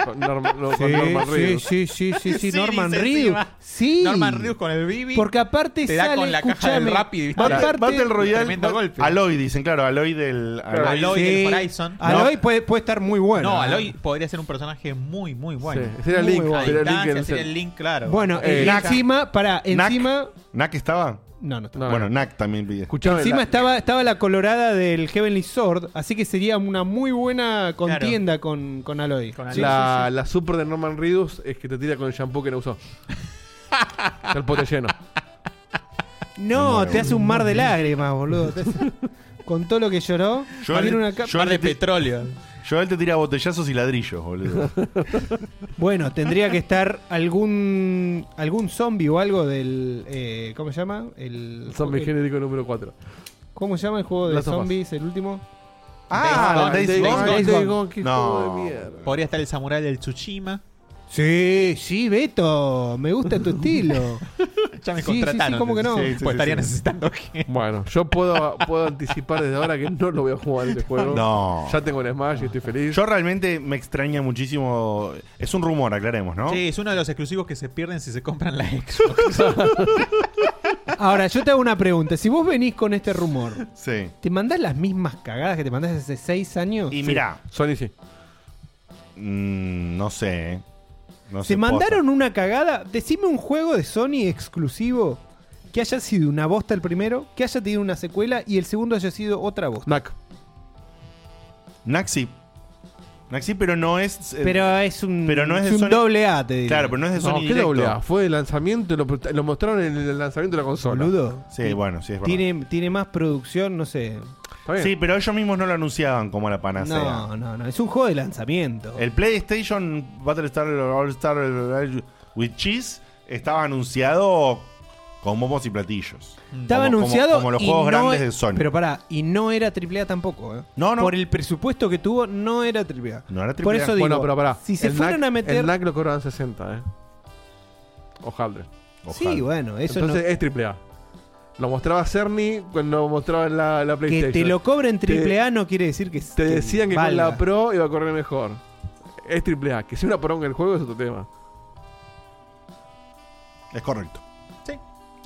[SPEAKER 5] Con Norman- no,
[SPEAKER 6] Sí,
[SPEAKER 5] con Norman
[SPEAKER 6] sí,
[SPEAKER 5] Reedus.
[SPEAKER 6] sí, sí, sí, sí,
[SPEAKER 7] Sí,
[SPEAKER 6] Norman
[SPEAKER 7] dice
[SPEAKER 6] Reedus.
[SPEAKER 7] encima.
[SPEAKER 6] Sí.
[SPEAKER 7] Norman Reedus con el Bibi.
[SPEAKER 6] Porque aparte
[SPEAKER 7] Te da
[SPEAKER 6] sale,
[SPEAKER 7] con la caja del
[SPEAKER 6] escúchame,
[SPEAKER 7] Rappi, ¿viste?
[SPEAKER 6] aparte-
[SPEAKER 2] Battle Royale.
[SPEAKER 7] Tremendo golpe.
[SPEAKER 2] Aloy, dicen, claro, Aloy del.
[SPEAKER 7] Claro, Aloy del Horizon.
[SPEAKER 6] Aloy puede, puede estar muy bueno.
[SPEAKER 7] no,
[SPEAKER 6] Ah.
[SPEAKER 7] Aloy podría ser un personaje muy, muy bueno.
[SPEAKER 6] Sí, sería Link,
[SPEAKER 7] A
[SPEAKER 6] sería Link
[SPEAKER 7] distancia,
[SPEAKER 6] en el
[SPEAKER 7] sería
[SPEAKER 6] ser-
[SPEAKER 7] Link, claro.
[SPEAKER 6] Bueno, eh, encima, para, encima,
[SPEAKER 2] ¿Nak estaba?
[SPEAKER 6] No, no
[SPEAKER 2] estaba. Bueno, Nak también pide.
[SPEAKER 6] encima estaba, estaba la colorada del Heavenly Sword, así que sería una muy buena contienda con, con Aloy. Sí,
[SPEAKER 5] La,
[SPEAKER 6] sí, sí.
[SPEAKER 5] la super de Norman Reedus es que te tira con el shampoo que no usó. Está el pote lleno.
[SPEAKER 6] No, te hace un mar de lágrimas, boludo. Te hace- Con todo lo que lloró,
[SPEAKER 2] Yo
[SPEAKER 6] tiene
[SPEAKER 2] al-
[SPEAKER 6] una capa-
[SPEAKER 2] yo al- te- Joel te tira botellazos y ladrillos, boludo.
[SPEAKER 6] Bueno, tendría que estar algún algún zombie o algo del. eh, ¿Cómo se llama? El,
[SPEAKER 5] El zombie
[SPEAKER 6] el-
[SPEAKER 5] genérico número 4.
[SPEAKER 6] ¿Cómo se llama el juego de
[SPEAKER 5] Last of Us.
[SPEAKER 6] zombies, el último?
[SPEAKER 7] Ah,
[SPEAKER 6] Days
[SPEAKER 7] Days
[SPEAKER 6] Gone.
[SPEAKER 7] Gone.
[SPEAKER 6] Days
[SPEAKER 7] Days
[SPEAKER 6] Gone.
[SPEAKER 7] Gone, qué juego de mierda. Podría estar el samurái del Tsushima.
[SPEAKER 6] Sí, sí, Beto, me gusta tu estilo.
[SPEAKER 7] Ya me
[SPEAKER 6] Sí, sí, sí,
[SPEAKER 7] contrataron.
[SPEAKER 6] ¿cómo que no?
[SPEAKER 7] Pues
[SPEAKER 6] Sí, sí,
[SPEAKER 7] estaría
[SPEAKER 6] sí.
[SPEAKER 7] necesitando
[SPEAKER 5] Bueno, yo puedo, puedo anticipar desde ahora que no lo voy a jugar este juego.
[SPEAKER 2] No.
[SPEAKER 5] Ya tengo el Smash y estoy feliz.
[SPEAKER 2] Yo realmente me extraña muchísimo. Es un rumor, aclaremos, ¿no?
[SPEAKER 7] Sí, es uno de los exclusivos que se pierden si se compran la Xbox.
[SPEAKER 6] Ahora, yo te hago una pregunta. Si vos venís con este rumor,
[SPEAKER 2] Sí.
[SPEAKER 6] ¿te mandás las mismas cagadas que te mandás hace seis años?
[SPEAKER 2] Y mirá.
[SPEAKER 5] Sony sí.
[SPEAKER 2] Mm, no sé. eh. No
[SPEAKER 6] ¿Se
[SPEAKER 2] sé,
[SPEAKER 6] mandaron una cagada? Decime un juego de Sony exclusivo que haya sido una bosta el primero, que haya tenido una secuela y el segundo haya sido otra bosta.
[SPEAKER 5] Nac.
[SPEAKER 2] Naxi. Naxi, pero no es. eh,
[SPEAKER 6] Pero es un,
[SPEAKER 2] Pero no es,
[SPEAKER 6] es
[SPEAKER 2] de
[SPEAKER 6] un
[SPEAKER 2] Sony.
[SPEAKER 6] doble A, te diría.
[SPEAKER 2] Claro, pero no es de Sony.
[SPEAKER 5] ¿qué
[SPEAKER 2] directo.
[SPEAKER 5] doble A? Fue de lanzamiento, lo, lo mostraron en el lanzamiento de la consola.
[SPEAKER 6] Boludo.
[SPEAKER 2] Sí, bueno, sí, es verdad.
[SPEAKER 6] tiene, tiene más producción, no sé.
[SPEAKER 2] Sí, pero ellos mismos no lo anunciaban como la panacea.
[SPEAKER 6] No, no, no. Es un juego de lanzamiento.
[SPEAKER 2] El PlayStation Battlestar All Star with Cheese estaba anunciado con bombos y platillos.
[SPEAKER 6] Estaba
[SPEAKER 2] Como- como-
[SPEAKER 6] anunciado.
[SPEAKER 2] Como, los
[SPEAKER 6] y
[SPEAKER 2] juegos
[SPEAKER 6] no
[SPEAKER 2] grandes
[SPEAKER 6] e-
[SPEAKER 2] de Sony.
[SPEAKER 6] Pero pará, y no era AAA tampoco. ¿eh?
[SPEAKER 2] No, no.
[SPEAKER 6] Por el presupuesto que tuvo, no era AAA.
[SPEAKER 2] No era triple
[SPEAKER 6] Por
[SPEAKER 2] A.
[SPEAKER 6] eso digo,
[SPEAKER 5] bueno, pero pará.
[SPEAKER 6] si se
[SPEAKER 5] El
[SPEAKER 6] fueran
[SPEAKER 5] NAC
[SPEAKER 6] a meter.
[SPEAKER 5] El NAC lo cobran 60, ¿eh? Ojalá.
[SPEAKER 6] Sí, bueno, eso
[SPEAKER 5] Entonces
[SPEAKER 6] no-
[SPEAKER 5] es triple A. Lo mostraba Cerny cuando mostraba la, la
[SPEAKER 6] que
[SPEAKER 5] PlayStation.
[SPEAKER 6] te lo cobren
[SPEAKER 5] Te-
[SPEAKER 6] AAA no quiere decir que.
[SPEAKER 5] Te decían que con la Pro iba a correr mejor. Es triple A. Que sea una poronga el juego es otro tema.
[SPEAKER 2] Es correcto.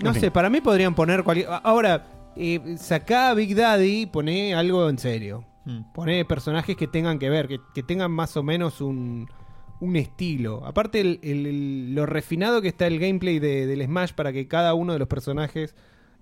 [SPEAKER 6] No
[SPEAKER 5] En fin.
[SPEAKER 6] sé, para mí podrían poner cualquier. Ahora, eh, sacá a Big Daddy y poné algo en serio.
[SPEAKER 7] Mm.
[SPEAKER 6] Poné personajes que tengan que ver, que, que tengan más o menos un, un estilo. Aparte, el- el- el- lo refinado que está el gameplay de- del Smash para que cada uno de los personajes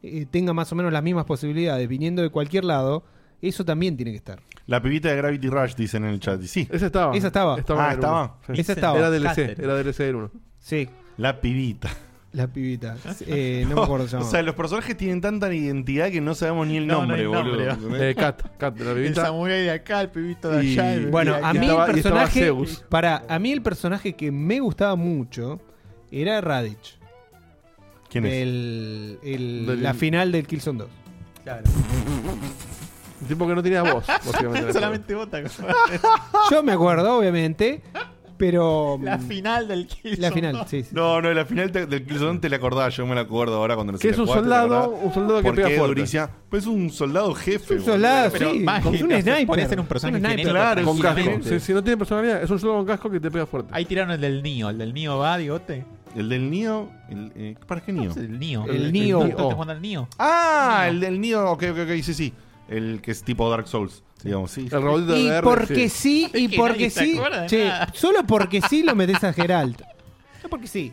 [SPEAKER 6] eh, tenga más o menos las mismas posibilidades, viniendo de cualquier lado, eso también tiene que estar.
[SPEAKER 2] La pibita de Gravity Rush dicen en el chat. Y sí.
[SPEAKER 5] Esa estaba.
[SPEAKER 6] Esa estaba.
[SPEAKER 2] ah,
[SPEAKER 5] en el uno.
[SPEAKER 2] estaba.
[SPEAKER 5] Sí.
[SPEAKER 6] Esa estaba.
[SPEAKER 5] Era DLC.
[SPEAKER 6] Cáceres.
[SPEAKER 5] Era DLC del 1.
[SPEAKER 6] Sí.
[SPEAKER 2] La pibita.
[SPEAKER 6] La pibita. Eh, no me acuerdo. su
[SPEAKER 2] o
[SPEAKER 6] nombre.
[SPEAKER 2] sea, los personajes tienen tanta identidad que no sabemos ni el
[SPEAKER 6] No, no
[SPEAKER 2] nombre,
[SPEAKER 6] hay nombre.
[SPEAKER 2] boludo.
[SPEAKER 5] Eh, Cat. Cat de la
[SPEAKER 7] El
[SPEAKER 5] bebita.
[SPEAKER 7] samurái de acá, el pibito de
[SPEAKER 5] Y-
[SPEAKER 7] allá. el-
[SPEAKER 6] Bueno,
[SPEAKER 7] y
[SPEAKER 6] a
[SPEAKER 7] acá.
[SPEAKER 6] mí
[SPEAKER 5] estaba-
[SPEAKER 6] el
[SPEAKER 5] y estaba
[SPEAKER 6] personaje.
[SPEAKER 5] Zeus.
[SPEAKER 6] Para, a mí el personaje que me gustaba mucho era Radich.
[SPEAKER 2] ¿Quién es?
[SPEAKER 6] Del- eh, el-
[SPEAKER 5] Del-
[SPEAKER 6] La final del Killzone 2.
[SPEAKER 5] Un tipo que no tenía voz, básicamente. en el
[SPEAKER 7] Solamente vota.
[SPEAKER 6] Yo me acuerdo, obviamente, pero.
[SPEAKER 7] La final del Killzone.
[SPEAKER 6] La final, sí.
[SPEAKER 2] No, no, la final te- del Killzone te la acordás, yo me la acuerdo ahora cuando lo
[SPEAKER 5] Que es un soldado, un soldado que pega fuerte.
[SPEAKER 2] Pues es un soldado jefe.
[SPEAKER 6] un soldado, sí,
[SPEAKER 2] boludo.
[SPEAKER 6] Pero, con un
[SPEAKER 2] mágica, se
[SPEAKER 6] sniper.
[SPEAKER 2] puede hacer un
[SPEAKER 6] personaje
[SPEAKER 2] genérico
[SPEAKER 5] Claro, con casco.
[SPEAKER 2] tranquilamente.
[SPEAKER 5] Si, si no tiene personalidad, es un solo con casco que te pega fuerte.
[SPEAKER 7] Ahí tiraron el del Nio. ¿El del Nio va, digote?
[SPEAKER 2] El del Nio. El, eh, ¿Para qué Nio?
[SPEAKER 7] El Nio.
[SPEAKER 2] El Nio.
[SPEAKER 7] ¿Estás jugando al Nio?
[SPEAKER 2] Ah, el del Nio. Ok, ok, ok, sí, sí. El que es tipo Dark Souls, digamos, sí.
[SPEAKER 5] El robotito
[SPEAKER 6] Y porque sí, y
[SPEAKER 7] Es que
[SPEAKER 6] porque
[SPEAKER 7] nadie se
[SPEAKER 6] sí.
[SPEAKER 7] acuerda de
[SPEAKER 6] Che,
[SPEAKER 7] nada.
[SPEAKER 6] solo porque sí lo metes a Geralt. No porque sí.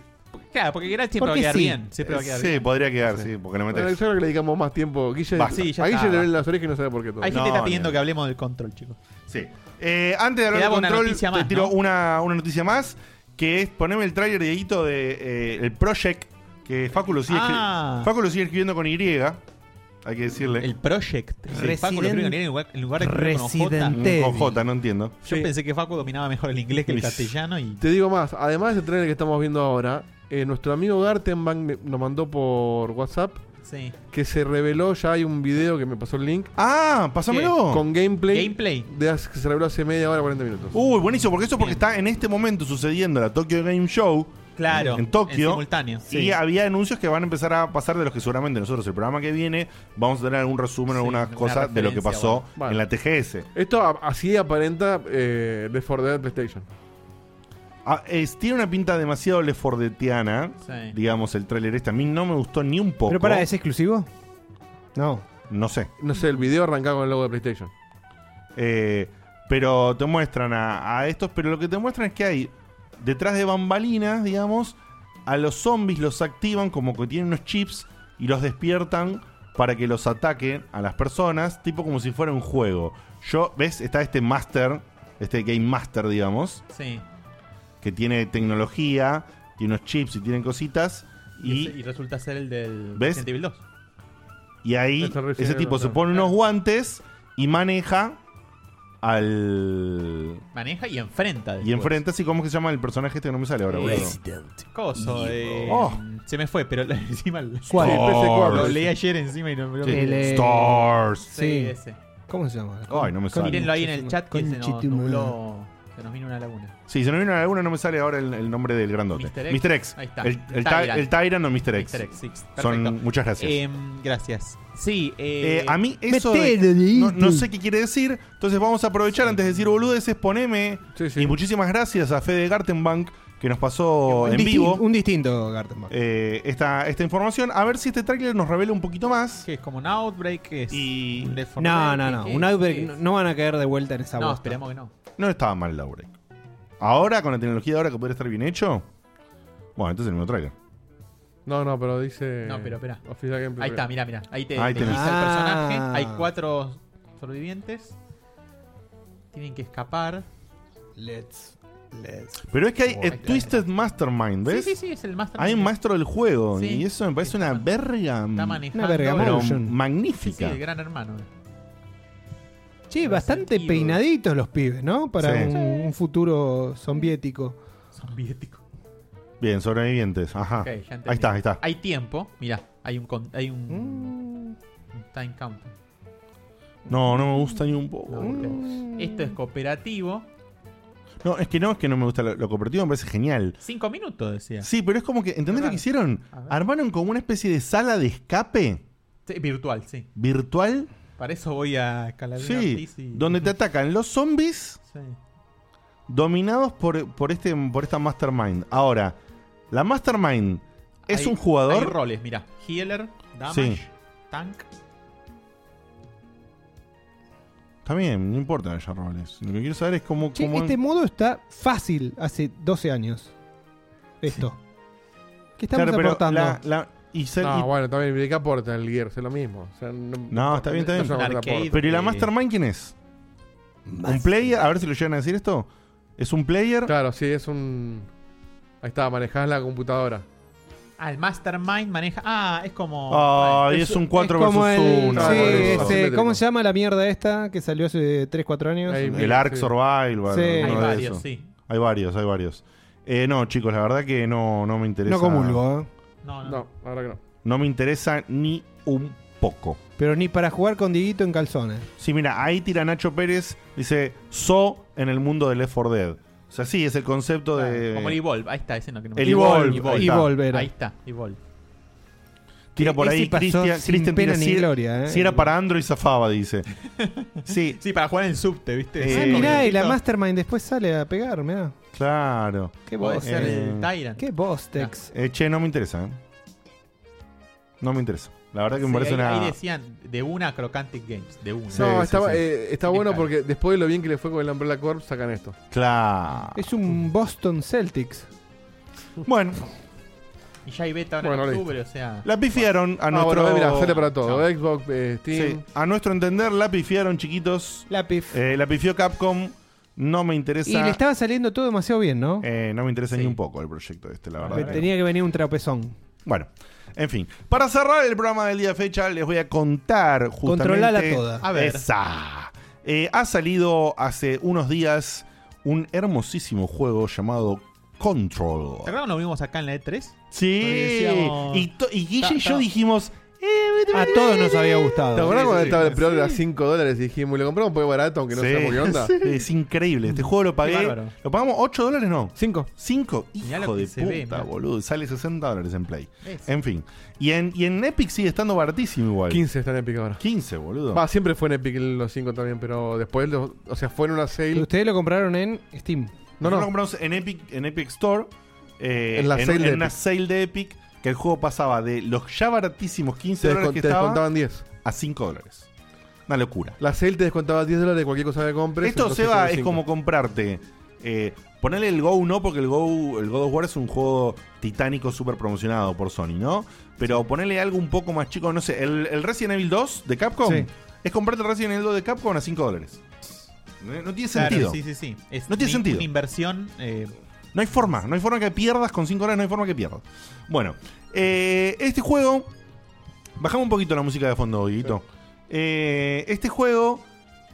[SPEAKER 7] Claro, porque Geralt siempre va a
[SPEAKER 6] Porque
[SPEAKER 7] quedar
[SPEAKER 6] sí.
[SPEAKER 7] bien. Siempre va a quedar
[SPEAKER 2] Sí,
[SPEAKER 7] bien.
[SPEAKER 2] podría quedar, sí, porque lo
[SPEAKER 5] Bueno,
[SPEAKER 2] metes.
[SPEAKER 5] eso es lo que le dedicamos más tiempo. Guille,
[SPEAKER 2] Basta. Sí, ya
[SPEAKER 5] a Guille
[SPEAKER 2] está,
[SPEAKER 5] le ven
[SPEAKER 2] basta.
[SPEAKER 5] las orejas y no sabe por qué todo.
[SPEAKER 7] Hay gente que está
[SPEAKER 2] No,
[SPEAKER 7] pidiendo
[SPEAKER 2] ni-
[SPEAKER 7] que hablemos del control, chicos.
[SPEAKER 2] Sí. Eh, antes de hablar
[SPEAKER 7] Quedaba
[SPEAKER 2] del
[SPEAKER 7] una
[SPEAKER 2] control,
[SPEAKER 7] noticia
[SPEAKER 2] te
[SPEAKER 7] más,
[SPEAKER 2] tiro
[SPEAKER 7] ¿no?
[SPEAKER 2] una, una noticia más, que es poneme el tráiler de hito de eh, el Project, que Facu lo, sigue escri-
[SPEAKER 7] Ah.
[SPEAKER 2] Facu lo sigue escribiendo con Y, hay que decirle.
[SPEAKER 7] El Project.
[SPEAKER 2] Resident-
[SPEAKER 7] Facu lo escribe con Y en lugar- en lugar de escribir con J.
[SPEAKER 2] Mm, con J, no entiendo.
[SPEAKER 7] Yo pensé que Facu dominaba mejor el inglés que el
[SPEAKER 2] Sí.
[SPEAKER 7] castellano y
[SPEAKER 5] Te digo más, además del trailer que estamos viendo ahora, eh, nuestro amigo Gartenbank me- nos mandó por WhatsApp
[SPEAKER 7] Sí.
[SPEAKER 5] que se reveló, ya hay un video que me pasó el link.
[SPEAKER 2] Ah, pásamelo.
[SPEAKER 5] Con gameplay.
[SPEAKER 7] Gameplay.
[SPEAKER 5] De hace- que se reveló hace media hora, 40 minutos.
[SPEAKER 2] Uy, buenísimo, porque eso es porque está en este momento sucediendo la Tokyo Game Show.
[SPEAKER 7] Claro,
[SPEAKER 2] En Tokio.
[SPEAKER 7] en simultáneo.
[SPEAKER 2] Y
[SPEAKER 7] Sí.
[SPEAKER 2] había anuncios que van a empezar a pasar de los que seguramente nosotros, el programa que viene, vamos a tener algún resumen, algunas cosas de lo que
[SPEAKER 5] referencia,
[SPEAKER 2] pasó
[SPEAKER 5] bueno.
[SPEAKER 2] en la TGS.
[SPEAKER 5] Esto a- así aparenta eh, Left 4 Dead PlayStation.
[SPEAKER 2] Ah, es- tiene una pinta demasiado lefordeteana,
[SPEAKER 24] Sí.
[SPEAKER 2] digamos, el tráiler este. A mí no me gustó ni un poco.
[SPEAKER 6] Pero para, ¿es exclusivo? No.
[SPEAKER 2] No sé.
[SPEAKER 5] No sé, el video arrancaba con el logo de PlayStation.
[SPEAKER 2] Eh, pero te muestran a, a estos, pero lo que te muestran es que hay detrás de bambalinas, digamos, a los zombies los activan como que tienen unos chips y los despiertan para que los ataquen a las personas, tipo como si fuera un juego. Yo, ¿ves? Está este master, este game master, digamos,
[SPEAKER 7] Sí.
[SPEAKER 2] que tiene tecnología, tiene unos chips y tiene cositas.
[SPEAKER 7] Y,
[SPEAKER 2] Y,
[SPEAKER 7] ese- y resulta ser el del
[SPEAKER 2] ¿Ves?
[SPEAKER 7] Resident Evil 2.
[SPEAKER 2] y ahí
[SPEAKER 7] Está recién
[SPEAKER 2] ese tipo se
[SPEAKER 7] adelantado.
[SPEAKER 2] pone unos guantes y maneja al...
[SPEAKER 7] Maneja y enfrenta.
[SPEAKER 2] Y
[SPEAKER 7] después.
[SPEAKER 2] enfrenta así, ¿cómo que se llama el personaje este que no me sale ahora, boludo?
[SPEAKER 7] Coso, eh,
[SPEAKER 2] Oh.
[SPEAKER 7] Se me fue, pero encima. lo-
[SPEAKER 2] ¿Cuál? Sí, PC4.
[SPEAKER 7] Lo leí ayer encima y no me lo
[SPEAKER 2] Sí.
[SPEAKER 7] me-
[SPEAKER 2] El, eh, Stars.
[SPEAKER 7] Sí,
[SPEAKER 2] Sí.
[SPEAKER 7] ese.
[SPEAKER 6] ¿Cómo se llama?
[SPEAKER 2] Ay, no me sale.
[SPEAKER 7] Mírenlo ahí en el chat que se nos
[SPEAKER 6] Conchetumare.
[SPEAKER 7] nubló. Se nos vino una laguna.
[SPEAKER 2] Sí, se me vino alguna, no me sale ahora el, el nombre del grandote.
[SPEAKER 7] Mr. X.
[SPEAKER 2] Mr. X.
[SPEAKER 7] Ahí está.
[SPEAKER 2] El, el,
[SPEAKER 7] Tyrant.
[SPEAKER 2] Ty- el Tyrant o Mr. X.
[SPEAKER 7] Mr. X, sí, perfecto.
[SPEAKER 2] Son, muchas gracias.
[SPEAKER 7] Em, gracias. Sí, eh,
[SPEAKER 2] Eh, a mí eso de- no, no sé qué quiere decir, entonces vamos a aprovechar antes de decir boludeces, poneme. Y muchísimas gracias a Fede Gartenbank que nos pasó en
[SPEAKER 6] distin-
[SPEAKER 2] vivo
[SPEAKER 6] Un distinto, Gartenbach.
[SPEAKER 2] eh, esta, esta información. A ver si este tráiler nos revela un poquito más.
[SPEAKER 7] Que es como un outbreak, que es
[SPEAKER 2] y...
[SPEAKER 6] No, no, no. Un outbreak no- no van a caer de vuelta en esa
[SPEAKER 7] No,
[SPEAKER 6] bosta.
[SPEAKER 7] esperemos que no.
[SPEAKER 2] No estaba mal el outbreak. Ahora, con la tecnología de ahora que podría estar bien hecho. Bueno, entonces el mismo trailer.
[SPEAKER 5] No, no, pero dice.
[SPEAKER 7] No, pero espera.
[SPEAKER 5] Official Gameplay.
[SPEAKER 7] Ahí está, mira, mira. Ahí te,
[SPEAKER 2] Ahí
[SPEAKER 7] te
[SPEAKER 2] tenés.
[SPEAKER 7] guisa
[SPEAKER 2] Ah.
[SPEAKER 7] el personaje. Hay cuatro sobrevivientes. Tienen que escapar.
[SPEAKER 6] Let's. Let's.
[SPEAKER 2] Pero es que hay
[SPEAKER 7] Oh,
[SPEAKER 2] eh,
[SPEAKER 7] ahí está.
[SPEAKER 2] Twisted Mastermind, ¿ves?
[SPEAKER 7] Sí, sí, sí, es el Mastermind.
[SPEAKER 2] Hay un maestro del juego.
[SPEAKER 7] Sí.
[SPEAKER 2] Y eso me parece una verga.
[SPEAKER 7] Está manejando.
[SPEAKER 2] Mm. pero
[SPEAKER 7] motion. Sí, sí,
[SPEAKER 2] magnífica. Ah,
[SPEAKER 7] el gran hermano. eh.
[SPEAKER 6] Che, bastante peinaditos los pibes, ¿no? Para
[SPEAKER 2] Sí.
[SPEAKER 6] un, un futuro zombiético.
[SPEAKER 7] Zombiético.
[SPEAKER 2] Bien, sobrevivientes. Ajá.
[SPEAKER 7] Ok, ya
[SPEAKER 2] ahí
[SPEAKER 7] entendí.
[SPEAKER 2] está, ahí está. Mm.
[SPEAKER 7] Hay tiempo. Mirá, hay un. con- Hay un un time count.
[SPEAKER 2] No, no me gusta ni un poco.
[SPEAKER 7] Esto es cooperativo.
[SPEAKER 2] No, es que no, es que no me gusta lo, lo cooperativo, me parece genial.
[SPEAKER 7] Cinco minutos, decía.
[SPEAKER 2] Sí, pero es como que, ¿entendés lo que hicieron? Armaron como una especie de sala de escape
[SPEAKER 7] Sí, virtual, sí.
[SPEAKER 2] virtual.
[SPEAKER 7] Para eso voy a Calavera
[SPEAKER 2] Sí,
[SPEAKER 7] Ortiz y-
[SPEAKER 2] donde te atacan los zombies
[SPEAKER 7] Sí.
[SPEAKER 2] dominados por, por, este, por esta Mastermind. Ahora, la Mastermind es
[SPEAKER 7] Hay-
[SPEAKER 2] un
[SPEAKER 7] Hay
[SPEAKER 2] jugador.
[SPEAKER 7] roles, mira. Healer, Damage,
[SPEAKER 2] Sí.
[SPEAKER 7] Tank.
[SPEAKER 2] Está bien, no importa haya roles. Lo que quiero saber es cómo.
[SPEAKER 6] Che,
[SPEAKER 2] cómo-
[SPEAKER 6] este modo está fácil hace 12 años. Esto. ¿Qué estamos
[SPEAKER 2] Claro, pero
[SPEAKER 6] aportando?
[SPEAKER 2] la- la- y se-
[SPEAKER 5] No,
[SPEAKER 2] y-
[SPEAKER 5] bueno, también, ¿de qué aporta el Gears? Es lo mismo. O sea, no,
[SPEAKER 2] No, está bien, está bien.
[SPEAKER 5] no se aporta por-
[SPEAKER 2] Pero ¿y la Mastermind quién es? ¿Un player? A ver si lo llegan a decir esto. ¿Es un player?
[SPEAKER 5] Claro, sí, es un. Ahí está, manejás la computadora.
[SPEAKER 7] Ah, el Mastermind maneja. Ah, es como.
[SPEAKER 2] Ah,
[SPEAKER 7] Vale.
[SPEAKER 2] y es un 4
[SPEAKER 6] Es como
[SPEAKER 2] versus
[SPEAKER 6] el-
[SPEAKER 2] 1.
[SPEAKER 6] sí, este, ¿Cómo se llama la mierda esta que salió hace 3-4 años?
[SPEAKER 2] El Ark Survival. uno
[SPEAKER 6] Sí.
[SPEAKER 2] de
[SPEAKER 6] Hay varios,
[SPEAKER 2] esos.
[SPEAKER 6] sí.
[SPEAKER 2] Hay varios, hay varios. Eh, no, chicos, la verdad que no, no me interesa.
[SPEAKER 6] No
[SPEAKER 2] Ah.
[SPEAKER 6] comulgo, ¿eh?
[SPEAKER 7] No,
[SPEAKER 5] no. ahora que no.
[SPEAKER 2] No me interesa ni un poco.
[SPEAKER 6] Pero ni para jugar con Diguito en calzones.
[SPEAKER 2] Sí, mira, ahí tira Nacho Pérez, dice So en el mundo del Left 4 Dead. O sea, sí, es el concepto de.
[SPEAKER 7] Como el Evolve. Ahí está, ese no que no me
[SPEAKER 2] El Evolve, ahí está.
[SPEAKER 7] Ahí está, Evolve.
[SPEAKER 2] Tira
[SPEAKER 6] E-
[SPEAKER 2] por
[SPEAKER 7] Ese
[SPEAKER 2] ahí,
[SPEAKER 7] pasó
[SPEAKER 2] Cristian.
[SPEAKER 7] sin
[SPEAKER 2] Cristian tira,
[SPEAKER 7] pena ni
[SPEAKER 2] si,
[SPEAKER 7] gloria, ¿eh?
[SPEAKER 2] si era para Android, zafaba, dice. Sí.
[SPEAKER 7] Sí, para jugar en el subte, ¿viste?
[SPEAKER 2] Eh,
[SPEAKER 6] Ah, mirá, y la Mastermind después sale a pegar, mirá.
[SPEAKER 2] Claro.
[SPEAKER 6] Qué
[SPEAKER 7] Puede
[SPEAKER 6] boss.
[SPEAKER 7] ser
[SPEAKER 2] Eh,
[SPEAKER 7] el Tyrant.
[SPEAKER 6] Qué Bostex.
[SPEAKER 2] Eh, che, no me interesa, ¿eh? No me interesa. La verdad que me
[SPEAKER 7] Sí,
[SPEAKER 2] parece
[SPEAKER 7] ahí,
[SPEAKER 2] una.
[SPEAKER 7] ahí decían de una Crocantic Games. De una.
[SPEAKER 5] No, está, eh, está bueno porque después de lo bien que le fue con el Umbrella Corp, sacan esto.
[SPEAKER 2] Claro.
[SPEAKER 6] Es un Boston Celtics.
[SPEAKER 2] Bueno.
[SPEAKER 7] Y ya hay beta ahora
[SPEAKER 5] Bueno,
[SPEAKER 7] en
[SPEAKER 5] listo.
[SPEAKER 7] octubre, o sea.
[SPEAKER 2] La pifiaron a
[SPEAKER 5] Ah,
[SPEAKER 2] nuestro.
[SPEAKER 5] bueno, mira, sale para todo. Xbox, eh, Steam.
[SPEAKER 2] Sí, A nuestro entender, la pifiaron, chiquitos. Eh,
[SPEAKER 6] La pif.
[SPEAKER 2] la pifió Capcom. No me interesa.
[SPEAKER 6] Y le estaba saliendo todo demasiado bien, ¿no?
[SPEAKER 2] Eh, no me interesa ni un poco el proyecto este, la verdad.
[SPEAKER 6] Me
[SPEAKER 2] que no.
[SPEAKER 6] tenía que venir un trapezón.
[SPEAKER 2] Bueno, en fin. Para cerrar el programa del día de fecha, les voy a contar justamente.
[SPEAKER 6] Controlala toda. A ver.
[SPEAKER 2] Esa. Eh, ha salido hace unos días un hermosísimo juego llamado Control.
[SPEAKER 7] ¿Te acuerdas cuando lo vimos acá en la E E3?
[SPEAKER 2] Sí. Y, to- y Guille y yo dijimos. A
[SPEAKER 6] todos nos había
[SPEAKER 5] ¿Te
[SPEAKER 6] gustado.
[SPEAKER 5] acuerdas cuando estaba el
[SPEAKER 2] Ah, sí.
[SPEAKER 5] preorden a 5 dólares y dijimos, le compramos muy barato, aunque no
[SPEAKER 2] Sí.
[SPEAKER 5] sabemos qué onda?
[SPEAKER 2] Sí. Es increíble. Este juego lo pagué.
[SPEAKER 5] bárbaro.
[SPEAKER 2] ¿Lo pagamos 8 dólares? No.
[SPEAKER 5] 5.
[SPEAKER 2] 5.
[SPEAKER 5] Mirá
[SPEAKER 2] Hijo
[SPEAKER 5] lo que
[SPEAKER 2] de
[SPEAKER 5] se ve,
[SPEAKER 2] puta,
[SPEAKER 5] mirá.
[SPEAKER 2] boludo. Sale 60 dólares en Play.
[SPEAKER 5] Es.
[SPEAKER 2] En fin. Y en, y en Epic sigue estando baratísimo igual.
[SPEAKER 5] 15 está en Epic ahora.
[SPEAKER 2] 15, boludo.
[SPEAKER 5] Va, siempre fue en Epic los 5 también, pero después, lo- o sea, fue en una sale.
[SPEAKER 6] Ustedes lo compraron en Steam.
[SPEAKER 2] Nosotros lo compramos en Epic, en Epic Store. eh,
[SPEAKER 5] En la sale de
[SPEAKER 2] una
[SPEAKER 5] Epic.
[SPEAKER 2] sale de Epic que el juego pasaba de los ya baratísimos 15
[SPEAKER 5] Te
[SPEAKER 2] dólares
[SPEAKER 5] descont-
[SPEAKER 2] que
[SPEAKER 5] te
[SPEAKER 2] estaba
[SPEAKER 5] descontaban 10.
[SPEAKER 2] a 5 dólares. Una locura.
[SPEAKER 5] La Cell te descontaba 10 dólares de cualquier cosa que compres.
[SPEAKER 2] Esto,
[SPEAKER 5] entonces te
[SPEAKER 2] Seba, es
[SPEAKER 5] cinco.
[SPEAKER 2] como comprarte. Eh, ponele el Go, no, porque el Go, el God of War es un juego titánico súper promocionado por Sony, ¿no? Pero ponele algo un poco más chico, no sé. El, el Resident Evil 2 de Capcom es comprarte el Resident Evil 2 de Capcom a 5 dólares. No, no tiene
[SPEAKER 7] Claro,
[SPEAKER 2] sentido.
[SPEAKER 7] sí, sí, sí. Es
[SPEAKER 2] no tiene
[SPEAKER 7] una-
[SPEAKER 2] sentido.
[SPEAKER 7] una eh,
[SPEAKER 2] inversión. no hay forma. No hay forma que pierdas con 5 dólares. No hay forma que pierdas. Bueno, eh, este juego. Bajamos un poquito la música de fondo, Guito. este juego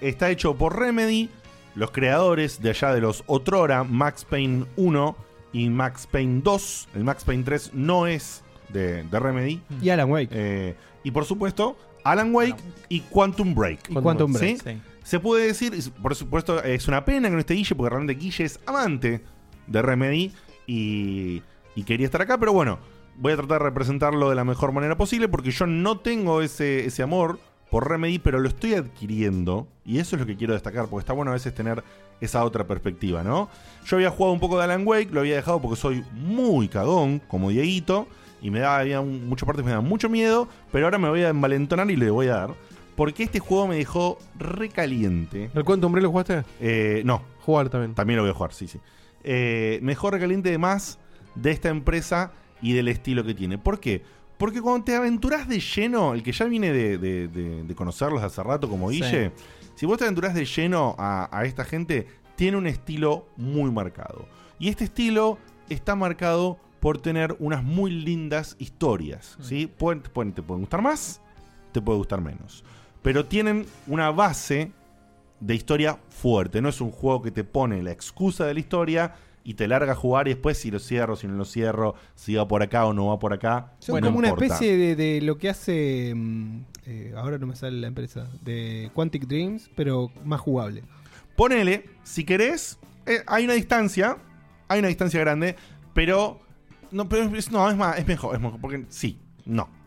[SPEAKER 2] está hecho por Remedy, los creadores de allá de los Otrora, Max Payne 1 y Max Payne 2. El Max Payne 3 no es de, de Remedy. Eh,
[SPEAKER 3] Y Alan Wake.
[SPEAKER 2] y por supuesto, Alan Wake y Quantum Break.
[SPEAKER 3] Y Quantum Break.
[SPEAKER 2] ¿Sí?
[SPEAKER 3] Sí.
[SPEAKER 2] Se puede decir, es- por supuesto, es una pena que no esté Guille, porque realmente Guille es amante de Remedy y, y quería estar acá, pero bueno, voy a tratar de representarlo de la mejor manera posible, porque yo no tengo ese, ese amor por Remedy, pero lo estoy adquiriendo, y eso es lo que quiero destacar, porque está bueno a veces tener esa otra perspectiva, ¿no? Yo había jugado un poco de Alan Wake, lo había dejado porque soy muy cagón, como Dieguito, y me daba, había un- muchas partes que me daban mucho miedo, pero ahora me voy a envalentonar y le voy a dar. Porque este juego me dejó recaliente.
[SPEAKER 5] ¿El Quantum Break lo jugaste?
[SPEAKER 2] Eh, no.
[SPEAKER 5] Jugar también.
[SPEAKER 2] También lo voy a jugar, sí, sí. Eh, me dejó recaliente de más de esta empresa y del estilo que tiene. ¿Por qué? Porque cuando te aventurás de lleno, el que ya viene de, de- de- de conocerlos hace rato como
[SPEAKER 5] Sí.
[SPEAKER 2] Guille, si vos te aventurás de lleno a, a esta gente, tiene un estilo muy marcado. Y este estilo está marcado por tener unas muy lindas historias. ¿sí? Pueden- pueden- te pueden gustar más, te puede gustar menos. Pero tienen una base de historia fuerte. No es un juego que te pone la excusa de la historia y te larga a jugar y después si lo cierro, si no lo cierro, si va por acá o no va por acá.
[SPEAKER 3] Son
[SPEAKER 2] no
[SPEAKER 3] como una
[SPEAKER 2] importa.
[SPEAKER 3] especie de, de lo que hace. mm, eh, ahora no me sale la empresa. De Quantic Dreams, pero más jugable.
[SPEAKER 2] Ponele, si querés, eh, hay una distancia, hay una distancia grande, pero no, pero es, no, es más, es mejor, es mejor, porque sí, no.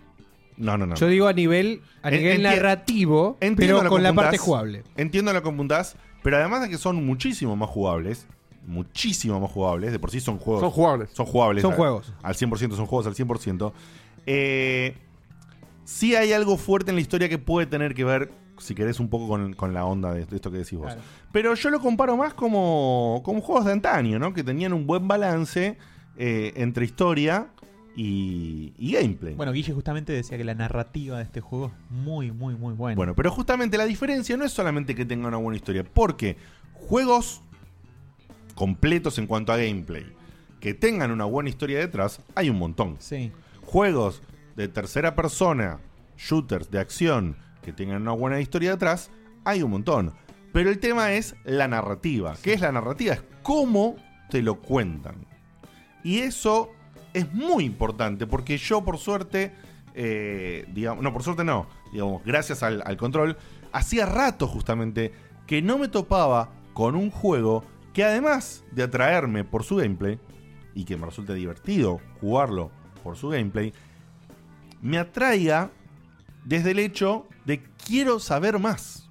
[SPEAKER 2] No, no, no.
[SPEAKER 3] Yo digo a nivel, a nivel
[SPEAKER 2] Enti-
[SPEAKER 3] narrativo,
[SPEAKER 2] Entiendo
[SPEAKER 3] pero
[SPEAKER 2] lo
[SPEAKER 3] con
[SPEAKER 2] que
[SPEAKER 3] la parte
[SPEAKER 2] apuntás,
[SPEAKER 3] jugable.
[SPEAKER 2] Entiendo lo que apuntás, pero además de que son muchísimo más jugables, muchísimo más jugables, de por sí son juegos.
[SPEAKER 5] Son jugables.
[SPEAKER 2] Son jugables.
[SPEAKER 3] Son
[SPEAKER 2] al-
[SPEAKER 3] juegos.
[SPEAKER 2] Al 100%, son juegos al 100%. Eh, sí hay algo fuerte en la historia que puede tener que ver, si querés, un poco con, con la onda de, de esto que decís vos. Pero yo lo comparo más como, como juegos de antaño, ¿no? Que tenían un buen balance eh, entre historia y, y gameplay.
[SPEAKER 7] Bueno, Guille justamente decía que la narrativa de este juego es muy, muy, muy buena.
[SPEAKER 2] Bueno, pero justamente la diferencia no es solamente que tenga una buena historia, porque juegos completos en cuanto a gameplay, que tengan una buena historia detrás, hay un montón. Juegos de tercera persona, shooters de acción, que tengan una buena historia detrás, hay un montón. Pero el tema es la narrativa. ¿Qué es la narrativa? Es cómo te lo cuentan. Y eso es muy importante porque yo, por suerte, eh, digamos, no, por suerte no, digamos, gracias al, al control, hacía rato justamente que no me topaba con un juego que además de atraerme por su gameplay, y que me resulte divertido jugarlo por su gameplay, me atraiga desde el hecho de quiero saber más.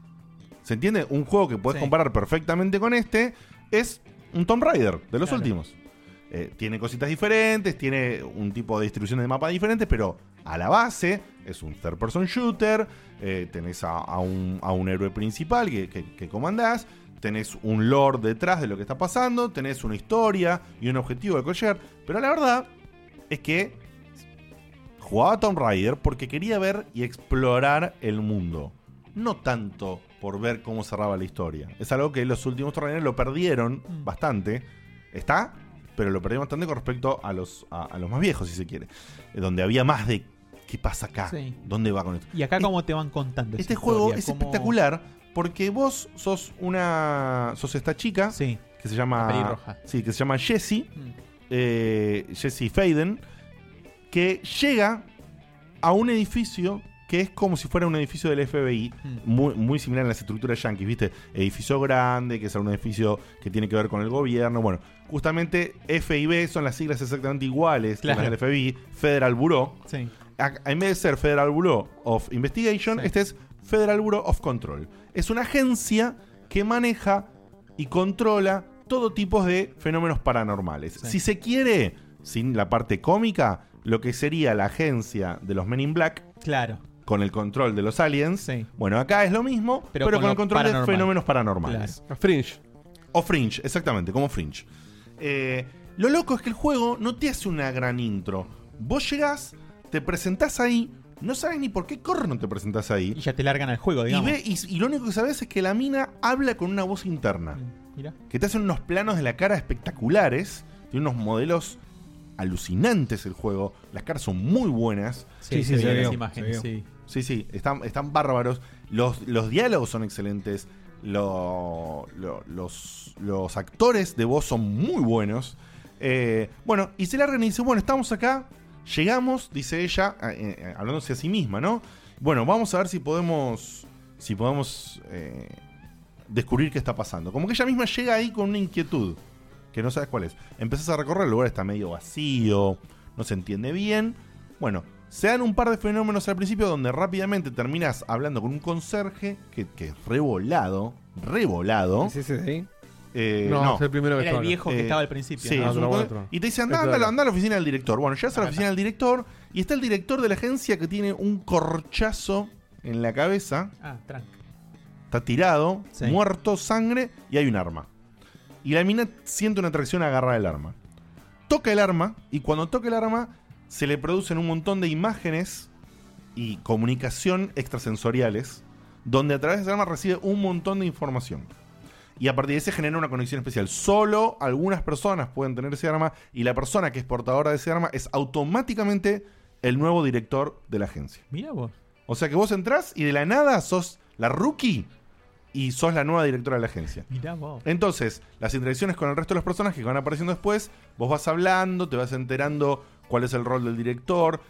[SPEAKER 2] ¿Se entiende? Un juego que puedes comparar perfectamente con este es un Tomb Raider de los últimos. Eh, tiene cositas diferentes, tiene un tipo de distribución de mapa diferente, pero a la base es un third person shooter. eh, tenés a, a un, a un héroe principal que, que- que comandás. Tenés un lore detrás de lo que está pasando. Tenés una historia y un objetivo de coger. Pero la verdad es que jugaba a Tomb Raider porque quería ver y explorar el mundo. No tanto por ver cómo cerraba la historia. Es algo que los últimos Tomb Raiders lo perdieron
[SPEAKER 7] Mm.
[SPEAKER 2] bastante. Está, pero lo perdieron bastante con respecto a los, a, a los más viejos, si se quiere. Eh, Donde había más de qué pasa acá,
[SPEAKER 7] Sí.
[SPEAKER 2] dónde va con esto.
[SPEAKER 7] Y acá cómo te van contando. esa
[SPEAKER 2] Este juego
[SPEAKER 7] historia,
[SPEAKER 2] es
[SPEAKER 7] cómo-
[SPEAKER 2] espectacular porque vos sos una. sos esta chica que se
[SPEAKER 7] La
[SPEAKER 2] llama.
[SPEAKER 7] pelirroja. Mm.
[SPEAKER 2] Sí, que se llama Jessie. eh, Jessie Faden. Que llega a un edificio que es como si fuera un edificio del FBI,
[SPEAKER 7] Mm.
[SPEAKER 2] muy, muy similar a las estructuras yankees, ¿viste? Edificio grande, que es un edificio que tiene que ver con el gobierno. Bueno, justamente FIB son las siglas exactamente iguales que
[SPEAKER 7] Claro.
[SPEAKER 2] las del FBI, Federal Bureau. Ac- En vez de ser Federal Bureau of Investigation, este es Federal Bureau of Control. Es una agencia que maneja y controla todo tipo de fenómenos paranormales. Si se quiere, sin la parte cómica, lo que sería la agencia de los Men in Black.
[SPEAKER 7] Claro.
[SPEAKER 2] Con el control de los aliens. Bueno, acá es lo mismo, pero, con, el control de fenómenos paranormales.
[SPEAKER 5] Fringe.
[SPEAKER 2] O Fringe, exactamente, como Fringe. Eh, lo loco es que el juego no te hace una gran intro. Vos llegás, te presentás ahí, no sabes ni por qué corno te presentás ahí.
[SPEAKER 7] Y ya te largan el juego,
[SPEAKER 2] Y,
[SPEAKER 7] digamos.
[SPEAKER 2] ve, y, y lo único que sabes es que la mina habla con una voz interna.
[SPEAKER 7] Mira.
[SPEAKER 2] Que te hacen unos planos de la cara espectaculares. Tiene unos modelos alucinantes el juego. Las caras son muy buenas.
[SPEAKER 7] Sí, Sí, sí, se se vio, vio, las imágenes, se vio. sí.
[SPEAKER 2] Sí, sí, están, están bárbaros. Los, los diálogos son excelentes. Lo- lo- los, los actores de voz son muy buenos. Eh, bueno, y se largan y dice, bueno, estamos acá, llegamos, dice ella, eh, eh, hablándose a sí misma, ¿no? Bueno, vamos a ver si podemos, si podemos eh, descubrir qué está pasando. Como que ella misma llega ahí con una inquietud, que no sabes cuál es. Empezás a recorrer, el lugar está medio vacío, no se entiende bien. Bueno, se dan un par de fenómenos al principio donde rápidamente terminas hablando con un conserje que, que es revolado, revolado.
[SPEAKER 3] ¿Es ese de ahí?
[SPEAKER 2] Eh,
[SPEAKER 5] No, es el primero que Era el estaba. viejo que estaba al
[SPEAKER 7] principio,
[SPEAKER 2] sí,
[SPEAKER 5] ¿no?
[SPEAKER 2] es un
[SPEAKER 5] Otro,
[SPEAKER 2] con-
[SPEAKER 5] otro.
[SPEAKER 2] Y te dice,
[SPEAKER 5] Es
[SPEAKER 2] anda,
[SPEAKER 5] verdad.
[SPEAKER 2] anda, a la oficina del director. Bueno, llegas a la oficina del director y está el director de la agencia que tiene un corchazo en la cabeza.
[SPEAKER 7] Ah, tranqui.
[SPEAKER 2] Está tirado, muerto, sangre y hay un arma. Y la mina siente una atracción a agarrar el arma. Toca el arma y cuando toca el arma se le producen un montón de imágenes y comunicación extrasensoriales donde a través de esa arma recibe un montón de información. Y a partir de ese genera una conexión especial. Solo algunas personas pueden tener ese arma y la persona que es portadora de ese arma es automáticamente el nuevo director de la agencia.
[SPEAKER 7] Mira vos.
[SPEAKER 2] O sea que vos entrás y de la nada sos la rookie y sos la nueva directora de la agencia.
[SPEAKER 7] Mira vos.
[SPEAKER 2] Eh, Entonces, las interacciones con el resto de las personas que van apareciendo después, vos vas hablando, te vas enterando cuál es el rol del director,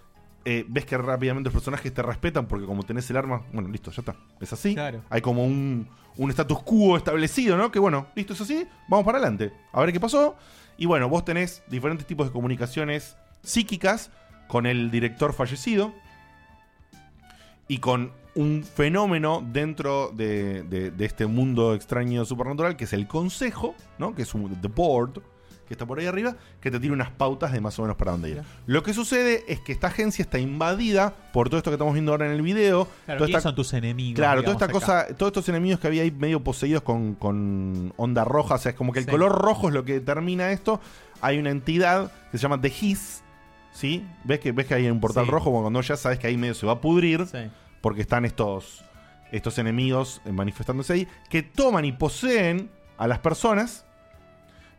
[SPEAKER 2] eh, ves que rápidamente los personajes te respetan porque como tenés el arma, bueno, listo, ya está, es así. Hay como un, un status quo establecido, ¿no? Que bueno, listo, es así, vamos para adelante, a ver qué pasó. Y bueno, vos tenés diferentes tipos de comunicaciones psíquicas con el director fallecido, y con un fenómeno dentro de, de- de este mundo extraño supernatural, que es el consejo, ¿no? Que es un the board, que está por ahí arriba, que te tira unas pautas de más o menos para dónde ir. Lo que sucede es que esta agencia está invadida por todo esto que estamos viendo ahora en el video.
[SPEAKER 7] Claro,
[SPEAKER 2] Toda
[SPEAKER 7] ¿quiénes
[SPEAKER 2] esta-
[SPEAKER 7] son tus enemigos?
[SPEAKER 2] Claro, toda
[SPEAKER 7] digamos,
[SPEAKER 2] esta
[SPEAKER 7] acá?
[SPEAKER 2] cosa, todos estos enemigos que había ahí medio poseídos con, con onda roja, o sea, es como que el color rojo es lo que determina esto. Hay una entidad que se llama The His, ¿sí? ¿Ves que, ves que hay un portal
[SPEAKER 7] Sí.
[SPEAKER 2] rojo? Bueno, cuando ya sabes que ahí medio se va a pudrir, porque están estos, estos enemigos eh, manifestándose ahí, que toman y poseen a las personas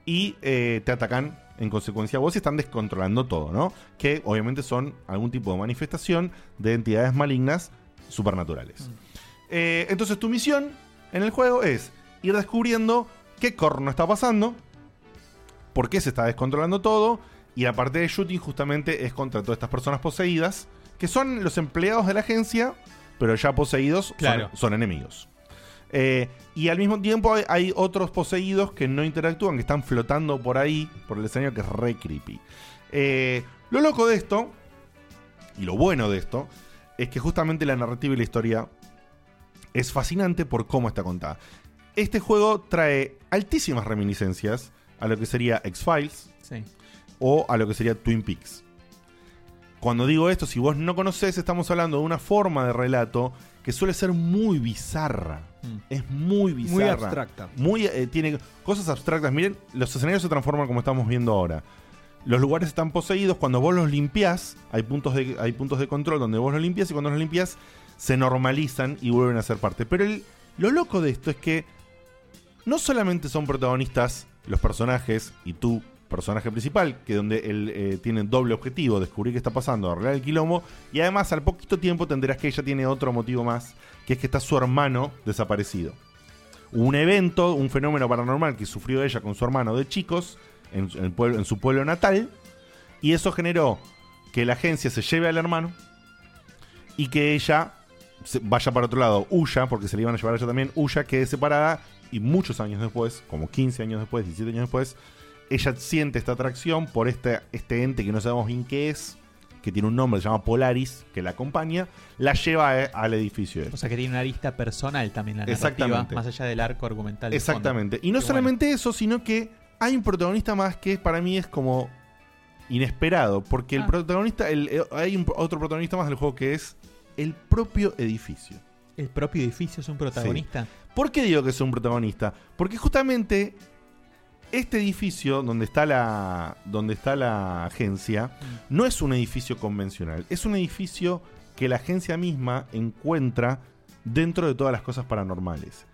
[SPEAKER 2] y eh, te atacan en consecuencia a vos y están descontrolando todo, ¿no? Que obviamente son algún tipo de manifestación de entidades malignas supernaturales.
[SPEAKER 7] Mm.
[SPEAKER 2] Eh, entonces tu misión en el juego es ir descubriendo qué corno está pasando, por qué se está descontrolando todo, y la parte de shooting justamente es contra todas estas personas poseídas, que son los empleados de la agencia, pero ya poseídos son-
[SPEAKER 7] Claro.
[SPEAKER 2] son, enemigos. Eh, y al mismo tiempo hay, hay otros poseídos que no interactúan, que están flotando por ahí, por el escenario, que es re creepy. Eh, lo loco de esto, y lo bueno de esto, es que justamente la narrativa y la historia es fascinante por cómo está contada. Este juego trae altísimas reminiscencias a lo que sería X-Files
[SPEAKER 7] Sí.
[SPEAKER 2] o a lo que sería Twin Peaks. Cuando digo esto, si vos no conocés, estamos hablando de una forma de relato que suele ser muy bizarra. Es muy bizarra.
[SPEAKER 3] abstracta.
[SPEAKER 2] Muy, eh, tiene cosas abstractas. Miren, los escenarios se transforman como estamos viendo ahora. Los lugares están poseídos. Cuando vos los limpiás, hay puntos de, hay puntos de control donde vos los limpiás y cuando los limpiás se normalizan y vuelven a ser parte. Pero el- lo loco de esto es que no solamente son protagonistas los personajes y tú, personaje principal, que donde él eh, tiene doble objetivo, descubrir qué está pasando, arreglar el quilombo, y además al poquito tiempo tendrás que ella tiene otro motivo más, que es que está su hermano desaparecido. Hubo Un evento, un fenómeno paranormal que sufrió ella con su hermano de chicos en, en pueblo- en su pueblo natal, y eso generó que la agencia se lleve al hermano y que ella se- vaya para otro lado, huya, porque se le iban a llevar a ella también, huya, quede separada y muchos años después, como 15 años después, 17 años después, ella siente esta atracción por este, este ente que no sabemos bien qué es, que tiene un nombre, se llama Polaris, que la acompaña, la lleva eh, al edificio.
[SPEAKER 7] O sea que tiene una arista personal también la narrativa,
[SPEAKER 2] Exactamente.
[SPEAKER 7] más allá del arco argumental. de
[SPEAKER 2] Exactamente.
[SPEAKER 7] fondo.
[SPEAKER 2] Y no
[SPEAKER 7] Qué
[SPEAKER 2] solamente eso, sino que hay un protagonista más que para mí es como inesperado. Porque el protagonista, el- eh, hay un- otro protagonista más del juego que es el propio edificio.
[SPEAKER 7] bueno. El propio edificio es un protagonista.
[SPEAKER 2] Sí. ¿Por qué digo que es un protagonista? Porque justamente este edificio donde está la donde está la agencia
[SPEAKER 7] Mm.
[SPEAKER 2] no es un edificio convencional, es un edificio que la agencia misma encuentra dentro de todas las cosas paranormales.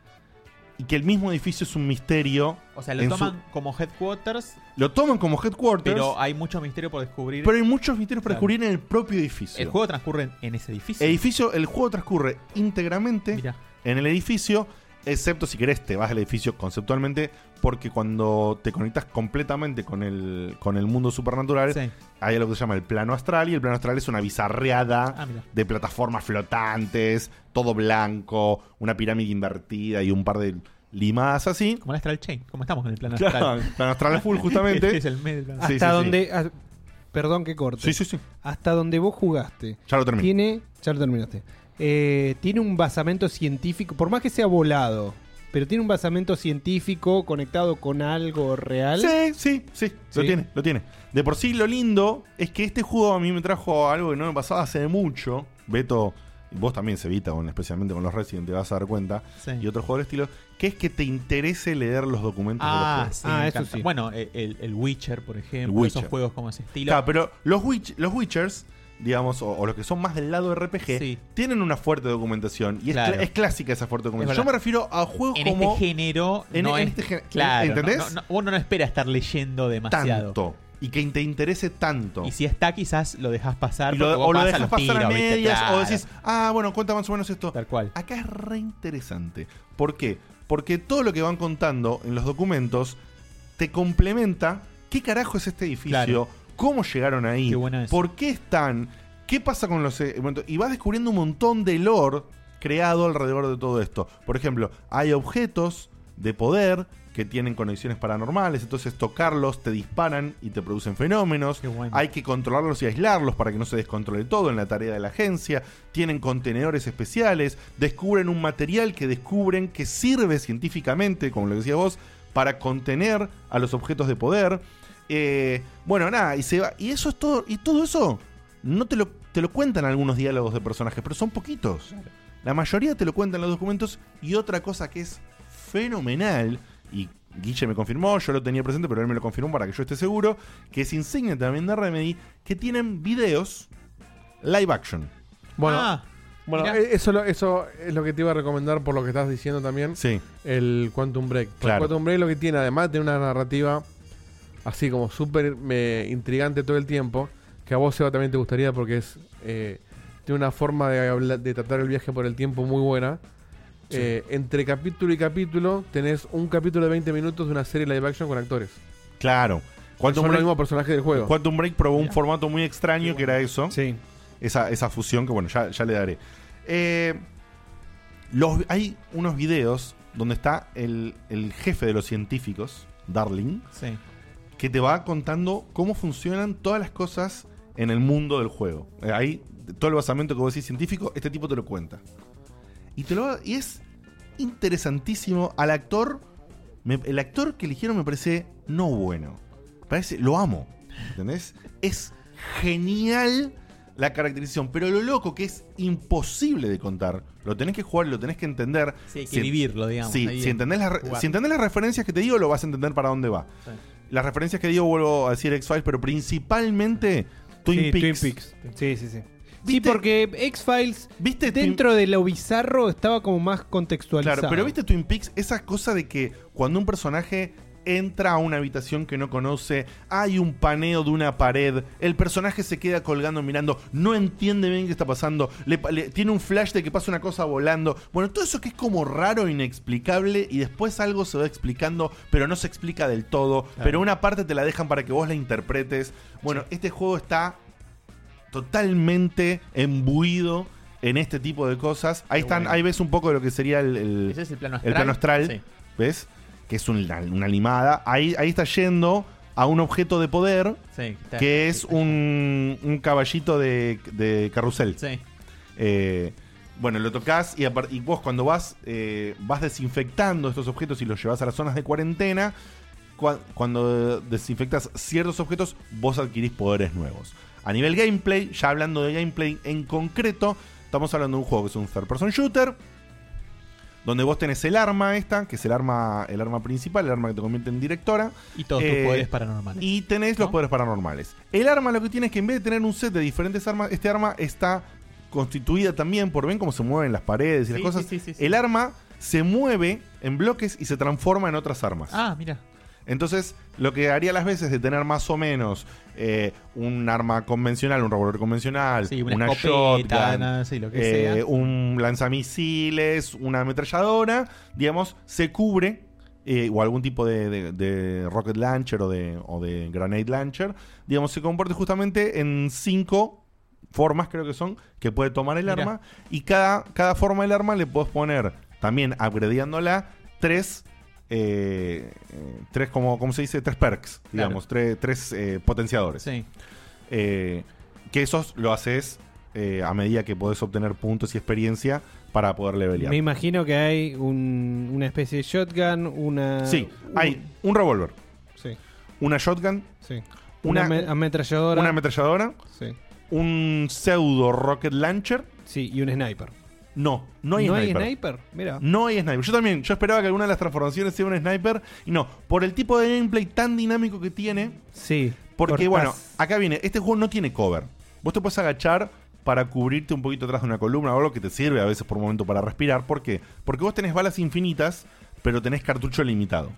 [SPEAKER 2] Y que el mismo edificio es un misterio.
[SPEAKER 7] O sea, lo
[SPEAKER 2] en su-
[SPEAKER 7] toman como headquarters,
[SPEAKER 2] lo toman como headquarters,
[SPEAKER 7] pero
[SPEAKER 2] pero hay,
[SPEAKER 7] hay mucho misterio por descubrir.
[SPEAKER 2] muchos misterios para
[SPEAKER 7] Claro.
[SPEAKER 2] descubrir en el propio edificio.
[SPEAKER 7] El juego transcurre en ese edificio.
[SPEAKER 2] Edificio, el juego transcurre íntegramente en el edificio, excepto si querés te vas al edificio conceptualmente, porque cuando te conectas completamente con el, con el mundo supernatural, hay algo que se llama el plano astral, y el plano astral es una bizarreada
[SPEAKER 7] Ah, mira.
[SPEAKER 2] de plataformas flotantes, todo blanco, una pirámide invertida y un par de limadas así.
[SPEAKER 7] Como el astral chain, como estamos en el plano
[SPEAKER 2] Claro,
[SPEAKER 7] astral. Este
[SPEAKER 2] el plano astral a full, justamente.
[SPEAKER 7] es el medio del plano
[SPEAKER 2] Sí,
[SPEAKER 7] astral.
[SPEAKER 2] sí,
[SPEAKER 3] Hasta
[SPEAKER 2] sí.
[SPEAKER 3] donde. a- perdón que corte.
[SPEAKER 2] Sí, sí, sí.
[SPEAKER 3] Hasta donde vos jugaste.
[SPEAKER 2] Ya lo terminé.
[SPEAKER 3] Tiene, ya lo terminaste. Eh, tiene un basamento científico, por más que sea volado, pero tiene un basamento científico conectado con algo real.
[SPEAKER 2] Sí, sí, sí, Lo
[SPEAKER 3] Sí.
[SPEAKER 2] tiene, lo tiene. De por sí, lo lindo es que este juego a mí me trajo algo que no me pasaba hace mucho. Beto, vos también, Sevita, con- especialmente con los Resident, te vas a dar cuenta.
[SPEAKER 7] Sí.
[SPEAKER 2] Y otro juego del estilo, que es que te interese leer los documentos de los
[SPEAKER 7] Ah,
[SPEAKER 2] juegos.
[SPEAKER 7] sí, me encanta. Bueno, eh, el, el Witcher, por ejemplo, esos juegos como ese estilo.
[SPEAKER 2] Claro, pero los, Witch- los Witchers, digamos, o, o los que son más del lado RPG, tienen una fuerte documentación. Y es
[SPEAKER 7] Claro.
[SPEAKER 2] cla- es, clásica esa fuerte
[SPEAKER 7] Es
[SPEAKER 2] documentación.
[SPEAKER 7] verdad.
[SPEAKER 2] Yo me refiero a juegos
[SPEAKER 7] en
[SPEAKER 2] como.
[SPEAKER 7] este género
[SPEAKER 2] en-
[SPEAKER 7] no
[SPEAKER 2] en
[SPEAKER 7] es-
[SPEAKER 2] este género,
[SPEAKER 7] claro,
[SPEAKER 2] ¿entendés?
[SPEAKER 7] no- no- no- uno no espera estar leyendo demasiado
[SPEAKER 2] tanto. Y que te interese tanto.
[SPEAKER 7] y si está quizás lo dejas pasar
[SPEAKER 2] Y lo-
[SPEAKER 7] porque vos
[SPEAKER 2] o lo
[SPEAKER 7] vas
[SPEAKER 2] dejas
[SPEAKER 7] los
[SPEAKER 2] pasar a
[SPEAKER 7] tiros, ¿viste?
[SPEAKER 2] medias,
[SPEAKER 7] Claro.
[SPEAKER 2] o decís, ah, bueno, cuenta más o menos esto.
[SPEAKER 7] Tal cual.
[SPEAKER 2] Acá es re interesante. ¿Por qué? Porque todo lo que van contando en los documentos te complementa qué carajo es este edificio,
[SPEAKER 7] Claro.
[SPEAKER 2] cómo llegaron ahí,
[SPEAKER 7] Qué bueno eso.
[SPEAKER 2] por qué están, qué pasa con los... eh, bueno, Y vas descubriendo un montón de lore creado alrededor de todo esto. Por ejemplo, hay objetos de poder que tienen conexiones paranormales, entonces tocarlos te disparan y te producen fenómenos. Hay que controlarlos y aislarlos para que no se descontrole todo en la tarea de la agencia. Tienen contenedores especiales, descubren un material que descubren que sirve científicamente, como lo decías vos, para contener a los objetos de poder. Eh, bueno, nada, y se va. Y eso es todo. Y todo eso no te lo, te lo cuentan algunos diálogos de personajes, pero son poquitos. La mayoría te lo cuentan los documentos. Y otra cosa que es fenomenal, y Guille me confirmó, yo lo tenía presente, pero él me lo confirmó para que yo esté seguro, que es insignia también de Remedy, que tienen videos live action.
[SPEAKER 5] Bueno,
[SPEAKER 2] Ah,
[SPEAKER 5] bueno
[SPEAKER 2] mirá.
[SPEAKER 5] eh, eso, lo- eso es lo que te iba a recomendar por lo que estás diciendo también.
[SPEAKER 2] Sí.
[SPEAKER 5] El Quantum Break.
[SPEAKER 2] Claro.
[SPEAKER 5] El Quantum Break lo que tiene, además, tiene una narrativa así como súper me- intrigante todo el tiempo, que a vos, Seba, también te gustaría porque es eh, tiene una forma de, habla- de tratar el viaje por el tiempo muy buena.
[SPEAKER 2] Sí.
[SPEAKER 5] Eh, entre capítulo y capítulo tenés un capítulo de 20 minutos de una serie live action con actores.
[SPEAKER 2] Claro. Quantum
[SPEAKER 5] Son los
[SPEAKER 2] Break-
[SPEAKER 5] mismos personajes del juego.
[SPEAKER 2] Quantum Break probó un formato muy extraño que era eso.
[SPEAKER 3] Sí.
[SPEAKER 2] Esa, esa fusión que, bueno, ya, ya le daré. Eh, los, hay unos videos donde está el, el jefe de los científicos, Darling,
[SPEAKER 7] Sí.
[SPEAKER 2] que te va contando cómo funcionan todas las cosas en el mundo del juego. Eh, Ahí, todo el basamento que vos decís científico, este tipo te lo cuenta. Y, te lo, y es interesantísimo al actor. me- el actor que eligieron me parece no bueno. Parece, lo amo. ¿Entendés? Es genial la caracterización, pero lo loco que es imposible de contar. Lo tenés que jugar, lo tenés que entender.
[SPEAKER 7] Sí, hay que vivirlo, digamos,
[SPEAKER 2] Sí,
[SPEAKER 7] ahí
[SPEAKER 2] si
[SPEAKER 7] en-
[SPEAKER 2] entendés, las re-
[SPEAKER 7] jugar.
[SPEAKER 2] si entendés las referencias que te digo, lo vas a entender para dónde va.
[SPEAKER 7] Sí.
[SPEAKER 2] Las referencias que digo, vuelvo a decir X-Files, pero principalmente Twin
[SPEAKER 3] Sí,
[SPEAKER 2] Peaks.
[SPEAKER 3] Twin Sí, sí, sí. Sí, porque X-Files
[SPEAKER 2] ¿Viste
[SPEAKER 3] dentro de lo bizarro estaba como más contextualizado.
[SPEAKER 2] Claro, pero viste Twin Peaks, esa cosa de que cuando un personaje entra a una habitación que no conoce, hay un paneo de una pared, el personaje se queda colgando mirando, no entiende bien qué está pasando, le pa- le- tiene un flash de que pasa una cosa volando. Bueno, todo eso que es como raro, inexplicable, y después algo se va explicando, pero no se explica del todo, pero una parte te la dejan para que vos la interpretes. Bueno, este juego está totalmente embuido en este tipo de cosas. Ahí están, ahí ves un poco de lo que sería el, el-
[SPEAKER 7] Ese es el plano
[SPEAKER 2] el plano
[SPEAKER 7] astral.
[SPEAKER 2] astral, ¿ves? Que es una, una limada. Ahí, ahí está yendo a un objeto de poder
[SPEAKER 9] Sí, está-
[SPEAKER 2] que es un, un caballito de, de carrusel. Eh, bueno, lo tocas y, apar- y vos cuando vas eh, vas desinfectando estos objetos y los llevas a las zonas de cuarentena, cua- cuando desinfectas ciertos objetos, vos adquirís poderes nuevos. A nivel gameplay, ya hablando de gameplay en concreto, estamos hablando de un juego que es un third person shooter, donde vos tenés el arma esta, que es el arma, el arma principal, el arma que te convierte en directora. Eh,
[SPEAKER 9] Y todos tus poderes paranormales.
[SPEAKER 2] Y tenés los poderes paranormales. El arma lo que tiene es que en vez de tener un set de diferentes armas, este arma está constituida también por ven cómo se mueven las paredes y las
[SPEAKER 9] Sí,
[SPEAKER 2] cosas.
[SPEAKER 9] sí, sí, sí, sí.
[SPEAKER 2] El arma se mueve en bloques y se transforma en otras armas.
[SPEAKER 9] Ah, mira.
[SPEAKER 2] Entonces, lo que haría las veces de tener más o menos eh, un arma convencional, un revólver convencional,
[SPEAKER 9] Sí, una
[SPEAKER 2] una,
[SPEAKER 9] escopeta,
[SPEAKER 2] shotgun,
[SPEAKER 9] nada, sí, lo que
[SPEAKER 2] eh,
[SPEAKER 9] sea.
[SPEAKER 2] un lanzamisiles, una ametralladora, digamos, se cubre, eh, o algún tipo de, de- de rocket launcher o de, o de grenade launcher, digamos, se comparte justamente en cinco formas, creo que son, que puede tomar el
[SPEAKER 9] Mirá.
[SPEAKER 2] arma, y cada, cada forma del arma le puedes poner, también upgradeándola, tres... eh, eh, tres como ¿cómo se dice tres perks digamos tres, tres, eh, potenciadores Eh, que esos lo haces eh, a medida que podés obtener puntos y experiencia para poder levelear
[SPEAKER 6] Me imagino que hay un- una especie de shotgun, una.
[SPEAKER 2] Sí,
[SPEAKER 6] un-
[SPEAKER 2] hay un revólver,
[SPEAKER 6] sí.
[SPEAKER 2] una shotgun,
[SPEAKER 6] Sí.
[SPEAKER 2] una,
[SPEAKER 6] Una ame- ametralladora.
[SPEAKER 2] una ametralladora,
[SPEAKER 6] Sí.
[SPEAKER 2] un pseudo rocket launcher.
[SPEAKER 6] Sí, y un sniper.
[SPEAKER 2] No, no hay
[SPEAKER 6] ¿No hay
[SPEAKER 2] sniper.
[SPEAKER 6] sniper? Mira.
[SPEAKER 2] No hay sniper. Yo también, yo esperaba que alguna de las transformaciones sea un sniper. Y no, por el tipo de gameplay tan dinámico que tiene.
[SPEAKER 6] Sí. cortás.
[SPEAKER 2] Porque bueno, acá viene, este juego no tiene cover. Vos te puedes agachar para cubrirte un poquito atrás de una columna o algo que te sirve a veces por un momento para respirar. ¿Por qué? Porque vos tenés balas infinitas, pero tenés cartucho limitado.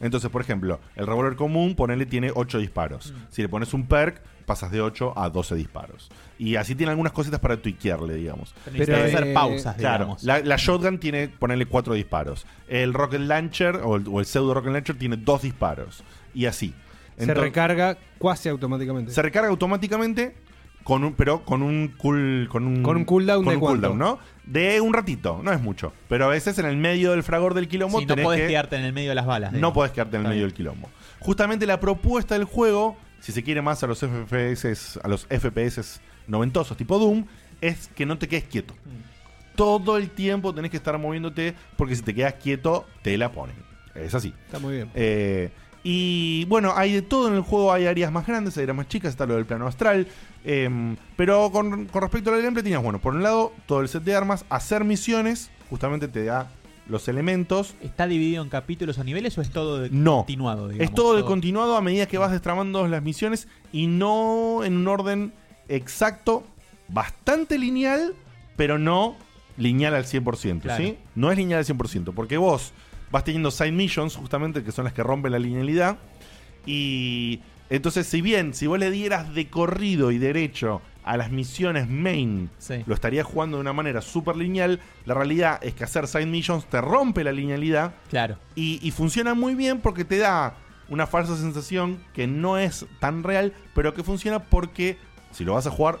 [SPEAKER 2] Entonces, por ejemplo, el revólver común, ponele, tiene 8 disparos. Si le pones un perk, pasas de 8 a 12 disparos. Y así tiene algunas cositas para tuiquearle, digamos.
[SPEAKER 9] Pero necesitas Pero, hacer eh, pausas,
[SPEAKER 2] claro,
[SPEAKER 9] digamos.
[SPEAKER 2] La, la shotgun tiene, ponele, 4 disparos. El rocket launcher o el, o el pseudo rocket launcher tiene 2 disparos. Y así.
[SPEAKER 6] se
[SPEAKER 2] Entonces-
[SPEAKER 6] recarga cuasi automáticamente.
[SPEAKER 2] se recarga automáticamente con un pero con un cool con un
[SPEAKER 6] Con un cooldown
[SPEAKER 2] con
[SPEAKER 6] de
[SPEAKER 2] un
[SPEAKER 6] cuánto?
[SPEAKER 2] cooldown, ¿no? De un ratito, no es mucho, pero a veces en el medio del fragor del quilombo
[SPEAKER 9] Sí, no
[SPEAKER 2] tenés
[SPEAKER 9] podés
[SPEAKER 2] que-
[SPEAKER 9] quedarte en el medio de las balas.
[SPEAKER 2] no podés quedarte en el medio del quilombo. Justamente la propuesta del juego, si se quiere más a los FPS, a los FPS noventosos tipo Doom, es que no te quedes quieto.
[SPEAKER 9] Mm.
[SPEAKER 2] Todo el tiempo tenés que estar moviéndote porque si te quedas quieto te la ponen. Es así.
[SPEAKER 6] Está muy bien.
[SPEAKER 2] Eh, y bueno, hay de todo en el juego. Hay áreas más grandes, hay áreas más chicas. Está lo del plano astral. Em, pero con, con respecto al gameplay, tenías, bueno, por un lado, todo el set de armas, hacer misiones. Justamente te da los elementos.
[SPEAKER 9] ¿Está dividido en capítulos o niveles o es todo de
[SPEAKER 2] No.
[SPEAKER 9] continuado? digamos?
[SPEAKER 2] es todo de continuado a medida que vas destramando las misiones y no en un orden exacto, bastante lineal, pero no lineal al 100%,
[SPEAKER 9] Claro.
[SPEAKER 2] ¿sí? No es lineal al 100%, porque vos vas teniendo side missions, justamente, que son las que rompen la linealidad, y entonces si bien, si vos le dieras de corrido y derecho a las misiones main, lo estarías jugando de una manera súper lineal, la realidad es que hacer side missions te rompe la linealidad,
[SPEAKER 9] Claro.
[SPEAKER 2] y, y funciona muy bien porque te da una falsa sensación que no es tan real, pero que funciona porque si lo vas a jugar,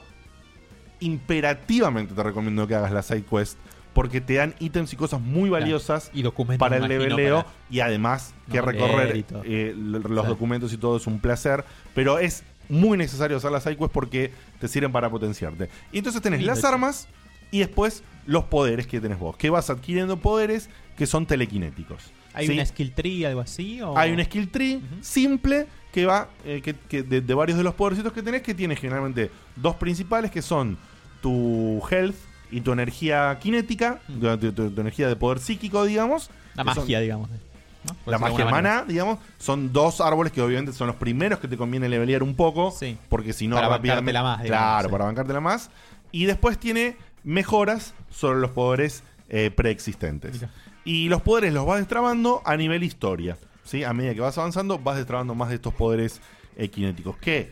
[SPEAKER 2] imperativamente te recomiendo que hagas la side quest porque te dan ítems y cosas muy valiosas para el
[SPEAKER 9] imagino,
[SPEAKER 2] leveleo
[SPEAKER 9] para
[SPEAKER 2] y además que
[SPEAKER 9] no leer y
[SPEAKER 2] recorrer
[SPEAKER 9] todo.
[SPEAKER 2] eh, l- los documentos y todo es un placer, pero es muy necesario hacer las side quest porque te sirven para potenciarte. Y entonces tenés
[SPEAKER 9] Lindo,
[SPEAKER 2] las
[SPEAKER 9] che.
[SPEAKER 2] armas y después los poderes que tenés vos, que vas adquiriendo poderes que son telequinéticos.
[SPEAKER 9] ¿Hay
[SPEAKER 2] ¿sí?
[SPEAKER 9] una skill tree, algo así? o-
[SPEAKER 2] Hay un skill tree simple que va eh, que, que de, de varios de los podercitos que tenés, que tienes generalmente dos principales que son tu health y tu energía cinética, tu, tu- tu energía de poder psíquico, digamos.
[SPEAKER 9] La
[SPEAKER 2] que son-
[SPEAKER 9] magia, digamos. ¿no? Por
[SPEAKER 2] la
[SPEAKER 9] decirlo de
[SPEAKER 2] magia
[SPEAKER 9] alguna manera.
[SPEAKER 2] mana, digamos, son dos árboles que obviamente son los primeros que te conviene levelear un poco. Porque si no,
[SPEAKER 9] Para
[SPEAKER 2] rápidamente-
[SPEAKER 9] bancártela más, digamos,
[SPEAKER 2] Claro,
[SPEAKER 9] sí.
[SPEAKER 2] para bancártela más. Y después tiene mejoras sobre los poderes eh, preexistentes. Y los poderes los vas destrabando a nivel historia. ¿sí? A medida que vas avanzando, vas destrabando más de estos poderes eh, cinéticos. Que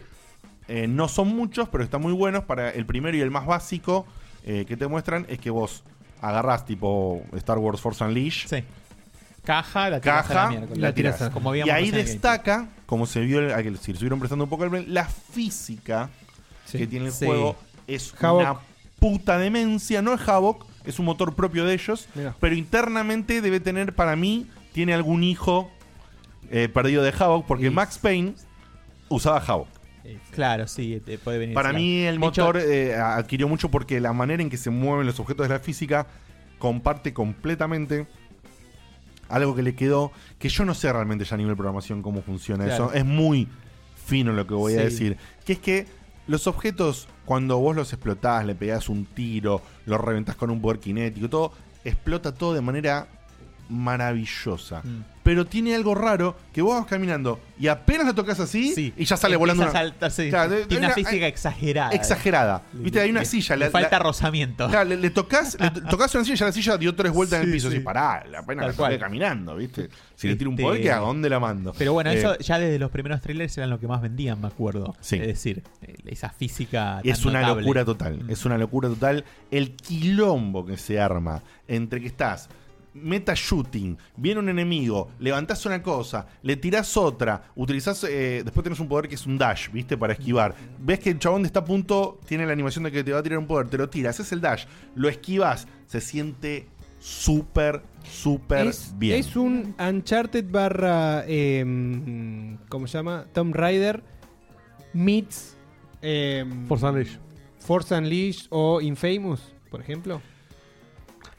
[SPEAKER 2] eh, no son muchos, pero están muy buenos. Para el primero y el más básico eh, que te muestran es que vos agarrás tipo Star Wars Force Unleashed.
[SPEAKER 9] Caja, la tirás a la
[SPEAKER 2] Caja,
[SPEAKER 9] miércoles.
[SPEAKER 2] la tirás.
[SPEAKER 9] Como
[SPEAKER 2] y
[SPEAKER 9] habíamos
[SPEAKER 2] ahí
[SPEAKER 9] en el gameplay.
[SPEAKER 2] destaca, como se vio, el- al- si le estuvieron prestando un poco el brain, la física que tiene el
[SPEAKER 9] Sí.
[SPEAKER 2] juego es
[SPEAKER 9] Havok.
[SPEAKER 2] una puta demencia. No es Havok, es un motor propio de ellos,
[SPEAKER 9] Mirá.
[SPEAKER 2] pero internamente debe tener, para mí, tiene algún hijo eh, perdido de Havok porque Max Payne usaba Havok.
[SPEAKER 7] Claro, sí, te puede venir.
[SPEAKER 2] Para
[SPEAKER 7] ese
[SPEAKER 2] mí
[SPEAKER 7] lado.
[SPEAKER 2] el
[SPEAKER 7] De hecho,
[SPEAKER 2] motor eh, adquirió mucho porque la manera en que se mueven los objetos de la física comparte completamente algo que le quedó, que yo no sé realmente ya a nivel programación cómo funciona
[SPEAKER 5] Claro.
[SPEAKER 2] eso. Es muy fino lo que voy a
[SPEAKER 5] Sí.
[SPEAKER 2] decir. Que es que los objetos, cuando vos los explotás, le pegás un tiro, los reventás con un poder cinético, todo, explota todo de manera maravillosa.
[SPEAKER 7] Mm.
[SPEAKER 2] Pero tiene algo raro que vos vas caminando y apenas lo tocas así y ya sale volando
[SPEAKER 7] empieza
[SPEAKER 2] una-
[SPEAKER 7] a saltar, sí.
[SPEAKER 2] Claro, hay
[SPEAKER 7] Tiene una física
[SPEAKER 2] hay-
[SPEAKER 7] exagerada.
[SPEAKER 2] Exagerada.
[SPEAKER 7] Le-
[SPEAKER 2] Viste, hay una
[SPEAKER 7] le-
[SPEAKER 2] silla.
[SPEAKER 7] le falta rozamiento.
[SPEAKER 2] Claro, le, le tocas, le to- tocas una silla y ya la silla dio tres vueltas en el
[SPEAKER 7] Sí,
[SPEAKER 2] piso.
[SPEAKER 7] sí.
[SPEAKER 2] Así, pará, la pena
[SPEAKER 7] Tal
[SPEAKER 2] la saqué
[SPEAKER 7] cual.
[SPEAKER 2] caminando, ¿viste? Si le tiro un
[SPEAKER 7] Este-
[SPEAKER 2] poder, ¿qué hago? ¿Dónde la mando?
[SPEAKER 7] Pero bueno,
[SPEAKER 2] Eh,
[SPEAKER 7] eso ya desde los primeros trailers eran lo que más vendían, me acuerdo.
[SPEAKER 2] Sí.
[SPEAKER 7] Es decir, eh, esa física. tan
[SPEAKER 2] Es una
[SPEAKER 7] notable.
[SPEAKER 2] locura total. Es una locura total. El quilombo que se arma entre que estás meta shooting, viene un enemigo, levantás una cosa, le tirás otra, utilizás. eh, después tenés un poder que es un dash, ¿viste? Para esquivar. Ves que el chabón de está a punto tiene la animación de que te va a tirar un poder, te lo tiras, es el dash, lo esquivas, se siente súper, súper
[SPEAKER 6] Es,
[SPEAKER 2] bien.
[SPEAKER 6] es un Uncharted barra. eh, mm, ¿Cómo se llama? Tomb Raider meets. eh,
[SPEAKER 5] Force Unleashed.
[SPEAKER 6] Force Unleashed o Infamous, por ejemplo.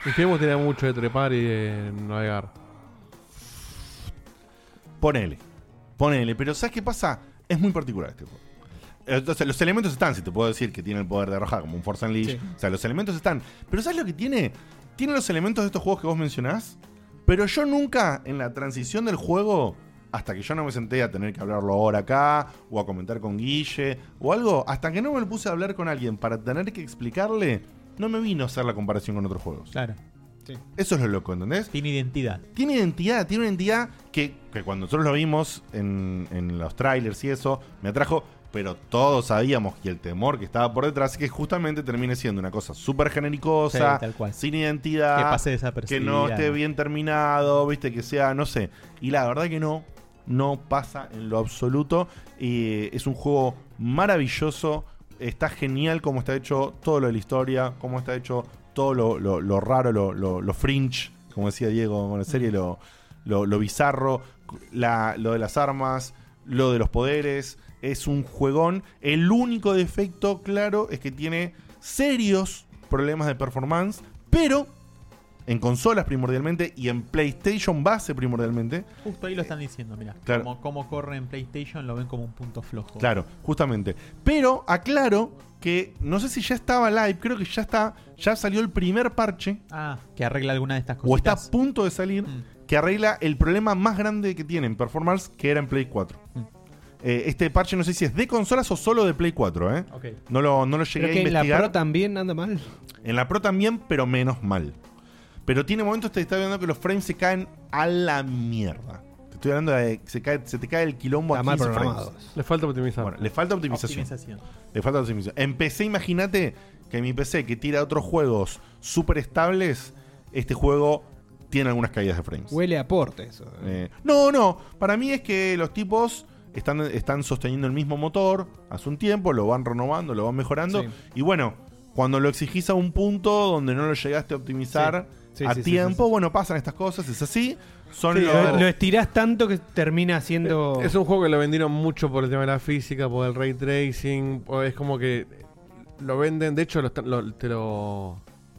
[SPEAKER 5] Infamous tenía mucho de trepar y de navegar.
[SPEAKER 2] Ponele. Ponele. Pero ¿sabes qué pasa? Es muy particular este juego. Entonces, los elementos están, si te puedo decir que tiene el poder de arrojar como un Force Unleashed. O sea, los elementos están. Pero ¿sabes lo que tiene? Tiene los elementos de estos juegos que vos mencionás. Pero yo nunca, en la transición del juego, hasta que yo no me senté a tener que hablarlo ahora acá, o a comentar con Guille, o algo, hasta que no me lo puse a hablar con alguien para tener que explicarle, no me vino a hacer la comparación con otros juegos.
[SPEAKER 7] Claro.
[SPEAKER 2] Eso es lo loco, ¿entendés?
[SPEAKER 7] Tiene identidad.
[SPEAKER 2] Tiene identidad, tiene una identidad que, que cuando nosotros lo vimos en, en los trailers y eso, me atrajo, pero todos sabíamos que el temor que estaba por detrás es que justamente termine siendo una cosa súper genericosa,
[SPEAKER 7] Sí, tal cual.
[SPEAKER 2] sin identidad,
[SPEAKER 7] Que pase desapercibida,
[SPEAKER 2] que no esté
[SPEAKER 7] ¿no?
[SPEAKER 2] bien terminado, viste, que sea, no sé. Y la verdad que no, no pasa en lo absoluto. Y eh, es un juego maravilloso. Está genial cómo está hecho todo lo de la historia, cómo está hecho todo lo, lo- lo raro, lo, lo- lo fringe, como decía Diego con la serie, lo, lo, lo bizarro, la- lo de las armas, lo de los poderes. Es un juegón. El único defecto, claro, es que tiene serios problemas de performance, pero en consolas primordialmente y en PlayStation base primordialmente.
[SPEAKER 7] Justo ahí lo están diciendo, mira.
[SPEAKER 2] Claro.
[SPEAKER 7] Como, como corre en PlayStation lo ven como un punto flojo.
[SPEAKER 2] Claro, justamente. Pero aclaro que no sé si ya estaba live, creo que ya está, ya salió el primer parche
[SPEAKER 7] Ah, que arregla alguna de estas
[SPEAKER 2] o está
[SPEAKER 7] cositas. Mm.
[SPEAKER 2] a punto de salir que arregla el problema más grande que tienen performance que era en Play 4.
[SPEAKER 7] Mm.
[SPEAKER 2] Eh, este parche no sé si es de consolas o solo de Play 4, ¿eh?
[SPEAKER 7] Ok.
[SPEAKER 2] No lo, no lo llegué
[SPEAKER 6] Creo
[SPEAKER 2] a
[SPEAKER 6] que en la
[SPEAKER 2] investigar.
[SPEAKER 6] Pro también anda mal.
[SPEAKER 2] En la Pro también, pero menos mal. Pero tiene momentos te está viendo que los frames se caen a la mierda. Te estoy hablando de que se, cae- se te cae el quilombo a
[SPEAKER 5] mal
[SPEAKER 2] 15
[SPEAKER 5] programados.
[SPEAKER 2] frames.
[SPEAKER 5] Le falta optimizar.
[SPEAKER 2] Bueno, le falta optimización.
[SPEAKER 7] Optimización.
[SPEAKER 2] Le falta optimización. En PC, imagínate que mi PC que tira otros juegos súper estables, este juego tiene algunas caídas de frames.
[SPEAKER 6] Huele a porte eso.
[SPEAKER 2] Eh, no, no. Para mí es que los tipos están, están sosteniendo el mismo motor hace un tiempo, lo van renovando, lo van mejorando.
[SPEAKER 6] Sí.
[SPEAKER 2] Y bueno, cuando lo exigís a un punto donde no lo llegaste a optimizar
[SPEAKER 6] Sí. Sí,
[SPEAKER 2] a
[SPEAKER 6] sí, sí,
[SPEAKER 2] tiempo, bueno, pasan estas cosas, es así. Son
[SPEAKER 6] Sí,
[SPEAKER 2] los-
[SPEAKER 6] lo, lo estirás tanto que termina siendo.
[SPEAKER 5] Es un juego que lo vendieron mucho por el tema de la física, por el ray tracing. o Es como que lo venden. De hecho, lo están- lo- te lo.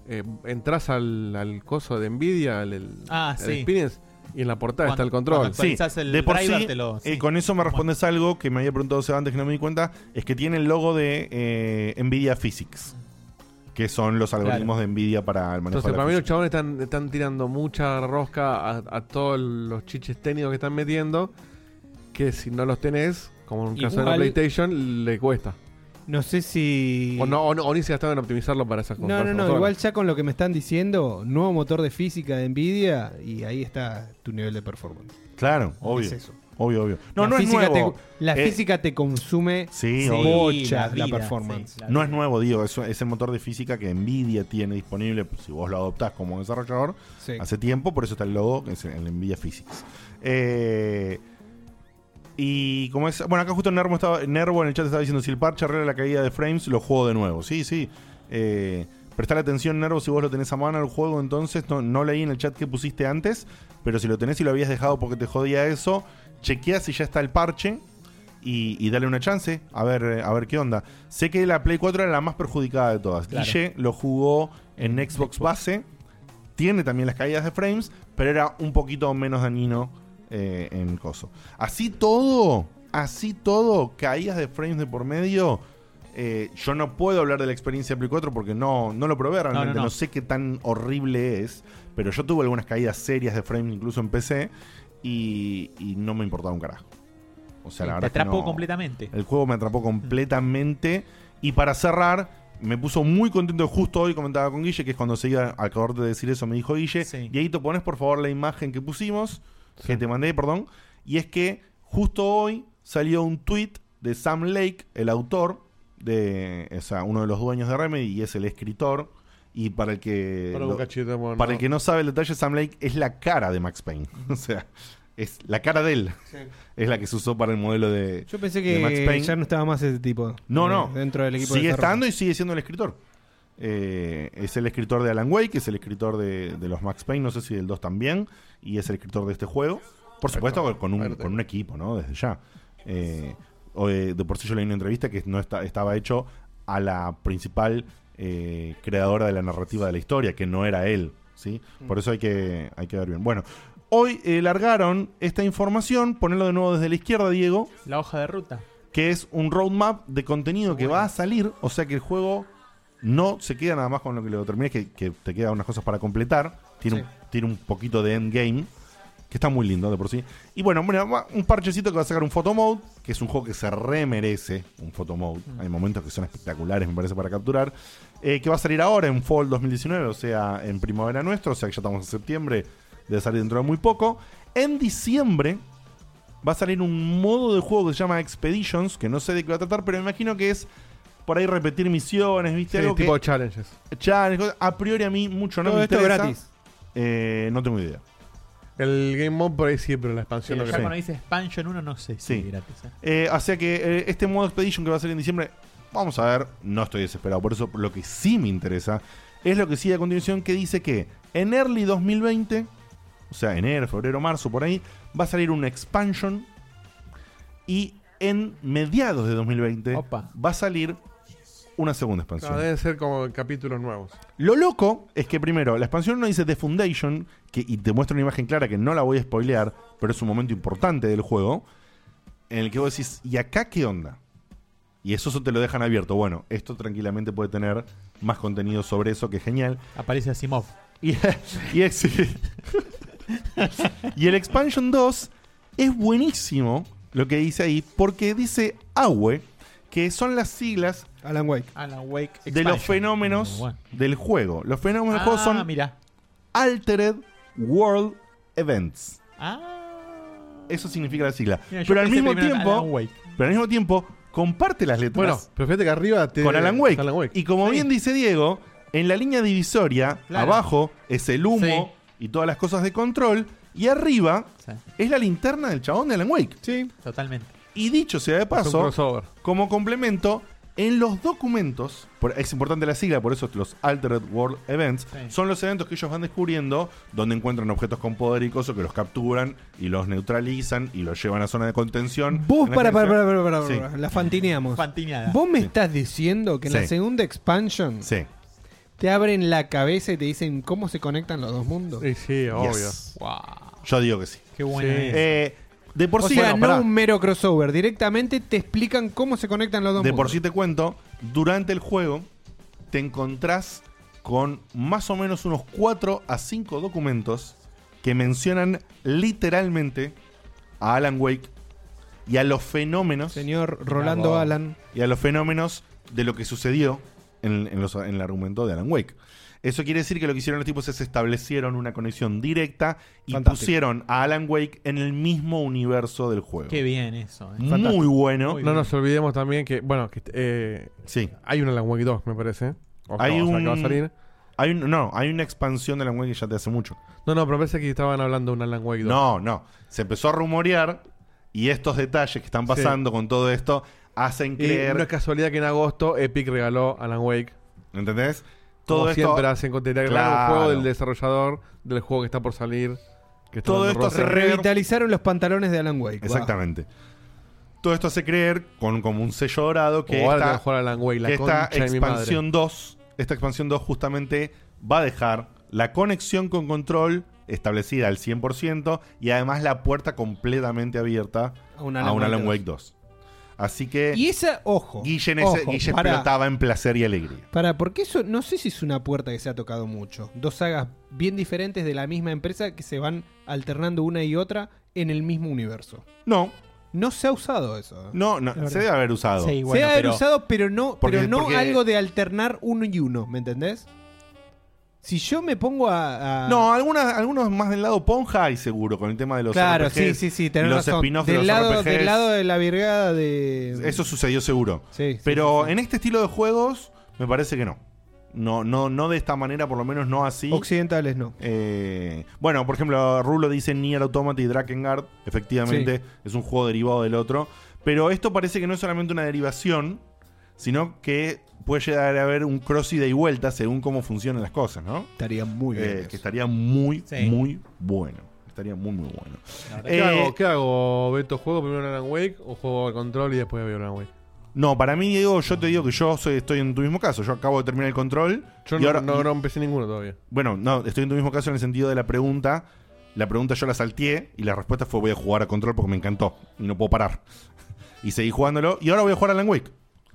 [SPEAKER 5] eh, entras al, al coso de Nvidia, al, el-
[SPEAKER 7] Ah,
[SPEAKER 5] al
[SPEAKER 7] sí.
[SPEAKER 5] Experience, y en la portada está el control.
[SPEAKER 2] Sí, de por sí, eh, con eso me respondes algo que me había preguntado Seba antes que no me di cuenta, es que tiene el logo de eh, Nvidia Physics, que son los algoritmos de Nvidia para el manejo
[SPEAKER 5] Entonces,
[SPEAKER 2] de la
[SPEAKER 5] para mí los chabones están, están tirando mucha rosca a, a todos los chiches técnicos que están metiendo. Que si no los tenés, como en un caso de la
[SPEAKER 6] Igual-
[SPEAKER 5] PlayStation, le cuesta.
[SPEAKER 6] No sé si.
[SPEAKER 5] O, no, o, no- o ni se gastaron en optimizarlo para esas
[SPEAKER 6] No,
[SPEAKER 5] cosas.
[SPEAKER 6] no, no. Igual ya con lo que me están diciendo, nuevo motor de física de Nvidia y ahí está tu nivel de performance.
[SPEAKER 2] Claro, obvio.
[SPEAKER 6] Es eso.
[SPEAKER 2] Obvio, obvio. No,
[SPEAKER 6] la
[SPEAKER 2] no es
[SPEAKER 6] física
[SPEAKER 2] nuevo.
[SPEAKER 6] Te, la
[SPEAKER 2] Eh,
[SPEAKER 6] física te consume
[SPEAKER 2] Sí, obvio.
[SPEAKER 6] bocha la, performance.
[SPEAKER 2] no es nuevo, digo, es, es el motor de física que Nvidia tiene disponible, pues, si vos lo adoptás como desarrollador,
[SPEAKER 6] Sí.
[SPEAKER 2] hace tiempo, por eso está el logo, que es el Nvidia Physics. Eh, y como es, bueno, acá justo Nervo, estaba, Nervo en el chat estaba diciendo, si el parche arregla la caída de frames, lo juego de nuevo. Sí, sí. Eh, Prestar atención, Nervo, si vos lo tenés a mano el juego, entonces no, no leí en el chat que pusiste antes, pero si lo tenés y lo habías dejado porque te jodía eso, chequea si ya está el parche y, y dale una chance, a ver, eh, a ver qué onda. Sé que la Play 4 era la más perjudicada de todas.
[SPEAKER 5] Claro.
[SPEAKER 2] Guille lo jugó en Xbox base, tiene también las caídas de frames, pero era un poquito menos dañino eh, en coso. Así todo, así todo, caídas de frames de por medio. eh, yo no puedo hablar de la experiencia de Play 4 porque no, no lo probé realmente,
[SPEAKER 5] no.
[SPEAKER 2] no sé qué tan horrible es, pero yo tuve algunas caídas serias de frames incluso en PC y, y no me importaba un carajo. O sea, la
[SPEAKER 7] Te
[SPEAKER 2] verdad que
[SPEAKER 7] atrapó
[SPEAKER 2] no.
[SPEAKER 7] completamente. Mm.
[SPEAKER 2] El juego me atrapó completamente. Y para cerrar, me puso muy contento. Justo hoy comentaba con Guille, que es cuando seguía al acabar de decir eso, me dijo Guille. Y ahí te pones por favor la imagen que pusimos, que te mandé, perdón. Y es que justo hoy salió un tweet de Sam Lake, el autor, de, o sea, uno de los dueños de Remedy y es el escritor. Y para el que.
[SPEAKER 5] Para un
[SPEAKER 2] lo-
[SPEAKER 5] cachito, bueno.
[SPEAKER 2] para el que no sabe el detalle, Sam Lake es la cara de Max Payne. O sea, es la cara de él. Es la que se usó para el modelo de.
[SPEAKER 3] Yo pensé
[SPEAKER 2] de Max
[SPEAKER 3] que
[SPEAKER 2] Payne.
[SPEAKER 3] ya no estaba más ese tipo.
[SPEAKER 2] No,
[SPEAKER 3] eh,
[SPEAKER 2] no.
[SPEAKER 3] Dentro del equipo de
[SPEAKER 2] Sigue
[SPEAKER 3] desarrollo.
[SPEAKER 2] estando y sigue siendo el escritor. Eh, es el escritor de Alan Wake, es el escritor de, de los Max Payne, no sé si del 2 también, y es el escritor de este juego. Por supuesto, con un, con un equipo, ¿no? Desde ya. Eh, o, eh, de por sí yo leí una entrevista que no está- estaba hecho a la principal eh, creadora de la narrativa de la historia, que no era él, ¿sí? Por eso hay que, hay que ver bien. Bueno, hoy eh, largaron esta información, ponerlo de nuevo desde la izquierda, Diego
[SPEAKER 9] La hoja de ruta.
[SPEAKER 2] que es un roadmap de contenido que va a salir, o sea que el juego no se queda nada más con lo que lo terminé, que, que te quedan unas cosas para completar, tiene, un, tiene un poquito de endgame, que está muy lindo de por sí. Y bueno, bueno, va- un parchecito que va a sacar un photo mode, que es un juego que se remerece un photo mode, hay momentos que son espectaculares me parece para capturar, eh, que va a salir ahora en Fall 2019, o sea, en primavera nuestro, o sea que ya estamos en septiembre, debe salir dentro de muy poco. En diciembre, va a salir un modo de juego que se llama Expeditions, que no sé de qué va a tratar, pero me imagino que es por ahí repetir misiones, ¿viste?
[SPEAKER 5] Sí,
[SPEAKER 2] Algo
[SPEAKER 5] tipo
[SPEAKER 2] que,
[SPEAKER 5] challenges.
[SPEAKER 2] Challenge, cosas- a priori a mí mucho no
[SPEAKER 5] Todo
[SPEAKER 2] me
[SPEAKER 5] esto
[SPEAKER 2] interesa.
[SPEAKER 5] gratis.
[SPEAKER 2] Eh, no tengo idea.
[SPEAKER 5] El Game Mode por ahí siempre, la expansión.
[SPEAKER 7] Eh,
[SPEAKER 5] lo
[SPEAKER 2] Sí,
[SPEAKER 5] que
[SPEAKER 2] ya
[SPEAKER 5] sea.
[SPEAKER 2] con
[SPEAKER 9] Cuando dice expansion 1, no sé si
[SPEAKER 2] Sí.
[SPEAKER 9] es gratis. ¿eh?
[SPEAKER 2] Eh, o sea que eh, este modo Expedition que va a salir en diciembre, vamos a ver, no estoy desesperado. Por eso lo que sí me interesa es lo que sigue a continuación que dice que en early 2020, o sea, enero, febrero, marzo, por ahí, va a salir un expansion y en mediados de 2020 va a salir una segunda expansión.
[SPEAKER 5] Claro, ah, deben ser como capítulos nuevos.
[SPEAKER 2] Lo loco es que primero, la expansión no dice The Foundation, que, y te muestra una imagen clara que no la voy a spoilear, pero es un momento importante del juego, en el que vos decís, ¿y acá qué onda? Y eso, eso te lo dejan abierto. Bueno, esto tranquilamente puede tener más contenido sobre eso, que es genial.
[SPEAKER 9] Aparece Asimov.
[SPEAKER 2] Y, y ex- y el Expansion 2 es buenísimo lo que dice ahí, porque dice AWE, que son las siglas
[SPEAKER 3] Alan Wake.
[SPEAKER 9] Alan Wake
[SPEAKER 2] de los
[SPEAKER 9] expansion.
[SPEAKER 2] fenómenos
[SPEAKER 9] Bueno.
[SPEAKER 2] del juego. Los fenómenos del juego
[SPEAKER 9] Ah,
[SPEAKER 2] son
[SPEAKER 9] mira.
[SPEAKER 2] Altered World Events.
[SPEAKER 9] Ah.
[SPEAKER 2] Eso significa la sigla.
[SPEAKER 9] Mira, yo
[SPEAKER 2] pero al
[SPEAKER 9] pensé
[SPEAKER 2] mismo
[SPEAKER 9] primero en
[SPEAKER 2] tiempo,
[SPEAKER 9] Alan Wake.
[SPEAKER 2] pero al mismo tiempo comparte las letras.
[SPEAKER 5] Bueno, pero fíjate que arriba te-
[SPEAKER 2] con Alan Wake.
[SPEAKER 5] está Alan Wake.
[SPEAKER 2] Y como bien dice Diego, en la línea divisoria
[SPEAKER 5] Claro.
[SPEAKER 2] abajo es el humo y todas las cosas de control y arriba es la linterna del chabón de Alan Wake.
[SPEAKER 3] Sí,
[SPEAKER 9] totalmente.
[SPEAKER 2] Y dicho sea de
[SPEAKER 5] Hace un
[SPEAKER 2] paso,
[SPEAKER 5] crossover.
[SPEAKER 2] como complemento, en los documentos, por- es importante la sigla, por eso los Altered World Events,
[SPEAKER 5] Sí.
[SPEAKER 2] son los eventos que ellos van descubriendo, donde encuentran objetos con poder y cosas que los capturan y los neutralizan y los llevan a zona de contención.
[SPEAKER 3] Vos,
[SPEAKER 2] En
[SPEAKER 3] para, para, para,
[SPEAKER 2] emergencia.
[SPEAKER 3] para, para,
[SPEAKER 2] Sí.
[SPEAKER 3] para, la fantineamos.
[SPEAKER 9] Fantineada.
[SPEAKER 3] Vos me estás diciendo que en la
[SPEAKER 2] Sí.
[SPEAKER 3] segunda expansion
[SPEAKER 2] Sí.
[SPEAKER 3] te abren la cabeza y te dicen cómo se conectan los dos mundos.
[SPEAKER 5] Sí, sí, obvio.
[SPEAKER 2] Yes. Yo digo que sí.
[SPEAKER 9] Qué
[SPEAKER 3] buena Sí. esa.
[SPEAKER 2] Eh, de por
[SPEAKER 3] o
[SPEAKER 2] sí,
[SPEAKER 3] sea,
[SPEAKER 2] Bueno,
[SPEAKER 3] no
[SPEAKER 2] pará.
[SPEAKER 3] un mero crossover, directamente te explican cómo se conectan los dos
[SPEAKER 2] De por
[SPEAKER 3] mundos.
[SPEAKER 2] sí te cuento, durante el juego te encontrás con más o menos unos 4 a 5 documentos que mencionan literalmente a Alan Wake y a los fenómenos.
[SPEAKER 3] Señor Rolando
[SPEAKER 2] Bravo.
[SPEAKER 3] Alan.
[SPEAKER 2] Y a los fenómenos de lo que sucedió en, en los- en el argumento de Alan Wake. Eso quiere decir que lo que hicieron los tipos es establecieron una conexión directa y
[SPEAKER 9] Fantástico.
[SPEAKER 2] pusieron a Alan Wake en el mismo universo del juego.
[SPEAKER 9] Qué bien eso. ¿eh?
[SPEAKER 2] Muy bueno.
[SPEAKER 5] no nos olvidemos también que, bueno, que eh, hay una Alan Wake 2, me parece. O
[SPEAKER 2] hay
[SPEAKER 5] no, o sea,
[SPEAKER 2] un,
[SPEAKER 5] que va a salir.
[SPEAKER 2] hay un- no, hay una expansión de Alan Wake que ya te hace mucho.
[SPEAKER 5] No, no, pero parece que estaban hablando de una Alan Wake 2.
[SPEAKER 2] No, no. Se empezó a rumorear y estos detalles que están pasando con todo esto hacen
[SPEAKER 5] Y
[SPEAKER 2] creer.
[SPEAKER 5] no es casualidad que en agosto Epic regaló Alan Wake.
[SPEAKER 2] ¿Entendés?
[SPEAKER 5] Todo
[SPEAKER 2] Todo esto-
[SPEAKER 5] siempre hacen con Tentacle Run,
[SPEAKER 2] Claro.
[SPEAKER 5] el juego del desarrollador, del juego que está por salir. Que está
[SPEAKER 2] Todo
[SPEAKER 5] dando
[SPEAKER 2] esto
[SPEAKER 5] roce.
[SPEAKER 2] se re-
[SPEAKER 6] Revitalizaron los pantalones de Alan Wake. va.
[SPEAKER 2] Exactamente. Todo esto hace creer con como un sello dorado que
[SPEAKER 5] Oh, ahora
[SPEAKER 2] esta,
[SPEAKER 5] tengo que jugar a Alan Wake, la
[SPEAKER 2] que esta
[SPEAKER 5] concha de mi
[SPEAKER 2] expansión 2, esta expansión 2 justamente va a dejar la conexión con control establecida al 100% y además la puerta completamente abierta
[SPEAKER 6] A
[SPEAKER 2] a
[SPEAKER 6] un
[SPEAKER 2] un
[SPEAKER 6] Alan
[SPEAKER 2] Alan,
[SPEAKER 6] Wake
[SPEAKER 2] Wake 2. Así que
[SPEAKER 6] Y esa, ojo.
[SPEAKER 2] Guille, en ese-
[SPEAKER 6] ojo,
[SPEAKER 2] Guille
[SPEAKER 6] pará.
[SPEAKER 2] explotaba en placer y alegría.
[SPEAKER 6] Para, porque eso no sé si es una puerta que se ha tocado mucho. Dos sagas bien diferentes de la misma empresa que se van alternando una y otra en el mismo universo.
[SPEAKER 2] No.
[SPEAKER 6] No se ha usado eso. La
[SPEAKER 2] No, no
[SPEAKER 6] verdad.
[SPEAKER 2] se debe haber usado.
[SPEAKER 6] se debe haber usado, pero no,
[SPEAKER 2] Porque-
[SPEAKER 6] pero no
[SPEAKER 2] porque-
[SPEAKER 6] algo de alternar uno y uno, ¿me entendés? Si yo me pongo a. a-
[SPEAKER 2] No, algunas, algunos más del lado Ponja hay seguro con el tema de los
[SPEAKER 6] claro,
[SPEAKER 2] RPGs,
[SPEAKER 6] sí, sí, sí, tenés
[SPEAKER 2] los
[SPEAKER 6] razón.
[SPEAKER 2] spin-offs de
[SPEAKER 6] del,
[SPEAKER 2] los
[SPEAKER 6] lado,
[SPEAKER 2] RPGs.
[SPEAKER 6] del lado de la virgada de.
[SPEAKER 2] Eso sucedió seguro. Pero en este estilo de juegos, me parece que no. No, no, no de esta manera, por lo menos no así.
[SPEAKER 6] Occidentales no.
[SPEAKER 2] Eh, bueno, por ejemplo, Rulo dice Nier Automata y Drakengard. Efectivamente, es un juego derivado del otro. Pero esto parece que no es solamente una derivación, sino que puede llegar a haber un cross ida y vuelta según cómo funcionan las cosas, ¿no?
[SPEAKER 6] Estaría muy
[SPEAKER 2] bien. que estaría muy, muy bueno. Estaría muy, muy bueno.
[SPEAKER 5] ¿Qué,
[SPEAKER 2] Eh,
[SPEAKER 5] hago, ¿Qué hago, Beto? ¿Juego primero Alan Wake o juego al control y después veo Alan Wake?
[SPEAKER 2] No, para mí, Diego, yo te digo que yo soy, estoy en tu mismo caso. Yo acabo de terminar el control.
[SPEAKER 5] Yo
[SPEAKER 2] y
[SPEAKER 5] no,
[SPEAKER 2] ahora-
[SPEAKER 5] no, no empecé ninguno todavía.
[SPEAKER 2] Bueno, no, estoy en tu mismo caso en el sentido de la pregunta. La pregunta yo la salteé y la respuesta fue voy a jugar a control porque me encantó y no puedo parar. Y seguí jugándolo y ahora voy a jugar a Alan Wake.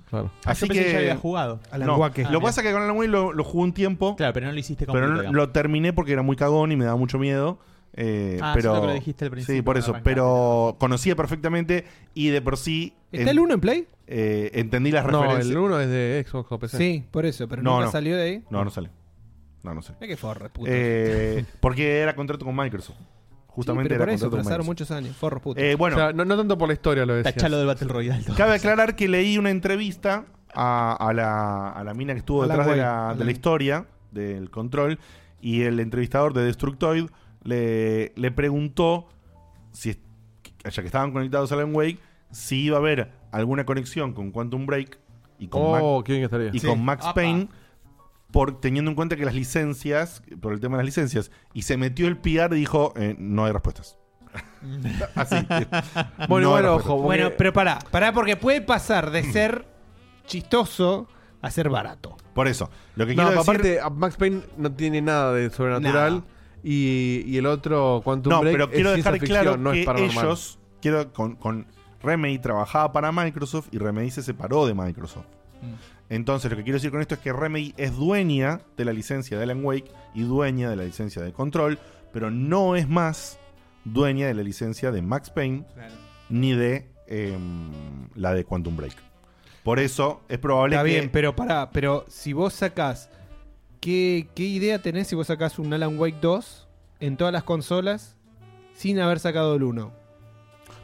[SPEAKER 5] Claro.
[SPEAKER 2] Así
[SPEAKER 7] Ah, Yo pensé que ya había Ah,
[SPEAKER 2] jugado.
[SPEAKER 7] Alan
[SPEAKER 6] Wake.
[SPEAKER 2] Lo que pasa es que con Alan Wake lo, lo jugué un tiempo.
[SPEAKER 7] Claro, pero no lo hiciste
[SPEAKER 2] Pero
[SPEAKER 7] completo,
[SPEAKER 2] no-
[SPEAKER 7] digamos.
[SPEAKER 2] lo terminé porque era muy cagón y me daba mucho miedo. Eh,
[SPEAKER 7] Ah,
[SPEAKER 2] pero,
[SPEAKER 7] siento que lo dijiste al principio
[SPEAKER 2] Sí, por
[SPEAKER 7] para
[SPEAKER 2] eso.
[SPEAKER 7] arrancar.
[SPEAKER 2] Pero conocía perfectamente y de por sí.
[SPEAKER 6] ¿Está el 1 en Play?
[SPEAKER 2] eh, entendí las
[SPEAKER 5] No,
[SPEAKER 2] referencias.
[SPEAKER 5] el 1 es de Xbox o PC.
[SPEAKER 6] Sí, por eso, pero
[SPEAKER 2] No,
[SPEAKER 6] nunca
[SPEAKER 2] no.
[SPEAKER 6] salió de ahí.
[SPEAKER 2] No, no sale. No, no sale.
[SPEAKER 6] Mirá que forros, putos.
[SPEAKER 2] Eh, porque era contrato con Microsoft. Justamente
[SPEAKER 6] Sí, pero
[SPEAKER 2] era
[SPEAKER 6] por eso
[SPEAKER 2] contrato con
[SPEAKER 6] pasaron
[SPEAKER 2] Microsoft.
[SPEAKER 6] muchos años. Forros putos.
[SPEAKER 2] Eh, bueno.
[SPEAKER 5] O sea, no, no tanto por la historia lo decía.
[SPEAKER 2] Tachalo del
[SPEAKER 7] Battle Royale.
[SPEAKER 2] Cabe aclarar que leí una entrevista a, a la, a la mina que estuvo
[SPEAKER 6] Alan
[SPEAKER 2] detrás de
[SPEAKER 6] Wake,
[SPEAKER 2] la, de
[SPEAKER 6] Alan.
[SPEAKER 2] la historia, del control, y el entrevistador de Destructoid le, le preguntó, si, ya que estaban conectados a Alan Wake, si iba a haber alguna conexión con Quantum Break y con,
[SPEAKER 5] Oh,
[SPEAKER 2] Mac-
[SPEAKER 5] qué bien que estaría.
[SPEAKER 2] y
[SPEAKER 5] Sí.
[SPEAKER 2] con Max
[SPEAKER 5] Apa.
[SPEAKER 2] Payne. Por, teniendo en cuenta que las licencias, por el tema de las licencias, y se metió el PR y dijo, eh, no hay respuestas. Así.
[SPEAKER 5] Bueno,
[SPEAKER 2] No hay
[SPEAKER 5] bueno,
[SPEAKER 2] respuestas.
[SPEAKER 5] ojo. porque-
[SPEAKER 6] Bueno, pero pará, pará, porque puede pasar
[SPEAKER 2] Mm.
[SPEAKER 6] de ser chistoso a ser barato.
[SPEAKER 2] Por eso. Lo que
[SPEAKER 5] no,
[SPEAKER 2] quiero decir-
[SPEAKER 5] aparte, a Max Payne no tiene nada de sobrenatural. Y, y el otro, Quantum
[SPEAKER 2] No,
[SPEAKER 5] Break,
[SPEAKER 2] pero
[SPEAKER 5] es
[SPEAKER 2] quiero
[SPEAKER 5] ciencia
[SPEAKER 2] dejar
[SPEAKER 5] ficción,
[SPEAKER 2] claro
[SPEAKER 5] no
[SPEAKER 2] que
[SPEAKER 5] es paranormal.
[SPEAKER 2] ellos, quiero, con, con Remedy trabajaba para Microsoft y Remedy se separó de Microsoft. Entonces, lo que quiero decir con esto es que Remedy es dueña de la licencia de Alan Wake y dueña de la licencia de Control, pero no es más dueña de la licencia de Max Payne ni de em, la de Quantum Break. Por eso es probable
[SPEAKER 6] Está
[SPEAKER 2] que.
[SPEAKER 6] bien, pero pará, pero si vos sacás. ¿qué, qué idea tenés si vos sacás un Alan Wake 2 en todas las consolas sin haber sacado el 1?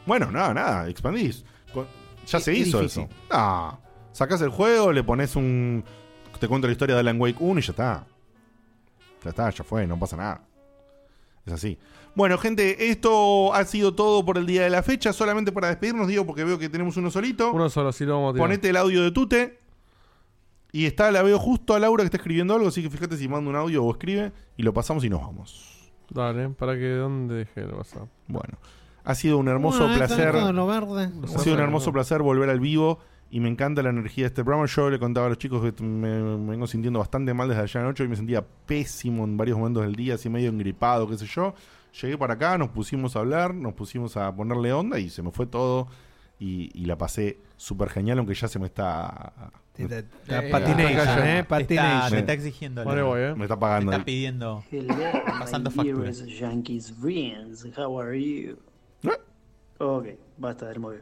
[SPEAKER 2] Bueno, nada, nada, expandís. Con- Ya se
[SPEAKER 6] es
[SPEAKER 2] hizo
[SPEAKER 6] difícil.
[SPEAKER 2] eso. No. Sacás el juego, le pones un. Te cuento la historia de Alan Wake 1 y ya está. Ya está, ya fue, no pasa nada. Es así. Bueno, gente, esto ha sido todo por el día de la fecha. Solamente para despedirnos, digo, porque veo que tenemos uno solito.
[SPEAKER 5] Uno solo, sí lo vamos a tirar.
[SPEAKER 2] Ponete el audio de Tute. Y está, la veo justo a Laura que está escribiendo algo, así que fíjate si manda un audio o escribe y lo pasamos y nos vamos.
[SPEAKER 5] Dale, para que dónde dejé el WhatsApp.
[SPEAKER 2] Bueno, ha sido un hermoso
[SPEAKER 5] Bueno, ahí está
[SPEAKER 2] placer.
[SPEAKER 5] todo lo
[SPEAKER 6] verde.
[SPEAKER 2] Ha sido un hermoso placer volver al vivo y me encanta la energía de este programa. Yo le contaba a los chicos que t- me, me vengo sintiendo bastante mal desde ayer anoche y me sentía pésimo en varios momentos del día, así medio engripado, qué sé yo. Llegué para acá, nos pusimos a hablar, nos pusimos a ponerle onda y se me fue todo. Y, y la pasé súper genial, aunque ya se me está.
[SPEAKER 6] Te- te-
[SPEAKER 7] te- patination, eh, patination. Te está exigiendo
[SPEAKER 2] Me,
[SPEAKER 7] algo.
[SPEAKER 2] me está pagando.
[SPEAKER 7] Te está pidiendo. Pasando
[SPEAKER 4] my dearest
[SPEAKER 7] facturas.
[SPEAKER 4] Yankees friends, how are you?
[SPEAKER 5] ¿Eh?
[SPEAKER 4] Ok, basta del móvil.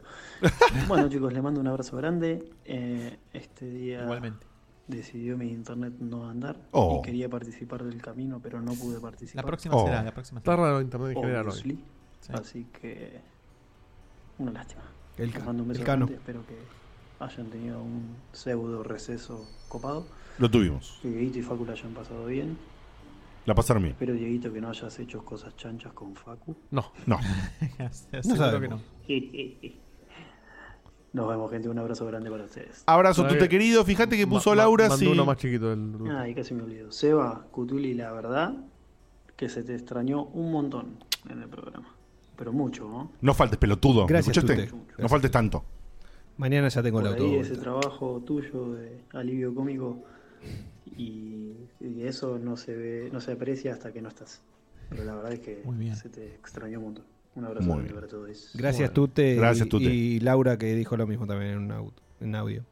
[SPEAKER 4] bueno chicos, les mando un abrazo grande. Eh, este día
[SPEAKER 7] Igualmente.
[SPEAKER 4] decidió mi internet no andar
[SPEAKER 2] Oh.
[SPEAKER 4] y quería participar del camino, pero no pude participar.
[SPEAKER 7] La próxima Oh. será, la próxima será.
[SPEAKER 5] Está raro internet
[SPEAKER 2] Oh,
[SPEAKER 5] en general hoy.
[SPEAKER 4] Obviously. Así que una lástima.
[SPEAKER 5] El
[SPEAKER 4] Les
[SPEAKER 5] ca-
[SPEAKER 4] mando un beso
[SPEAKER 5] el cano.
[SPEAKER 4] grande, Espero que hayan tenido un pseudo receso copado.
[SPEAKER 2] Lo tuvimos.
[SPEAKER 4] Que Dieguito y Facu la hayan pasado bien.
[SPEAKER 2] La pasaron bien.
[SPEAKER 4] Espero, Dieguito, que no hayas hecho cosas chanchas con Facu.
[SPEAKER 2] No. No.
[SPEAKER 4] Seguro
[SPEAKER 2] sabemos.
[SPEAKER 4] que no.
[SPEAKER 3] Nos vemos, gente. Un abrazo grande para ustedes.
[SPEAKER 2] Abrazo, tú te querido. Fíjate que puso
[SPEAKER 5] Ma- ma-
[SPEAKER 2] Laura
[SPEAKER 5] mandó
[SPEAKER 2] si.
[SPEAKER 5] uno más chiquito. el-
[SPEAKER 3] Ay, casi me olvido. Seba, Cutuli, la verdad que se te extrañó un montón en el programa. Pero mucho, ¿no?
[SPEAKER 2] No faltes, pelotudo. ¿Me
[SPEAKER 6] Gracias,
[SPEAKER 2] ¿Escuchaste?
[SPEAKER 6] Tute.
[SPEAKER 2] No faltes tanto.
[SPEAKER 6] Mañana ya tengo
[SPEAKER 3] Por
[SPEAKER 6] el auto. de
[SPEAKER 3] ahí
[SPEAKER 6] vuelta.
[SPEAKER 3] ese trabajo tuyo de alivio cómico y, y eso no se ve, no se aprecia hasta que no estás. Pero la verdad es que se te extrañó un montón. Un abrazo grande para todos.
[SPEAKER 6] Gracias,
[SPEAKER 3] tú
[SPEAKER 6] Tute.
[SPEAKER 2] Gracias,
[SPEAKER 6] y-
[SPEAKER 2] Tute.
[SPEAKER 6] Y Laura que dijo lo mismo también en un auto- en audio.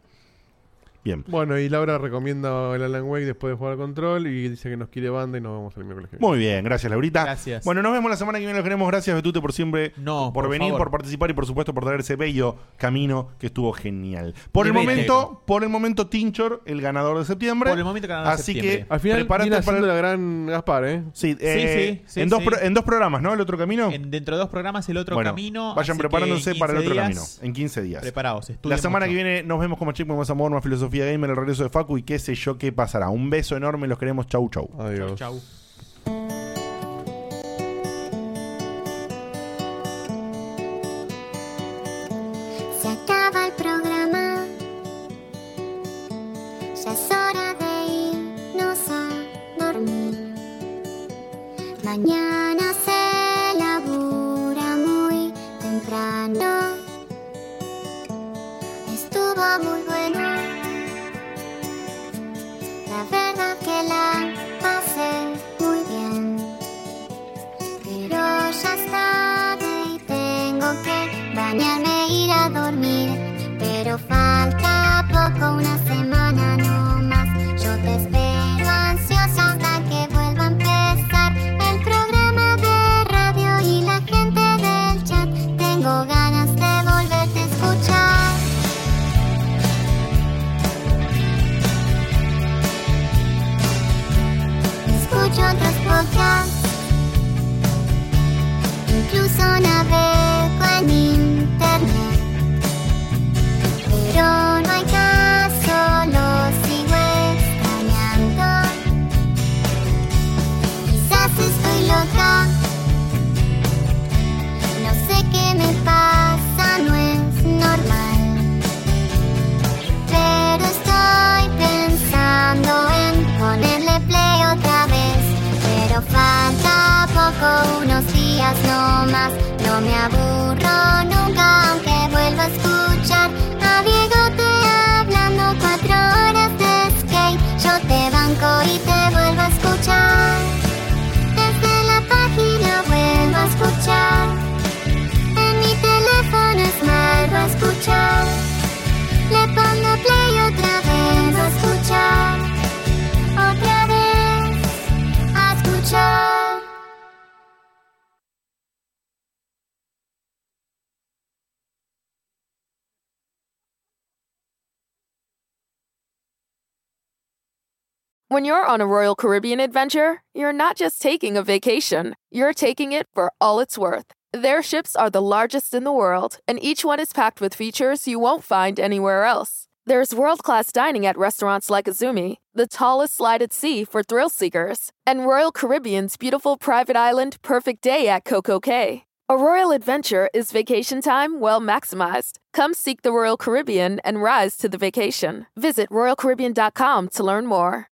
[SPEAKER 2] Bien.
[SPEAKER 5] Bueno, y Laura recomienda el Alan Wake después de jugar Control y dice que nos quiere banda y nos vamos el miércoles. que viene.
[SPEAKER 2] Muy bien, gracias, Laurita.
[SPEAKER 5] Gracias.
[SPEAKER 2] Bueno, nos vemos la semana que viene. Los queremos. Gracias, Betute, por siempre.
[SPEAKER 7] No,
[SPEAKER 2] por,
[SPEAKER 7] por
[SPEAKER 2] venir,
[SPEAKER 7] favor.
[SPEAKER 2] por participar y por supuesto por traer ese bello camino que estuvo genial. Por
[SPEAKER 7] Y
[SPEAKER 2] el
[SPEAKER 7] vete.
[SPEAKER 2] momento, por el momento, Tinchor, el ganador de septiembre.
[SPEAKER 7] Por el momento, el ganador de
[SPEAKER 2] Así
[SPEAKER 7] septiembre.
[SPEAKER 2] que
[SPEAKER 5] Al final
[SPEAKER 2] prepárate
[SPEAKER 5] viene
[SPEAKER 2] para
[SPEAKER 5] haciendo la gran Gaspar, ¿eh?
[SPEAKER 2] Sí, eh,
[SPEAKER 7] sí, sí,
[SPEAKER 2] en, dos
[SPEAKER 7] sí.
[SPEAKER 2] pro- en dos programas, ¿no? El otro camino.
[SPEAKER 7] Dentro de dos programas, el otro
[SPEAKER 2] Bueno,
[SPEAKER 7] camino.
[SPEAKER 2] Vayan
[SPEAKER 7] así que
[SPEAKER 2] preparándose
[SPEAKER 7] en
[SPEAKER 2] para el
[SPEAKER 7] 15
[SPEAKER 2] otro camino.
[SPEAKER 7] días,
[SPEAKER 2] En 15 días.
[SPEAKER 7] Preparaos, estudien
[SPEAKER 2] La semana
[SPEAKER 7] mucho.
[SPEAKER 2] que viene nos vemos como Checkpoint, más amor, más filosofía gamer, el regreso de Facu y qué sé yo qué pasará. Un beso enorme, los queremos. Chau, chau.
[SPEAKER 5] Adiós.
[SPEAKER 7] Chau.
[SPEAKER 8] Se acaba el programa. Ya es hora de irnos a dormir. Mañana se labura muy temprano. Estuvo muy bueno. La verdad que la pasé muy bien. Pero ya es tarde y tengo que bañarme e ir a dormir. Pero falta poco, una semana no más. Yo te espero ansiosa hasta que vuelva a empezar el programa de radio y la gente del chat. Tengo ganas de volverte a escuchar. Escucho otros podcasts. Incluso navego en internet. Pero no hay caso, lo sigo extrañando. Quizás estoy loca. No sé qué me pasa, no es normal. Pero estoy pensando en ponerle play otra vez. Pero falta poco, unos días no más. No me aburro nunca, aunque vuelva a escuchar a Diego te hablando cuatro horas de skate. Yo te banco y te vuelvo a escuchar. Desde la página vuelvo a escuchar. En mi teléfono es vuelvo a escuchar. Le pongo play otra vez a escuchar. Otra vez a escuchar.
[SPEAKER 25] When you're on a Royal Caribbean adventure, you're not just taking a vacation, you're taking it for all it's worth. Their ships are the largest in the world, and each one is packed with features you won't find anywhere else. There's world class dining at restaurants like Azumi, the tallest slide at sea for thrill seekers, and Royal Caribbean's beautiful private island Perfect Day at Coco Cay. A royal adventure is vacation time well maximized. Come seek the Royal Caribbean and rise to the vacation. Visit RoyalCaribbean.com to learn more.